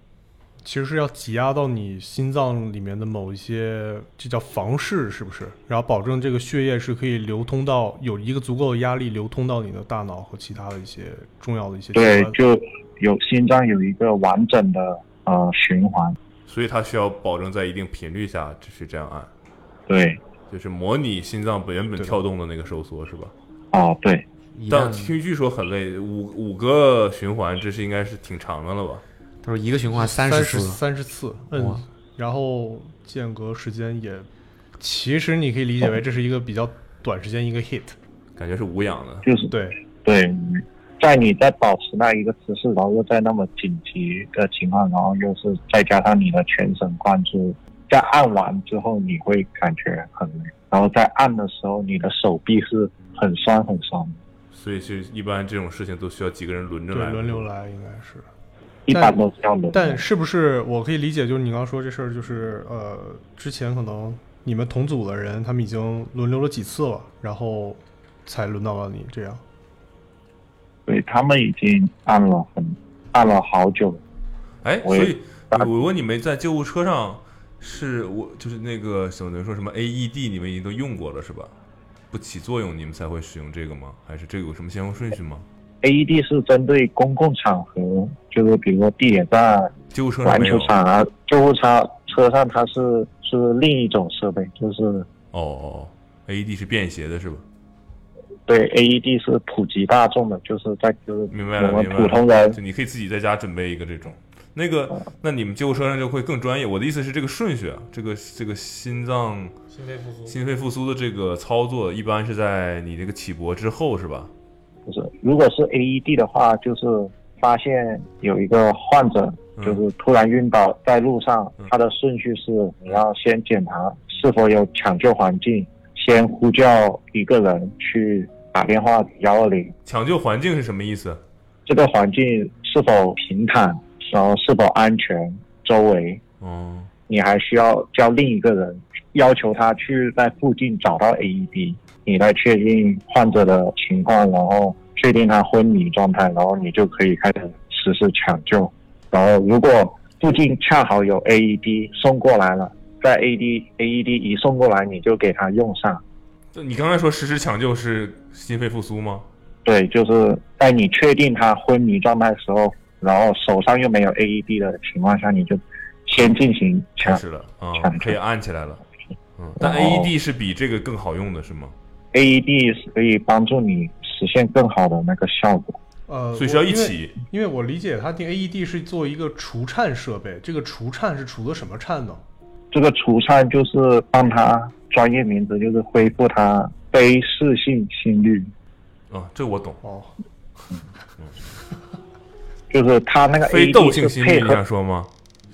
[SPEAKER 6] 其实是要挤压到你心脏里面的某一些，这叫房室是不是？然后保证这个血液是可以流通到有一个足够的压力流通到你的大脑和其他的一些重要的一些器
[SPEAKER 12] 对，
[SPEAKER 6] 官。
[SPEAKER 12] 就有心脏有一个完整的呃循环。
[SPEAKER 3] 所以它需要保证在一定频率下只是这样按。
[SPEAKER 12] 对，
[SPEAKER 3] 就是模拟心脏原本跳动的那个收缩是吧？
[SPEAKER 12] 哦，对，
[SPEAKER 3] 但听据说很累，五五个循环，这是应该是挺长的了吧？
[SPEAKER 8] 他说一个循环三
[SPEAKER 6] 三
[SPEAKER 8] 十次，
[SPEAKER 6] 三十次，
[SPEAKER 8] 哇
[SPEAKER 6] 嗯，然后间隔时间也，其实你可以理解为这是一个比较短时间一个 hit，
[SPEAKER 3] 感觉是无氧的，
[SPEAKER 12] 就是
[SPEAKER 6] 对
[SPEAKER 12] 对，在你在保持那一个姿势，然后又在那么紧急的情况，然后又是再加上你的全神贯注，在按完之后你会感觉很累，然后在按的时候你的手臂是很酸很酸的，
[SPEAKER 3] 所以是一般这种事情都需要几个人轮着
[SPEAKER 6] 对，
[SPEAKER 3] 来，
[SPEAKER 6] 轮流来应该是。
[SPEAKER 12] 一
[SPEAKER 6] 但
[SPEAKER 12] 般都是这样的。
[SPEAKER 6] 但是不是我可以理解，就是你刚刚说这事儿，就是呃，之前可能你们同组的人他们已经轮流了几次了，然后才轮到了你这样。
[SPEAKER 12] 对他们已经按了很按了好久了，
[SPEAKER 3] 哎，
[SPEAKER 12] 我
[SPEAKER 3] 所
[SPEAKER 12] 也
[SPEAKER 3] 以我问你们在救护车上是我就是那个什么能说什么 AED 你们已经都用过了是吧？不起作用你们才会使用这个吗？还是这个有什么先后顺序吗？
[SPEAKER 12] AED 是针对公共场合，就是比如说地铁站、
[SPEAKER 3] 救护车上
[SPEAKER 12] 篮
[SPEAKER 3] 没有哦
[SPEAKER 12] 球场啊、救护车车上，它是是另一种设备，就是
[SPEAKER 3] 哦哦哦，AED 是便携的是吧？
[SPEAKER 12] 对 AED 是普及大众的，就是在就是
[SPEAKER 3] 明白了，
[SPEAKER 12] 我
[SPEAKER 3] 明
[SPEAKER 12] 们
[SPEAKER 3] 白了。
[SPEAKER 12] 普通嗯人
[SPEAKER 3] 就你可以自己在家准备一个这种。那个，那你们救护车上就会更专业。我的意思是，这个顺序啊，这个这个心脏、
[SPEAKER 4] 心肺复苏
[SPEAKER 3] 心肺复苏的这个操作，一般是在你这个起搏之后，是吧？
[SPEAKER 12] 就是如果是 AED 的话，就是发现有一个患者
[SPEAKER 3] 嗯
[SPEAKER 12] 就是突然晕倒在路上，他的顺序是你要先检查是否有抢救环境，先呼叫一个人去打电话幺二零，
[SPEAKER 3] 抢救环境是什么意思？
[SPEAKER 12] 这个环境是否平坦，然后是否安全，周围
[SPEAKER 3] 哦，
[SPEAKER 12] 你还需要叫另一个人要求他去在附近找到 AED，你来确定患者的情况，然后确定他昏迷状态，然后你就可以开始实施抢救。然后如果附近恰好有 AED 送过来了，在 E AED AED 一送过来，你就给他用上。
[SPEAKER 3] 就你刚才说实施抢救是心肺复苏吗？
[SPEAKER 12] 对，就是在你确定他昏迷状态的时候，然后手上又没有 AED 的情况下，你就先进行
[SPEAKER 3] 开
[SPEAKER 12] 抢
[SPEAKER 3] 始了啊、
[SPEAKER 12] 抢哦
[SPEAKER 3] 可以按起来了。嗯，但
[SPEAKER 12] 然后
[SPEAKER 3] AED 是比这个更好用的是吗？
[SPEAKER 12] AED 是可以帮助你实现更好的那个效果。
[SPEAKER 6] 呃，
[SPEAKER 3] 所以是要
[SPEAKER 6] 我因为
[SPEAKER 3] 一起
[SPEAKER 6] 因为我理解它那个 AED 是做一个除颤设备，这个除颤是除的什么颤呢？
[SPEAKER 12] 这个除颤就是帮他专业名词就是恢复他非室性心率，
[SPEAKER 3] 啊，这我懂。
[SPEAKER 6] 哦，
[SPEAKER 12] 就是他那个 AED
[SPEAKER 3] 非窦性
[SPEAKER 12] 是
[SPEAKER 3] 心
[SPEAKER 12] 配
[SPEAKER 3] 率，你
[SPEAKER 12] 合
[SPEAKER 3] 想说吗？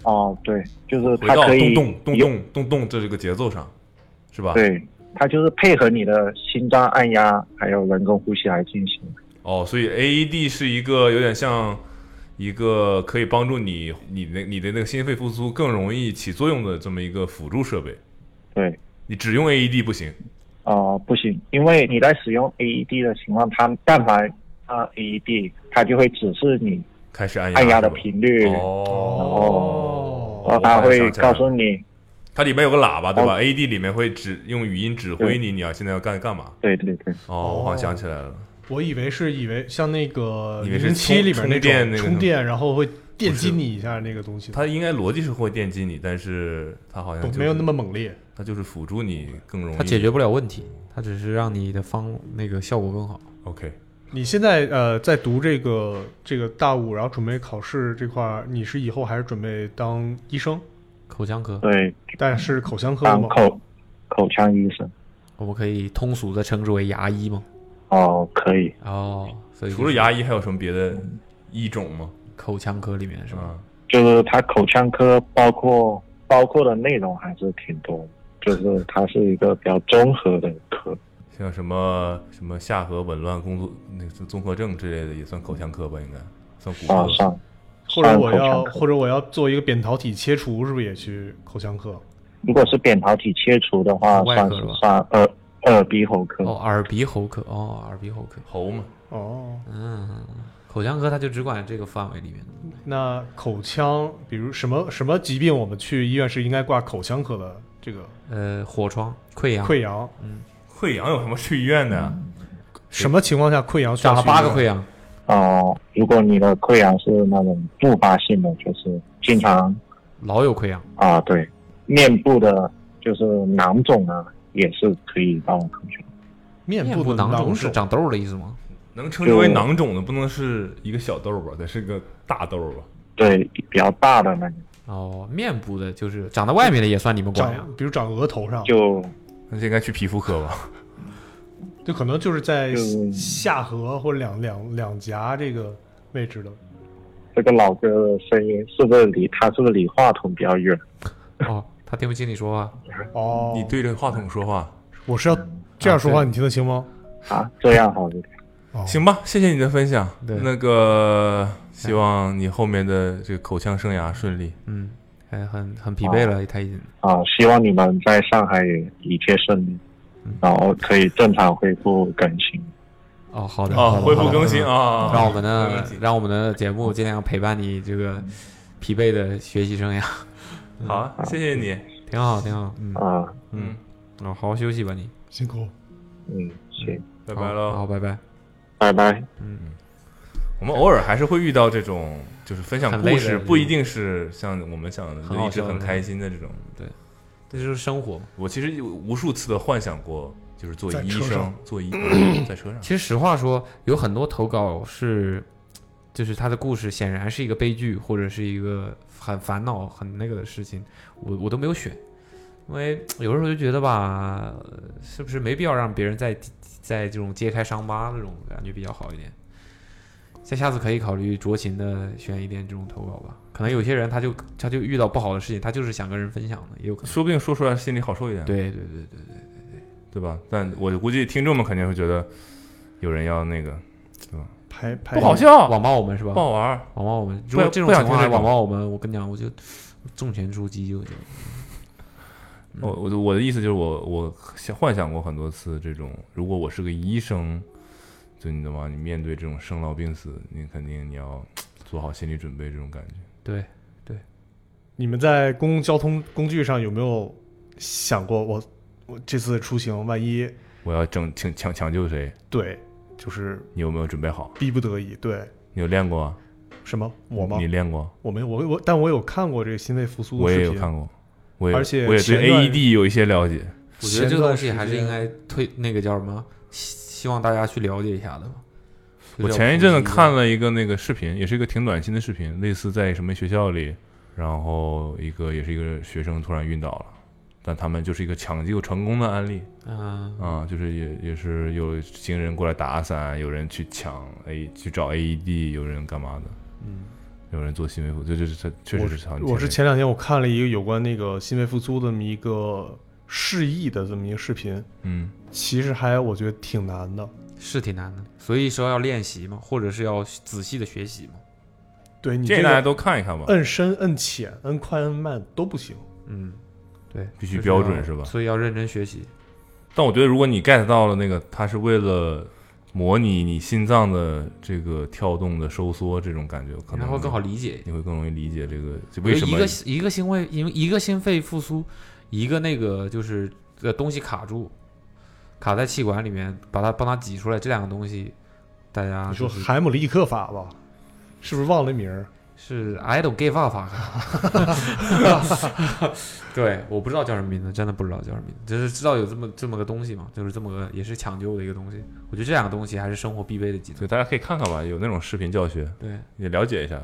[SPEAKER 12] 哦，对，就是
[SPEAKER 3] 回
[SPEAKER 12] 它
[SPEAKER 3] 到
[SPEAKER 12] 可
[SPEAKER 3] 动
[SPEAKER 12] 以
[SPEAKER 3] 动动
[SPEAKER 12] 有
[SPEAKER 3] 动动动这个节奏上，是吧？
[SPEAKER 12] 对，它就是配合你的心脏按压还有人工呼吸来进行。
[SPEAKER 3] 哦，所以 AED 是一个有点像一个可以帮助你你那你的那个心肺复苏更容易起作用的这么一个辅助设备。
[SPEAKER 12] 对，
[SPEAKER 3] 你只用 AED 不行。
[SPEAKER 12] 哦，不行，因为你在使用 AED 的情况，它但凡啊 AED，它就会指示你
[SPEAKER 3] 开始按压
[SPEAKER 12] 按压的
[SPEAKER 3] 是吧
[SPEAKER 12] 频率，
[SPEAKER 3] 哦
[SPEAKER 12] 然后它会告诉你，
[SPEAKER 3] 它里面有个喇叭，对吧
[SPEAKER 12] 哦
[SPEAKER 3] ？AED 里面会指用语音指挥你，你要现在要干干嘛？
[SPEAKER 12] 对对对。
[SPEAKER 3] 哦，我好像想起来了。
[SPEAKER 6] 我以为是以为像那个
[SPEAKER 3] 以为是
[SPEAKER 6] 零七
[SPEAKER 3] 充
[SPEAKER 6] 里面
[SPEAKER 3] 充电那
[SPEAKER 6] 那种
[SPEAKER 3] 个
[SPEAKER 6] 充
[SPEAKER 3] 什
[SPEAKER 6] 电，
[SPEAKER 3] 么
[SPEAKER 6] 然后会电击你一下那个东西，
[SPEAKER 3] 它应该逻辑是会电击你，但是它好像、
[SPEAKER 6] 不
[SPEAKER 3] 就是、
[SPEAKER 6] 没有那么猛烈。
[SPEAKER 3] 它就是辅助你更容易。
[SPEAKER 8] 它解决不了问题，它只是让你的方那个效果更好。
[SPEAKER 3] OK，
[SPEAKER 6] 你现在呃在读这个这个大五，然后准备考试这块儿，你是以后还是准备当医生？
[SPEAKER 8] 口腔科，
[SPEAKER 12] 对，
[SPEAKER 6] 但是口腔科
[SPEAKER 12] 当
[SPEAKER 6] 吗？
[SPEAKER 12] 口口腔医生。
[SPEAKER 8] 我们可以通俗的称之为牙医吗？
[SPEAKER 12] 哦，可以。
[SPEAKER 8] 哦，所以
[SPEAKER 3] 除了牙医还有什么别的医种吗？啊
[SPEAKER 8] 口腔科里面是吧？
[SPEAKER 12] 就是它口腔科包括包括的内容还是挺多的，就是它是一个比较综合的科。
[SPEAKER 3] 像什么什么下颌紊乱工作那个综合症之类的，也算口腔科吧？应该算骨
[SPEAKER 12] 啊，
[SPEAKER 3] 科。
[SPEAKER 12] 上
[SPEAKER 6] 或者我
[SPEAKER 12] 上口腔
[SPEAKER 6] 要
[SPEAKER 12] 科
[SPEAKER 6] 或者我要做一个扁桃体切除，是不是也去口腔科？
[SPEAKER 12] 如果是扁桃体切除的话，
[SPEAKER 6] 外
[SPEAKER 12] 算
[SPEAKER 6] 科
[SPEAKER 12] 是
[SPEAKER 6] 吧
[SPEAKER 12] 算耳耳鼻喉科。
[SPEAKER 8] 哦，耳鼻喉科哦，耳鼻喉科
[SPEAKER 3] 喉嘛。
[SPEAKER 6] 哦，
[SPEAKER 8] 嗯，口腔科它就只管这个范围里面的。
[SPEAKER 6] 那口腔，比如什么什么疾病，我们去医院是应该挂口腔科的这个
[SPEAKER 8] 呃，火疮、溃疡、
[SPEAKER 6] 溃疡，
[SPEAKER 8] 嗯，
[SPEAKER 3] 溃疡有什么去医院的？啊
[SPEAKER 6] 什么情况下溃疡需要
[SPEAKER 12] 长了
[SPEAKER 6] 去医
[SPEAKER 12] 八个
[SPEAKER 6] 院
[SPEAKER 12] 溃疡哦，如果你的溃疡是那种复发性的，就是经常
[SPEAKER 8] 老有溃疡，
[SPEAKER 12] 啊，对，面部的就是囊肿啊，也是可以到口腔。
[SPEAKER 6] 面
[SPEAKER 8] 部
[SPEAKER 6] 的
[SPEAKER 8] 囊
[SPEAKER 6] 囊
[SPEAKER 8] 是
[SPEAKER 6] 肿
[SPEAKER 8] 长痘儿的意思吗？
[SPEAKER 3] 能称之为囊肿的，不能是一个小痘吧？得是个大痘吧？
[SPEAKER 12] 对，比较大的那种。
[SPEAKER 8] 哦，面部的就是长在外面的也算你们管呀？
[SPEAKER 6] 长，比如长额头上，
[SPEAKER 12] 就
[SPEAKER 3] 那就应该去皮肤科吧？
[SPEAKER 6] 就可能就是在下颌或者两两两颊这个位置的。
[SPEAKER 12] 这个老哥的声音是不是离他是不是离话筒比较远？
[SPEAKER 8] 哦，他听不清你说话。
[SPEAKER 6] 哦，
[SPEAKER 3] 你对着嗯话筒说话。
[SPEAKER 6] 我是要这样说话，你听得清吗？哦
[SPEAKER 12] 啊，这样好一点。
[SPEAKER 3] 哦行吧，谢谢你的分享。
[SPEAKER 8] 对
[SPEAKER 3] 那个希望你后面的这个口腔生涯顺利。
[SPEAKER 8] 嗯，还很很疲惫
[SPEAKER 3] 哦
[SPEAKER 8] 了，他已经。
[SPEAKER 12] 啊，希望你们在上海也一切顺利，然后可以正常恢复更新。
[SPEAKER 8] 哦，好的，
[SPEAKER 3] 啊
[SPEAKER 8] 好的
[SPEAKER 3] 恢复
[SPEAKER 8] 好的
[SPEAKER 3] 更新啊
[SPEAKER 8] 让
[SPEAKER 3] 恢
[SPEAKER 8] 我们
[SPEAKER 3] 复
[SPEAKER 8] 的
[SPEAKER 3] 更新
[SPEAKER 8] 让我们的节目尽量陪伴你这个疲惫的学习生涯。嗯
[SPEAKER 3] 好，谢谢你。
[SPEAKER 8] 挺好，挺好，嗯
[SPEAKER 12] 啊，
[SPEAKER 3] 嗯，
[SPEAKER 8] 啊，好好休息吧你，
[SPEAKER 6] 辛苦，
[SPEAKER 12] 嗯，行，
[SPEAKER 3] 拜拜喽，
[SPEAKER 8] 好，拜拜，
[SPEAKER 12] 拜拜。
[SPEAKER 8] 嗯，
[SPEAKER 3] 我们偶尔还是会遇到这种，就是分享
[SPEAKER 8] 很累
[SPEAKER 3] 故
[SPEAKER 8] 的
[SPEAKER 3] 事，
[SPEAKER 8] 这种
[SPEAKER 3] 不一定是像我们想的
[SPEAKER 8] 很
[SPEAKER 3] 就
[SPEAKER 8] 好
[SPEAKER 3] 一直
[SPEAKER 8] 笑的
[SPEAKER 3] 很开心的这种。
[SPEAKER 8] 对，这就是生活嘛。
[SPEAKER 3] 我其实有无数次的幻想过，就是做
[SPEAKER 8] 在
[SPEAKER 3] 医
[SPEAKER 8] 车
[SPEAKER 3] 生
[SPEAKER 8] 上，
[SPEAKER 3] 做医在车
[SPEAKER 8] [coughs]
[SPEAKER 3] 上。
[SPEAKER 8] 其实实话说，有很多投稿是，就是他的故事显然是一个悲剧，或者是一个很烦恼、很那个的事情，我我都没有选，因为有的时候就觉得吧，呃是不是没必要让别人在在这种揭开伤疤这种感觉比较好一点。像下次可以考虑酌情的选一点这种投稿吧，可能有些人他就他就遇到不好的事情，他就是想跟人分享的，也有可能。
[SPEAKER 3] 说不定说出来心里好受一点。
[SPEAKER 8] 对对对对
[SPEAKER 3] 对对，对吧？但我估计听众们肯定会觉得有人要那个，对吧？
[SPEAKER 6] 拍拍
[SPEAKER 3] 不好笑，
[SPEAKER 8] 网暴我们是吧？
[SPEAKER 3] 不好玩儿，
[SPEAKER 8] 网暴我们。如
[SPEAKER 3] 不
[SPEAKER 8] 果
[SPEAKER 3] 要
[SPEAKER 8] 这种
[SPEAKER 3] 不
[SPEAKER 8] 情
[SPEAKER 3] 想听
[SPEAKER 8] 况还
[SPEAKER 3] 这
[SPEAKER 8] 网
[SPEAKER 3] 种。
[SPEAKER 8] 暴我们，我跟你讲，我就重拳出击，我就
[SPEAKER 6] 嗯
[SPEAKER 3] 我我的我的意思就是我我想幻想过很多次这种，如果我是个医生，就你懂吗？你面对这种生老病死，你肯定你要做好心理准备，这种感觉。
[SPEAKER 8] 对。
[SPEAKER 6] 你们在公共交通工具上有没有想过我我这次出行万一
[SPEAKER 3] 我要拯抢抢抢救谁？
[SPEAKER 6] 对，就是
[SPEAKER 3] 你有没有准备好？
[SPEAKER 6] 逼不得已对
[SPEAKER 3] 你有练过啊？
[SPEAKER 6] 什么我吗？
[SPEAKER 3] 你练过？
[SPEAKER 6] 我没有，我我但我有看过这个心肺复苏的
[SPEAKER 3] 我
[SPEAKER 6] 视
[SPEAKER 3] 也
[SPEAKER 6] 频，
[SPEAKER 3] 有看过，我也
[SPEAKER 6] 而且
[SPEAKER 3] 我也对
[SPEAKER 6] 前段
[SPEAKER 3] AED 有一些了解。
[SPEAKER 8] 我觉得这个东西还是应该推那个叫什么，希希望大家去了解一下的吧。
[SPEAKER 3] 我前一阵子看了一个那个视频，也是一个挺暖心的视频，类似在什么学校里，然后一个也是一个学生突然晕倒了，但他们就是一个抢救成功的案例。
[SPEAKER 8] 啊
[SPEAKER 3] 啊，就是也也是有行人过来打伞，有人去抢 A 去找 AED，有人干嘛的，
[SPEAKER 8] 嗯，
[SPEAKER 3] 有人做心肺复苏，这就是他确实是常见
[SPEAKER 6] 我是前两天我看了一个有关那个心肺复苏的这么一个示意的这么一个视频，
[SPEAKER 3] 嗯，
[SPEAKER 6] 其实还我觉得挺难的，
[SPEAKER 8] 是挺难的，所以说要练习嘛，或者是要仔细的学习嘛。
[SPEAKER 6] 对你
[SPEAKER 3] 建
[SPEAKER 6] 这
[SPEAKER 3] 议
[SPEAKER 6] 个
[SPEAKER 3] 大家都看一看吧
[SPEAKER 6] 摁深、摁浅、摁快、摁慢都不行，
[SPEAKER 8] 嗯，对，
[SPEAKER 3] 必须
[SPEAKER 8] 就是
[SPEAKER 3] 标准
[SPEAKER 8] 要
[SPEAKER 3] 是吧
[SPEAKER 8] 所以要认真学习。
[SPEAKER 3] 但我觉得如果你 get 到了那个，它是为了模拟你心脏的这个跳动的收缩这种感觉，可能
[SPEAKER 8] 然后更好理解，
[SPEAKER 3] 你会更容易理解这个这为什
[SPEAKER 8] 一
[SPEAKER 3] 么
[SPEAKER 8] 个一个心肺，因为一个心肺复苏，一个那个就是呃东西卡住，卡在气管里面，把它帮它挤出来，这两个东西，大家
[SPEAKER 6] 你
[SPEAKER 8] 啊就
[SPEAKER 6] 说
[SPEAKER 8] 是
[SPEAKER 6] 海姆立克法吧，是不是忘了名儿？
[SPEAKER 8] 是 I don't give up 法 [laughs] 对，我不知道叫什么名字，真的不知道叫什么名字，就是知道有这么这么个东西嘛，就是这么个也是抢救的一个东西。我觉得这两个东西还是生活必备的技能。
[SPEAKER 3] 对，大家可以看看吧，有那种视频教学，
[SPEAKER 8] 对，
[SPEAKER 3] 也了解一下，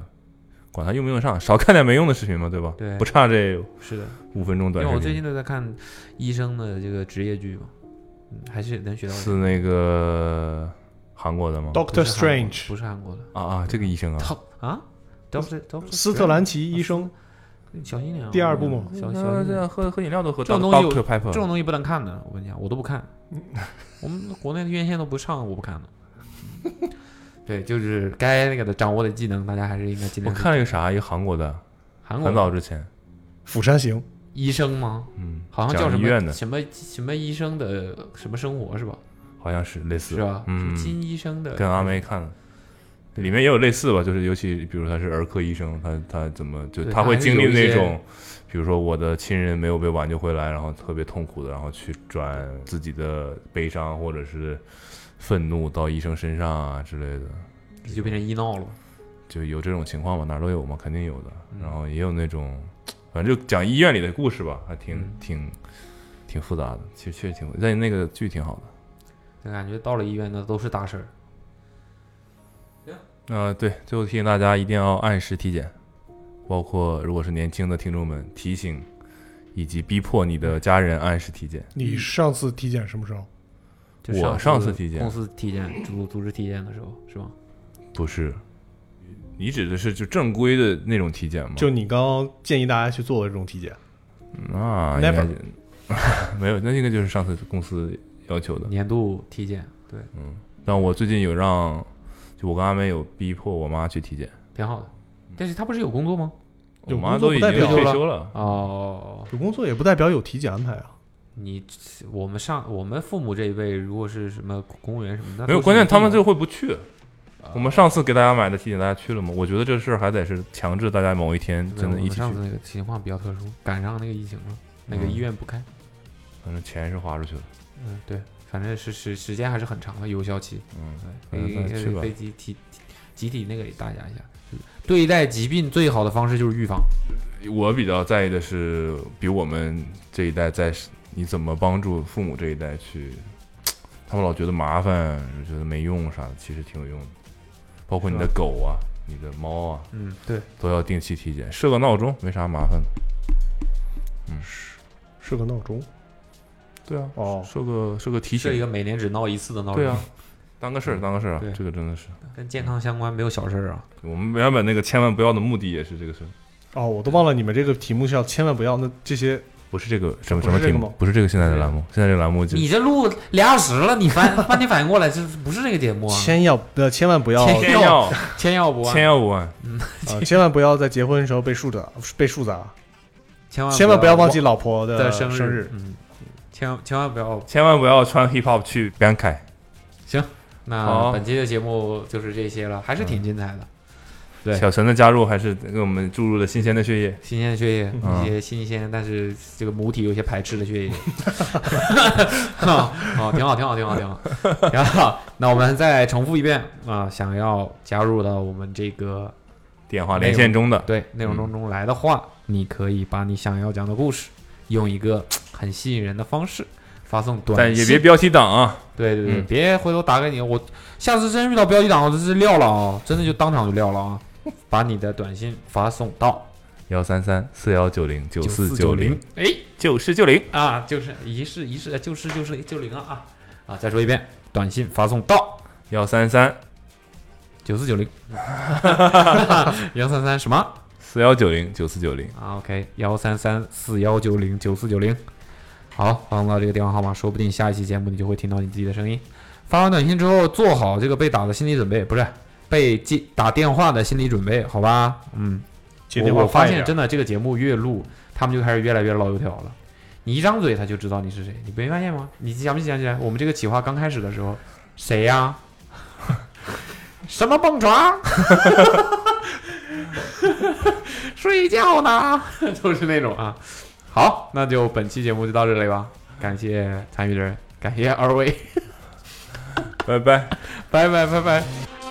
[SPEAKER 3] 管它用不用得上，少看点没用的视频嘛，对吧？
[SPEAKER 8] 对
[SPEAKER 3] 不差这
[SPEAKER 8] 是的
[SPEAKER 3] 五分钟
[SPEAKER 8] 因
[SPEAKER 3] 短
[SPEAKER 8] 为
[SPEAKER 3] 视频。
[SPEAKER 8] 我最近都在看医生的这个职业剧嘛，嗯，还是能学到一点。
[SPEAKER 3] 是那个韩国的吗
[SPEAKER 6] Doctor
[SPEAKER 8] 哦不是韩国
[SPEAKER 6] Strange
[SPEAKER 8] 不是韩国的
[SPEAKER 3] 啊啊，这个医生啊，
[SPEAKER 8] 啊，Doctor Doctor
[SPEAKER 6] 斯特兰奇医生，
[SPEAKER 8] 小心点啊。
[SPEAKER 6] 第二部嘛
[SPEAKER 8] 小小心
[SPEAKER 3] 这
[SPEAKER 8] 点
[SPEAKER 3] 样。喝喝饮料都喝
[SPEAKER 8] 这种
[SPEAKER 3] 到
[SPEAKER 8] 东西
[SPEAKER 3] 到
[SPEAKER 8] 有，
[SPEAKER 3] Dr. Pepper
[SPEAKER 8] 这种东西不能看的，我跟你讲，我都不看。我们国内的院线都不上，我不看的。对，就是该那个的掌握的技能，大家还是应该尽
[SPEAKER 3] 我
[SPEAKER 8] 量。
[SPEAKER 3] 看了一个啥，一个韩国的，
[SPEAKER 8] 韩国
[SPEAKER 3] 很
[SPEAKER 8] 的
[SPEAKER 3] 早之前，
[SPEAKER 6] 《釜山行》
[SPEAKER 8] 医生吗？
[SPEAKER 3] 嗯
[SPEAKER 8] 好像叫
[SPEAKER 3] 讲
[SPEAKER 8] 什
[SPEAKER 3] 医院的
[SPEAKER 8] 么什么什么医生的什么生活是吧？
[SPEAKER 3] 好像是类似，
[SPEAKER 8] 是吧什
[SPEAKER 3] 嗯，
[SPEAKER 8] 么金医生的
[SPEAKER 3] 跟阿妹看了。里面也有类似吧，就是尤其比如他是儿科医生，他他怎么就
[SPEAKER 8] 对
[SPEAKER 3] 他会
[SPEAKER 8] 他还是
[SPEAKER 3] 经历
[SPEAKER 8] 有一些
[SPEAKER 3] 那种，比如说我的亲人没有被挽救回来，然后特别痛苦的，然后去转自己的悲伤或者是愤怒到医生身上啊之类的，
[SPEAKER 8] 这就变成医闹了。
[SPEAKER 3] 就有这种情况嘛，哪儿都有嘛，肯定有的。然后也有那种，反正就讲医院里的故事吧，还挺、挺挺复杂的，其实确实挺复，但那个剧挺好的。
[SPEAKER 8] 就感觉到了医院那都是大事儿。
[SPEAKER 3] 呃，对，最后提醒大家一定要按时体检，包括如果是年轻的听众们，提醒以及逼迫你的家人按时体检。
[SPEAKER 8] 嗯
[SPEAKER 6] 你上次体检什么时
[SPEAKER 8] 哦
[SPEAKER 6] 候？
[SPEAKER 8] 就
[SPEAKER 3] 我上次体检
[SPEAKER 8] 公司体检组组织体检的时候是吧？
[SPEAKER 3] 不是，你指的是就正规的那种体检吗？
[SPEAKER 6] 就你刚刚建议大家去做的这种体检，
[SPEAKER 3] 那应
[SPEAKER 6] Never
[SPEAKER 3] 该是没有，那应该就是 [laughs] 上次公司要求的
[SPEAKER 8] 年度体检。对，
[SPEAKER 3] 嗯，但我最近有让，就我跟阿妹有逼迫我妈去体检，
[SPEAKER 8] 挺好的。
[SPEAKER 3] 嗯
[SPEAKER 8] 但是他不是有工作吗？
[SPEAKER 3] 我妈都已经退休了。
[SPEAKER 8] 哦，
[SPEAKER 6] 有工作也不代表有体检安排啊。
[SPEAKER 8] 你我们上我们父母这一辈，如果是什么公务员什么的，
[SPEAKER 3] 没有，关键他们就会不
[SPEAKER 8] 去。
[SPEAKER 3] 去。
[SPEAKER 8] 啊
[SPEAKER 3] 我们上次给大家买的体检，大家去了吗？我觉得这事儿还得是强制大家某一天真的
[SPEAKER 8] 对
[SPEAKER 3] 一
[SPEAKER 8] 我
[SPEAKER 3] 起
[SPEAKER 8] 们
[SPEAKER 3] 去。
[SPEAKER 8] 上次那个情况比较特殊，赶上那个疫情了，那个
[SPEAKER 3] 嗯
[SPEAKER 8] 医院不开。
[SPEAKER 3] 反正钱是花出去了。
[SPEAKER 8] 嗯，对，反正是时时间还是很长的有效期。
[SPEAKER 3] 嗯
[SPEAKER 8] 对，
[SPEAKER 3] 那
[SPEAKER 8] 可
[SPEAKER 3] 再
[SPEAKER 8] 以
[SPEAKER 3] 去吧
[SPEAKER 8] 可以集体集体那个给大家一下，就是对待疾病最好的方式就是预防。
[SPEAKER 3] 我比较在意的是，比我们这一代在你怎么帮助父母这一代去，他们老觉得麻烦，觉得没用啥的，其实挺有用的。包括你的
[SPEAKER 8] 是吧
[SPEAKER 3] 狗啊，你的猫啊，
[SPEAKER 8] 嗯，对，
[SPEAKER 3] 都要定期体检，设个闹钟，没啥麻烦的。嗯，
[SPEAKER 6] 设个闹钟。
[SPEAKER 3] 对啊，
[SPEAKER 6] 哦，
[SPEAKER 3] 设个设个提
[SPEAKER 8] 是
[SPEAKER 3] 醒
[SPEAKER 8] 一个每年只闹一次的闹钟。
[SPEAKER 3] 对啊，当个事儿，当个事儿啊
[SPEAKER 8] 对，
[SPEAKER 3] 这个真的是。
[SPEAKER 8] 跟健康相关没有小事儿啊。
[SPEAKER 3] 我们原本那个千万不要的目的也是这个事儿，
[SPEAKER 6] 哦，我都忘了你们这个题目是要千万不要。那这些
[SPEAKER 3] 不是这个什么
[SPEAKER 6] 不
[SPEAKER 3] 什么
[SPEAKER 6] 是这
[SPEAKER 3] 题
[SPEAKER 6] 个
[SPEAKER 3] 目
[SPEAKER 6] 吗，
[SPEAKER 3] 不是这个现在的栏目，现在这个栏目就
[SPEAKER 8] 你这录俩小时了，你反半天反应过来，这不是这个节目啊？
[SPEAKER 6] 千要不要，千万不要，
[SPEAKER 8] 千要千要不万
[SPEAKER 3] 哦千要不万，
[SPEAKER 8] 嗯，
[SPEAKER 6] 啊，千万不要在结婚的时候被树的被树砸，
[SPEAKER 8] 千万
[SPEAKER 6] 千万不要忘记老
[SPEAKER 8] 忘
[SPEAKER 6] 婆
[SPEAKER 8] 的
[SPEAKER 6] 生
[SPEAKER 8] 日，
[SPEAKER 6] 日。
[SPEAKER 8] 嗯，千万千万不要。
[SPEAKER 3] 千万不要穿 hip hop 去 b a n 凯。
[SPEAKER 8] 行，那
[SPEAKER 3] 好
[SPEAKER 8] 本期的节目就是这些了，还是挺精彩
[SPEAKER 6] 嗯
[SPEAKER 8] 的。对
[SPEAKER 3] 小陈的加入还是给我们注入了新鲜的血液，
[SPEAKER 8] 新鲜的血液，
[SPEAKER 3] 嗯
[SPEAKER 8] 一些新鲜，但是这个母体有些排斥的血
[SPEAKER 6] [laughs]
[SPEAKER 8] 液。 [laughs] 哦，哦挺好，挺好，挺好，挺好。 [laughs] 然后，那我们再重复一遍啊、想要加入到我们这个
[SPEAKER 3] 电话连线中的
[SPEAKER 8] 对内容中中来的话，
[SPEAKER 6] 嗯
[SPEAKER 8] 你可以把你想要讲的故事，用一个很吸引人的方式发送短
[SPEAKER 3] 但
[SPEAKER 8] 信，
[SPEAKER 3] 也别标题党啊。
[SPEAKER 8] 对对对，
[SPEAKER 3] 嗯
[SPEAKER 8] 别回头打给你，我下次真遇到标题党，我真是撂了啊、真的就当场就撂了啊！把你的短信发送到
[SPEAKER 3] 幺三三四幺九零九四九零
[SPEAKER 8] 9490，哎，
[SPEAKER 3] 九四九零
[SPEAKER 8] 啊，就是一是一是就是就是就零了啊啊！再说一遍，短信发送到
[SPEAKER 3] 幺三三
[SPEAKER 8] 九四
[SPEAKER 3] [laughs]
[SPEAKER 8] 九零， [laughs] 幺三三什么
[SPEAKER 3] 四幺九零九四九零，
[SPEAKER 8] 啊？OK，幺三三四幺九零九四九零。好，发送到这个电话号码，说不定下一期节目你就会听到你自己的声音。发完短信之后，做好这个被打的心理准备，不是被接打电话的心理准备，好吧？嗯，
[SPEAKER 6] 接
[SPEAKER 8] 我
[SPEAKER 6] 电话
[SPEAKER 8] 我发
[SPEAKER 6] 快一
[SPEAKER 8] 现
[SPEAKER 6] 点
[SPEAKER 8] 真的这个节目越录，他们就开始越来越老油条了。你一张嘴他就知道你是谁，你没发现吗？你想没想起来我们这个企划刚开始的时候，谁呀、 [laughs] 什么蹦床？ [laughs] 睡觉呢， [laughs] 就是那种啊。好，那就本期节目就到这里吧，感谢参与的人，感谢二位，
[SPEAKER 3] 拜拜，
[SPEAKER 8] [laughs] 拜拜拜拜。